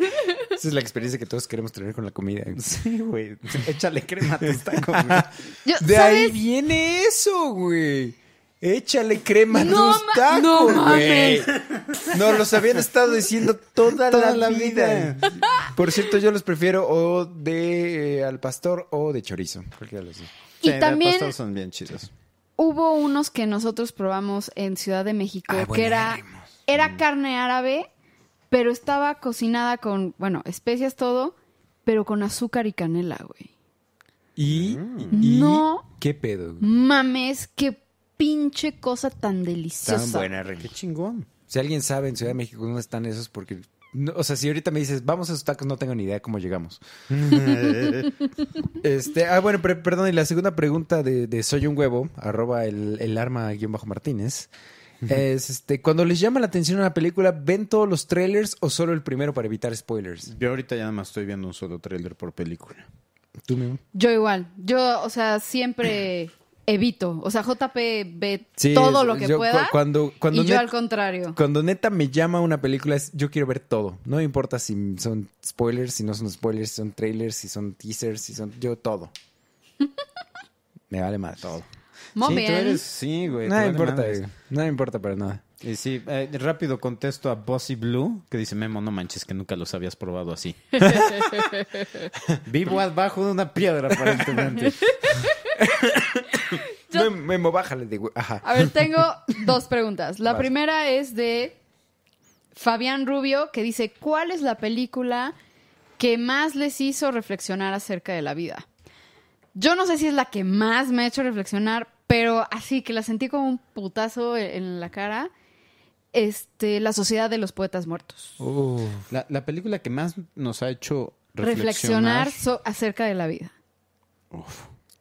[SPEAKER 3] Esa es la experiencia que todos queremos tener con la comida. Mm.
[SPEAKER 2] Sí, güey. Échale crema a tus tacos, güey.
[SPEAKER 4] Yo,
[SPEAKER 3] De ahí
[SPEAKER 4] ¿sabes?
[SPEAKER 3] viene eso, güey. Échale crema a
[SPEAKER 4] No
[SPEAKER 3] tus
[SPEAKER 4] ma-
[SPEAKER 3] tacos,
[SPEAKER 4] no
[SPEAKER 3] güey. No, los habían estado diciendo toda,
[SPEAKER 2] Toda
[SPEAKER 3] la,
[SPEAKER 2] la
[SPEAKER 3] vida.
[SPEAKER 2] vida.
[SPEAKER 3] Por cierto, yo los prefiero o de eh, al pastor o de chorizo. Cualquiera de los dos.
[SPEAKER 4] Y
[SPEAKER 2] Sí, los
[SPEAKER 4] también
[SPEAKER 2] pastos son bien chidos.
[SPEAKER 4] hubo unos que nosotros probamos en Ciudad de México,
[SPEAKER 3] Ah, Mm.
[SPEAKER 4] que era,
[SPEAKER 3] buenérrimos.
[SPEAKER 4] era carne árabe, pero estaba cocinada con, bueno, especias todo, pero con azúcar y canela, güey.
[SPEAKER 3] Y, y-
[SPEAKER 4] No.
[SPEAKER 3] ¿Qué pedo? güey?
[SPEAKER 4] Mames, qué pinche cosa tan deliciosa.
[SPEAKER 3] Estaban buenas,
[SPEAKER 2] ah, Qué
[SPEAKER 3] Ricky.
[SPEAKER 2] chingón.
[SPEAKER 3] Si alguien sabe en Ciudad de México dónde están esos, porque No, o sea, si ahorita me dices, vamos a esos tacos, no tengo ni idea de cómo llegamos. este, ah, bueno, pre- perdón, y la segunda pregunta de, de Soy un huevo, arroba el, el arma guión bajo Martínez. Es este, cuando les llama la atención una película, ¿ven todos los trailers o solo el primero para evitar spoilers?
[SPEAKER 2] Yo ahorita ya nada más estoy viendo un solo tráiler por película.
[SPEAKER 3] Tú mismo.
[SPEAKER 4] Yo igual. Yo, o sea, siempre evito. O sea, JP ve
[SPEAKER 3] Sí,
[SPEAKER 4] todo
[SPEAKER 3] es-
[SPEAKER 4] lo que
[SPEAKER 3] yo cu-
[SPEAKER 4] pueda.
[SPEAKER 3] cuando- cuando
[SPEAKER 4] y yo
[SPEAKER 3] net-
[SPEAKER 4] al contrario.
[SPEAKER 3] Cuando neta me llama una película, es, yo quiero ver todo. No me importa si son spoilers, si no son spoilers, si son trailers, si son teasers, si son. Yo todo. me vale más todo.
[SPEAKER 4] Muy
[SPEAKER 2] sí, tú
[SPEAKER 4] bien.
[SPEAKER 2] eres- sí, güey.
[SPEAKER 3] No me
[SPEAKER 2] te vale
[SPEAKER 3] importa,
[SPEAKER 2] madres.
[SPEAKER 3] güey. no me importa para nada.
[SPEAKER 2] Y sí, eh, rápido contesto a Bossy Blue, que dice, Memo, no manches que nunca los habías probado así. Vivo abajo de una piedra, aparentemente.
[SPEAKER 3] Memo, Memo, bájale de güey. Ajá.
[SPEAKER 4] A ver, tengo dos preguntas. La primera es de Fabián Rubio, que dice, ¿cuál es la película que más les hizo reflexionar acerca de la vida? Yo no sé si es la que más me ha hecho reflexionar, pero así que la sentí como un putazo en- en la cara. Este, la sociedad de los poetas muertos.
[SPEAKER 2] la, la película que más nos ha hecho reflexionar...
[SPEAKER 4] Reflexionar, so- acerca de la vida.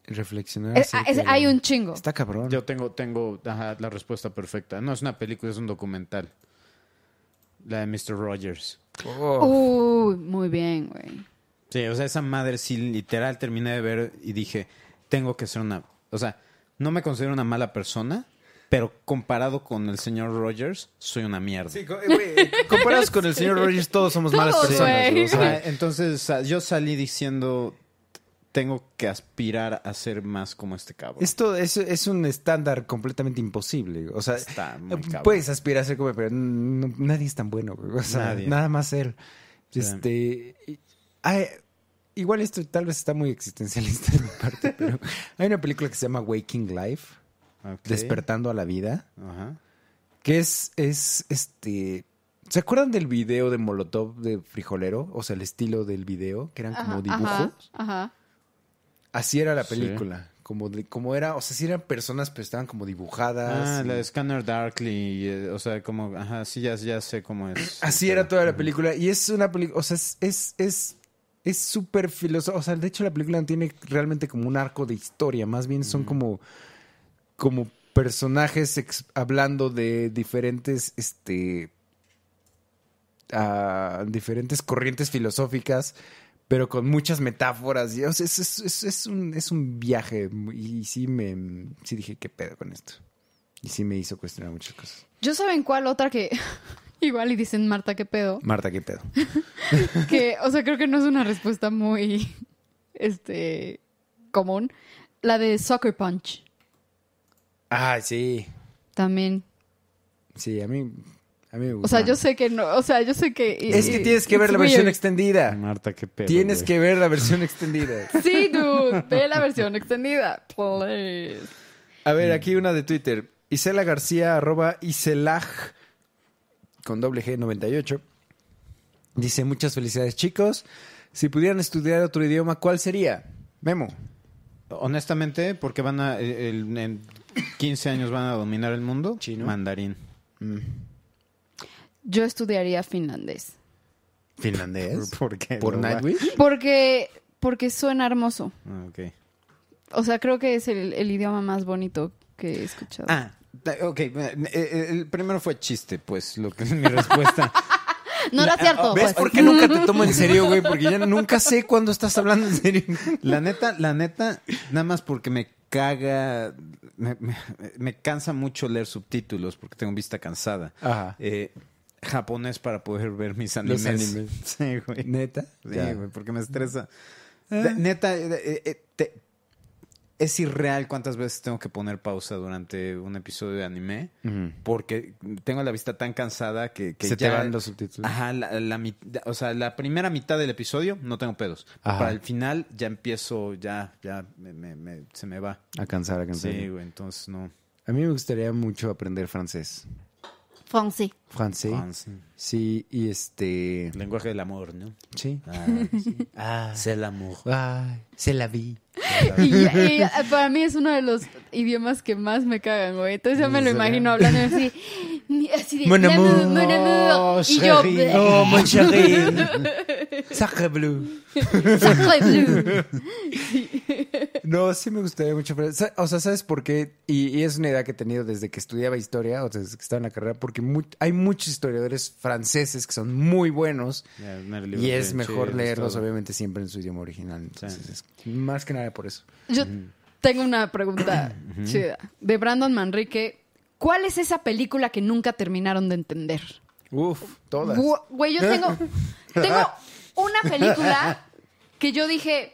[SPEAKER 3] Reflexionar.
[SPEAKER 4] Es-
[SPEAKER 3] acerca
[SPEAKER 4] es-
[SPEAKER 3] de la-
[SPEAKER 4] hay un chingo.
[SPEAKER 3] Está cabrón.
[SPEAKER 2] Yo tengo, tengo ajá, la respuesta perfecta. No es una película, es un documental. La de Mr. Rogers.
[SPEAKER 3] Oh.
[SPEAKER 4] Uy, muy bien, güey.
[SPEAKER 2] Sí, o sea, esa madre sí literal terminé de ver y dije, tengo que ser una... O sea, no me considero una mala persona, pero comparado con el señor Rogers, soy una mierda.
[SPEAKER 3] Sí, co- eh, güey, comparados con el señor Rogers, todos somos malas
[SPEAKER 4] Todos,
[SPEAKER 3] personas.
[SPEAKER 4] güey.
[SPEAKER 3] ¿no? O
[SPEAKER 2] O sea,
[SPEAKER 3] sea,
[SPEAKER 2] entonces sa- yo salí diciendo, tengo que aspirar a ser más como este cabrón.
[SPEAKER 3] Esto es, es un estándar completamente imposible. O sea,
[SPEAKER 2] Está muy cabrón.
[SPEAKER 3] eh, Em, puedes aspirar a ser como, él, pero no- nadie es tan bueno. güey. O sea,
[SPEAKER 2] Nadie.
[SPEAKER 3] nada más él.
[SPEAKER 2] Sí.
[SPEAKER 3] Este, y- ay, igual esto tal vez está muy existencialista de mi parte, pero hay una película que se llama Waking Life,
[SPEAKER 2] Ok.
[SPEAKER 3] Despertando a la Vida,
[SPEAKER 2] Ajá.
[SPEAKER 3] que es, es este... ¿Se acuerdan del video de Molotov de Frijolero? O sea, el estilo del video, que eran como dibujos.
[SPEAKER 4] Ajá, ajá.
[SPEAKER 3] Así era la
[SPEAKER 2] Sí.
[SPEAKER 3] película. Como, de- como era, o sea, sí eran personas, pero estaban como dibujadas.
[SPEAKER 2] Ah,
[SPEAKER 3] y-
[SPEAKER 2] la de Scanner Darkly, eh, o sea, como, ajá, sí, ya, ya sé cómo es.
[SPEAKER 3] Así era toda la película. Y es una película, o sea, es, es, es, es súper filosófica. O sea, de hecho la película no tiene realmente como un arco de historia. Más bien son como, como personajes ex- hablando de diferentes, este, ah, diferentes corrientes filosóficas. Pero con muchas metáforas. Y, o sea, es, es- es- es un, es un viaje. Y, sí me sí dije, ¿qué pedo con esto? Y sí me hizo cuestionar muchas cosas.
[SPEAKER 4] Yo saben cuál otra que igual y dicen Marta qué pedo,
[SPEAKER 3] Marta, ¿qué pedo?
[SPEAKER 4] que o sea, creo que no es una respuesta muy este común, la de Soccer Punch
[SPEAKER 3] Ah, sí.
[SPEAKER 4] también.
[SPEAKER 3] Sí, a mí, a mí me gusta.
[SPEAKER 4] O sea, yo sé que no, o sea, yo sé que
[SPEAKER 3] Es que tienes que ver
[SPEAKER 4] it's
[SPEAKER 3] la versión
[SPEAKER 4] weird.
[SPEAKER 3] extendida.
[SPEAKER 2] Marta, qué pedo.
[SPEAKER 3] tienes
[SPEAKER 2] güey.
[SPEAKER 3] que ver la versión extendida.
[SPEAKER 4] Sí, dude, ve la versión extendida, please.
[SPEAKER 3] A ver, aquí una de Twitter. Isela García, arroba Iselaj, con doble G 98. Dice, muchas felicidades, chicos. Si pudieran estudiar otro idioma, ¿cuál sería? Memo.
[SPEAKER 2] Honestamente, porque van a, eh, el- en 15 años van a dominar el mundo.
[SPEAKER 3] Chino.
[SPEAKER 2] Mandarín.
[SPEAKER 4] Yo estudiaría finlandés
[SPEAKER 3] Finlandés.
[SPEAKER 2] ¿Por qué?
[SPEAKER 3] Por
[SPEAKER 2] No va.
[SPEAKER 3] Nightwish.
[SPEAKER 4] porque porque suena hermoso.
[SPEAKER 2] Ah, ok.
[SPEAKER 4] O sea, creo que es el, el idioma más bonito que he escuchado.
[SPEAKER 2] Ah, da- ok. eh, eh, El primero fue chiste, pues, lo que es mi respuesta.
[SPEAKER 4] no era cierto.
[SPEAKER 3] ¿Ves
[SPEAKER 4] pues.
[SPEAKER 3] por qué nunca te tomo en serio, güey? Porque ya nunca sé cuándo estás hablando en serio.
[SPEAKER 2] La neta, la neta, nada más porque me caga, me, me- me cansa mucho leer subtítulos porque tengo vista cansada.
[SPEAKER 3] Ajá.
[SPEAKER 2] Eh, japonés para poder ver mis animes.
[SPEAKER 3] animes.
[SPEAKER 2] Sí, güey.
[SPEAKER 3] ¿Neta?
[SPEAKER 2] Sí,
[SPEAKER 3] Ya. Mm. Ah.
[SPEAKER 2] güey, porque me estresa. De- Neta, eh, eh, te- es irreal cuántas veces tengo que poner pausa durante un episodio de anime
[SPEAKER 3] Ujú.
[SPEAKER 2] porque tengo la vista tan cansada que, que
[SPEAKER 3] Se te
[SPEAKER 2] ya-
[SPEAKER 3] van los subtítulos.
[SPEAKER 2] Ajá, la, la mit- o sea, la primera mitad del episodio no tengo pedos.
[SPEAKER 3] Ajá.
[SPEAKER 2] Para el final ya empiezo, ya, ya me- me- me- se me va.
[SPEAKER 3] A cansar, a cansar.
[SPEAKER 2] Sí, güey, entonces no.
[SPEAKER 3] A mí me gustaría mucho aprender francés.
[SPEAKER 4] Fonsi.
[SPEAKER 3] Francés.
[SPEAKER 2] Ah, sí.
[SPEAKER 3] Sí, y este.
[SPEAKER 2] Lenguaje del amor, ¿no?
[SPEAKER 3] Sí.
[SPEAKER 2] Ah, sí. c'est l'amour.
[SPEAKER 3] Ay, se la vi.
[SPEAKER 4] Y, y, eh, para mí es uno de los idiomas que más me cagan, güey. Entonces ya me lo imagino hablando así. Ni- Así de,
[SPEAKER 3] Mon
[SPEAKER 4] "Mon
[SPEAKER 3] amour.
[SPEAKER 4] amour, mon amour". Y yo,
[SPEAKER 2] chérie.
[SPEAKER 4] "Bleh,
[SPEAKER 3] Oh, mon chéri. Sacre bleu.
[SPEAKER 4] sacre bleu.
[SPEAKER 3] No, sí me gustaría mucho. pero, sa- O sea, ¿sabes por qué? Y, y es una idea que he tenido desde que estudiaba historia o desde que estaba en la carrera, porque mu- hay muchos historiadores franceses que son muy buenos
[SPEAKER 2] Ya, leer libros
[SPEAKER 3] y es
[SPEAKER 2] bien
[SPEAKER 3] mejor
[SPEAKER 2] chidos,
[SPEAKER 3] leerlos,
[SPEAKER 2] todo.
[SPEAKER 3] obviamente, siempre en su idioma original. Entonces,
[SPEAKER 2] Sí.
[SPEAKER 3] es más que nada por eso.
[SPEAKER 4] Yo tengo una pregunta chida. De Brandon Manrique, ¿cuál es esa película que nunca terminaron de entender?
[SPEAKER 3] Uf, todas.
[SPEAKER 4] Gu- Güey, yo tengo, tengo una película que yo dije,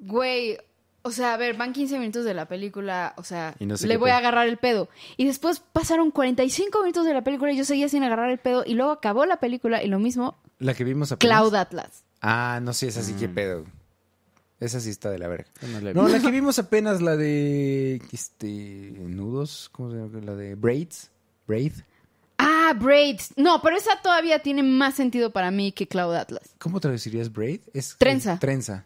[SPEAKER 4] güey, o sea, a ver, van 15 minutos de la película, o sea,
[SPEAKER 3] Y no sé
[SPEAKER 4] le
[SPEAKER 3] qué
[SPEAKER 4] voy a
[SPEAKER 3] pedo.
[SPEAKER 4] agarrar el pedo. Y después pasaron 45 minutos de la película y yo seguía sin agarrar el pedo y luego acabó la película y lo mismo,
[SPEAKER 3] La que vimos a
[SPEAKER 4] Cloud Atlas.
[SPEAKER 3] Ah, no, sí, esa sí que pedo. Esa sí está de la verga.
[SPEAKER 2] Yo Mm. no la he
[SPEAKER 3] No, la que vimos apenas, la de. Este. Nudos. ¿Cómo se llama? La de Braids. Braid.
[SPEAKER 4] Ah, Braids. No, pero esa todavía tiene más sentido para mí que Cloud Atlas.
[SPEAKER 3] ¿Cómo traducirías Braid? Es,
[SPEAKER 4] Trenza.
[SPEAKER 3] es trenza.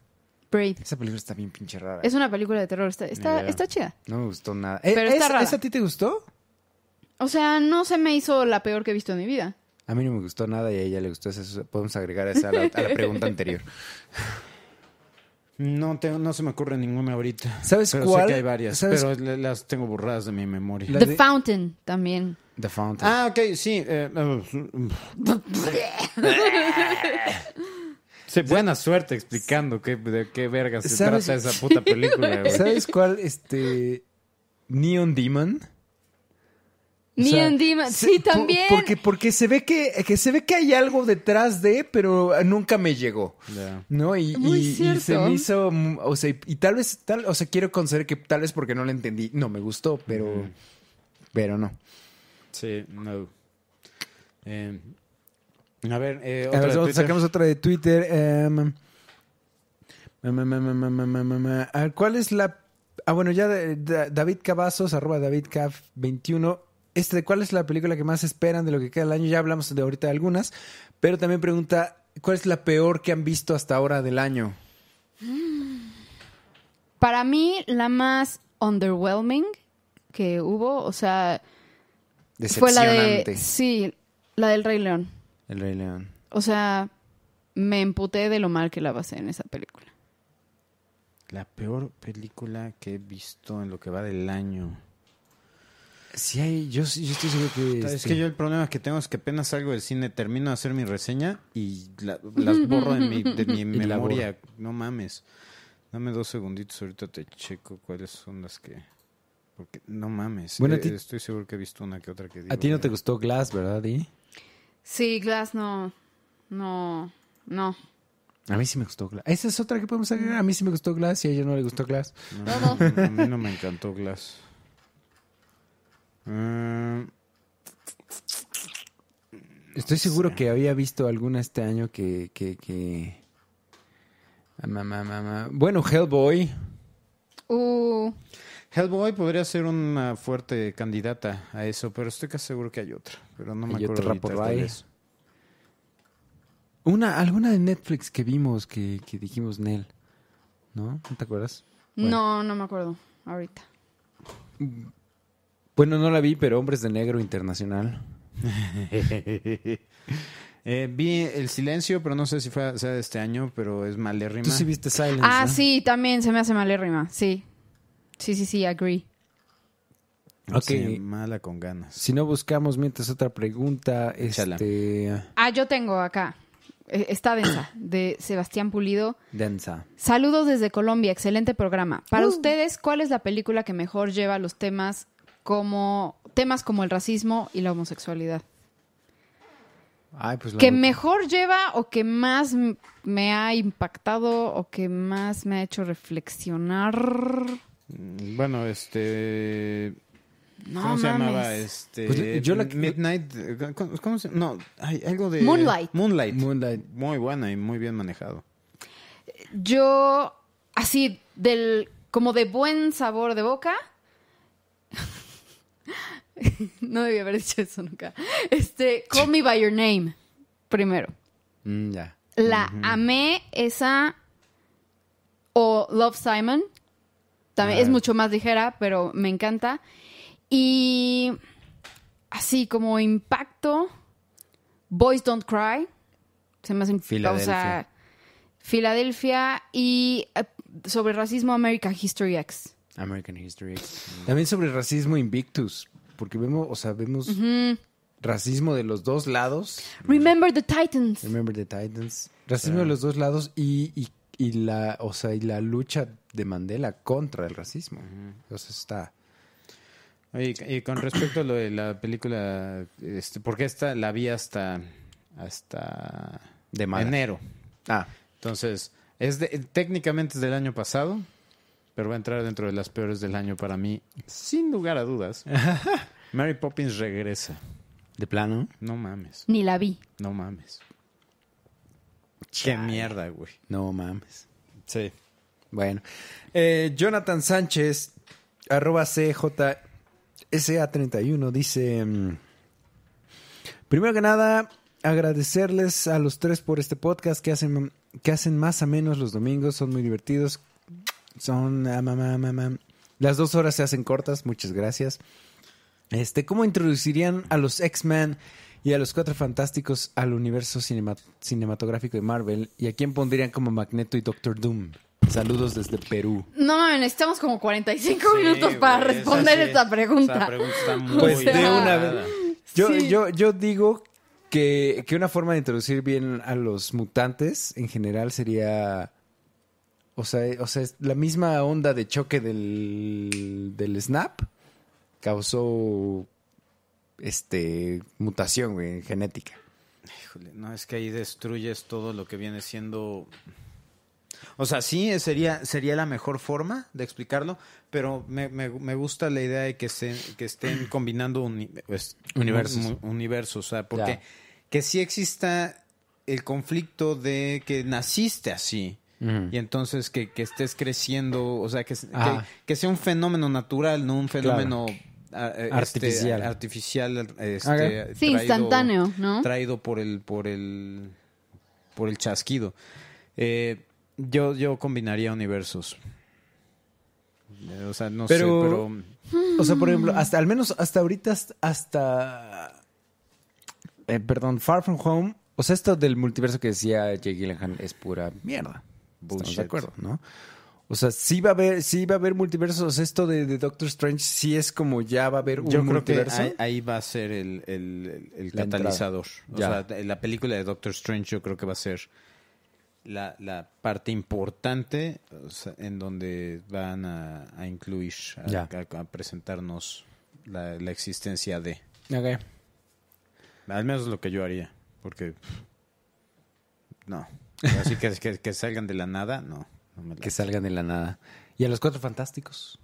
[SPEAKER 4] Braids.
[SPEAKER 3] Esa película está bien pinche rara.
[SPEAKER 4] Es una película de terror, está, está,
[SPEAKER 2] idea.
[SPEAKER 4] está chida.
[SPEAKER 3] No me gustó nada. Eh,
[SPEAKER 4] Pero está
[SPEAKER 3] ¿esa-
[SPEAKER 4] rara.
[SPEAKER 3] ¿Esa a ti te gustó?
[SPEAKER 4] O sea, no se me hizo la peor que he visto en mi vida.
[SPEAKER 3] A mí no me gustó nada y a ella le gustó. Esa, podemos agregar esa a la, a la pregunta anterior.
[SPEAKER 2] No, tengo- no se me ocurre ninguna ahorita.
[SPEAKER 3] ¿Sabes
[SPEAKER 2] pero
[SPEAKER 3] cuál?
[SPEAKER 2] Sé que hay varias,
[SPEAKER 3] ¿Sabes-
[SPEAKER 2] pero le- las tengo borradas de mi memoria.
[SPEAKER 3] La
[SPEAKER 4] The
[SPEAKER 3] de-
[SPEAKER 4] Fountain también.
[SPEAKER 3] The Fountain.
[SPEAKER 2] Ah, ok, sí. eh, eh, sí, buena suerte explicando qué, de qué verga se
[SPEAKER 3] ¿Sabes?
[SPEAKER 2] trata esa puta película, güey.
[SPEAKER 3] ¿Sabes cuál? Este. Neon Demon. O
[SPEAKER 4] Neon
[SPEAKER 3] sea,
[SPEAKER 4] Demon.
[SPEAKER 3] se-
[SPEAKER 4] Sí,
[SPEAKER 3] por-
[SPEAKER 4] también.
[SPEAKER 3] Porque, porque se ve que, que se ve que hay algo detrás de, pero nunca me llegó.
[SPEAKER 2] Ya.
[SPEAKER 3] ¿No? Y,
[SPEAKER 4] Muy
[SPEAKER 3] y- y
[SPEAKER 4] cierto.
[SPEAKER 3] se me hizo. mm, O sea, y tal vez, tal, o sea, quiero conceder que tal vez porque no lo entendí. No me gustó, pero. Pero no.
[SPEAKER 2] Mm, Sí, no. Eh, a ver, eh,
[SPEAKER 3] A
[SPEAKER 2] otra
[SPEAKER 3] ver,
[SPEAKER 2] de
[SPEAKER 3] vamos-
[SPEAKER 2] Twitter.
[SPEAKER 3] sacamos otra de Twitter. em, em, em, em, em, em, em, em, em. Ah, ¿Cuál es la...? Ah, bueno, ya de- da- David Cavazos, arroba David Cav 21. Este, ¿Cuál es la película que más esperan de lo que queda del año? Ya hablamos de ahorita de algunas, pero también pregunta, ¿cuál es la peor que han visto hasta ahora del año?
[SPEAKER 4] Para mí, la más underwhelming que hubo, o sea, fue la
[SPEAKER 3] Decepcionante.
[SPEAKER 4] de. Sí, la del Rey León.
[SPEAKER 3] El Rey León.
[SPEAKER 4] O sea, me emputé de lo mal que la pasé en esa película.
[SPEAKER 2] La peor película que he visto en lo que va del año.
[SPEAKER 3] Sí, hay, yo, sí- yo estoy seguro que...
[SPEAKER 2] Es
[SPEAKER 3] este,
[SPEAKER 2] que yo el problema que tengo es que apenas salgo del cine, termino de hacer mi reseña y la- las borro de mi, de mi
[SPEAKER 3] la
[SPEAKER 2] memoria. No mames. Dame dos segunditos, ahorita te checo cuáles son las que... Porque no mames.
[SPEAKER 3] Bueno, a
[SPEAKER 2] Eh,
[SPEAKER 3] ti-
[SPEAKER 2] estoy seguro que he visto una que otra que digo, eh,
[SPEAKER 3] A ti no te
[SPEAKER 2] "Mira".
[SPEAKER 3] gustó Glass, ¿verdad, Di?
[SPEAKER 4] Sí, Glass, no. No. No.
[SPEAKER 3] A mí sí me gustó Glass. Esa es otra que podemos agregar. A mí sí me gustó Glass y a ella no le gustó Glass.
[SPEAKER 2] No, no, A mí no me encantó Glass. Mm,
[SPEAKER 3] Estoy seguro que había visto alguna este año que... que, que... Ah, Ama, ama, ama, ama. Bueno, Hellboy.
[SPEAKER 4] Uh,
[SPEAKER 2] Hellboy podría ser una fuerte candidata a eso, pero estoy casi seguro que hay otra. Pero no me
[SPEAKER 3] Hay
[SPEAKER 2] acuerdo
[SPEAKER 3] otra
[SPEAKER 2] ahorita
[SPEAKER 3] por
[SPEAKER 2] cuál
[SPEAKER 3] ahí.
[SPEAKER 2] es.
[SPEAKER 3] Una, alguna de Netflix que vimos, que, que dijimos Nel. ¿No? ¿No te acuerdas?
[SPEAKER 4] No, no me acuerdo. Ahorita.
[SPEAKER 3] Bueno, no la vi, pero Hombres de Negro Internacional.
[SPEAKER 2] Eh, vi El Silencio, pero no sé si fue sea de este año, pero es malérrima.
[SPEAKER 3] Tú sí viste Silence,
[SPEAKER 4] Ah,
[SPEAKER 3] ¿no?
[SPEAKER 4] sí, también se me hace malérrima. Sí. Sí, sí, sí, agree.
[SPEAKER 3] Ok.
[SPEAKER 2] Sí, mala con ganas.
[SPEAKER 3] Si no buscamos mientras otra pregunta,
[SPEAKER 2] Échala.
[SPEAKER 3] este...
[SPEAKER 4] Ah, yo tengo acá. Eh, Está densa, de Sebastián Pulido.
[SPEAKER 3] Densa.
[SPEAKER 4] Saludos desde Colombia, excelente programa. Para ustedes, ¿cuál es la película que mejor lleva los temas como temas como el racismo y la homosexualidad?
[SPEAKER 3] Ay, pues la
[SPEAKER 4] ¿Que
[SPEAKER 3] nota.
[SPEAKER 4] mejor lleva o que más m- me ha impactado o que más me ha hecho reflexionar?
[SPEAKER 2] Mm, Bueno, este.
[SPEAKER 4] No
[SPEAKER 2] ¿Cómo se llamaba?
[SPEAKER 4] mames.
[SPEAKER 2] Este.
[SPEAKER 3] Pues, yo la-
[SPEAKER 2] Midnight. eh, ¿cómo, cómo se No, hay algo de.
[SPEAKER 4] Moonlight.
[SPEAKER 2] Moonlight.
[SPEAKER 3] Moonlight.
[SPEAKER 2] Muy buena y muy bien manejado.
[SPEAKER 4] Yo así del como de buen sabor de boca. no debí haber dicho eso nunca. Este, Call Me by Your Name primero.
[SPEAKER 3] Mm, ya.
[SPEAKER 4] La amé esa o Love Simon. También es mucho más ligera, pero me encanta. Y así como impacto, Boys Don't Cry, se me hacen
[SPEAKER 5] Filadelfia.
[SPEAKER 4] pausa. Filadelfia y eh, sobre racismo American History X.
[SPEAKER 5] American History X. Mm.
[SPEAKER 3] También sobre racismo invictus, porque vemos, o sea, vemos racismo de los dos lados.
[SPEAKER 4] Remember the Titans.
[SPEAKER 3] Remember the Titans. Racismo de los dos lados y, y- y la, o sea, y la lucha de Mandela contra el racismo. Entonces está.
[SPEAKER 2] Oye, y y con respecto a lo de la película, este, porque esta la vi hasta hasta
[SPEAKER 3] De malas.
[SPEAKER 2] enero.
[SPEAKER 3] Ah,
[SPEAKER 2] Entonces, es de- técnicamente es del año pasado, pero va a entrar dentro de las peores del año para mí, sin lugar a dudas. Mary Poppins regresa.
[SPEAKER 3] de plano.
[SPEAKER 2] No mames,
[SPEAKER 4] Ni la vi.
[SPEAKER 2] no mames. Qué mierda, güey.
[SPEAKER 3] No mames.
[SPEAKER 2] Sí.
[SPEAKER 3] Bueno. Eh, Jonathan Sánchez, arroba CJSA31, dice... mm, Primero que nada, agradecerles a los tres por este podcast que hacen, que hacen más a menos los domingos. Son muy divertidos. Son... ah, ma, ma, ma, ma. Las dos horas se hacen cortas. Muchas gracias. Este, ¿Cómo introducirían a los X-Men y a los Cuatro Fantásticos al universo cinema- cinematográfico de Marvel? ¿Y a quién pondrían como Magneto y Doctor Doom? Saludos desde Perú.
[SPEAKER 4] No mames, necesitamos como 45 minutos para responder esta pregunta.
[SPEAKER 2] Esa pregunta está muy
[SPEAKER 4] Pues de
[SPEAKER 3] una
[SPEAKER 2] rara.
[SPEAKER 3] Yo,
[SPEAKER 4] Sí.
[SPEAKER 3] yo, yo digo que, que una forma de introducir bien a los mutantes en general sería... O sea, o sea, es la misma onda de choque del, del Snap causó este mutación güey, genética.
[SPEAKER 2] Híjole, no, es que ahí destruyes todo lo que viene siendo. O sea, sí, eh, sería, sería la mejor forma de explicarlo, pero me, me- me gusta la idea de que, se, que estén combinando uni- pues,
[SPEAKER 3] Universos.
[SPEAKER 2] mu- mu- universos. O sea, porque
[SPEAKER 3] Ya.
[SPEAKER 2] que sí exista el conflicto de que naciste así. Y entonces que, que estés creciendo, o sea, que, que-
[SPEAKER 3] Ah.
[SPEAKER 2] que sea un fenómeno natural, no un fenómeno ah, eh, este,
[SPEAKER 3] Artificial.
[SPEAKER 2] artificial, este,
[SPEAKER 3] Ok.
[SPEAKER 4] Sí, instantáneo, ¿no?
[SPEAKER 2] traído por el por el por el chasquido. Eh, yo yo combinaría universos. Eh, O sea, no
[SPEAKER 3] Pero-
[SPEAKER 2] sé, pero
[SPEAKER 3] O sea, por ejemplo, hasta al menos hasta ahorita hasta- hasta eh, perdón, Far From Home, o sea, esto del multiverso que decía Jake Gyllenhaal es pura mierda. Estamos
[SPEAKER 2] Bullshit.
[SPEAKER 3] de acuerdo, ¿no? O sea, sí va a haber, sí va a haber multiversos. Esto de, de Doctor Strange sí es como ya va a haber un
[SPEAKER 2] yo creo que
[SPEAKER 3] multiverso.
[SPEAKER 2] ahí, ahí va a ser el, el- el
[SPEAKER 3] La
[SPEAKER 2] catalizador.
[SPEAKER 3] entrada.
[SPEAKER 2] O sea, la película de Doctor Strange yo creo que va a ser la, la parte importante o sea, en donde van a, a incluir, a,
[SPEAKER 3] Ya.
[SPEAKER 2] a- a presentarnos la, la existencia de.
[SPEAKER 3] Ok.
[SPEAKER 2] Al menos lo que yo haría, porque no. Así que, que, que salgan de la nada, no. no me late.
[SPEAKER 3] Que salgan de la nada. Y a los cuatro fantásticos.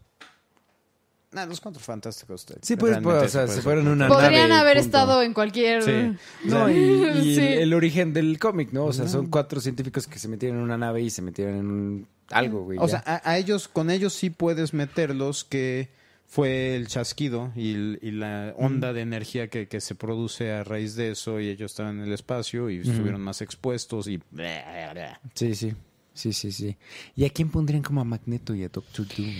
[SPEAKER 2] Nah, los cuatro fantásticos. te-
[SPEAKER 3] Sí, pues,
[SPEAKER 2] realmente
[SPEAKER 3] pues, o
[SPEAKER 2] se
[SPEAKER 3] sea,
[SPEAKER 2] puede
[SPEAKER 3] se fueron una
[SPEAKER 4] Podrían
[SPEAKER 3] nave,
[SPEAKER 4] haber
[SPEAKER 3] punto.
[SPEAKER 4] estado en cualquier...
[SPEAKER 2] Sí. O sea,
[SPEAKER 3] No, y, y
[SPEAKER 4] Sí.
[SPEAKER 3] el, el origen del cómic, ¿no? O sea, son cuatro científicos que se metieron en una nave y se metieron en un- algo, güey.
[SPEAKER 2] o
[SPEAKER 3] ya.
[SPEAKER 2] sea, a, a ellos, con ellos sí puedes meterlos que fue el chasquido y, el- y la
[SPEAKER 3] Mm.
[SPEAKER 2] onda de energía que, que se produce a raíz de eso y ellos estaban en el espacio
[SPEAKER 3] Mm.
[SPEAKER 2] y estuvieron más expuestos y...
[SPEAKER 3] Sí, sí. Sí, sí, sí. ¿Y a quién pondrían como a Magneto y a Doctor Doom?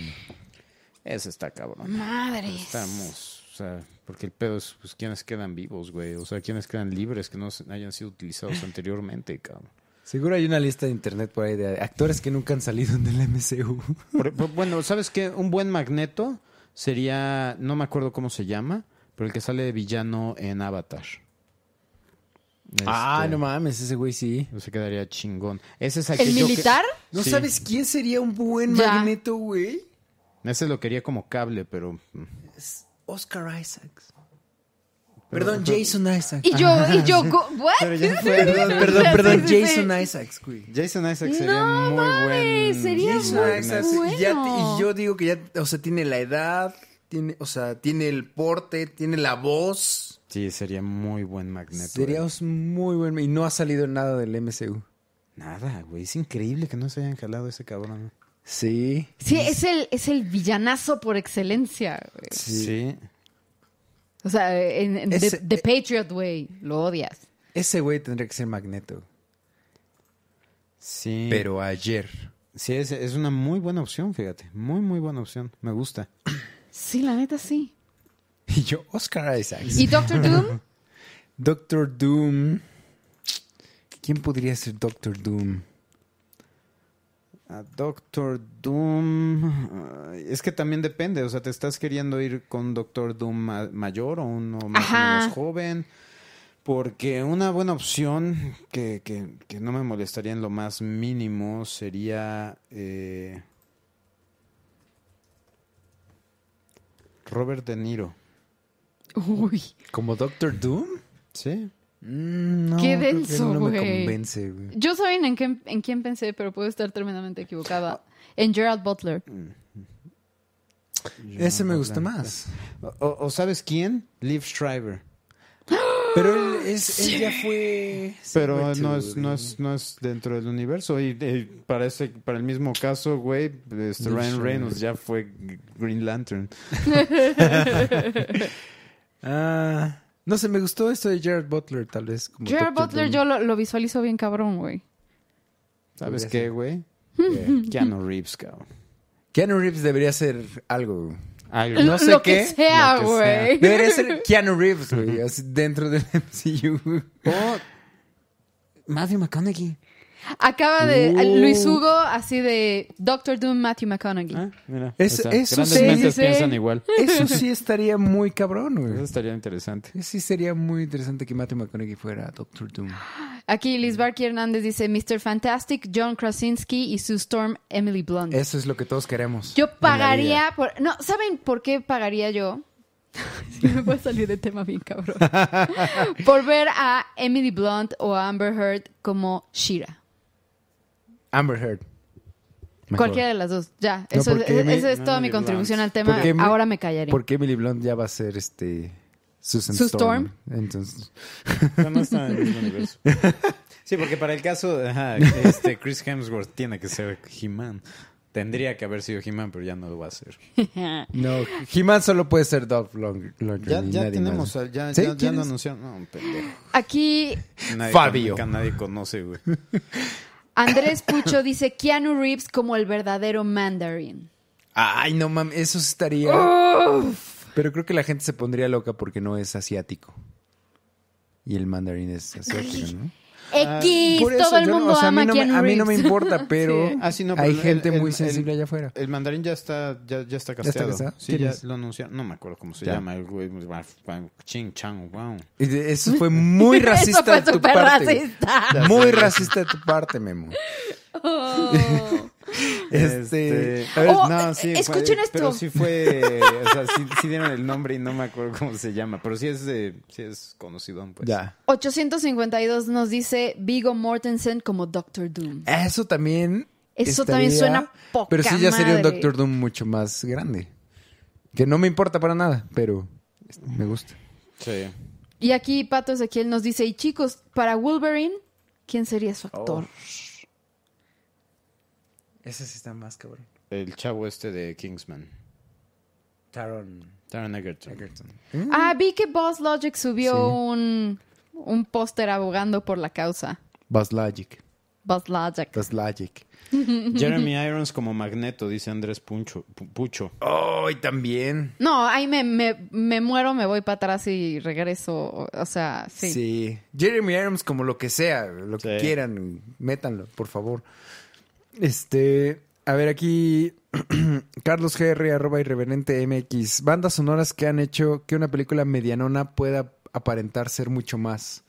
[SPEAKER 2] Ese está cabrón.
[SPEAKER 4] Madres.
[SPEAKER 2] Estamos, o sea, porque el pedo es pues, quienes quedan vivos, güey. O sea, quienes quedan libres que no se- hayan sido utilizados anteriormente, cabrón.
[SPEAKER 3] Seguro hay una lista de internet por ahí de actores que nunca han salido en el MCU.
[SPEAKER 2] Por- por- bueno, ¿sabes qué? Un buen magneto sería, no me acuerdo cómo se llama, pero el que sale de villano en Avatar.
[SPEAKER 3] Ah,
[SPEAKER 2] Este,
[SPEAKER 3] no mames, ese güey sí.
[SPEAKER 2] Se quedaría chingón. Ese es al
[SPEAKER 4] ¿El
[SPEAKER 2] que yo que-
[SPEAKER 4] militar?
[SPEAKER 3] ¿No
[SPEAKER 2] Sí.
[SPEAKER 3] sabes quién sería un buen
[SPEAKER 4] Ya.
[SPEAKER 3] Magneto, güey?
[SPEAKER 2] Ese lo quería como cable, pero... mm,
[SPEAKER 3] Es Oscar Isaacs. Perdón, Jason Isaacs. Ah,
[SPEAKER 4] Y yo, y yo, go- ¿what?
[SPEAKER 3] Perdón, perdón, perdón, Jason Isaacs, güey.
[SPEAKER 2] Jason Isaac sería
[SPEAKER 4] No
[SPEAKER 2] muy
[SPEAKER 4] mames,
[SPEAKER 2] buen...
[SPEAKER 4] sería
[SPEAKER 2] Jason
[SPEAKER 4] muy
[SPEAKER 2] Isaacs.
[SPEAKER 4] bueno.
[SPEAKER 3] Y, ya te- y yo digo que ya, o sea, tiene la edad, tiene, o sea, tiene el porte, tiene la voz.
[SPEAKER 2] Sí, sería muy buen magneto. eh.
[SPEAKER 3] Sería
[SPEAKER 2] güey.
[SPEAKER 3] muy bueno. Y no ha salido nada del MCU.
[SPEAKER 2] Nada, güey. Es increíble que no se hayan jalado ese cabrón.
[SPEAKER 3] Sí.
[SPEAKER 4] Sí, es el, es el villanazo por excelencia. güey.
[SPEAKER 2] Sí.
[SPEAKER 4] O sea, en, en
[SPEAKER 3] Ese-
[SPEAKER 4] the, The Patriot Way, lo odias.
[SPEAKER 3] Ese güey tendría que ser Magneto.
[SPEAKER 2] Sí.
[SPEAKER 3] Pero ayer.
[SPEAKER 2] Sí, es, es una muy buena opción, fíjate. Muy, muy buena opción. Me gusta.
[SPEAKER 4] Sí, la neta sí.
[SPEAKER 3] Y yo, Oscar Isaacs.
[SPEAKER 4] ¿Y Doctor Doom?
[SPEAKER 3] Doctor Doom. ¿Quién podría ser Doctor Doom?
[SPEAKER 2] A Ah, Doctor Doom. ah, Es que también depende, o sea, ¿te estás queriendo ir con Doctor Doom ma- mayor o uno más
[SPEAKER 4] Ajá.
[SPEAKER 2] o menos joven? Porque una buena opción que, que- que no me molestaría en lo más mínimo sería. eh, Robert De Niro.
[SPEAKER 4] Uy.
[SPEAKER 3] ¿Como Doctor Doom?
[SPEAKER 2] ¿Sí?
[SPEAKER 3] Mm, no,
[SPEAKER 4] Qué
[SPEAKER 3] creo que
[SPEAKER 4] denso,
[SPEAKER 3] no me
[SPEAKER 4] güey.
[SPEAKER 3] convence, güey.
[SPEAKER 4] Yo saben en quién, en quién pensé, pero puedo estar tremendamente equivocada. En Gerald Butler.
[SPEAKER 3] Ese me gusta más.
[SPEAKER 2] O- o- ¿O sabes quién? Liv Schreiber.
[SPEAKER 3] Pero él, es, él ya fue.
[SPEAKER 2] Pero
[SPEAKER 3] Silver
[SPEAKER 2] no
[SPEAKER 3] Two,
[SPEAKER 2] es, no,
[SPEAKER 3] güey.
[SPEAKER 2] es, no es dentro del universo. Y eh, para, ese- para el mismo caso, güey, este, Ryan Reynolds ya fue G- Green Lantern.
[SPEAKER 3] Ah, no sé, me gustó esto de Jared Butler, tal vez. como
[SPEAKER 4] Gerald
[SPEAKER 3] Dr.
[SPEAKER 4] Butler
[SPEAKER 3] Doom.
[SPEAKER 4] yo lo, lo visualizo bien cabrón, güey.
[SPEAKER 2] ¿Sabes
[SPEAKER 3] Podría
[SPEAKER 2] qué,
[SPEAKER 3] ser.
[SPEAKER 2] güey? Keanu Reeves, cabrón.
[SPEAKER 3] Keanu Reeves debería ser algo. güey.
[SPEAKER 2] Algo.
[SPEAKER 4] Lo-
[SPEAKER 3] No sé
[SPEAKER 4] lo
[SPEAKER 3] qué.
[SPEAKER 4] que sea,
[SPEAKER 3] lo que
[SPEAKER 4] güey.
[SPEAKER 3] Debería ser Keanu Reeves, güey. así Dentro del MCU. güey.
[SPEAKER 2] O Matthew McConaughey.
[SPEAKER 4] Acaba de Luis
[SPEAKER 3] Uh.
[SPEAKER 4] Hugo así de Doctor Doom Matthew McConaughey.
[SPEAKER 2] Ah, mira.
[SPEAKER 3] Es-
[SPEAKER 2] o sea,
[SPEAKER 3] eso
[SPEAKER 2] grandes
[SPEAKER 3] sí,
[SPEAKER 2] mentes
[SPEAKER 4] sí, sí.
[SPEAKER 2] piensan igual.
[SPEAKER 3] Eso sí estaría muy cabrón,
[SPEAKER 2] Eso
[SPEAKER 3] güey.
[SPEAKER 2] estaría interesante.
[SPEAKER 3] Eso Sí sería muy interesante que Matthew McConaughey fuera Doctor Doom.
[SPEAKER 4] Aquí
[SPEAKER 3] Mm.
[SPEAKER 4] Liz Barky Hernández dice Mr. Fantastic, John Krasinski y Sue Storm, Emily Blunt.
[SPEAKER 3] Eso es lo que todos queremos. en
[SPEAKER 4] Yo
[SPEAKER 3] la vida.
[SPEAKER 4] pagaría por... No, ¿saben por qué pagaría yo? Sí, me voy a salir de tema bien cabrón. por ver a Emily Blunt o a Amber Heard como Shira.
[SPEAKER 3] Amber Heard. Mejor.
[SPEAKER 4] Cualquiera de las dos. Ya,
[SPEAKER 3] No,
[SPEAKER 4] eso,
[SPEAKER 3] porque
[SPEAKER 4] es-
[SPEAKER 3] me-
[SPEAKER 4] esa es
[SPEAKER 2] no,
[SPEAKER 4] toda
[SPEAKER 2] Emily
[SPEAKER 4] mi contribución
[SPEAKER 2] Blunt.
[SPEAKER 4] al tema.
[SPEAKER 3] Porque me-
[SPEAKER 4] Ahora me callaré.
[SPEAKER 3] Porque Emily Blunt ya va a ser este. Susan
[SPEAKER 4] Sue
[SPEAKER 3] Storm. Entonces.
[SPEAKER 2] Pero no está en el mismo universo. Sí, porque para el caso, ajá, este Chris Hemsworth tiene que ser He-Man. Tendría que haber sido He-Man, pero ya no lo va a ser.
[SPEAKER 3] No, He-Man solo puede ser Dolph Lung- Lundgren.
[SPEAKER 2] Ya,
[SPEAKER 3] y
[SPEAKER 2] ya
[SPEAKER 3] nadie
[SPEAKER 2] tenemos,
[SPEAKER 3] más.
[SPEAKER 2] al- ya,
[SPEAKER 3] ¿Sí?
[SPEAKER 2] ya, ya
[SPEAKER 3] ¿Quién
[SPEAKER 2] lo
[SPEAKER 3] es?
[SPEAKER 2] anunciaron. No, un pendejo.
[SPEAKER 4] Aquí
[SPEAKER 2] Nadie
[SPEAKER 3] Fabio.
[SPEAKER 2] con- nadie conoce, güey.
[SPEAKER 4] Andrés Pucho dice Keanu Reeves como el verdadero Mandarin.
[SPEAKER 3] Ay, no mames, eso estaría. Pero creo que la gente se pondría loca porque no es asiático. Y el mandarín es asiático, ¿no?
[SPEAKER 4] X,
[SPEAKER 3] Por eso
[SPEAKER 4] todo el
[SPEAKER 3] yo no-
[SPEAKER 4] mundo
[SPEAKER 3] o sea, a mí
[SPEAKER 4] ama a
[SPEAKER 3] no me-
[SPEAKER 4] Keanu
[SPEAKER 3] a mí
[SPEAKER 4] Reeves.
[SPEAKER 3] no me importa, pero-
[SPEAKER 4] Sí.
[SPEAKER 3] Ah, sí, no, pero Hay el- gente el- muy el- sensible
[SPEAKER 2] el,
[SPEAKER 3] allá afuera.
[SPEAKER 2] El mandarín ya está, ya, ya está
[SPEAKER 3] está
[SPEAKER 2] casteado.
[SPEAKER 3] casteado?
[SPEAKER 2] sí,
[SPEAKER 3] ¿Quién
[SPEAKER 2] ya
[SPEAKER 3] es?
[SPEAKER 2] lo anunciaron. No me acuerdo cómo se
[SPEAKER 3] Ya.
[SPEAKER 2] llama el güey. pues, Ching Chang Wow.
[SPEAKER 3] Y de- Eso fue muy racista
[SPEAKER 4] Eso fue
[SPEAKER 3] de tu
[SPEAKER 4] súper
[SPEAKER 3] parte. güey.
[SPEAKER 4] racista.
[SPEAKER 3] Muy racista de tu parte, Memo.
[SPEAKER 4] Oh.
[SPEAKER 3] Este.
[SPEAKER 2] Este, a ver,
[SPEAKER 4] Oh,
[SPEAKER 2] no, sí,
[SPEAKER 4] eh,
[SPEAKER 2] fue-
[SPEAKER 4] escuchen esto.
[SPEAKER 2] Pero sí fue, o sea, sí, sí dieron el nombre y no me acuerdo cómo se llama, pero sí es de, sí es conocido, pues.
[SPEAKER 3] Ya.
[SPEAKER 4] 852 nos dice Vigo Mortensen como Doctor Doom.
[SPEAKER 3] Ah, Eso también.
[SPEAKER 4] Eso también suena poca
[SPEAKER 3] Pero sí, ya sería un
[SPEAKER 4] madre.
[SPEAKER 3] Doctor Doom mucho más grande. Que no me importa para nada, pero este, me gusta.
[SPEAKER 2] Sí.
[SPEAKER 4] Y aquí Pato Ezequiel nos dice, y chicos, para Wolverine, ¿quién sería su actor?
[SPEAKER 3] Oh. Ese sí está más cabrón.
[SPEAKER 2] El chavo este de Kingsman,
[SPEAKER 3] Taron
[SPEAKER 2] Taron Egerton.
[SPEAKER 3] Mm.
[SPEAKER 4] Ah, vi que Boss Logic subió un, un póster abogando por la causa.
[SPEAKER 3] Buzz Logic.
[SPEAKER 4] Boss Logic.
[SPEAKER 3] Buzz Logic.
[SPEAKER 2] Jeremy Irons como Magneto, dice Andrés Puncho, Pu- Pucho.
[SPEAKER 3] ¡Ay, Oh, también!
[SPEAKER 4] No, ahí me, me, me muero, me voy para atrás y regreso. O, o sea, sí.
[SPEAKER 3] Sí. Jeremy Irons, como lo que sea, lo que
[SPEAKER 2] Sí.
[SPEAKER 3] quieran, métanlo, por favor. Este. A ver, aquí. Carlos GR, arroba irreverente MX. Bandas sonoras que han hecho que una película medianona pueda aparentar ser mucho más.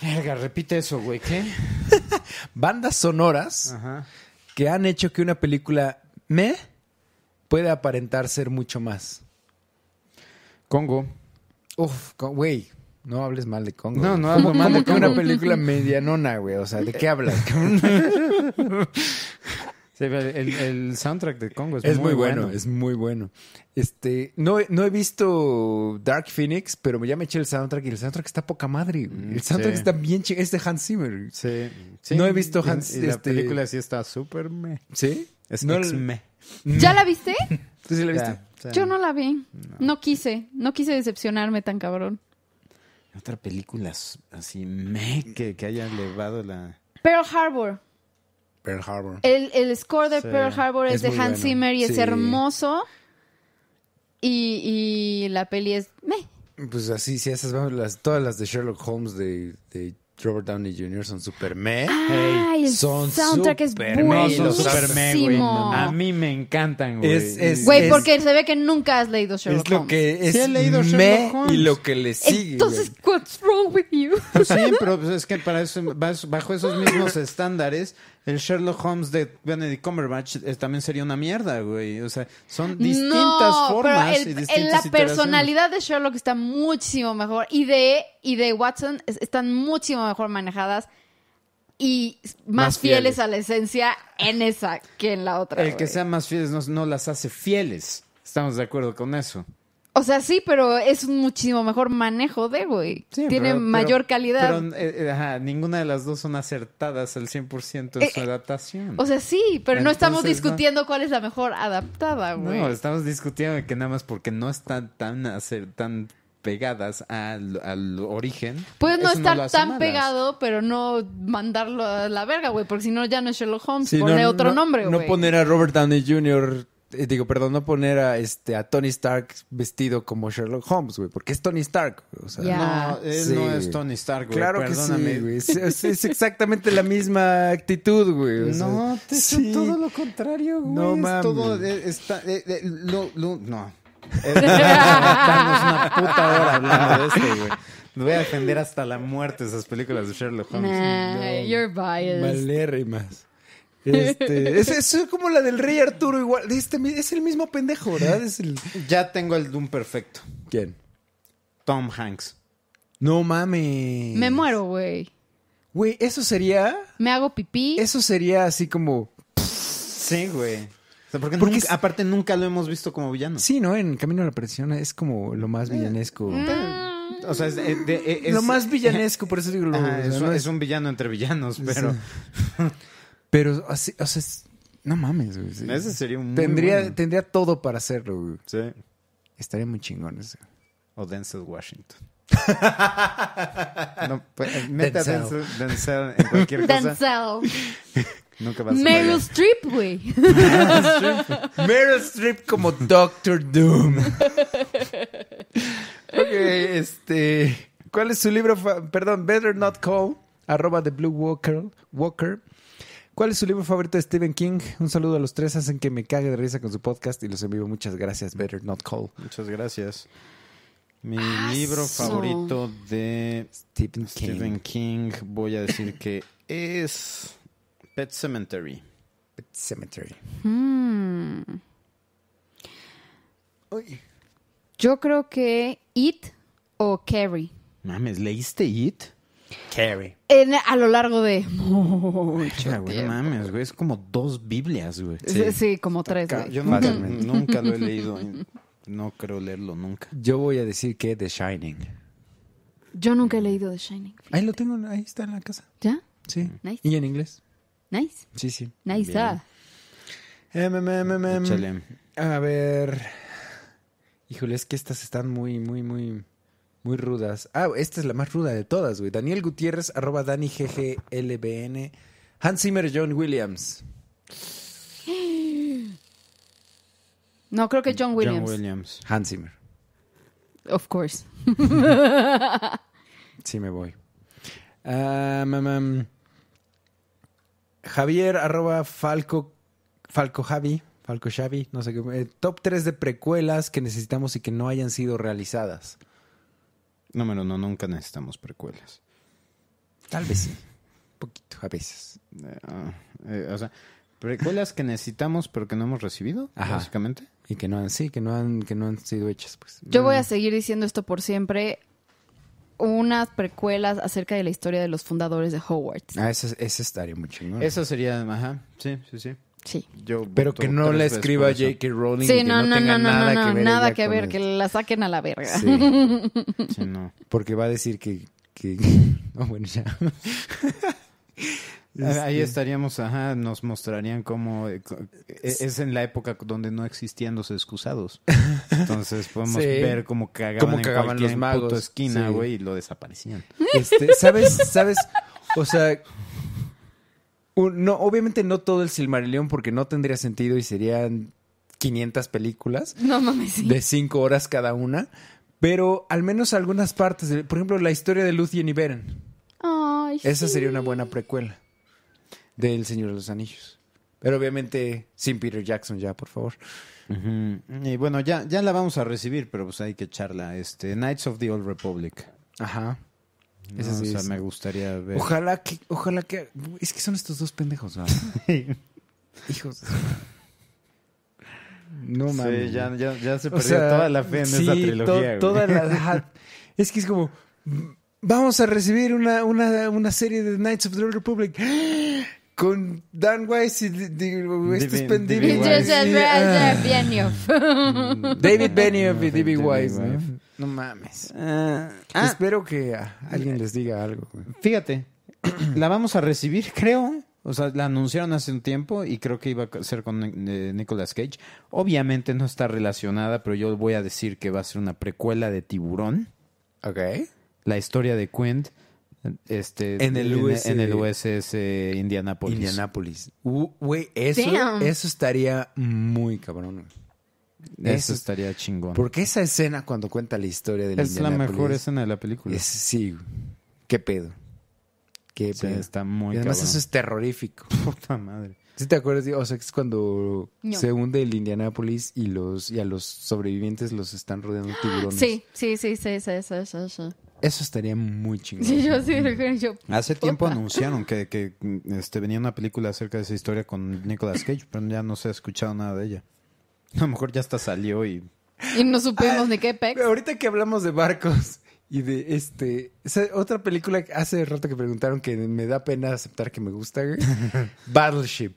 [SPEAKER 2] Verga, repite eso, güey, ¿qué?
[SPEAKER 3] Bandas sonoras
[SPEAKER 2] Ajá.
[SPEAKER 3] que han hecho que una película me pueda aparentar ser mucho más.
[SPEAKER 2] Congo.
[SPEAKER 3] Uf, co- güey, no hables mal de Congo.
[SPEAKER 2] No,
[SPEAKER 3] güey.
[SPEAKER 2] no hablo
[SPEAKER 3] Como-
[SPEAKER 2] mal
[SPEAKER 3] como
[SPEAKER 2] de
[SPEAKER 3] que una
[SPEAKER 2] Congo.
[SPEAKER 3] película medianona, güey. O sea, ¿de qué hablas?
[SPEAKER 2] Sí, el, el- el soundtrack de Congo es,
[SPEAKER 3] es muy bueno, es muy bueno. Este, no, he- no he visto Dark Phoenix, pero ya me eché el soundtrack y el soundtrack está poca madre. güey.
[SPEAKER 2] Mm,
[SPEAKER 3] el soundtrack
[SPEAKER 2] sí.
[SPEAKER 3] está bien chido. Es de Hans Zimmer.
[SPEAKER 2] Sí,
[SPEAKER 3] No he visto
[SPEAKER 2] y-
[SPEAKER 3] Hans-
[SPEAKER 2] y la
[SPEAKER 3] este-
[SPEAKER 2] película sí está súper me.
[SPEAKER 3] ¿Sí?
[SPEAKER 2] Es
[SPEAKER 3] no,
[SPEAKER 2] ex me.
[SPEAKER 4] ¿Ya la viste?
[SPEAKER 3] ¿Tú sí la viste?
[SPEAKER 4] Yo no la vi. No. quise. No quise decepcionarme tan cabrón.
[SPEAKER 2] Otra película s- así me que, que haya elevado la.
[SPEAKER 4] Pearl Harbor.
[SPEAKER 3] Pearl Harbor.
[SPEAKER 4] El, el score de
[SPEAKER 2] Sí,
[SPEAKER 4] Pearl Harbor es,
[SPEAKER 3] es
[SPEAKER 4] de
[SPEAKER 3] muy
[SPEAKER 4] Hans
[SPEAKER 3] bueno.
[SPEAKER 4] Zimmer y es
[SPEAKER 3] Sí.
[SPEAKER 4] hermoso. Y, y la peli es meh.
[SPEAKER 3] Pues así, sí, esas vamos, las, todas las de Sherlock Holmes de, de Robert Downey Jr. son super meh.
[SPEAKER 4] Ay, el
[SPEAKER 3] son
[SPEAKER 4] soundtrack es
[SPEAKER 3] super meh,
[SPEAKER 4] buenísimo.
[SPEAKER 3] los
[SPEAKER 7] Superman, güey. A mí me encantan, güey.
[SPEAKER 3] Es- es-
[SPEAKER 4] Güey, porque se ve que nunca has leído Sherlock
[SPEAKER 3] Es lo
[SPEAKER 4] Holmes.
[SPEAKER 3] que es
[SPEAKER 2] Sí he leído
[SPEAKER 3] meh
[SPEAKER 2] Sherlock Holmes.
[SPEAKER 3] y lo que le sigue.
[SPEAKER 4] Entonces, what's wrong with you?
[SPEAKER 2] Pues sí, pero pues es que para eso, bas- bajo esos mismos estándares, el Sherlock Holmes de Benedict Cumberbatch eh, también sería una mierda, güey. O sea, son distintas
[SPEAKER 4] no,
[SPEAKER 2] formas
[SPEAKER 4] pero el-
[SPEAKER 2] y distintas
[SPEAKER 4] el- la
[SPEAKER 2] iteraciones.
[SPEAKER 4] personalidad de Sherlock está muchísimo mejor y de y de Watson es- están muchísimo mejor manejadas y s- más,
[SPEAKER 3] Más
[SPEAKER 4] fieles.
[SPEAKER 3] fieles.
[SPEAKER 4] a la esencia en esa que en la otra.
[SPEAKER 2] El que
[SPEAKER 4] güey.
[SPEAKER 2] sea más fieles no, no las hace fieles. Estamos de acuerdo con eso.
[SPEAKER 4] O sea, sí, pero es un muchísimo mejor manejo de, güey.
[SPEAKER 2] Sí,
[SPEAKER 4] Tiene
[SPEAKER 2] pero-
[SPEAKER 4] mayor
[SPEAKER 2] pero-
[SPEAKER 4] calidad.
[SPEAKER 2] Pero eh, eh, ajá, ninguna de las dos son acertadas al 100% en
[SPEAKER 4] Eh,
[SPEAKER 2] su
[SPEAKER 4] eh,
[SPEAKER 2] adaptación.
[SPEAKER 4] o sea, sí, pero no estamos
[SPEAKER 2] Entonces, no.
[SPEAKER 4] discutiendo cuál es la mejor adaptada, güey.
[SPEAKER 2] no, estamos discutiendo que nada más porque no están tan, acer- tan pegadas al, al origen.
[SPEAKER 4] Puedes no
[SPEAKER 2] eso
[SPEAKER 4] estar
[SPEAKER 2] lo hace
[SPEAKER 4] tan
[SPEAKER 2] malas.
[SPEAKER 4] pegado, pero no mandarlo a la verga, güey, porque si no ya no es Sherlock Holmes,
[SPEAKER 3] Sí,
[SPEAKER 4] pone otro nombre, güey.
[SPEAKER 3] No poner a Robert Downey Jr., eh, digo, perdón, no poner a, este, a Tony Stark vestido como Sherlock Holmes, güey, porque es Tony Stark. O sea,
[SPEAKER 4] Ya.
[SPEAKER 2] No, él
[SPEAKER 3] Sí,
[SPEAKER 2] no
[SPEAKER 3] güey.
[SPEAKER 2] es Tony Stark, güey.
[SPEAKER 3] Claro que sí,
[SPEAKER 2] perdóname.
[SPEAKER 3] güey. Es, es- es exactamente la misma actitud, güey. o sea,
[SPEAKER 2] No, te- es
[SPEAKER 3] sí.
[SPEAKER 2] todo lo contrario, güey.
[SPEAKER 3] No
[SPEAKER 2] es
[SPEAKER 3] mames.
[SPEAKER 2] todo eh, está eh, eh, lo- lo- no. Eh, Vamos a estarnos una puta hora hablando de esto, güey. Voy a defender hasta la muerte esas películas de Sherlock Holmes.
[SPEAKER 4] Nah, you're biased.
[SPEAKER 3] Malérrimas. Este, es, es como la del Rey Arturo, igual. de este mi- es el mismo pendejo, ¿verdad? Es el...
[SPEAKER 2] Ya tengo el Doom perfecto.
[SPEAKER 3] ¿Quién?
[SPEAKER 2] Tom Hanks.
[SPEAKER 3] No mames.
[SPEAKER 4] Me muero, güey.
[SPEAKER 3] Güey, eso sería.
[SPEAKER 4] Me hago pipí.
[SPEAKER 3] Eso sería así como.
[SPEAKER 2] Sí, güey. O sea, porque
[SPEAKER 3] Porque
[SPEAKER 2] nunca-
[SPEAKER 3] es-
[SPEAKER 2] aparte nunca lo hemos visto como villano.
[SPEAKER 3] Sí, ¿no? En Camino a la Perdición es como lo más villanesco.
[SPEAKER 2] O sea, es, eh, de- eh, es-
[SPEAKER 3] lo más villanesco, por eso digo. Lo,
[SPEAKER 2] Ajá,
[SPEAKER 3] o
[SPEAKER 2] es,
[SPEAKER 3] sea,
[SPEAKER 2] un-
[SPEAKER 3] no
[SPEAKER 2] es un villano entre villanos, pero
[SPEAKER 3] Sí. Pero así, o sea, es- no mames, güey. sí.
[SPEAKER 2] ese sería un muy
[SPEAKER 3] Tendría,
[SPEAKER 2] bueno.
[SPEAKER 3] tendría todo para hacerlo, güey.
[SPEAKER 2] Sí.
[SPEAKER 3] Estaría muy chingón ese.
[SPEAKER 2] O Denzel Washington. no, pues, mete a
[SPEAKER 3] Denzel.
[SPEAKER 2] Denzel, Denzel en cualquier cosa.
[SPEAKER 4] Denzel.
[SPEAKER 2] Nunca vas a
[SPEAKER 4] Meryl
[SPEAKER 2] fallar.
[SPEAKER 4] Streep, güey.
[SPEAKER 3] Meryl Streep como Doctor Doom. ok, este. ¿Cuál es su libro? fa- Perdón, Better Not Call, arroba de Blue Walker. Walker. ¿Cuál es su libro favorito de Stephen King? Un saludo a los tres, hacen que me cague de risa con su podcast y los envío. Muchas gracias, Better Not Call.
[SPEAKER 2] Muchas gracias. Mi libro
[SPEAKER 4] su-
[SPEAKER 2] favorito de
[SPEAKER 3] Stephen King.
[SPEAKER 2] Stephen King, voy a decir que es Pet Cemetery.
[SPEAKER 3] Pet Cemetery.
[SPEAKER 4] Mm. Yo creo que It o Carrie.
[SPEAKER 2] Mames, ¿leíste It?
[SPEAKER 3] Carrie.
[SPEAKER 4] En- a lo largo de mucho
[SPEAKER 2] Ah, güey, no
[SPEAKER 4] tiempo.
[SPEAKER 2] mames, güey, es como dos Biblias, güey.
[SPEAKER 4] Sí, como tres,
[SPEAKER 3] Ca-
[SPEAKER 4] güey.
[SPEAKER 2] Yo nunca,
[SPEAKER 3] Fácilmente.
[SPEAKER 2] nunca lo he leído. y No creo leerlo nunca.
[SPEAKER 3] Yo voy a decir que The Shining.
[SPEAKER 4] Yo nunca he leído The Shining.
[SPEAKER 3] Ahí lo tengo, ahí está en la casa.
[SPEAKER 4] ¿Ya?
[SPEAKER 3] Sí.
[SPEAKER 4] Nice.
[SPEAKER 3] ¿Y en inglés?
[SPEAKER 4] Nice.
[SPEAKER 3] Sí, sí.
[SPEAKER 4] Nice. ah.
[SPEAKER 3] Em, em, em, em, em.
[SPEAKER 2] Échale.
[SPEAKER 3] A ver. Híjole, es que estas están muy, muy, muy, muy rudas. Ah, esta es la más ruda de todas, güey. Daniel Gutiérrez, arroba Dani GGLBN. Hans Zimmer, John Williams.
[SPEAKER 4] No, creo que John Williams.
[SPEAKER 2] John Williams.
[SPEAKER 3] Hans Zimmer.
[SPEAKER 4] Of course.
[SPEAKER 3] Sí, me voy. Ah, mm, mm. Javier, arroba Falco, Falco Javi, Falco Xavi, no sé qué. eh, top 3 de precuelas que necesitamos y que no hayan sido realizadas.
[SPEAKER 2] Número uno, nunca necesitamos precuelas.
[SPEAKER 3] Tal vez sí. Poquito, a veces.
[SPEAKER 2] Eh, ah, eh, o sea, precuelas que necesitamos pero que no hemos recibido,
[SPEAKER 3] Ajá.
[SPEAKER 2] básicamente.
[SPEAKER 3] Y que no han, sí, que no han, que no han sido hechas, pues.
[SPEAKER 4] Yo voy a seguir diciendo esto por siempre. Unas precuelas acerca de la historia de los fundadores de Hogwarts.
[SPEAKER 3] Ah, eso, eso estaría muy chingón.
[SPEAKER 2] Eso sería, ajá, sí, sí, sí.
[SPEAKER 4] Sí.
[SPEAKER 2] Yo
[SPEAKER 3] Pero
[SPEAKER 2] voto
[SPEAKER 3] que no
[SPEAKER 2] tres
[SPEAKER 3] la
[SPEAKER 2] veces
[SPEAKER 3] escriba
[SPEAKER 2] por eso.
[SPEAKER 3] J.K. Rowling. y
[SPEAKER 4] Sí,
[SPEAKER 3] que
[SPEAKER 4] no, no,
[SPEAKER 3] tenga
[SPEAKER 4] no, no, nada no,
[SPEAKER 3] nada
[SPEAKER 4] que
[SPEAKER 3] que ver.
[SPEAKER 4] nada
[SPEAKER 3] ella
[SPEAKER 4] que
[SPEAKER 3] con
[SPEAKER 4] ver,
[SPEAKER 3] el-
[SPEAKER 4] que la saquen a la verga.
[SPEAKER 3] Sí,
[SPEAKER 2] Sí, no.
[SPEAKER 3] porque va a decir que... que... No, bueno, ya.
[SPEAKER 2] Ah,
[SPEAKER 3] Este,
[SPEAKER 2] Ahí estaríamos, ajá, nos mostrarían cómo... eh, co- eh, Es en la época donde no existían los excusados. Entonces podemos
[SPEAKER 3] Sí.
[SPEAKER 2] ver cómo cagaban,
[SPEAKER 3] Cómo
[SPEAKER 2] en
[SPEAKER 3] cagaban
[SPEAKER 2] cualquier
[SPEAKER 3] los magos,
[SPEAKER 2] puto esquina,
[SPEAKER 3] sí.
[SPEAKER 2] güey, y lo desaparecían.
[SPEAKER 3] Este, ¿Sabes? ¿Sabes? O sea... un- no, obviamente no todo el Silmarillion porque no tendría sentido y serían 500 películas
[SPEAKER 4] No mames, sí.
[SPEAKER 3] de 5 horas cada una, pero al menos algunas partes, de- por ejemplo, la historia de Luthien y Beren,
[SPEAKER 4] Ay,
[SPEAKER 3] esa
[SPEAKER 4] sí.
[SPEAKER 3] sería una buena precuela del Señor de los Anillos. Pero obviamente sin Peter Jackson ya, por favor.
[SPEAKER 2] Y bueno, ya, ya la vamos a recibir, pero pues hay que echarla. Este, Knights of the Old Republic.
[SPEAKER 3] Ajá.
[SPEAKER 2] No,
[SPEAKER 3] Esa sí
[SPEAKER 2] o sea,
[SPEAKER 3] es-
[SPEAKER 2] me gustaría ver.
[SPEAKER 3] Ojalá que, ojalá que. Es que son estos dos pendejos, ¿verdad? Hijos. de su madre. No
[SPEAKER 2] Sí,
[SPEAKER 3] mames.
[SPEAKER 2] ya, ya, ya se
[SPEAKER 3] O
[SPEAKER 2] perdió
[SPEAKER 3] sea,
[SPEAKER 2] toda la fe en
[SPEAKER 3] sí,
[SPEAKER 2] esa
[SPEAKER 3] to-
[SPEAKER 2] trilogía. güey.
[SPEAKER 3] toda la- ajá. Es que es como. Vamos a recibir una, una, una serie de Knights of the Old Republic. Con Dan Weiss y di- di- estos
[SPEAKER 2] Divin-
[SPEAKER 3] pendejos.
[SPEAKER 2] Divin
[SPEAKER 4] It's just a
[SPEAKER 2] ah.
[SPEAKER 4] razor, bien, yo.
[SPEAKER 3] Ah. David Benioff y D.B.
[SPEAKER 2] D.B.
[SPEAKER 3] Weiss. ¿no?
[SPEAKER 2] Weiss.
[SPEAKER 3] No mames.
[SPEAKER 2] Ah, ah,
[SPEAKER 3] Espero que ah, alguien les diga algo. güey.
[SPEAKER 2] fíjate, la vamos a recibir, creo. O sea, la anunciaron hace un tiempo y creo que iba a ser con eh, Nicolas Cage. Obviamente no está relacionada, pero yo voy a decir que va a ser una precuela de Tiburón.
[SPEAKER 3] Ok.
[SPEAKER 2] la historia de Quint este,
[SPEAKER 3] En el US-
[SPEAKER 2] en el USS Indianapolis.
[SPEAKER 3] Indianápolis. U- Güey, eso,
[SPEAKER 4] Damn.
[SPEAKER 3] eso estaría muy cabrón.
[SPEAKER 2] Eso,
[SPEAKER 3] Eso es-
[SPEAKER 2] estaría chingón.
[SPEAKER 3] Porque esa escena cuando cuenta la historia del
[SPEAKER 2] es la
[SPEAKER 3] Indianápolis
[SPEAKER 2] mejor escena de la película.
[SPEAKER 3] es- sí, güey. qué pedo. Qué
[SPEAKER 2] Sí,
[SPEAKER 3] pedo.
[SPEAKER 2] está muy
[SPEAKER 3] y además
[SPEAKER 2] cabrón.
[SPEAKER 3] eso es terrorífico.
[SPEAKER 2] puta madre.
[SPEAKER 3] ¿Sí te acuerdas? O sea, que es cuando
[SPEAKER 4] No.
[SPEAKER 3] se hunde el Indianápolis y los y a los sobrevivientes los están rodeando tiburones.
[SPEAKER 4] Sí, sí, sí, sí, sí, sí, sí, sí.
[SPEAKER 3] Eso estaría muy chingón.
[SPEAKER 4] Sí, yo sí, recuerdo, yo.
[SPEAKER 2] Hace tiempo
[SPEAKER 4] puta.
[SPEAKER 2] anunciaron que, que, este, venía una película acerca de esa historia con Nicolas Cage, pero ya no se ha escuchado nada de ella. A lo mejor ya hasta salió y...
[SPEAKER 4] Y no supimos ni qué pex.
[SPEAKER 3] Ahorita que hablamos de barcos y de este. esa otra película que hace rato que preguntaron que me da pena aceptar que me gusta, güey. Battleship.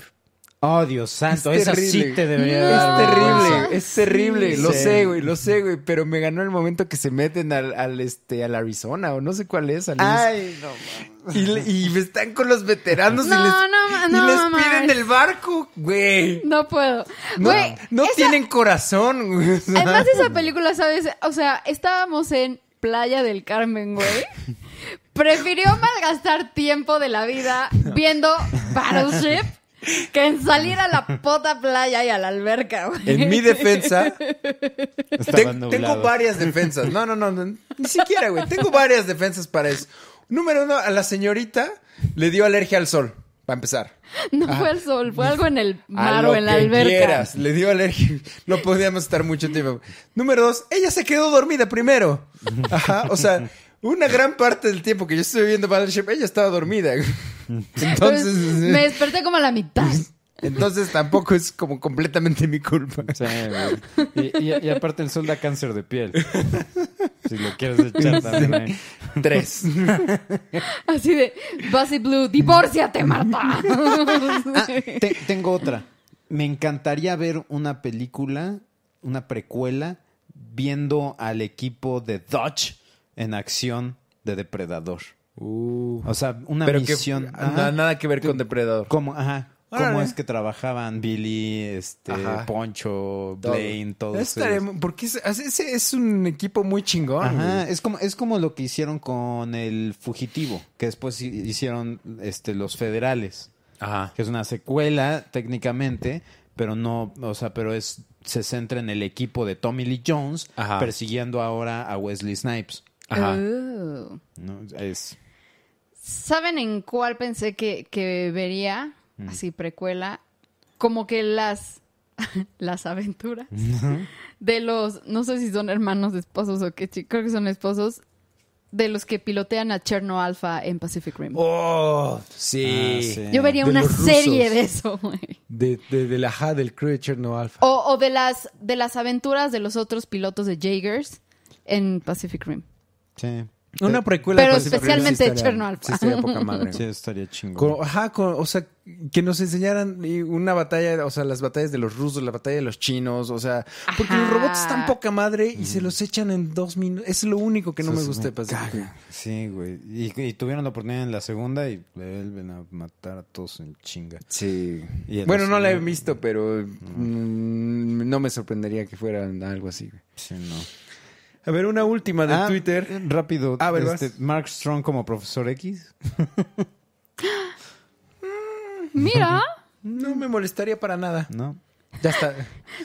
[SPEAKER 2] ¡Oh, Dios santo!
[SPEAKER 3] Es
[SPEAKER 2] esa sí
[SPEAKER 3] terrible.
[SPEAKER 2] te debería
[SPEAKER 4] No.
[SPEAKER 2] dar
[SPEAKER 3] Es
[SPEAKER 2] vergüenza.
[SPEAKER 3] terrible, es terrible, lo
[SPEAKER 2] Sí.
[SPEAKER 3] sé, güey, lo sé, güey, pero me ganó el momento que se meten al, al este, al Arizona o no sé cuál es, al
[SPEAKER 2] ¡Ay, no!
[SPEAKER 3] y, le- y están con los veteranos
[SPEAKER 4] No,
[SPEAKER 3] y les,
[SPEAKER 4] no ma-
[SPEAKER 3] y
[SPEAKER 4] no
[SPEAKER 3] les
[SPEAKER 4] mames.
[SPEAKER 3] piden el barco, güey.
[SPEAKER 4] No puedo.
[SPEAKER 3] No,
[SPEAKER 4] Güey,
[SPEAKER 3] no
[SPEAKER 4] esa-
[SPEAKER 3] tienen corazón, güey. o sea.
[SPEAKER 4] Además, esa película, ¿sabes? O sea, estábamos en Playa del Carmen, güey. Prefirió malgastar tiempo de la vida viendo Battleship que en salir a la puta playa y a la alberca, güey.
[SPEAKER 3] En mi defensa, Ten-
[SPEAKER 2] Estaba
[SPEAKER 3] tengo
[SPEAKER 2] nublado.
[SPEAKER 3] varias defensas. No, no, no, no, ni siquiera, güey. Tengo varias defensas para eso. Número uno, a la señorita le dio alergia al sol, para empezar.
[SPEAKER 4] No fue el sol, fue algo en el
[SPEAKER 3] A
[SPEAKER 4] mar
[SPEAKER 3] lo
[SPEAKER 4] o en la
[SPEAKER 3] que
[SPEAKER 4] alberca.
[SPEAKER 3] quieras. Le dio alergia. No podíamos estar mucho tiempo. Número dos, ella se quedó dormida primero. Ajá, o sea, una gran parte del tiempo que yo estuve viendo Battleship, ella estaba dormida.
[SPEAKER 4] Pues,
[SPEAKER 3] Entonces,
[SPEAKER 4] me desperté como a la mitad.
[SPEAKER 3] entonces tampoco es como completamente mi culpa.
[SPEAKER 2] Sí, güey. y, y- y aparte el sol da cáncer de piel. Si lo quieres echar también. ahí.
[SPEAKER 3] Tres.
[SPEAKER 4] Así de, Bossy Blue, divórciate, Marta.
[SPEAKER 2] Ah, te- tengo otra. Me encantaría ver una película, una precuela, viendo al equipo de Dodge en acción de Depredador. o sea, una
[SPEAKER 3] Uh. Pero que-
[SPEAKER 2] misión.
[SPEAKER 3] na-
[SPEAKER 2] ajá.
[SPEAKER 3] nada, que ver con Depredador.
[SPEAKER 2] ¿Cómo, ajá, cómo
[SPEAKER 3] Órale.
[SPEAKER 2] es que trabajaban Billy, este,
[SPEAKER 3] Ajá.
[SPEAKER 2] Poncho, Blaine, todos
[SPEAKER 3] Eso estaría
[SPEAKER 2] ellos?
[SPEAKER 3] mu- Porque es- ese es un equipo muy chingón.
[SPEAKER 2] Ajá,
[SPEAKER 3] güey.
[SPEAKER 2] es como, es como lo que hicieron con el fugitivo, que después hi- hicieron este, los federales,
[SPEAKER 3] Ajá.
[SPEAKER 2] que es una secuela técnicamente, pero no, o sea, pero es, se centra en el equipo de Tommy Lee Jones
[SPEAKER 3] Ajá.
[SPEAKER 2] persiguiendo ahora a Wesley Snipes.
[SPEAKER 3] Ajá.
[SPEAKER 4] Oh.
[SPEAKER 2] ¿no? Es,
[SPEAKER 4] ¿Saben en cuál pensé que, que vería?
[SPEAKER 3] Mm.
[SPEAKER 4] Así, precuela. Como que las, las aventuras de los, no sé si son hermanos, esposos o qué, chi- creo que son esposos, de los que pilotean a Cherno Alpha en Pacific Rim.
[SPEAKER 3] Oh, sí.
[SPEAKER 2] Ah, sí.
[SPEAKER 4] Yo vería
[SPEAKER 3] de
[SPEAKER 4] una
[SPEAKER 3] los rusos.
[SPEAKER 4] serie de eso, güey.
[SPEAKER 3] De, de, de la J del crew de Cherno Alpha.
[SPEAKER 4] O, o de, las, de las aventuras de los otros pilotos de Jaegers en Pacific Rim.
[SPEAKER 2] sí,
[SPEAKER 3] Una precuela.
[SPEAKER 4] Pero
[SPEAKER 3] de Pacific Rim
[SPEAKER 4] especialmente
[SPEAKER 3] sí estaría-
[SPEAKER 4] Cherno Alpha.
[SPEAKER 3] Eh, Sí, estaría poca madre.
[SPEAKER 2] sí, estaría chingón.
[SPEAKER 3] Con- ajá, con- o sea, que nos enseñaran y una batalla, o sea, las batallas de los rusos, la batalla de los chinos, o sea, porque
[SPEAKER 4] Ajá.
[SPEAKER 3] los robots están poca madre y se los echan en dos minutos. Es lo único que no
[SPEAKER 2] Eso
[SPEAKER 3] Mm. me
[SPEAKER 2] se
[SPEAKER 3] gusta de Pacific Rim.
[SPEAKER 2] Sí, güey. Y, y tuvieron la oportunidad en la segunda y le vuelven a matar a todos en chinga.
[SPEAKER 3] Sí.
[SPEAKER 2] Y el
[SPEAKER 3] Bueno, no la he
[SPEAKER 2] señor-
[SPEAKER 3] visto, pero mm, no me sorprendería que fuera algo así. güey.
[SPEAKER 2] Sí, no.
[SPEAKER 3] A ver, una última de
[SPEAKER 2] Ah,
[SPEAKER 3] Twitter.
[SPEAKER 2] Rápido.
[SPEAKER 3] A ver, vas.
[SPEAKER 2] este, Mark Strong como profesor X.
[SPEAKER 4] Mira.
[SPEAKER 3] No me molestaría para nada.
[SPEAKER 2] ¿No?
[SPEAKER 3] Ya está.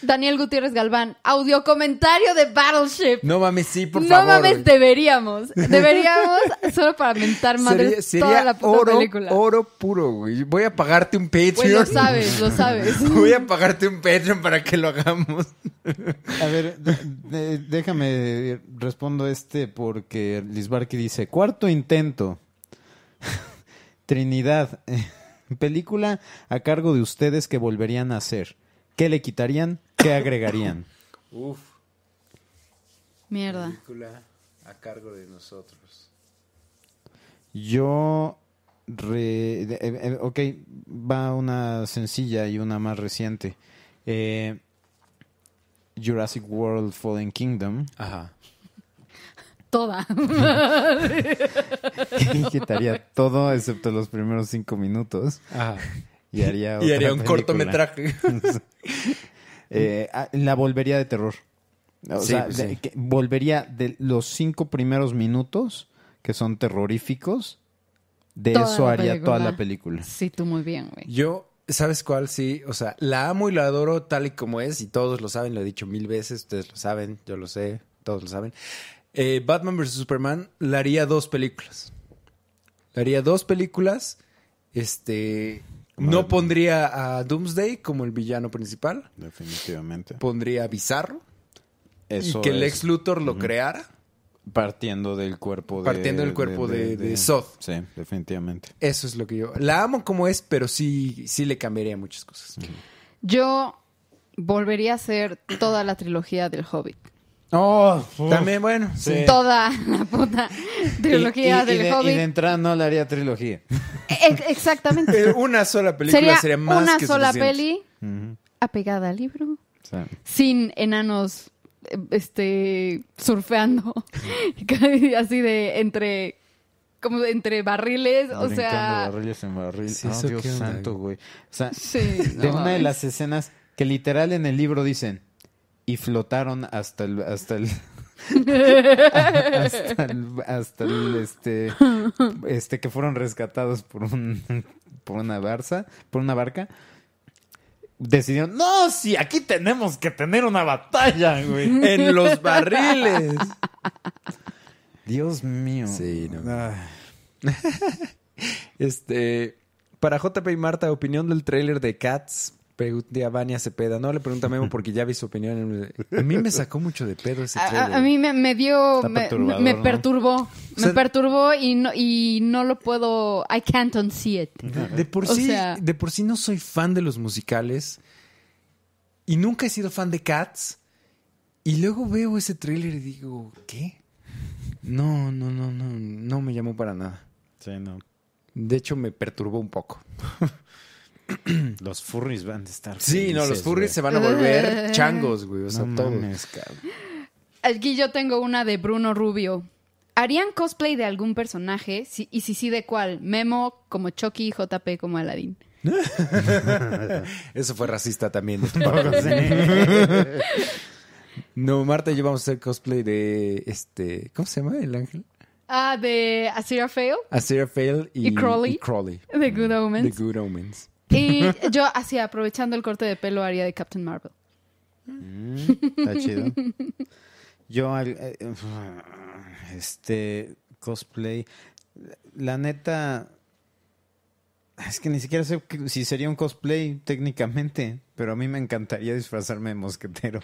[SPEAKER 4] Daniel Gutiérrez Galván, audio comentario de Battleship.
[SPEAKER 3] No mames, sí, por
[SPEAKER 4] no
[SPEAKER 3] favor.
[SPEAKER 4] mames, deberíamos. Deberíamos solo para mentar madre
[SPEAKER 3] Sería, sería
[SPEAKER 4] toda la puta
[SPEAKER 3] oro,
[SPEAKER 4] película.
[SPEAKER 3] oro puro, güey. Voy a pagarte un Patreon.
[SPEAKER 4] Pues lo sabes, lo sabes.
[SPEAKER 3] Voy a pagarte un Patreon para que lo hagamos.
[SPEAKER 2] A ver, de- de- déjame respondo este porque Lisbarki dice, cuarto intento. Trinidad, película a cargo de ustedes que volverían a hacer. ¿Qué le quitarían? ¿Qué agregarían?
[SPEAKER 3] Uf,
[SPEAKER 4] Mierda.
[SPEAKER 3] película a cargo de nosotros.
[SPEAKER 2] Yo... re- de- eh, eh, ok, va una sencilla y una más reciente. Eh, Jurassic World Fallen Kingdom.
[SPEAKER 3] Ajá.
[SPEAKER 4] Toda.
[SPEAKER 2] Quitaría todo excepto los primeros cinco minutos.
[SPEAKER 3] Ajá.
[SPEAKER 2] Y haría,
[SPEAKER 3] Y
[SPEAKER 2] otra
[SPEAKER 3] haría un
[SPEAKER 2] película.
[SPEAKER 3] cortometraje.
[SPEAKER 2] Eh, ah, la volvería de terror. O
[SPEAKER 3] Sí,
[SPEAKER 2] sea,
[SPEAKER 3] pues,
[SPEAKER 2] de-
[SPEAKER 3] sí.
[SPEAKER 2] que volvería de los cinco primeros minutos, que son terroríficos, de
[SPEAKER 4] Toda
[SPEAKER 2] eso
[SPEAKER 4] la
[SPEAKER 2] haría toda
[SPEAKER 4] película.
[SPEAKER 2] la película.
[SPEAKER 4] Sí, tú muy bien, güey.
[SPEAKER 3] Yo, ¿sabes cuál? Sí, o sea, la amo y la adoro tal y como es, y todos lo saben, lo he dicho mil veces, ustedes lo saben, yo lo sé, todos lo saben. Eh, Batman vs. Superman, la haría dos películas. Le haría dos películas, este... No pondría a Doomsday como el villano principal,
[SPEAKER 2] Definitivamente.
[SPEAKER 3] pondría a Bizarro
[SPEAKER 2] Eso
[SPEAKER 3] y que
[SPEAKER 2] es
[SPEAKER 3] Lex Luthor lo creara.
[SPEAKER 2] partiendo del cuerpo de...
[SPEAKER 3] Partiendo del cuerpo de- de Zod.
[SPEAKER 2] Sí, definitivamente.
[SPEAKER 3] Eso es lo que yo... La amo como es, pero sí, sí le cambiaría muchas cosas.
[SPEAKER 4] Yo volvería a hacer toda la trilogía del Hobbit.
[SPEAKER 2] Oh,
[SPEAKER 3] También, bueno, sí.
[SPEAKER 4] Toda la puta trilogía del
[SPEAKER 2] de,
[SPEAKER 4] Hobbit.
[SPEAKER 2] y de entrada no le haría trilogía.
[SPEAKER 4] Ex- Exactamente.
[SPEAKER 3] Eh, Una sola película
[SPEAKER 4] Sería,
[SPEAKER 3] sería, más
[SPEAKER 4] una
[SPEAKER 3] que
[SPEAKER 4] sola
[SPEAKER 3] suficiente.
[SPEAKER 4] peli apegada al libro.
[SPEAKER 2] O sea,
[SPEAKER 4] sin enanos eh, este surfeando así de entre como de entre barriles o
[SPEAKER 2] brincando
[SPEAKER 4] sea
[SPEAKER 2] barriles en barril.
[SPEAKER 3] Sí,
[SPEAKER 2] Ah,
[SPEAKER 3] eso
[SPEAKER 2] Dios
[SPEAKER 3] qué onda,
[SPEAKER 2] santo, güey. O sea,
[SPEAKER 4] sí
[SPEAKER 2] de
[SPEAKER 4] no
[SPEAKER 2] una de
[SPEAKER 4] mames.
[SPEAKER 2] las escenas que literal en el libro dicen y flotaron hasta el hasta el hasta el, hasta el, este este que fueron rescatados por un por una barza, por una barca. Decidieron, no, si aquí tenemos que tener una batalla, güey.
[SPEAKER 3] En los barriles.
[SPEAKER 2] Dios mío.
[SPEAKER 3] Sí, no.
[SPEAKER 2] Ah,
[SPEAKER 3] Este, para JP y Marta, opinión del tráiler de Cats. Pregunté a Vania Cepeda. No le pregunta a Memo porque ya vi su opinión. A mí me sacó mucho de pedo ese
[SPEAKER 4] a,
[SPEAKER 3] tráiler.
[SPEAKER 4] a- a mí me, me dio
[SPEAKER 2] Está
[SPEAKER 4] me,
[SPEAKER 2] perturbador,
[SPEAKER 4] me
[SPEAKER 2] ¿no?
[SPEAKER 4] perturbó
[SPEAKER 3] O sea-
[SPEAKER 4] me perturbó y no y no lo puedo I can't unsee it
[SPEAKER 3] De por
[SPEAKER 4] O
[SPEAKER 3] sí,
[SPEAKER 4] sea-
[SPEAKER 3] de por sí no soy fan de los musicales. Y nunca he sido fan de Cats. Y luego veo ese tráiler y digo, ¿qué? No, no, no, no. No me llamó para nada.
[SPEAKER 2] sí, no.
[SPEAKER 3] De hecho, me perturbó un poco.
[SPEAKER 2] Los furries van a estar.
[SPEAKER 3] Sí, no, los
[SPEAKER 2] felices,
[SPEAKER 3] furries
[SPEAKER 2] güey.
[SPEAKER 3] se van a volver changos, güey. O sea,
[SPEAKER 2] No
[SPEAKER 3] todo.
[SPEAKER 2] mames, cabrón.
[SPEAKER 4] Aquí yo tengo una de Bruno Rubio. ¿Harían cosplay de algún personaje? Si- y si sí, ¿de cuál? Memo como Chucky, JP como Aladdin.
[SPEAKER 3] Eso fue racista también. de tu parte. no, Marta y yo vamos a hacer cosplay de este. ¿Cómo se llama el ángel?
[SPEAKER 4] Ah, de Asira Fail,
[SPEAKER 3] Azira Fail y,
[SPEAKER 4] ¿Y Crowley? de
[SPEAKER 2] Mm,
[SPEAKER 4] Good
[SPEAKER 3] The
[SPEAKER 4] Omens.
[SPEAKER 3] Good Omens.
[SPEAKER 4] Y yo, así, aprovechando el corte de pelo, haría de Captain Marvel.
[SPEAKER 2] Mm, Está chido. Yo, al- eh, este, cosplay. La neta, es que ni siquiera sé que- si sería un cosplay técnicamente, pero a mí me encantaría disfrazarme de mosquetero.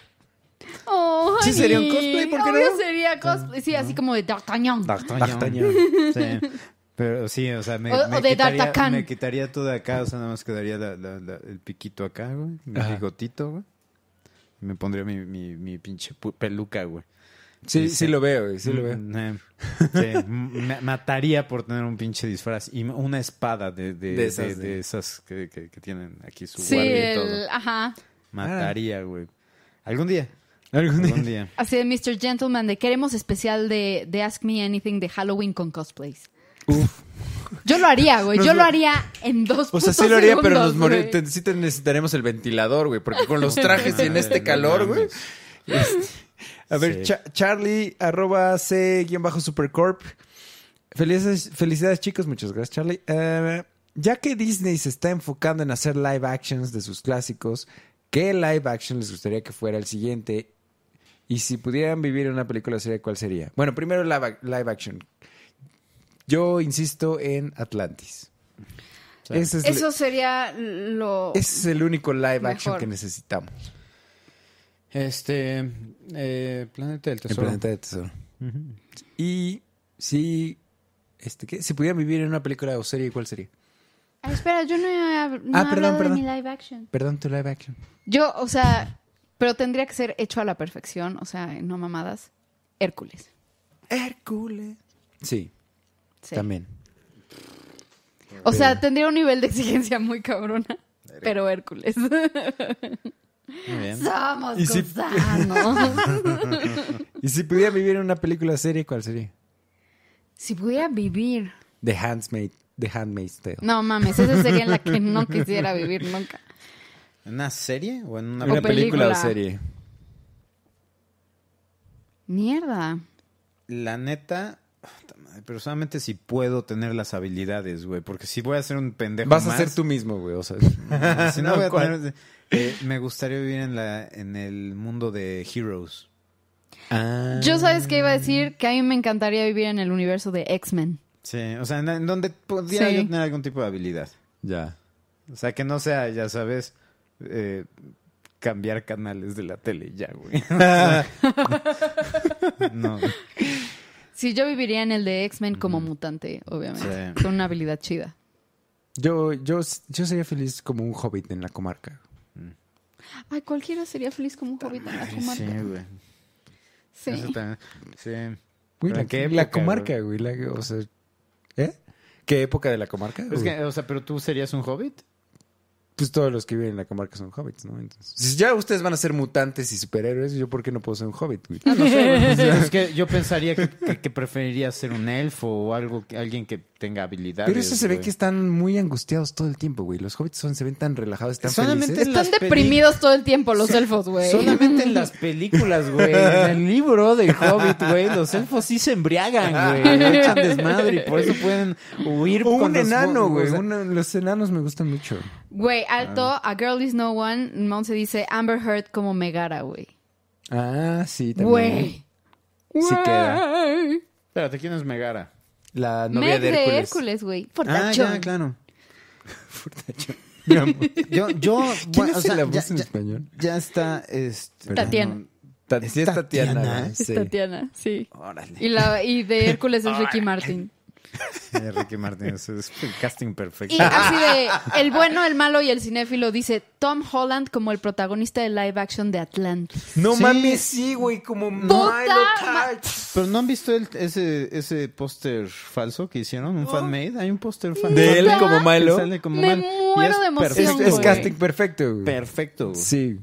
[SPEAKER 4] Oh,
[SPEAKER 3] Sí,
[SPEAKER 4] honey.
[SPEAKER 3] sería un cosplay, ¿por qué
[SPEAKER 4] Obvio
[SPEAKER 3] no?
[SPEAKER 4] sería cosplay. Sí, así como de D'Artagnan.
[SPEAKER 3] D'Artagnan.
[SPEAKER 2] Sí. Pero sí, o sea, me,
[SPEAKER 4] O-
[SPEAKER 2] me
[SPEAKER 4] o de
[SPEAKER 2] quitaría,
[SPEAKER 4] D'Artagnan.
[SPEAKER 2] me quitaría todo de acá, o sea, nada más quedaría la- la- la- el piquito acá, güey, mi
[SPEAKER 3] Ajá.
[SPEAKER 2] bigotito, güey. Me pondría mi, mi, mi pinche pu- peluca, güey.
[SPEAKER 3] Sí, sí,
[SPEAKER 2] sí.
[SPEAKER 3] lo veo, güey, sí lo veo.
[SPEAKER 2] Mm, eh, sí, me mataría por tener un pinche disfraz y una espada de, de,
[SPEAKER 3] De
[SPEAKER 2] de- de
[SPEAKER 3] esas,
[SPEAKER 2] esas, que,
[SPEAKER 3] de-
[SPEAKER 2] que- que tienen aquí su
[SPEAKER 4] Sí,
[SPEAKER 2] guardia y
[SPEAKER 4] el,
[SPEAKER 2] todo.
[SPEAKER 4] ajá.
[SPEAKER 2] Mataría, güey. Algún día.
[SPEAKER 3] Algún día.
[SPEAKER 2] Algún día.
[SPEAKER 4] Así de Mr. Gentleman, de queremos especial de, de Ask Me Anything de Halloween con cosplays.
[SPEAKER 3] Uf.
[SPEAKER 4] Yo lo haría, güey. Yo lo haría en dos
[SPEAKER 3] O sea, sí
[SPEAKER 4] putos
[SPEAKER 3] lo haría, pero
[SPEAKER 4] segundos,
[SPEAKER 3] nos mori-
[SPEAKER 4] güey.
[SPEAKER 3] te- sí te necesitaremos el ventilador, güey, porque con los trajes y en este
[SPEAKER 2] No
[SPEAKER 3] calor, güey.
[SPEAKER 2] mames.
[SPEAKER 3] Este, A ver,
[SPEAKER 2] Sí.
[SPEAKER 3] Cha- Charlie, arroba C, guión bajo Supercorp. Felices, felicidades, chicos. Muchas gracias, Charlie. Eh, ya que Disney se está enfocando en hacer live actions de sus clásicos, ¿Qué live action les gustaría que fuera el siguiente? Y si pudieran vivir en una película serie, ¿cuál sería? Bueno, primero live, live action. Yo insisto en Atlantis. Ese es,
[SPEAKER 4] Eso sería lo...
[SPEAKER 3] ese es el único live action
[SPEAKER 4] Mejor.
[SPEAKER 3] que necesitamos.
[SPEAKER 2] Este. eh, Planeta del
[SPEAKER 3] El
[SPEAKER 2] Tesoro.
[SPEAKER 3] planeta de tesoro. Y si, este, ¿qué? si pudieran vivir en una película o serie, ¿cuál sería?
[SPEAKER 8] Ah, espera, yo no he, hab- no he
[SPEAKER 3] Ah,
[SPEAKER 8] hablado
[SPEAKER 3] perdón, perdón.
[SPEAKER 8] de mi live action.
[SPEAKER 3] Perdón, tu live action.
[SPEAKER 4] Yo, o sea, pero tendría que ser hecho a la perfección, o sea, no mamadas. Hércules.
[SPEAKER 3] Hércules. Sí,
[SPEAKER 4] sí.
[SPEAKER 3] también.
[SPEAKER 4] O sea, tendría un nivel de exigencia muy cabrona, pero Hércules.
[SPEAKER 2] Muy bien.
[SPEAKER 4] Somos
[SPEAKER 3] Y si-
[SPEAKER 4] gusanos.
[SPEAKER 3] Y si pudieran vivir en una película o serie, ¿cuál sería?
[SPEAKER 4] si pudiera vivir.
[SPEAKER 3] The Handmaid, The Handmaid's Tale.
[SPEAKER 4] No mames, esa sería la que no quisiera vivir nunca.
[SPEAKER 2] ¿En una serie o en una
[SPEAKER 4] O
[SPEAKER 3] Una película o
[SPEAKER 4] película.
[SPEAKER 3] serie.
[SPEAKER 4] Mierda.
[SPEAKER 2] La neta. puta madre, Pero solamente si puedo tener las habilidades, güey. Porque si voy a ser un pendejo.
[SPEAKER 3] Vas a
[SPEAKER 2] más,
[SPEAKER 3] ser tú mismo, güey. O sea,
[SPEAKER 2] Si no, voy a
[SPEAKER 3] ¿cuál?
[SPEAKER 2] tener- eh, me gustaría vivir en, la, en el mundo de Heroes.
[SPEAKER 3] Ah.
[SPEAKER 4] Yo sabes que iba a decir que a mí me encantaría vivir en el universo de X-Men.
[SPEAKER 2] Sí, o sea, en, en donde podría
[SPEAKER 4] Sí.
[SPEAKER 2] yo tener algún tipo de habilidad.
[SPEAKER 3] Ya.
[SPEAKER 2] O sea, que no sea, ya sabes, eh, cambiar canales de la tele, ya, güey. no.
[SPEAKER 4] Sí, yo viviría en el de X-Men como mutante, obviamente.
[SPEAKER 2] Mm. Sí.
[SPEAKER 4] Con una habilidad chida.
[SPEAKER 3] Yo, yo, yo sería feliz como un hobbit en la comarca.
[SPEAKER 4] Ay, cualquiera sería feliz como un hobbit en la
[SPEAKER 2] Sí,
[SPEAKER 4] comarca.
[SPEAKER 2] güey.
[SPEAKER 4] Sí.
[SPEAKER 2] Eso también. Sí.
[SPEAKER 3] Güey,
[SPEAKER 2] ¿Pero
[SPEAKER 3] la,
[SPEAKER 2] en qué
[SPEAKER 3] la
[SPEAKER 2] época,
[SPEAKER 3] comarca, güey. la- o sea, ¿eh? ¿Qué época de la comarca?
[SPEAKER 2] Es
[SPEAKER 3] güey?
[SPEAKER 2] que, o sea, pero tú serías un hobbit.
[SPEAKER 3] Pues todos los que viven en la comarca son hobbits, ¿no? Entonces, si ya ustedes van a ser mutantes y superhéroes, ¿yo por qué no puedo ser un hobbit, güey?
[SPEAKER 2] No sé, güey. O sea, es que yo pensaría que, que, que preferirías ser un elfo o algo, que- alguien que tenga habilidades.
[SPEAKER 3] Pero eso se ve
[SPEAKER 2] güey.
[SPEAKER 3] que están muy angustiados todo el tiempo, güey. Los hobbits son, se ven tan relajados, tan
[SPEAKER 2] Solamente
[SPEAKER 3] felices.
[SPEAKER 2] en
[SPEAKER 4] Están
[SPEAKER 2] las peli-
[SPEAKER 4] deprimidos todo el tiempo los elfos, güey.
[SPEAKER 2] Solamente en las películas, güey. En el libro del Hobbit, güey. Los elfos sí se embriagan, güey. Echan desmadre y por eso pueden huir
[SPEAKER 3] O
[SPEAKER 2] con
[SPEAKER 3] un
[SPEAKER 2] los-
[SPEAKER 3] enano, güey.
[SPEAKER 2] o sea,
[SPEAKER 3] Una- los enanos me gustan mucho.
[SPEAKER 4] Güey, alto, a girl is no one, Monse dice Amber Heard como Megara, güey.
[SPEAKER 3] Ah, sí, también.
[SPEAKER 4] Güey.
[SPEAKER 3] Sí queda.
[SPEAKER 4] Güey.
[SPEAKER 2] Espérate, ¿quién es Megara?
[SPEAKER 3] La novia
[SPEAKER 4] Meg
[SPEAKER 3] de
[SPEAKER 4] de
[SPEAKER 3] Hércules.
[SPEAKER 4] Hércules, güey.
[SPEAKER 2] Ah,
[SPEAKER 4] Fortachón.
[SPEAKER 2] ya, claro.
[SPEAKER 3] Fortachón.
[SPEAKER 2] Yo, yo,
[SPEAKER 3] ¿Quién
[SPEAKER 2] bueno,
[SPEAKER 3] es
[SPEAKER 2] o sea,
[SPEAKER 3] la voz
[SPEAKER 2] ya,
[SPEAKER 3] en
[SPEAKER 2] ya-
[SPEAKER 3] español?
[SPEAKER 2] ya está, este,
[SPEAKER 4] Tatiana.
[SPEAKER 3] Ta- sí es Tatiana.
[SPEAKER 2] Tatiana,
[SPEAKER 3] ¿eh?
[SPEAKER 4] Es
[SPEAKER 3] Sí.
[SPEAKER 4] Tatiana, sí.
[SPEAKER 2] Órale.
[SPEAKER 4] Y, la, y de Hércules es Ricky Martin.
[SPEAKER 2] Eh, Ricky Martínez es el casting perfecto.
[SPEAKER 4] Y así de el bueno, el malo y el cinéfilo dice Tom Holland como el protagonista de live action de Atlantis.
[SPEAKER 3] No
[SPEAKER 2] Sí.
[SPEAKER 3] mames, sí, güey, como Milo
[SPEAKER 4] Puta
[SPEAKER 3] Touch.
[SPEAKER 2] Pero ¿no han visto el- ese, ese póster falso que hicieron? ¿Un fanmade? Hay un póster fan
[SPEAKER 3] De él
[SPEAKER 2] fan-
[SPEAKER 3] como
[SPEAKER 2] que
[SPEAKER 3] Milo.
[SPEAKER 2] sale como
[SPEAKER 4] Me
[SPEAKER 2] mal. Y
[SPEAKER 4] muero
[SPEAKER 2] es
[SPEAKER 4] de emoción,
[SPEAKER 3] Es,
[SPEAKER 2] perfecto,
[SPEAKER 3] es
[SPEAKER 4] güey.
[SPEAKER 3] casting perfecto, güey.
[SPEAKER 2] Perfecto. güey.
[SPEAKER 3] Sí.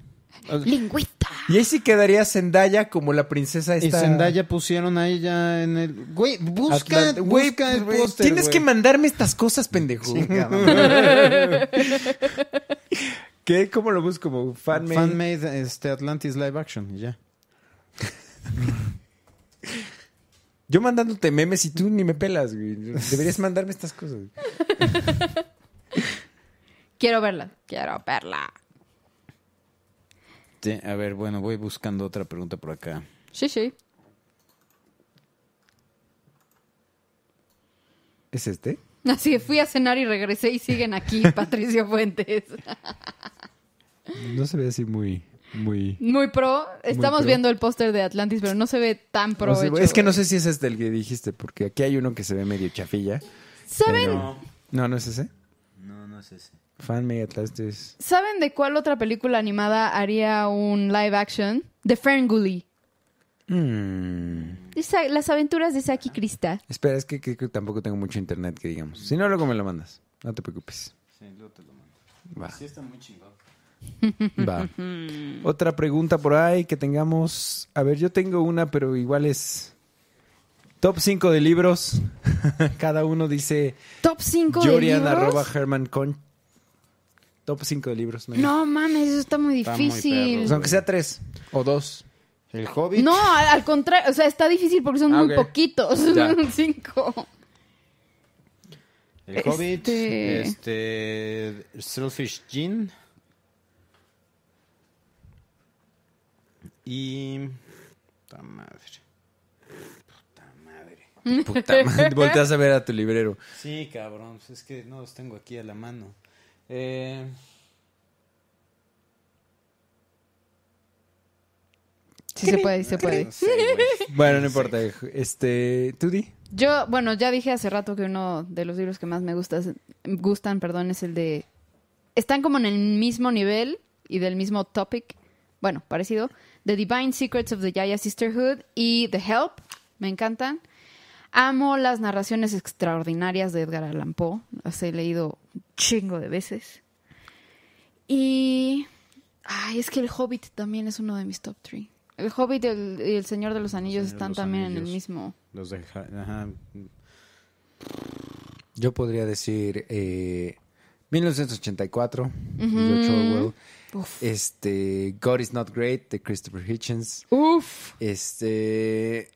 [SPEAKER 8] Lingüista.
[SPEAKER 3] Y ahí sí quedaría Zendaya como la princesa
[SPEAKER 2] Y
[SPEAKER 3] esta.
[SPEAKER 2] Zendaya pusieron a ella en el. Güey, busca,
[SPEAKER 3] Atlant- Güey,
[SPEAKER 2] busca el
[SPEAKER 3] güey,
[SPEAKER 2] póster.
[SPEAKER 3] Tienes
[SPEAKER 2] güey.
[SPEAKER 3] que mandarme estas cosas, pendejo.
[SPEAKER 2] Chinga, mamá.
[SPEAKER 3] ¿Qué? ¿Cómo lo busco? Como fanmade.
[SPEAKER 2] Fanmade este, Atlantis Live Action, y ya.
[SPEAKER 3] Yo mandándote memes y tú ni me pelas, güey. Deberías mandarme estas cosas.
[SPEAKER 4] Quiero verla, quiero verla.
[SPEAKER 2] Sí, a ver, bueno, voy buscando otra pregunta por acá.
[SPEAKER 4] Sí, sí.
[SPEAKER 3] ¿Es este?
[SPEAKER 4] Así que fui a cenar y regresé y siguen aquí, Patricio Fuentes.
[SPEAKER 3] No se ve así muy, muy.
[SPEAKER 4] Muy pro. Estamos
[SPEAKER 3] pro.
[SPEAKER 4] viendo el póster de Atlantis, pero no se ve tan pro.
[SPEAKER 3] No sé,
[SPEAKER 4] hecho,
[SPEAKER 3] es que no
[SPEAKER 4] güey.
[SPEAKER 3] sé si es este el que dijiste, porque aquí hay uno que se ve medio chafilla.
[SPEAKER 4] ¿Saben,
[SPEAKER 3] pero- No, no es ese.
[SPEAKER 2] No, no sé si.
[SPEAKER 3] Fan Made este Atlantis.
[SPEAKER 4] ¿Saben de cuál otra película animada haría un live action? The Ferngully.
[SPEAKER 3] Mm.
[SPEAKER 8] Isa- Las aventuras de Saki Krista.
[SPEAKER 3] Espera, es que creo que tampoco tengo mucho internet que digamos. Si no, luego me lo mandas. No te preocupes. Va.
[SPEAKER 2] está muy chingón.
[SPEAKER 3] Va. Otra pregunta por ahí que tengamos. A ver, yo tengo una, pero igual es. Top 5 de libros. Cada uno dice
[SPEAKER 4] Top 5 de
[SPEAKER 3] Jorian
[SPEAKER 4] libros.
[SPEAKER 3] arroba Herman Con. Top 5 de libros. venga.
[SPEAKER 4] No mames, eso está muy
[SPEAKER 2] Está muy
[SPEAKER 4] difícil.
[SPEAKER 3] Pues aunque sea 3 o 2.
[SPEAKER 2] El Hobbit.
[SPEAKER 4] no, al, al contrario, o sea, está difícil porque son
[SPEAKER 3] Ah,
[SPEAKER 4] muy
[SPEAKER 3] ok.
[SPEAKER 4] poquitos.
[SPEAKER 3] Ya.
[SPEAKER 4] Cinco.
[SPEAKER 2] El Hobbit.
[SPEAKER 4] Este-
[SPEAKER 2] Este. Selfish Jean. Y. Puta madre. Puta madre.
[SPEAKER 3] Puta madre, Volteas a ver a tu librero.
[SPEAKER 2] Sí, cabrón. pues Es que no los tengo aquí a la mano. Eh,
[SPEAKER 4] Sí se puede, sí se puede.
[SPEAKER 2] no sé, güey.
[SPEAKER 3] Bueno, no importa. Este, ¿tú di?
[SPEAKER 4] Yo, bueno, ya dije hace rato que uno de los libros que más me gusta, es- gustan, perdón, es el de... Están como en el mismo nivel y del mismo topic, bueno, parecido, The Divine Secrets of the Yaya Sisterhood y The Help, me encantan. Amo las narraciones extraordinarias de Edgar Allan Poe, las he leído un chingo de veces. Y... Ay, es que El Hobbit también es uno de mis top three. El Hobbit y el, y el Señor de los
[SPEAKER 2] Señor
[SPEAKER 4] Anillos
[SPEAKER 2] de
[SPEAKER 4] están
[SPEAKER 2] los
[SPEAKER 4] también en el
[SPEAKER 2] Anillos.
[SPEAKER 4] mismo...
[SPEAKER 2] Los de. Ja- Ajá.
[SPEAKER 3] Yo podría decir eh, 1984 de
[SPEAKER 4] Ujú.
[SPEAKER 3] George Orwell.
[SPEAKER 4] Uf.
[SPEAKER 3] Este, God is Not Great de Christopher Hitchens.
[SPEAKER 4] Uf.
[SPEAKER 3] Este.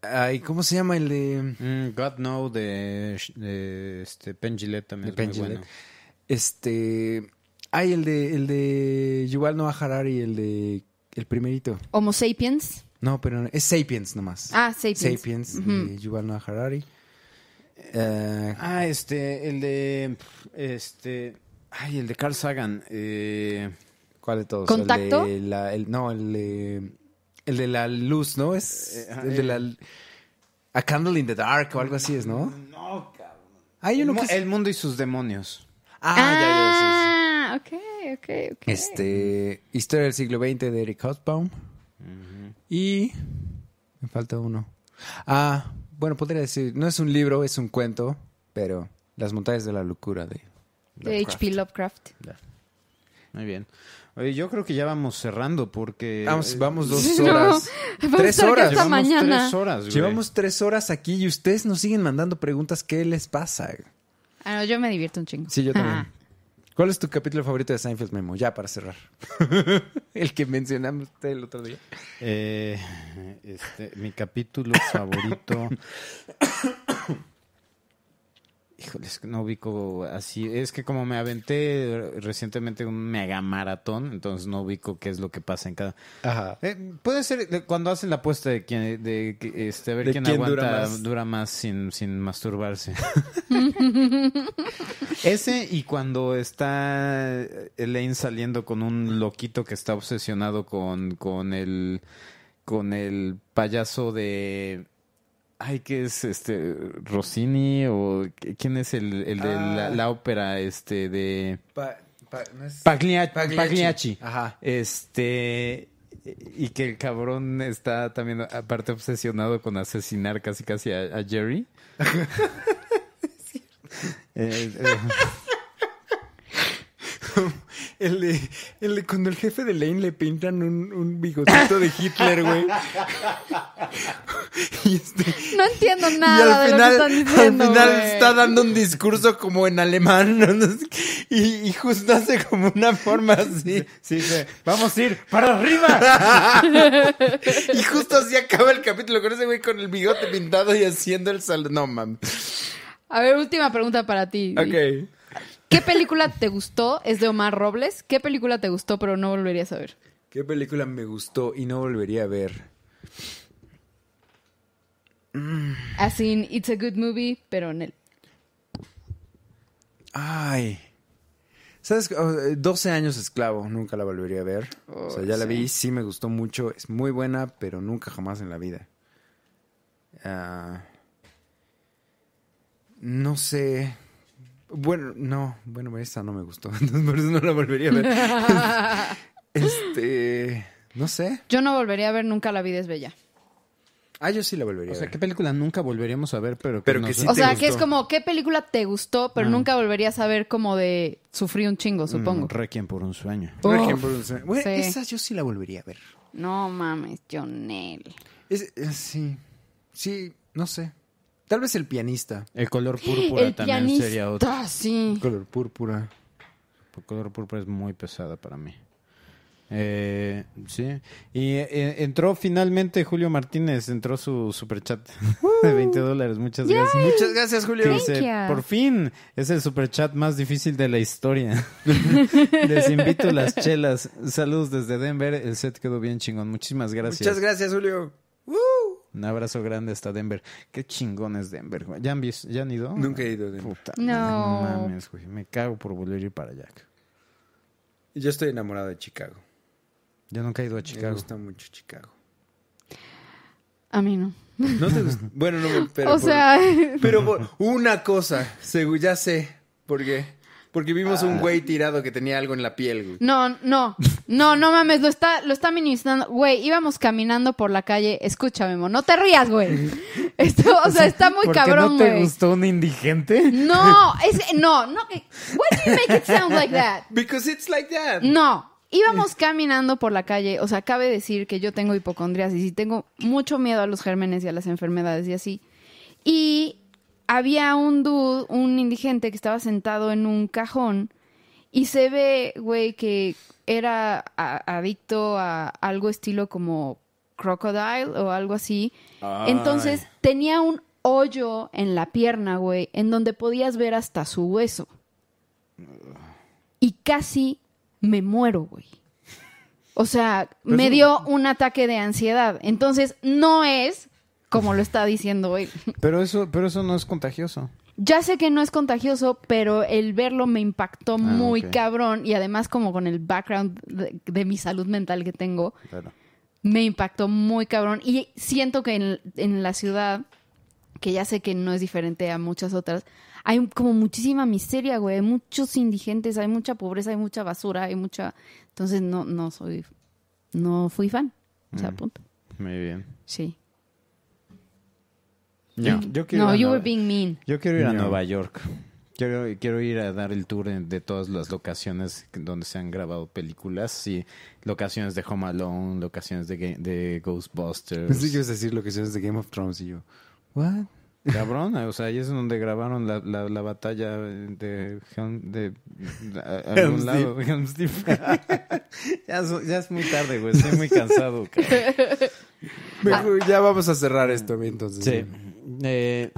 [SPEAKER 3] Ay, ¿cómo se llama el de.?
[SPEAKER 2] Mm, God Know de, Sh- de este, Penn Jillette también.
[SPEAKER 3] De Penn
[SPEAKER 2] es muy
[SPEAKER 3] Jillette.
[SPEAKER 2] bueno.
[SPEAKER 3] Este. Ay, el de. El de Yuval Noah Harari, el de. El primerito.
[SPEAKER 4] Homo sapiens.
[SPEAKER 3] No, pero no, es Sapiens nomás.
[SPEAKER 4] Ah, sapiens.
[SPEAKER 3] Sapiens Mm.
[SPEAKER 4] Ujú.
[SPEAKER 3] de Yuval Noah Harari. Eh,
[SPEAKER 2] Ah, este, el de. Este. Ay, el de Carl Sagan. Eh,
[SPEAKER 3] ¿Cuál de todos?
[SPEAKER 4] ¿Contacto?
[SPEAKER 3] El de la, el- no, el de, el de la luz, ¿no? Es
[SPEAKER 2] Eh, ajá,
[SPEAKER 3] el de la... A Candle in the Dark o algo así es, ¿no?
[SPEAKER 2] no, cabrón.
[SPEAKER 3] Hay
[SPEAKER 2] El,
[SPEAKER 3] uno
[SPEAKER 2] mu-
[SPEAKER 3] que... es-
[SPEAKER 2] el mundo y sus demonios.
[SPEAKER 3] Ah, ya, ya, sí,
[SPEAKER 4] Ah, ok, ok, ok.
[SPEAKER 3] sí. Este... Historia del siglo XX de Eric Hobsbawm. Y... Me falta uno. Ah, bueno, podría decir... No es un libro, es un cuento, pero... Las montañas de la locura de...
[SPEAKER 4] De H.P. Lovecraft.
[SPEAKER 2] Muy bien. Oye, yo creo que ya vamos cerrando porque.
[SPEAKER 3] Vamos,
[SPEAKER 2] eh,
[SPEAKER 3] vamos dos
[SPEAKER 4] No,
[SPEAKER 3] horas.
[SPEAKER 4] vamos a
[SPEAKER 3] tres
[SPEAKER 4] estar aquí
[SPEAKER 3] horas.
[SPEAKER 4] hasta
[SPEAKER 2] Llevamos
[SPEAKER 4] mañana.
[SPEAKER 2] tres horas, güey.
[SPEAKER 3] Llevamos tres horas aquí y ustedes nos siguen mandando preguntas. ¿Qué les pasa?
[SPEAKER 4] Ah, no, yo me divierto un chingo.
[SPEAKER 3] Sí, yo también.
[SPEAKER 4] Ah.
[SPEAKER 3] ¿Cuál es tu capítulo favorito de Seinfeld Memo? Ya para cerrar. el que mencionamos usted el otro día.
[SPEAKER 2] Eh, este, mi capítulo favorito. Híjole, es que no ubico así. Es que como me aventé recientemente un mega maratón, entonces no ubico qué es lo que pasa en cada.
[SPEAKER 3] Ajá.
[SPEAKER 2] Eh, puede ser de- cuando hacen la apuesta de quién, de, que- este, a ver
[SPEAKER 3] De
[SPEAKER 2] quién,
[SPEAKER 3] quién
[SPEAKER 2] aguanta,
[SPEAKER 3] dura
[SPEAKER 2] dura más,
[SPEAKER 3] más.
[SPEAKER 2] sin, sin masturbarse. Ese y cuando está eh, Elaine saliendo con un loquito que está obsesionado con, con el con el payaso de ay que es este Rossini o quién es el, el de la,
[SPEAKER 3] Ah.
[SPEAKER 2] la ópera este de
[SPEAKER 3] no es...
[SPEAKER 2] Paglia-
[SPEAKER 3] Pagliacci.
[SPEAKER 2] Pagliacci.
[SPEAKER 3] Ajá.
[SPEAKER 2] Este. Y que el cabrón está también, aparte, obsesionado con asesinar casi casi a, a Jerry. Eh, eh,
[SPEAKER 3] el, de, el de cuando el jefe de Lane le pintan un, un bigotito de Hitler, güey. y este,
[SPEAKER 4] No entiendo
[SPEAKER 3] y
[SPEAKER 4] nada de
[SPEAKER 3] al final,
[SPEAKER 4] lo que están diciendo.
[SPEAKER 3] al final
[SPEAKER 4] güey.
[SPEAKER 3] está dando un discurso como en alemán. ¿no? No sé qué. y, y justo hace como una forma así.
[SPEAKER 2] sí, sí, vamos a ir para arriba.
[SPEAKER 3] Y justo así acaba el capítulo con ese güey con el bigote pintado y haciendo el sal. No, mam.
[SPEAKER 4] A ver, última pregunta para ti.
[SPEAKER 3] Ok.
[SPEAKER 4] ¿Qué película te gustó? Es de Omar Robles. ¿Qué película te gustó pero no volverías a ver?
[SPEAKER 3] ¿Qué película me gustó y no volvería a ver?
[SPEAKER 4] As in, it's a good movie, pero en él.
[SPEAKER 3] Ay. ¿Sabes? Oh, eh, 12 años esclavo, nunca la volvería a ver. o sea, ya la vi, sí me gustó mucho, es muy buena, pero nunca jamás en la vida. Ah, no sé. Bueno, no, bueno, esa no me gustó, entonces por eso no la volvería a ver. este, no sé.
[SPEAKER 4] Yo no volvería a ver nunca La vida es bella.
[SPEAKER 3] Ah, yo sí la volvería
[SPEAKER 2] O
[SPEAKER 3] a
[SPEAKER 2] sea,
[SPEAKER 3] ver.
[SPEAKER 2] ¿qué película nunca volveríamos a ver? Pero que,
[SPEAKER 3] Pero
[SPEAKER 2] nos-
[SPEAKER 3] que sí
[SPEAKER 4] O
[SPEAKER 3] te
[SPEAKER 4] sea, que es
[SPEAKER 3] gustó? Ah.
[SPEAKER 4] como, ¿qué película te gustó pero nunca volverías a ver como de sufrí un chingo, supongo?
[SPEAKER 2] Mm, Requiem por un sueño.
[SPEAKER 3] Por
[SPEAKER 4] Uf,
[SPEAKER 3] ejemplo, no sé. Bueno,
[SPEAKER 4] sí.
[SPEAKER 3] esa yo sí la volvería a ver.
[SPEAKER 4] No mames, Jonel.
[SPEAKER 3] Es- eh, sí, sí, no sé. Tal vez el pianista.
[SPEAKER 2] El color púrpura
[SPEAKER 4] el
[SPEAKER 2] también
[SPEAKER 4] pianista,
[SPEAKER 2] sería otro.
[SPEAKER 4] sí.
[SPEAKER 3] Color púrpura.
[SPEAKER 2] El color púrpura es muy pesada para mí. Eh, sí. Y eh, entró finalmente Julio Martínez, entró su superchat de 20 dólares. Muchas gracias.
[SPEAKER 3] Muchas gracias, Julio.
[SPEAKER 5] Thank you.
[SPEAKER 2] por fin, es el superchat más difícil de la historia. Les invito las chelas. Saludos desde Denver. El set quedó bien chingón. Muchísimas gracias.
[SPEAKER 3] Muchas gracias, Julio. ¡Woo!
[SPEAKER 2] Un abrazo grande hasta Denver. Qué chingón es Denver, güey. ¿Ya han, visto- ya han ido?
[SPEAKER 3] Nunca he ido. Denver.
[SPEAKER 2] Puta
[SPEAKER 5] No.
[SPEAKER 2] madre, no mames, güey. Me cago por volver a ir para allá.
[SPEAKER 3] Yo estoy enamorado de Chicago.
[SPEAKER 2] Yo nunca he ido a
[SPEAKER 3] Me
[SPEAKER 2] Chicago.
[SPEAKER 3] gusta mucho Chicago.
[SPEAKER 4] A mí no.
[SPEAKER 3] ¿No te gusta? bueno, no me pero
[SPEAKER 4] o
[SPEAKER 3] por-
[SPEAKER 4] sea,
[SPEAKER 3] Pero por- una cosa, seguro, ya sé por qué. Porque vimos un güey tirado que tenía algo en la piel, güey.
[SPEAKER 4] no, no, no, no mames, lo está, lo está minimizando. Güey, íbamos caminando por la calle, escúchame, mo, no te rías, güey. Esto, o sea, está muy
[SPEAKER 9] ¿Por qué
[SPEAKER 4] cabrón,
[SPEAKER 9] no te
[SPEAKER 4] güey.
[SPEAKER 9] gustó un indigente?
[SPEAKER 4] No, es, no, no, que- why do you make it sound like that?
[SPEAKER 3] Because it's like that.
[SPEAKER 4] No, íbamos caminando por la calle, o sea, cabe decir que yo tengo hipocondrias y sí tengo mucho miedo a los gérmenes y a las enfermedades y así. Y había un dude, un indigente que estaba sentado en un cajón y se ve, güey, que era a- adicto a algo estilo como crocodile o algo así. Entonces tenía un hoyo en la pierna, güey, en donde podías ver hasta su hueso. Y casi me muero, güey. O sea, me dio un ataque de ansiedad. Entonces, no es como lo está diciendo él.
[SPEAKER 2] Pero eso, pero eso no es contagioso.
[SPEAKER 4] Ya sé que no es contagioso, pero el verlo me impactó muy
[SPEAKER 2] ok.
[SPEAKER 4] cabrón. Y además, como con el background de, de mi salud mental que tengo,
[SPEAKER 2] Claro.
[SPEAKER 4] me impactó muy cabrón. Y siento que en, en la ciudad, que ya sé que no es diferente a muchas otras, hay un- como muchísima miseria, güey. Hay muchos indigentes, hay mucha pobreza, hay mucha basura, hay mucha... Entonces no, no soy... No fui fan. O sea, punto.
[SPEAKER 2] Muy bien.
[SPEAKER 4] Sí.
[SPEAKER 2] Yo, Mm. yo quiero
[SPEAKER 4] No,
[SPEAKER 2] ir a
[SPEAKER 4] you
[SPEAKER 2] Nueva-
[SPEAKER 4] were being mean.
[SPEAKER 2] Yo quiero ir a
[SPEAKER 3] No.
[SPEAKER 2] Nueva York. Quiero, quiero ir a dar el tour en- de todas las locaciones que- donde se han grabado películas. Y locaciones de Home Alone, locaciones de, Ga- de Ghostbusters.
[SPEAKER 3] Pensé que ibas a decir lo que sabes de Game of Thrones y yo. ¿What?
[SPEAKER 2] Cabrón, o sea, ahí es donde grabaron la, la, la batalla de, Helm- de, de- a- a algún
[SPEAKER 3] Helm's
[SPEAKER 2] lado. Helm's Deep. ya, es, ya es muy tarde, güey. Estoy muy cansado, cabrón.
[SPEAKER 4] Ah.
[SPEAKER 3] Mejor ya vamos a cerrar esto mi, entonces.
[SPEAKER 2] Sí. Eh,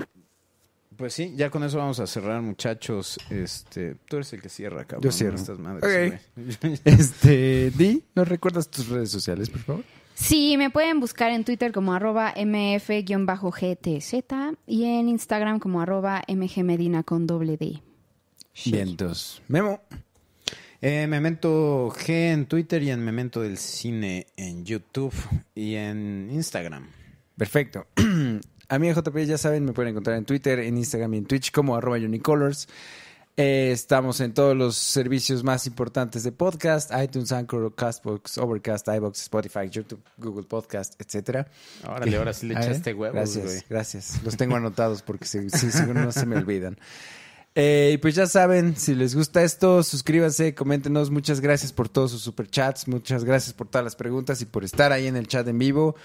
[SPEAKER 2] pues sí, ya con eso vamos a cerrar, muchachos. Este, tú eres el que cierra, cabrón.
[SPEAKER 3] Yo cierro.
[SPEAKER 2] Estas madres, güey.
[SPEAKER 3] Este, Di, ¿nos recuerdas tus redes sociales, por favor?
[SPEAKER 4] Sí, me pueden buscar en Twitter como arroba mf-gtz y en Instagram como arroba mgmedina con doble D.
[SPEAKER 3] Vientos. Memo.
[SPEAKER 2] Eh, Memento G en Twitter y en Memento del Cine en YouTube y en Instagram.
[SPEAKER 3] Perfecto. A mí en JP ya saben, me pueden encontrar en Twitter, en Instagram y en Twitch como arroba unicolors. Eh, estamos en todos los servicios más importantes de podcast, iTunes, Anchor, Castbox, Overcast, iBox, Spotify, YouTube, Google Podcast, etcétera.
[SPEAKER 2] Órale, ahora sí le
[SPEAKER 3] A ver,
[SPEAKER 2] echaste huevos,
[SPEAKER 3] Gracias,
[SPEAKER 2] güey.
[SPEAKER 3] gracias. Los tengo anotados porque se- sí, seguro no se me olvidan. Eh, y pues ya saben, si les gusta esto, suscríbanse, coméntenos. Muchas gracias por todos sus superchats, muchas gracias por todas las preguntas y por estar ahí en el chat en vivo.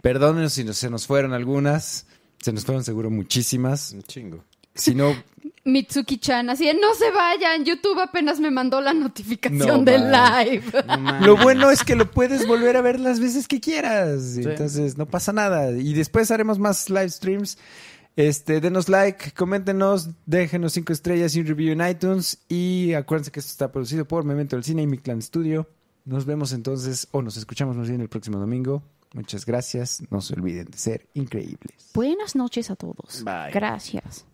[SPEAKER 3] Perdónenos si no- se nos fueron algunas, se nos fueron seguro muchísimas.
[SPEAKER 2] Un chingo.
[SPEAKER 3] Si no,
[SPEAKER 4] Mitsuki-chan, así de, no se vayan, YouTube apenas me mandó la notificación
[SPEAKER 3] No,
[SPEAKER 4] del
[SPEAKER 3] va.
[SPEAKER 4] live.
[SPEAKER 2] No mames.
[SPEAKER 3] lo bueno es que lo puedes volver a ver las veces que quieras. Entonces, no pasa nada. Y después haremos más live streams. Este, denos like, coméntenos, déjenos cinco estrellas y un review en iTunes. Y acuérdense que esto está producido por Memento del Cine y Mi Clan Studio. Nos vemos entonces, o nos escuchamos más bien el próximo domingo. Muchas gracias. No se olviden de ser increíbles.
[SPEAKER 5] Buenas noches a todos. Gracias.